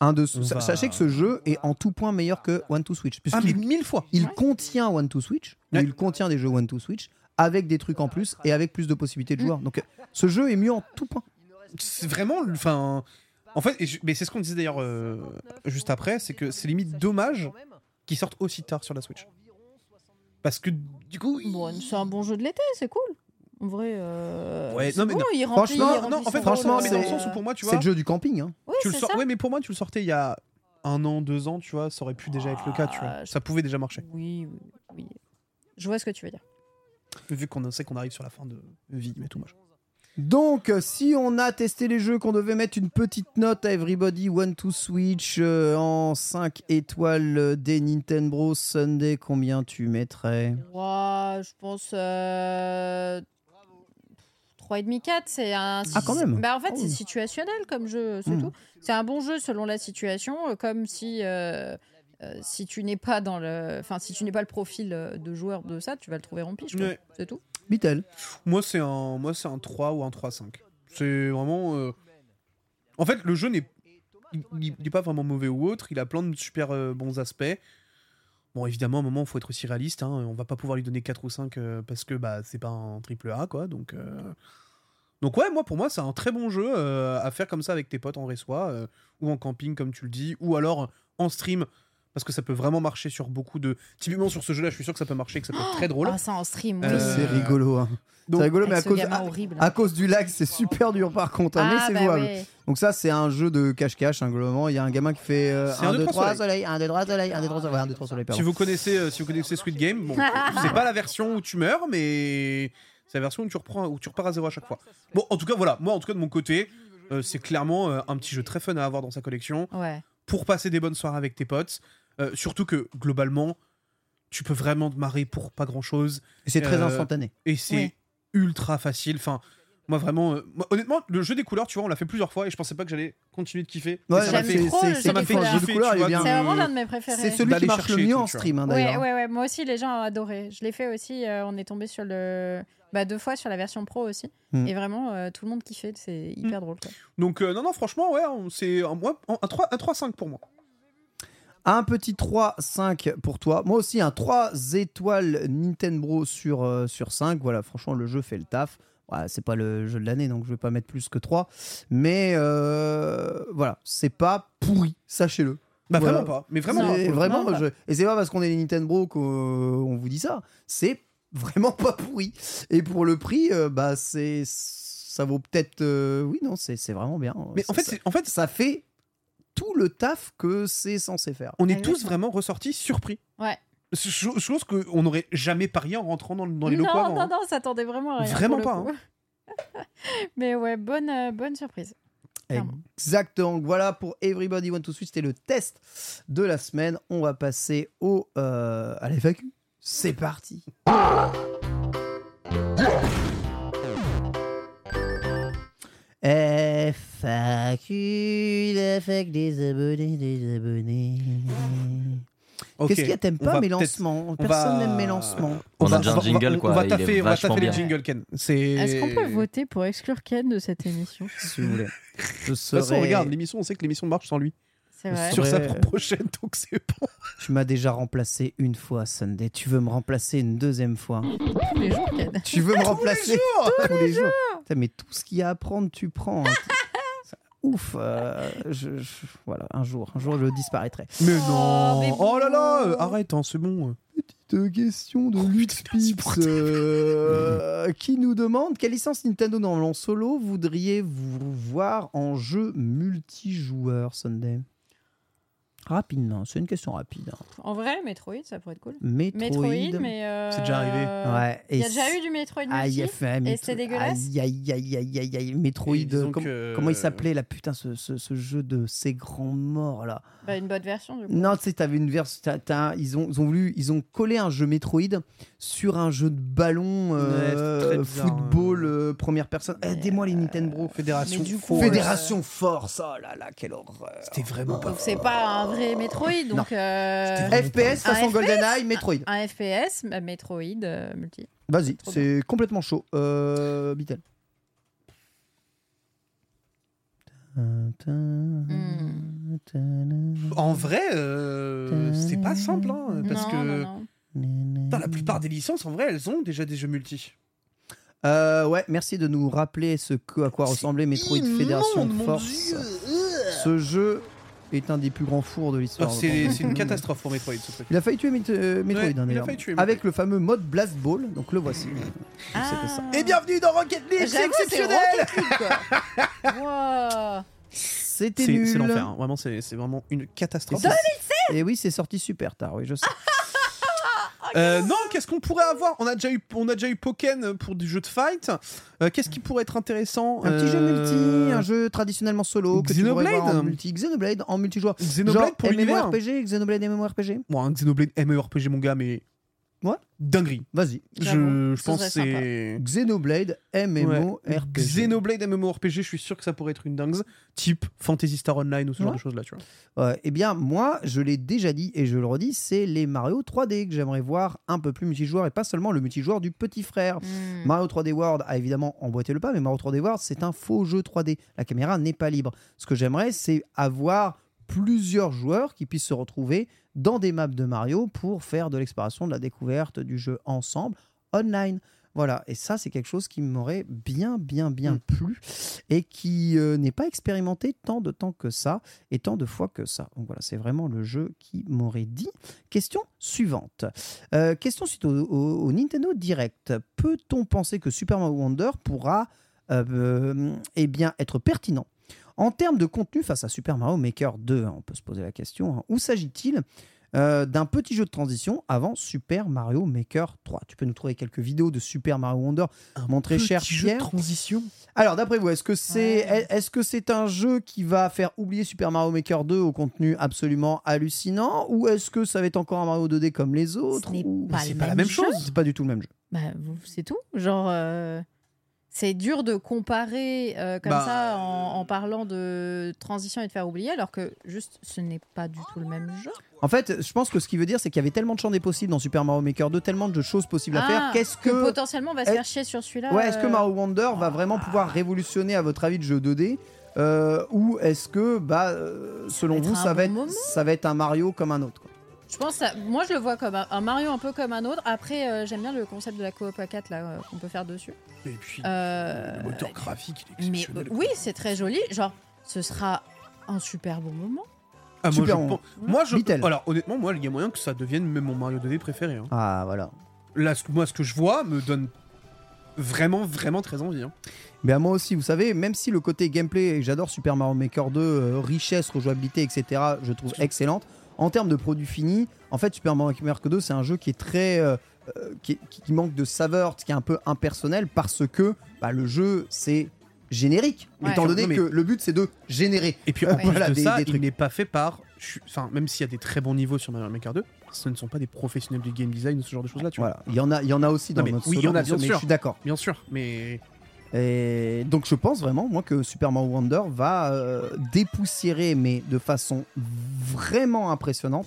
[SPEAKER 3] Un de
[SPEAKER 2] Bah.
[SPEAKER 3] ce-
[SPEAKER 4] On
[SPEAKER 3] sa-
[SPEAKER 4] va-
[SPEAKER 3] Sachez que ce jeu est en tout point meilleur que One to Switch.
[SPEAKER 4] Ah, mais
[SPEAKER 3] puisqu'il-
[SPEAKER 4] mille fois
[SPEAKER 3] il contient One to Switch, ou
[SPEAKER 4] Ouais.
[SPEAKER 3] il contient des jeux One to Switch avec des trucs en plus et avec plus de possibilités de joueurs. Donc euh, ce jeu est mieux en tout point.
[SPEAKER 4] C'est vraiment. Enfin. En fait, et je- mais c'est ce qu'on disait d'ailleurs euh, juste après, c'est que c'est limite dommage qu'ils sortent aussi tard sur la Switch. Parce que du coup. ils-
[SPEAKER 2] Bon, c'est un bon jeu de l'été, c'est cool. En vrai, euh,
[SPEAKER 4] Ouais,
[SPEAKER 2] c'est
[SPEAKER 4] non, mais
[SPEAKER 2] bon,
[SPEAKER 4] non.
[SPEAKER 2] il
[SPEAKER 3] Franchement,
[SPEAKER 2] remplit- il remplit
[SPEAKER 4] non, en
[SPEAKER 2] son
[SPEAKER 4] fait,
[SPEAKER 2] rôle,
[SPEAKER 4] franchement,
[SPEAKER 2] euh,
[SPEAKER 4] mais dans le sens où pour moi, tu vois.
[SPEAKER 3] C'est le jeu du camping. hein.
[SPEAKER 2] Oui,
[SPEAKER 4] tu le
[SPEAKER 2] c'est
[SPEAKER 4] sors...
[SPEAKER 2] ça.
[SPEAKER 4] Ouais, mais pour moi, tu le sortais il y a un an, deux ans, tu vois, ça aurait pu déjà être le cas, tu
[SPEAKER 2] Ah,
[SPEAKER 4] vois.
[SPEAKER 2] je-
[SPEAKER 4] Ça pouvait déjà marcher.
[SPEAKER 2] Oui, oui, oui. Je vois ce que tu veux dire.
[SPEAKER 4] Vu qu'on sait qu'on arrive sur la fin de vie, mais tout machin.
[SPEAKER 3] Donc, euh, si on a testé les jeux, qu'on devait mettre une petite note à Everybody One to Switch euh, en 5 étoiles euh, des Nintendo Sunday, combien tu mettrais
[SPEAKER 2] Ouah, je pense. Euh... 3,5-4, c'est un.
[SPEAKER 3] Ah, quand même.
[SPEAKER 2] Bah, en fait,
[SPEAKER 3] Oh.
[SPEAKER 2] c'est situationnel comme jeu, c'est
[SPEAKER 3] Mm.
[SPEAKER 2] tout. C'est un bon jeu selon la situation, euh, comme si. euh, euh, si tu n'es pas dans le, enfin si tu n'es pas le profil euh, de joueur de ça, tu vas le trouver rempli, je pense.
[SPEAKER 4] Ouais.
[SPEAKER 2] C'est tout.
[SPEAKER 3] Beatle.
[SPEAKER 4] Moi, c'est un, moi, c'est un 3 ou un 3-5. C'est vraiment. euh, En fait, le jeu n'est il- il n'est pas vraiment mauvais ou autre. Il a plein de super euh, bons aspects. Bon, évidemment, à un moment, il faut être aussi réaliste. Hein. On va pas pouvoir lui donner 4 ou 5 euh, parce que bah, c'est pas un triple A, quoi. Donc, euh, donc ouais, moi, pour moi, c'est un très bon jeu euh, à faire comme ça avec tes potes en résois euh, ou en camping, comme tu le dis, ou alors en stream. Parce que ça peut vraiment marcher sur beaucoup de. Typiquement sur ce jeu-là, je suis sûr que ça peut marcher, que ça peut être très drôle.
[SPEAKER 2] Ah ça en stream.
[SPEAKER 4] Euh,
[SPEAKER 2] oui.
[SPEAKER 3] C'est rigolo. hein.
[SPEAKER 4] donc-
[SPEAKER 3] C'est rigolo,
[SPEAKER 2] Avec
[SPEAKER 3] mais à
[SPEAKER 2] ce
[SPEAKER 3] cause,
[SPEAKER 2] gamin
[SPEAKER 3] à-
[SPEAKER 2] horrible.
[SPEAKER 3] à cause du lag, c'est super dur par contre. hein, mais
[SPEAKER 2] Ah,
[SPEAKER 3] c'est
[SPEAKER 2] bah
[SPEAKER 3] jouable.
[SPEAKER 2] ouais.
[SPEAKER 3] Donc ça, c'est un jeu de cache-cache, hein, globalement. Il y a un gamin qui fait
[SPEAKER 4] C'est un
[SPEAKER 3] 1,
[SPEAKER 4] deux,
[SPEAKER 3] 2,
[SPEAKER 4] trois
[SPEAKER 3] 3, soleil, 1, 2, 3, soleil, 1, 2, 3, soleil, 1, 2, 3, soleil,
[SPEAKER 4] Si
[SPEAKER 3] pardon.
[SPEAKER 4] vous connaissez, euh, si vous connaissez Squid Game, bon, c'est pas la version où tu meurs, mais c'est la version où tu reprends, où tu repars à zéro à chaque fois. Bon, en tout cas, voilà. Moi, en tout cas, de mon côté, euh, c'est clairement euh, un petit jeu très fun à avoir dans sa collection
[SPEAKER 2] Ouais.
[SPEAKER 4] pour passer des bonnes soirées avec tes potes. Euh, surtout que globalement, tu peux vraiment te marrer pour pas grand chose
[SPEAKER 3] Et C'est très
[SPEAKER 4] Euh,
[SPEAKER 3] instantané.
[SPEAKER 4] et c'est
[SPEAKER 2] Oui.
[SPEAKER 4] ultra facile. Enfin, moi vraiment, euh, moi, honnêtement, le jeu des couleurs, tu vois, on l'a fait plusieurs fois et je pensais pas que j'allais continuer de kiffer. Et ça m'a
[SPEAKER 2] j'aime
[SPEAKER 4] fait-
[SPEAKER 2] trop le
[SPEAKER 4] ça m'a
[SPEAKER 2] jeu
[SPEAKER 4] fait
[SPEAKER 2] des couleurs.
[SPEAKER 4] kiffer,
[SPEAKER 3] Le couleur,
[SPEAKER 4] tu
[SPEAKER 3] il est
[SPEAKER 4] vois,
[SPEAKER 3] bien.
[SPEAKER 2] C'est
[SPEAKER 4] de-
[SPEAKER 2] vraiment l'un de mes préférés.
[SPEAKER 3] C'est celui qui
[SPEAKER 4] D'aller
[SPEAKER 3] marche le
[SPEAKER 4] chercher et
[SPEAKER 3] mieux
[SPEAKER 4] tout,
[SPEAKER 3] en
[SPEAKER 4] tu vois.
[SPEAKER 3] stream, hein,
[SPEAKER 2] Ouais,
[SPEAKER 3] d'ailleurs.
[SPEAKER 2] ouais, ouais, moi aussi, les gens ont adoré. Je l'ai fait aussi, euh, on est tombé sur le. Bah, deux fois sur la version pro aussi.
[SPEAKER 3] Mm.
[SPEAKER 2] Et vraiment, euh, tout le monde kiffait, c'est hyper drôle. Quoi.
[SPEAKER 4] Donc euh, non, non, franchement, ouais, on- c'est un, moi, un 3 un 3-5 pour moi.
[SPEAKER 3] Un petit 3-5 pour toi. Moi aussi, un 3 étoiles Nintendo sur, euh, sur 5. Voilà, franchement, le jeu fait le taf. Ouais, c'est pas le jeu de l'année, donc je vais pas mettre plus que 3. Mais euh, voilà, c'est pas pourri, sachez-le.
[SPEAKER 4] Bah
[SPEAKER 3] Voilà.
[SPEAKER 4] vraiment pas, mais vraiment.
[SPEAKER 2] Non.
[SPEAKER 4] pas,
[SPEAKER 3] C'est
[SPEAKER 4] pour le
[SPEAKER 3] vraiment
[SPEAKER 2] Non, bah,
[SPEAKER 3] je- Et c'est pas parce qu'on est les Nintendo qu'on vous dit ça. C'est vraiment pas pourri. Et pour le prix, euh, bah c'est ça vaut peut-être. euh, Oui, non, c'est c'est vraiment bien.
[SPEAKER 4] Mais
[SPEAKER 3] Ça-
[SPEAKER 4] en fait,
[SPEAKER 3] ça,
[SPEAKER 4] c'est- en fait,
[SPEAKER 3] ça fait tout le taf que c'est censé faire.
[SPEAKER 4] on est
[SPEAKER 2] Exactement.
[SPEAKER 4] tous vraiment ressortis surpris.
[SPEAKER 2] Ouais.
[SPEAKER 4] C'est cho- Chose qu'on n'aurait jamais parié en rentrant dans, le- dans les locaux
[SPEAKER 2] non,
[SPEAKER 4] avant.
[SPEAKER 2] non,
[SPEAKER 4] hein.
[SPEAKER 2] non, ça s'attendait vraiment à rien.
[SPEAKER 4] Vraiment
[SPEAKER 2] pour le
[SPEAKER 4] pas,
[SPEAKER 2] coup. Mais ouais, bonne, euh, bonne surprise. Clairement.
[SPEAKER 3] Exactement. Donc Voilà pour Everybody Want to Switch. C'était le test de la semaine. On va passer au euh, à l'FAQ. C'est parti. FAQ, la fac des abonnés, des abonnés.
[SPEAKER 4] Ok,
[SPEAKER 3] Qu'est-ce qu'il y a T'aimes
[SPEAKER 4] on
[SPEAKER 3] pas
[SPEAKER 4] va
[SPEAKER 3] mes
[SPEAKER 4] peut-être-
[SPEAKER 3] lancements
[SPEAKER 4] on va-
[SPEAKER 3] Personne n'aime mes lancements.
[SPEAKER 9] On
[SPEAKER 4] va-
[SPEAKER 9] a déjà
[SPEAKER 4] va-
[SPEAKER 9] un jingle, quoi.
[SPEAKER 4] On va
[SPEAKER 9] il est
[SPEAKER 4] taper, on va
[SPEAKER 9] vachement
[SPEAKER 4] taper les
[SPEAKER 9] bien.
[SPEAKER 4] jingles, Ken. C'est-
[SPEAKER 2] Est-ce qu'on peut voter pour exclure Ken de cette émission
[SPEAKER 3] Si vous voulez. Je
[SPEAKER 4] De
[SPEAKER 3] serai...
[SPEAKER 4] toute façon, regarde, l'émission, on sait que l'émission marche sans lui.
[SPEAKER 2] C'est vrai.
[SPEAKER 3] Sur-
[SPEAKER 4] Sur sa
[SPEAKER 3] Ouais.
[SPEAKER 4] propre prochaine, donc c'est bon.
[SPEAKER 3] Tu m'as déjà remplacé une fois, Sunday. Tu veux me remplacer une deuxième fois
[SPEAKER 2] Tous les jours, Ken.
[SPEAKER 3] Tu veux me remplacer tous les jours Putain, Mais tout ce qu'il y a à prendre, tu prends. hein. C'est Ouf, euh, je, je- voilà, un jour, un jour je disparaîtrai.
[SPEAKER 4] Mais
[SPEAKER 2] non.
[SPEAKER 4] non
[SPEAKER 2] Oh, mais
[SPEAKER 4] Oh là là
[SPEAKER 2] bon.
[SPEAKER 4] euh, Arrête, hein, c'est bon.
[SPEAKER 3] Petite question de Lux Pips euh, qui nous demande quelle licence Nintendo dans l'an solo voudriez-vous voir en jeu multijoueur Sunday Rapidement, c'est une question rapide. hein.
[SPEAKER 2] En vrai, Metroid, ça pourrait être cool.
[SPEAKER 3] Metroid.
[SPEAKER 2] Metroid, mais. euh,
[SPEAKER 4] C'est déjà arrivé.
[SPEAKER 3] Ouais,
[SPEAKER 2] Il y a
[SPEAKER 3] et
[SPEAKER 2] déjà
[SPEAKER 3] c-
[SPEAKER 2] eu du Metroid
[SPEAKER 3] Aïe,
[SPEAKER 2] multi.
[SPEAKER 3] aïe, aïe,
[SPEAKER 2] Et
[SPEAKER 3] Metro-
[SPEAKER 2] c'était dégueulasse
[SPEAKER 3] Aïe, aïe, aïe, aïe, aïe, aïe, Metroid.
[SPEAKER 4] Et disons
[SPEAKER 3] com-
[SPEAKER 4] que-
[SPEAKER 3] Comment il s'appelait là, putain, ce, ce- ce jeu de ces grands morts là
[SPEAKER 2] Bah, une bonne version, du coup.
[SPEAKER 3] Non, tu sais, t'avais une version. t'as- t'as- ils, ont, ils ont voulu, ils ont collé un jeu Metroid sur un jeu de ballon, euh,
[SPEAKER 4] Ouais, c'est très bizarre,
[SPEAKER 3] football,
[SPEAKER 4] hein.
[SPEAKER 3] euh, première personne. Aidez-moi les Nintendo.
[SPEAKER 4] Fédération.
[SPEAKER 2] euh, mais du coup, euh,
[SPEAKER 4] Force.
[SPEAKER 3] Fédération Force, oh là là, quelle horreur.
[SPEAKER 4] C'était vraiment pas
[SPEAKER 2] Donc, c'est pas un vrai Metroid. Donc, euh,
[SPEAKER 3] FPS
[SPEAKER 2] Un
[SPEAKER 3] façon
[SPEAKER 2] FPS,
[SPEAKER 3] GoldenEye, Metroid.
[SPEAKER 2] un FPS, bah, Metroid euh, multi.
[SPEAKER 3] Vas-y,
[SPEAKER 2] trop
[SPEAKER 3] c'est complètement chaud. Euh, Beatle.
[SPEAKER 4] Hmm.
[SPEAKER 2] Mm.
[SPEAKER 4] En vrai, euh, c'est pas simple, hein, parce
[SPEAKER 2] Non,
[SPEAKER 4] que
[SPEAKER 2] non,
[SPEAKER 4] putain, la plupart des licences, en vrai, elles ont déjà des jeux multi.
[SPEAKER 3] Euh, ouais, merci de nous rappeler ce que, à quoi ressemblait Metroid Fédération de
[SPEAKER 4] immonde, mon
[SPEAKER 3] Force. Ce jeu est un des plus grands fours de l'histoire.
[SPEAKER 4] Ah,
[SPEAKER 3] je
[SPEAKER 4] c'est
[SPEAKER 3] pense.
[SPEAKER 4] c'est une catastrophe pour Metroid, ce truc.
[SPEAKER 3] Il a failli tuer Met- euh, Metroid,
[SPEAKER 4] Ouais,
[SPEAKER 3] hein,
[SPEAKER 4] il a
[SPEAKER 3] d'ailleurs.
[SPEAKER 4] failli tuer Metroid.
[SPEAKER 3] Avec le fameux mode Blast Ball, donc le voici.
[SPEAKER 2] Ah.
[SPEAKER 3] C'était ça. Eh
[SPEAKER 4] Et bienvenue dans Rocket League, c'est
[SPEAKER 2] J'avoue, c'est
[SPEAKER 4] exceptionnel
[SPEAKER 2] Rocket League, quoi. Wow.
[SPEAKER 3] C'était
[SPEAKER 4] C'est
[SPEAKER 3] nul.
[SPEAKER 4] c'est l'enfer, hein. vraiment, c'est c'est vraiment une catastrophe.
[SPEAKER 3] Et oui, c'est sorti super tard, oui, je sais.
[SPEAKER 4] Euh, non, qu'est-ce qu'on pourrait avoir on a, déjà eu, on a déjà eu Pokken pour du jeu de fight. Euh, qu'est-ce qui pourrait être intéressant
[SPEAKER 3] Un petit jeu
[SPEAKER 4] Euh,
[SPEAKER 3] multi, un jeu traditionnellement solo, que tu pourrais
[SPEAKER 4] Xenoblade
[SPEAKER 3] voir en multi, Xenoblade en multijoueur.
[SPEAKER 4] Xenoblade
[SPEAKER 3] Genre
[SPEAKER 4] pour l'univers
[SPEAKER 3] MMORPG, Xenoblade MMORPG.
[SPEAKER 4] Bon, un Xenoblade MMORPG, mon gars, mais.
[SPEAKER 3] Ouais.
[SPEAKER 4] Dinguerie.
[SPEAKER 3] Vas-y.
[SPEAKER 4] Je,
[SPEAKER 2] J'avoue,
[SPEAKER 4] je
[SPEAKER 2] ce
[SPEAKER 4] pense que
[SPEAKER 2] serait
[SPEAKER 4] c'est.
[SPEAKER 3] Xenoblade
[SPEAKER 4] Ouais.
[SPEAKER 3] MMORPG.
[SPEAKER 4] Xenoblade MMORPG, je suis sûr que ça pourrait être une dingue. Type Fantasy Star Online ou ce genre
[SPEAKER 3] Ouais.
[SPEAKER 4] de choses là, tu vois.
[SPEAKER 3] Ouais, eh bien, moi, je l'ai déjà dit et je le redis, c'est les Mario 3D que j'aimerais voir un peu plus multijoueur et pas seulement le multijoueur du petit frère.
[SPEAKER 2] Hmm.
[SPEAKER 3] Mario 3D World a évidemment emboîté le pas, mais Mario 3D World, c'est un faux jeu 3D. La caméra n'est pas libre. Ce que j'aimerais, c'est avoir plusieurs joueurs qui puissent se retrouver dans des maps de Mario pour faire de l'exploration, de la découverte du jeu ensemble, online. Voilà, et ça, c'est quelque chose qui m'aurait bien, bien, bien
[SPEAKER 4] Mm.
[SPEAKER 3] plu et qui euh, n'est pas expérimenté tant de temps que ça et tant de fois que ça. Donc voilà, c'est vraiment le jeu qui m'aurait dit. Question suivante. Euh, question suite au, au- au Nintendo Direct. Peut-on penser que Super Mario Wonder pourra euh, euh, eh bien, être pertinent en termes de contenu face à Super Mario Maker 2 hein, On peut se poser la question. hein. où s'agit-il euh, d'un petit jeu de transition avant Super Mario Maker 3 Tu peux nous trouver quelques vidéos de Super Mario Wonder montrées cher
[SPEAKER 4] Petit jeu de
[SPEAKER 3] Pierre.
[SPEAKER 4] transition.
[SPEAKER 3] Alors, d'après vous, est-ce que c'est
[SPEAKER 2] Ouais.
[SPEAKER 3] est-ce que c'est un jeu qui va faire oublier Super Mario Maker 2 au contenu absolument hallucinant ou est-ce que ça va être encore un Mario 2D comme les autres
[SPEAKER 2] n'est
[SPEAKER 3] ou-
[SPEAKER 2] pas
[SPEAKER 3] c'est
[SPEAKER 2] le
[SPEAKER 3] pas la même
[SPEAKER 2] même jeu.
[SPEAKER 3] chose C'est pas du tout le même jeu.
[SPEAKER 2] Bah, vous- c'est tout. Genre, euh, c'est dur de comparer euh, comme
[SPEAKER 4] Bah,
[SPEAKER 2] ça en, en parlant de transition et de faire oublier, alors que juste, ce n'est pas du tout le même jeu.
[SPEAKER 3] En fait, je pense que ce qu'il veut dire, c'est qu'il y avait tellement de champs des possibles dans Super Mario Maker 2, tellement de choses possibles à
[SPEAKER 2] Ah,
[SPEAKER 3] faire. Qu'est-ce
[SPEAKER 2] Que
[SPEAKER 3] que.
[SPEAKER 2] potentiellement, on va se
[SPEAKER 3] est-
[SPEAKER 2] faire chier sur celui-là.
[SPEAKER 3] Ouais, est-ce que
[SPEAKER 2] euh,
[SPEAKER 3] Mario Wonder va vraiment pouvoir révolutionner, à votre avis, le jeu 2D euh, Ou est-ce que, bah, euh, selon
[SPEAKER 2] va être
[SPEAKER 3] vous,
[SPEAKER 2] un
[SPEAKER 3] ça va,
[SPEAKER 2] bon
[SPEAKER 3] être,
[SPEAKER 2] moment.
[SPEAKER 3] ça va être un Mario comme un autre quoi.
[SPEAKER 2] Je pense, ça- moi je le vois comme un, un Mario un peu comme un autre. Après, euh, j'aime bien le concept de la coop à 4 là euh, qu'on peut faire dessus.
[SPEAKER 4] Et puis,
[SPEAKER 2] Euh,
[SPEAKER 4] le moteur graphique, il est
[SPEAKER 2] mais euh,
[SPEAKER 4] exceptionnel.
[SPEAKER 2] oui, c'est très joli. Genre, ce sera un super bon moment.
[SPEAKER 4] Ah, moi,
[SPEAKER 3] Super
[SPEAKER 4] je,
[SPEAKER 3] moment.
[SPEAKER 4] pense- moi, je-
[SPEAKER 3] Beatle.
[SPEAKER 4] alors honnêtement, moi, il y a moyen que ça devienne même mon Mario 2D préféré. hein.
[SPEAKER 3] Ah, voilà.
[SPEAKER 4] Là, ce que- moi, ce que je vois me donne vraiment, vraiment très envie. hein.
[SPEAKER 3] Ben moi aussi, vous savez, même si le côté gameplay, et j'adore Super Mario Maker 2, euh, richesse, rejouabilité, etc., je trouve excellente, en termes de produit fini, en fait, Super Mario Maker 2, c'est un jeu qui est très... euh, euh, qui, qui- qui manque de saveur, qui est un peu impersonnel, parce que bah, le jeu, c'est générique,
[SPEAKER 2] Ouais.
[SPEAKER 3] étant donné
[SPEAKER 4] Non, mais-
[SPEAKER 3] que le but, c'est de générer.
[SPEAKER 4] Et puis en
[SPEAKER 3] Ouais.
[SPEAKER 4] plus
[SPEAKER 3] Euh, Voilà,
[SPEAKER 4] de
[SPEAKER 3] des-
[SPEAKER 4] ça,
[SPEAKER 3] des
[SPEAKER 4] il
[SPEAKER 3] trucs.
[SPEAKER 4] n'est pas fait par, je suis- enfin, même s'il y a des très bons niveaux sur Mario Maker 2, ce ne sont pas des professionnels du game design ou ce genre de choses là, tu vois.
[SPEAKER 3] Voilà. Il y en a, il y en a aussi
[SPEAKER 4] Non,
[SPEAKER 3] dans
[SPEAKER 4] mais
[SPEAKER 3] notre
[SPEAKER 4] oui, il y
[SPEAKER 3] solo,
[SPEAKER 4] en a, bien
[SPEAKER 3] mais
[SPEAKER 4] sûr.
[SPEAKER 3] je suis d'accord.
[SPEAKER 4] Bien sûr, mais
[SPEAKER 3] Et donc je pense vraiment, moi, que Super Mario Wonder va euh, dépoussiérer, mais de façon vraiment impressionnante,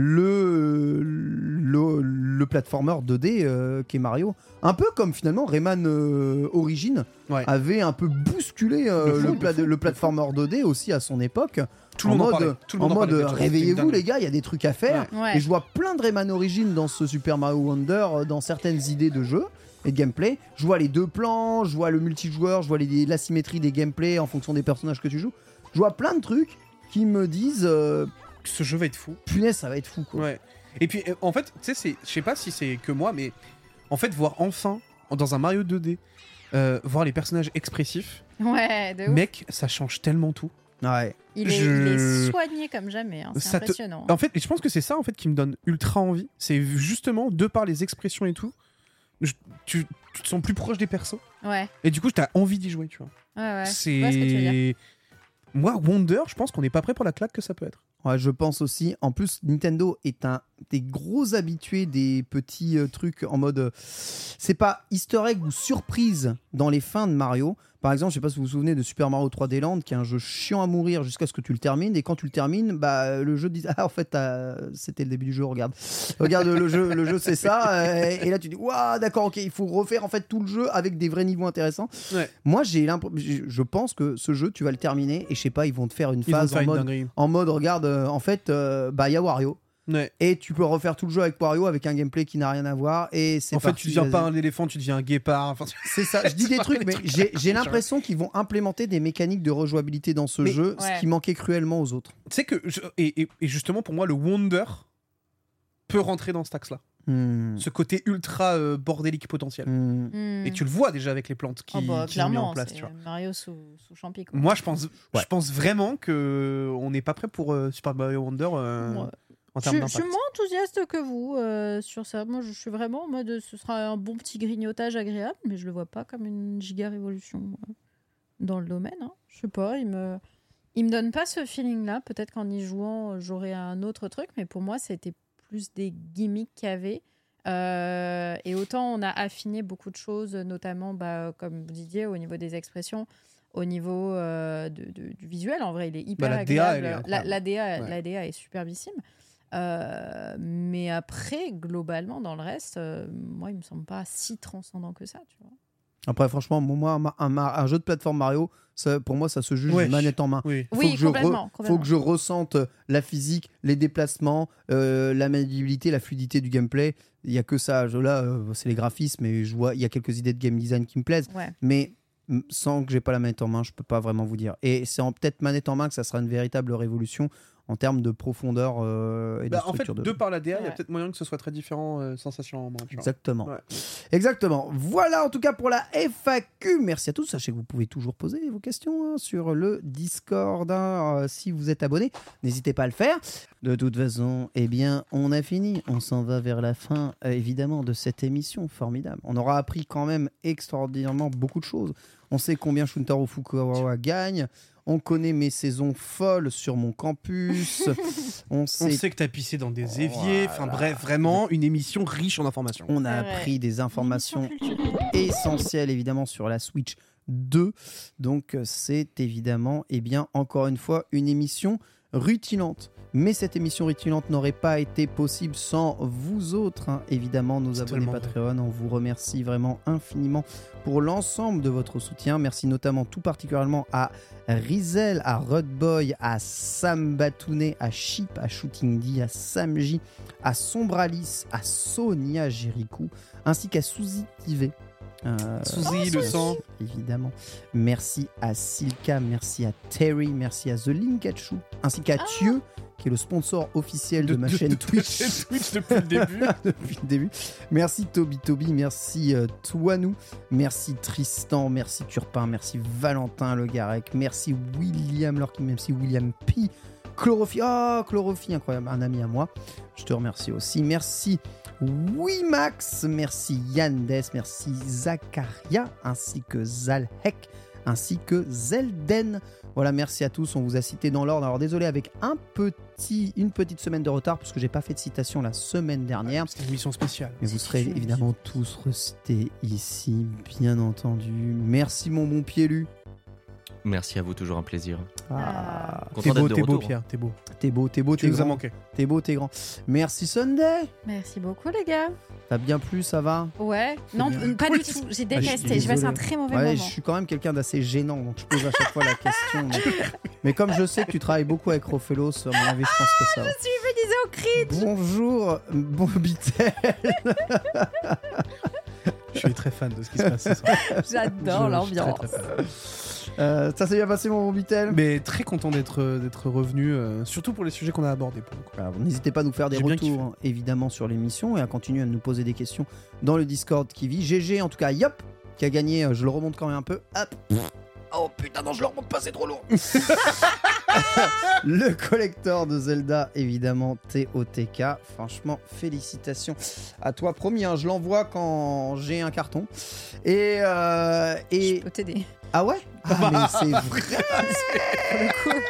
[SPEAKER 3] le, le, le platformer 2D euh, qu'est Mario. Un peu comme finalement Rayman euh, Origin
[SPEAKER 4] Ouais.
[SPEAKER 3] avait un peu bousculé euh,
[SPEAKER 4] De fou,
[SPEAKER 3] le,
[SPEAKER 4] de
[SPEAKER 3] pla-
[SPEAKER 4] fou,
[SPEAKER 3] le platformer 2D aussi à son époque.
[SPEAKER 4] tout le
[SPEAKER 3] en
[SPEAKER 4] monde en
[SPEAKER 3] mode,
[SPEAKER 4] parlait. Tout le monde
[SPEAKER 3] en
[SPEAKER 4] en
[SPEAKER 3] mode
[SPEAKER 4] parlait, mais tout le monde, c'était
[SPEAKER 3] réveillez-vous
[SPEAKER 4] dingue.
[SPEAKER 3] les gars, il y a des trucs à faire.
[SPEAKER 2] Ouais.
[SPEAKER 3] Et je vois plein de Rayman Origins dans ce Super Mario Wonder, euh, dans certaines idées de jeu et de gameplay. Je vois les deux plans, je vois le multijoueur, je vois les- l'asymétrie des gameplays en fonction des personnages que tu joues. Je vois plein de trucs qui me disent euh,
[SPEAKER 4] ce jeu va être fou.
[SPEAKER 3] punaise, ça va être fou quoi.
[SPEAKER 4] Ouais. Et puis euh, en fait, tu sais, c'est- je sais pas si c'est que moi, mais en fait, voir enfin dans un Mario 2D, euh, voir les personnages expressifs,
[SPEAKER 2] Ah Ouais, de ouf.
[SPEAKER 4] mec, ça change tellement tout.
[SPEAKER 3] Ouais.
[SPEAKER 2] il, est,
[SPEAKER 4] je-
[SPEAKER 2] il est soigné comme jamais. hein. C'est
[SPEAKER 4] Ça te-
[SPEAKER 2] impressionnant.
[SPEAKER 4] En fait, et je pense que c'est ça en fait qui me donne ultra envie. C'est justement de par les expressions et tout, je- tu, tu te sens plus proche des persos.
[SPEAKER 2] Ouais,
[SPEAKER 4] Et du coup, t'as envie d'y jouer, tu vois.
[SPEAKER 2] ouais, ouais. Je vois ce que tu veux dire.
[SPEAKER 4] c'est moi Wonder, je pense qu'on n'est pas prêt pour la claque que ça peut être.
[SPEAKER 3] Ouais, je pense aussi. En plus, Nintendo est un des gros habitués des petits euh, trucs en mode. euh, c'est pas easter egg ou surprise dans les fins de Mario. Par exemple, je sais pas si vous vous souvenez de Super Mario 3D Land, qui est un jeu chiant à mourir jusqu'à ce que tu le termines. Et quand tu le termines, bah, le jeu te dit Ah, en fait, t'as- c'était le début du jeu, regarde. Regarde, le jeu, le jeu c'est ça. euh, Et, et là, tu dis Waouh, d'accord, ok, il faut refaire en fait tout le jeu avec des vrais niveaux intéressants.
[SPEAKER 4] Ouais.
[SPEAKER 3] Moi, j'ai l'impression. Je pense que ce jeu, tu vas le terminer. Et je sais pas, ils vont te faire une
[SPEAKER 4] Ils vont
[SPEAKER 3] phase
[SPEAKER 4] faire
[SPEAKER 3] en
[SPEAKER 4] une
[SPEAKER 3] mode
[SPEAKER 4] dinguerie.
[SPEAKER 3] en mode regarde euh, en fait euh, bah il y a Wario
[SPEAKER 4] Ouais.
[SPEAKER 3] et tu peux refaire tout le jeu avec Wario avec un gameplay qui n'a rien à voir et c'est
[SPEAKER 4] En fait,
[SPEAKER 3] parti,
[SPEAKER 4] tu deviens
[SPEAKER 3] vas-y.
[SPEAKER 4] pas un éléphant, tu deviens un guépard. Enfin, tu-
[SPEAKER 3] c'est ça je dis des
[SPEAKER 4] pas
[SPEAKER 3] trucs
[SPEAKER 4] des
[SPEAKER 3] mais
[SPEAKER 4] trucs
[SPEAKER 3] j'ai j'ai
[SPEAKER 4] genre.
[SPEAKER 3] l'impression qu'ils vont implémenter des mécaniques de rejouabilité dans ce
[SPEAKER 4] Mais-
[SPEAKER 3] jeu
[SPEAKER 2] Ouais.
[SPEAKER 3] ce qui manquait cruellement aux autres
[SPEAKER 4] Tu sais que. je- Et, et- et justement, pour moi, le Wonder peut rentrer dans cet axe-là.
[SPEAKER 3] Hmm.
[SPEAKER 4] Ce côté ultra euh, bordélique potentiel.
[SPEAKER 3] Hmm.
[SPEAKER 4] Et tu le vois déjà avec les plantes qui,
[SPEAKER 2] Mm. Oh bah,
[SPEAKER 4] qui ont mis
[SPEAKER 2] clairement,
[SPEAKER 4] en place.
[SPEAKER 2] c'est
[SPEAKER 4] Tu vois.
[SPEAKER 2] Mario sous, sous champi. quoi.
[SPEAKER 4] Moi, je pense, je
[SPEAKER 3] Ouais.
[SPEAKER 4] pense vraiment que on n'est pas prêt pour euh, Super Mario Wonder euh,
[SPEAKER 2] Moi,
[SPEAKER 4] en
[SPEAKER 2] je,
[SPEAKER 4] termes
[SPEAKER 2] je suis
[SPEAKER 4] d'impact.
[SPEAKER 2] moins enthousiaste que vous euh, sur ça. Moi, je suis vraiment en mode ce sera un bon petit grignotage agréable, mais je le vois pas comme une giga révolution euh, dans le domaine. hein. Je sais pas, il me, il me donne pas ce feeling-là. Peut-être qu'en y jouant, euh, j'aurais un autre truc, mais pour moi, c'était plus des gimmicks qu'il y avait. Euh, et autant on a affiné beaucoup de choses, notamment, bah, comme vous disiez, au niveau des expressions, au niveau euh, de- de- du visuel. En vrai, il est hyper
[SPEAKER 4] Bah, la DA,
[SPEAKER 2] agréable.
[SPEAKER 4] elle est
[SPEAKER 2] la,
[SPEAKER 4] incroyable.
[SPEAKER 2] la DA,
[SPEAKER 4] Ouais.
[SPEAKER 2] la DA est superbissime. Euh, mais après, globalement, dans le reste, euh, moi, il me semble pas si transcendant que ça. Tu vois.
[SPEAKER 3] après franchement moi un, ma- un ma- un jeu de plateforme Mario ça, pour moi ça se juge
[SPEAKER 4] Ouais.
[SPEAKER 3] manette en main
[SPEAKER 4] Oui.
[SPEAKER 3] Faut
[SPEAKER 2] Oui,
[SPEAKER 3] que je re-
[SPEAKER 2] complètement,
[SPEAKER 3] faut
[SPEAKER 2] complètement.
[SPEAKER 3] que je ressente euh, la physique, les déplacements, euh, la maniabilité, la fluidité du gameplay. Il y a que ça. Je- Là, euh, c'est les graphismes et je vois, il y a quelques idées de game design qui me plaisent.
[SPEAKER 2] Ouais.
[SPEAKER 3] Mais mm, sans que j'ai pas la manette en main, je peux pas vraiment vous dire. Et c'est en peut-être manette en main que ça sera une véritable révolution en termes de profondeur euh, et
[SPEAKER 4] Bah,
[SPEAKER 3] de
[SPEAKER 4] en fait,
[SPEAKER 3] structure
[SPEAKER 4] de...
[SPEAKER 3] de.
[SPEAKER 4] par la DA, il y a
[SPEAKER 2] Ouais.
[SPEAKER 4] peut-être moyen que ce soit très différent euh, sensation en main. tu vois.
[SPEAKER 3] Exactement.
[SPEAKER 4] Ouais.
[SPEAKER 3] Exactement. Voilà en tout cas pour la FAQ. Merci à tous. Sachez que vous pouvez toujours poser vos questions hein, sur le Discord hein, euh, si vous êtes abonné. N'hésitez pas à le faire. De toute façon, eh bien, on a fini. On s'en va vers la fin, euh, évidemment, de cette émission formidable. On aura appris quand même extraordinairement beaucoup de choses. On sait combien Shuntaro Fukuawa gagne. On connaît mes saisons folles sur mon campus. on
[SPEAKER 4] On
[SPEAKER 3] sait
[SPEAKER 4] sait que t'as pissé dans
[SPEAKER 3] Oh
[SPEAKER 4] des éviers. Enfin bref, vraiment une émission riche en informations.
[SPEAKER 3] On a
[SPEAKER 2] C'est vrai.
[SPEAKER 3] appris des informations
[SPEAKER 2] Une émission culturelle.
[SPEAKER 3] essentielles évidemment sur la Switch 2. Donc euh, c'est évidemment et bien encore une fois une émission rutilante. Mais cette émission rutilante n'aurait pas été possible sans vous autres, hein. évidemment, nos
[SPEAKER 4] C'est
[SPEAKER 3] abonnés
[SPEAKER 4] tellement vrai.
[SPEAKER 3] Patreon. On vous remercie vraiment infiniment pour l'ensemble de votre soutien. Merci notamment tout particulièrement à Rizel, à Rudboy, à Sam Batounet, à Chip, à Shooting D, à Samji, à Sombralis, à Sonia Jericho, ainsi qu'à Suzy Tivet. Euh,
[SPEAKER 4] Suzy, le
[SPEAKER 3] bien
[SPEAKER 4] sang.
[SPEAKER 3] sûr, Évidemment. Merci à Silka, merci à Terry, merci à The Linkachu, ainsi qu'à Thieu, qui est le sponsor officiel de, ma chaîne
[SPEAKER 4] de ta
[SPEAKER 3] Twitch
[SPEAKER 4] chaîne Twitch depuis le début.
[SPEAKER 3] depuis le début. Merci Toby Toby, merci euh, Toinou, merci Tristan, merci Turpin, merci Valentin Le Garec, merci William Lorkin, merci William P. Chlorophy, oh Chlorophy, incroyable, un ami à moi. Je te remercie aussi. Merci Wimax, merci Yandes, merci Zacharia, ainsi que Zalhek, ainsi que Zelden. Voilà, merci à tous. On vous a cité dans l'ordre. Alors désolé avec un petit, une petite semaine de retard parce que j'ai pas fait de citation la semaine dernière.
[SPEAKER 4] C'est une émission spéciale.
[SPEAKER 3] Mais vous serez évidemment tous restés ici, bien entendu. Merci mon bon Piélu.
[SPEAKER 8] Merci à vous, toujours un plaisir.
[SPEAKER 3] Ah,
[SPEAKER 8] Content
[SPEAKER 4] T'es
[SPEAKER 8] d'être
[SPEAKER 4] beau,
[SPEAKER 8] de
[SPEAKER 4] t'es beau,
[SPEAKER 8] retour.
[SPEAKER 4] Pierre, t'es beau.
[SPEAKER 3] t'es beau, t'es beau,
[SPEAKER 4] Tu
[SPEAKER 3] t'es
[SPEAKER 4] nous as
[SPEAKER 3] grand.
[SPEAKER 4] manqué.
[SPEAKER 3] T'es beau, t'es grand. Merci Sunday.
[SPEAKER 2] Merci beaucoup, les gars.
[SPEAKER 3] T'as bien plu, ça va
[SPEAKER 2] Ouais, non,
[SPEAKER 4] bien.
[SPEAKER 2] pas du tout. J'ai
[SPEAKER 3] Ah, je suis
[SPEAKER 2] détesté. J'ai passé
[SPEAKER 3] désolé.
[SPEAKER 2] un très mauvais
[SPEAKER 3] Ouais, je
[SPEAKER 2] moment.
[SPEAKER 3] suis quand même quelqu'un d'assez gênant, donc je pose à chaque fois la question. donc. Mais comme je sais que tu travailles beaucoup avec Rofelos, à mon avis, je pense que ça va.
[SPEAKER 2] Je suis venu au cri.
[SPEAKER 3] Bonjour, bon Bitel.
[SPEAKER 4] Je suis très fan de ce qui se passe ce soir. Je-
[SPEAKER 2] J'adore
[SPEAKER 4] je suis très,
[SPEAKER 2] l'ambiance.
[SPEAKER 4] très fan.
[SPEAKER 3] Euh, ça s'est bien passé, mon bon Bitel
[SPEAKER 4] Mais très content d'être euh, d'être revenu, euh, surtout pour les sujets qu'on a abordés. Pour le coup.
[SPEAKER 3] Alors, N'hésitez pas à nous faire des
[SPEAKER 4] J'ai bien
[SPEAKER 3] retours,
[SPEAKER 4] kiffé.
[SPEAKER 3] hein, évidemment, sur l'émission et à continuer à nous poser des questions dans le Discord qui vit. GG, en tout cas, Yop, qui a gagné. euh, Je le remonte quand même un peu. Hop. Oh putain, non, je le remonte pas, c'est trop lourd. le collector de Zelda, évidemment, TOTK. Franchement, félicitations à toi, promis. hein, je l'envoie quand j'ai un carton. Et. euh, et...
[SPEAKER 2] Je peux t'aider.
[SPEAKER 3] Ah ouais Ah mais c'est vrai Pour le coup.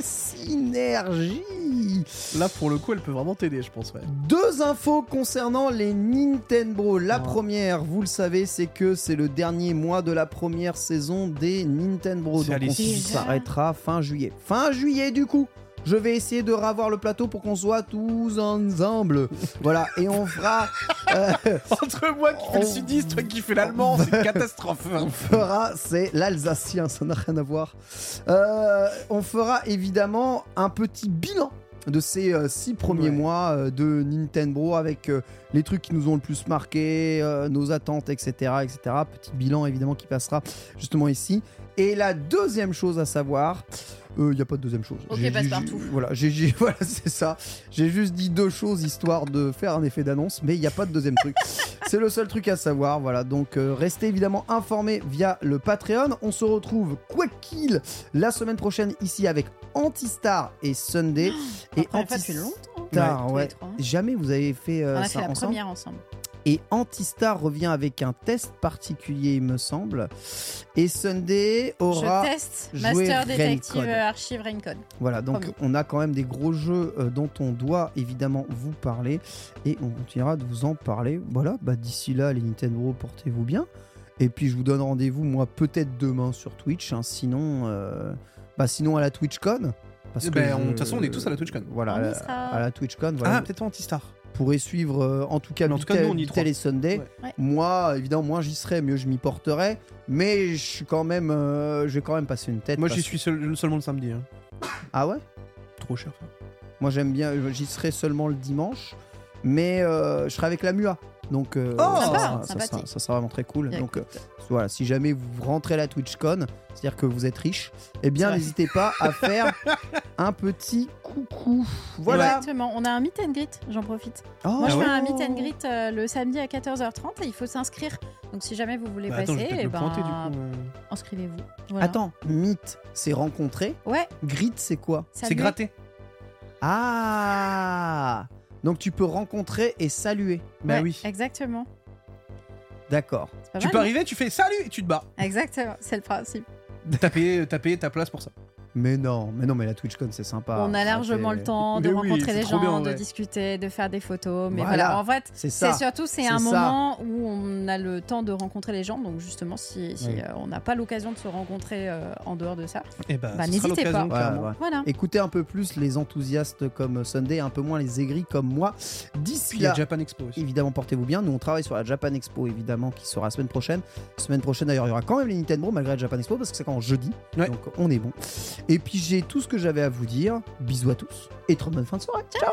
[SPEAKER 3] Synergie Lee.
[SPEAKER 10] Là, pour le coup, elle peut vraiment t'aider, je pense. Ouais.
[SPEAKER 3] Deux infos concernant les Nintendo. La première, vous le savez, c'est que c'est le dernier mois de la première saison des Nintendo. Donc
[SPEAKER 4] C'est
[SPEAKER 3] on
[SPEAKER 4] hallucinant.
[SPEAKER 3] s'arrêtera fin juillet. Fin juillet du coup je vais essayer de ravoir le plateau pour qu'on soit tous ensemble. Voilà, et on fera, euh,
[SPEAKER 10] Entre moi qui
[SPEAKER 4] Oh.
[SPEAKER 10] fais le sudiste, toi qui fais l'allemand, c'est une catastrophe.
[SPEAKER 3] on fera, c'est l'Alsacien, ça n'a rien à voir. Euh, on fera évidemment un petit bilan de ces euh, six premiers
[SPEAKER 10] Ouais.
[SPEAKER 3] mois euh, de Nintendo avec euh, les trucs qui nous ont le plus marqué, euh, nos attentes, etc., etc. Petit bilan évidemment qui passera justement ici. Et la deuxième chose à savoir, il n'y a pas de deuxième chose.
[SPEAKER 2] Ok,
[SPEAKER 3] J'ai-
[SPEAKER 2] passe-partout.
[SPEAKER 3] j'ai- Voilà, j'ai- j'ai- voilà c'est ça. J'ai juste dit deux choses histoire de faire un effet d'annonce, mais il n'y a pas de deuxième truc. c'est le seul truc à savoir. Voilà, donc euh, restez évidemment informés via le Patreon. On se retrouve quoi qu'il la semaine prochaine ici avec Antistar et Sunday.
[SPEAKER 2] Et
[SPEAKER 3] et
[SPEAKER 2] en fait, tu longtemps. hein,
[SPEAKER 3] Antistar,
[SPEAKER 2] tous les
[SPEAKER 3] ouais.
[SPEAKER 2] trois.
[SPEAKER 3] Jamais vous avez fait euh,
[SPEAKER 2] On a
[SPEAKER 3] ça
[SPEAKER 2] fait la
[SPEAKER 3] ensemble.
[SPEAKER 2] première ensemble.
[SPEAKER 3] Et Antistar revient avec un test particulier, il me semble. Et Sunday aura.
[SPEAKER 2] Je teste
[SPEAKER 3] joué
[SPEAKER 2] Master
[SPEAKER 3] Raincode.
[SPEAKER 2] Detective euh, Archive Raincode.
[SPEAKER 3] Voilà, donc
[SPEAKER 2] Promis.
[SPEAKER 3] on a quand même des gros jeux euh, dont on doit évidemment vous parler et on continuera de vous en parler. Voilà, bah d'ici là, les Nintendo, portez-vous bien. Et puis je vous donne rendez-vous, moi, peut-être demain sur Twitch. hein, sinon, euh, bah, sinon à la TwitchCon. Parce
[SPEAKER 4] Eh
[SPEAKER 3] que
[SPEAKER 4] ben, on-
[SPEAKER 3] je-
[SPEAKER 4] de toute façon, on est tous à la TwitchCon.
[SPEAKER 3] Voilà,
[SPEAKER 2] On
[SPEAKER 3] à
[SPEAKER 2] y
[SPEAKER 3] la,
[SPEAKER 2] sera.
[SPEAKER 3] à la TwitchCon. Voilà,
[SPEAKER 4] Ah, peut-être pas anti-star.
[SPEAKER 3] vous pourrez suivre euh, en tout cas,
[SPEAKER 4] Mais en tout cas,
[SPEAKER 3] Vitel-
[SPEAKER 4] nous, on y
[SPEAKER 3] Vitel
[SPEAKER 4] croit.
[SPEAKER 3] et Sunday.
[SPEAKER 4] Ouais.
[SPEAKER 2] Ouais.
[SPEAKER 3] Moi, évidemment, moins j'y serai, mieux je m'y porterai. Mais je suis quand même, euh, je vais quand même passer une tête.
[SPEAKER 4] Moi, j'y
[SPEAKER 3] parce-
[SPEAKER 4] suis seul- seulement le samedi. hein.
[SPEAKER 3] Ah ouais.
[SPEAKER 4] Trop cher. ça.
[SPEAKER 3] Moi j'aime bien, euh, j'y serai seulement le dimanche, mais euh, je serai avec la MUA. Donc euh, ça,
[SPEAKER 2] Sympa,
[SPEAKER 3] sera, ça,
[SPEAKER 2] sympathique.
[SPEAKER 3] sera, ça sera vraiment très cool.
[SPEAKER 2] Écoute.
[SPEAKER 3] Donc euh, voilà, si jamais vous rentrez à la TwitchCon, c'est-à-dire que vous êtes riche, eh bien
[SPEAKER 10] Ouais.
[SPEAKER 3] n'hésitez pas à faire un petit coucou. Voilà.
[SPEAKER 2] Exactement. On a un meet and greet, j'en profite.
[SPEAKER 3] Oh.
[SPEAKER 2] Moi, je
[SPEAKER 4] Ah ouais.
[SPEAKER 2] fais un meet and greet euh, le samedi à 14h30 et il faut s'inscrire. Donc, si jamais vous voulez
[SPEAKER 4] Bah,
[SPEAKER 2] passer,
[SPEAKER 4] attends, je vais peut-être
[SPEAKER 2] eh
[SPEAKER 4] me
[SPEAKER 2] ben,
[SPEAKER 4] pointer du coup. euh.
[SPEAKER 2] inscrivez-vous. Voilà.
[SPEAKER 3] Attends, meet, c'est rencontrer.
[SPEAKER 2] Ouais,
[SPEAKER 3] Grit, c'est quoi
[SPEAKER 4] C'est
[SPEAKER 2] salut.
[SPEAKER 4] gratté.
[SPEAKER 3] Ah Donc tu peux rencontrer et saluer.
[SPEAKER 4] Bah
[SPEAKER 2] Ouais,
[SPEAKER 4] oui.
[SPEAKER 2] Exactement.
[SPEAKER 3] D'accord.
[SPEAKER 2] C'est pas
[SPEAKER 4] Tu
[SPEAKER 2] mal,
[SPEAKER 4] peux arriver, tu fais salut et tu te bats.
[SPEAKER 2] non Exactement, c'est le principe.
[SPEAKER 4] T'as payé, t'as payé ta place pour
[SPEAKER 2] Bah,
[SPEAKER 4] ça.
[SPEAKER 3] Mais non, mais non, mais la TwitchCon c'est sympa.
[SPEAKER 2] on a largement
[SPEAKER 3] Arrêtez.
[SPEAKER 2] le temps de
[SPEAKER 4] Mais oui,
[SPEAKER 2] rencontrer
[SPEAKER 4] c'est
[SPEAKER 2] les
[SPEAKER 4] trop
[SPEAKER 2] gens,
[SPEAKER 4] bien, en
[SPEAKER 2] de
[SPEAKER 4] vrai.
[SPEAKER 2] discuter, de faire des photos. Mais
[SPEAKER 3] Voilà.
[SPEAKER 2] voilà, en fait,
[SPEAKER 3] C'est ça.
[SPEAKER 2] c'est surtout c'est
[SPEAKER 3] C'est
[SPEAKER 2] un
[SPEAKER 3] ça.
[SPEAKER 2] moment où on a le temps de rencontrer les gens. Donc, justement, si, si,
[SPEAKER 3] Ouais.
[SPEAKER 2] euh, on n'a pas l'occasion de se rencontrer euh, en dehors de ça,
[SPEAKER 4] Et bah,
[SPEAKER 2] Bah,
[SPEAKER 4] ce sera
[SPEAKER 2] n'hésitez
[SPEAKER 4] l'occasion,
[SPEAKER 2] pas.
[SPEAKER 3] Voilà,
[SPEAKER 4] clairement.
[SPEAKER 3] voilà.
[SPEAKER 2] voilà.
[SPEAKER 3] Écoutez un peu plus les enthousiastes comme Sunday, un peu moins les aigris comme moi. D'ici
[SPEAKER 4] Puis il y a
[SPEAKER 3] là,
[SPEAKER 4] Japan Expo aussi.
[SPEAKER 3] évidemment, portez-vous bien. Nous, on travaille sur la Japan Expo, évidemment, qui sera la semaine prochaine. Semaine prochaine, d'ailleurs, il y aura quand même les Nintendo malgré la Japan Expo parce que c'est quand jeudi.
[SPEAKER 4] Ouais.
[SPEAKER 3] Donc, on est bon. Et puis, j'ai tout ce que j'avais à vous dire. Bisous à tous et très bonne fin de soirée. Ciao!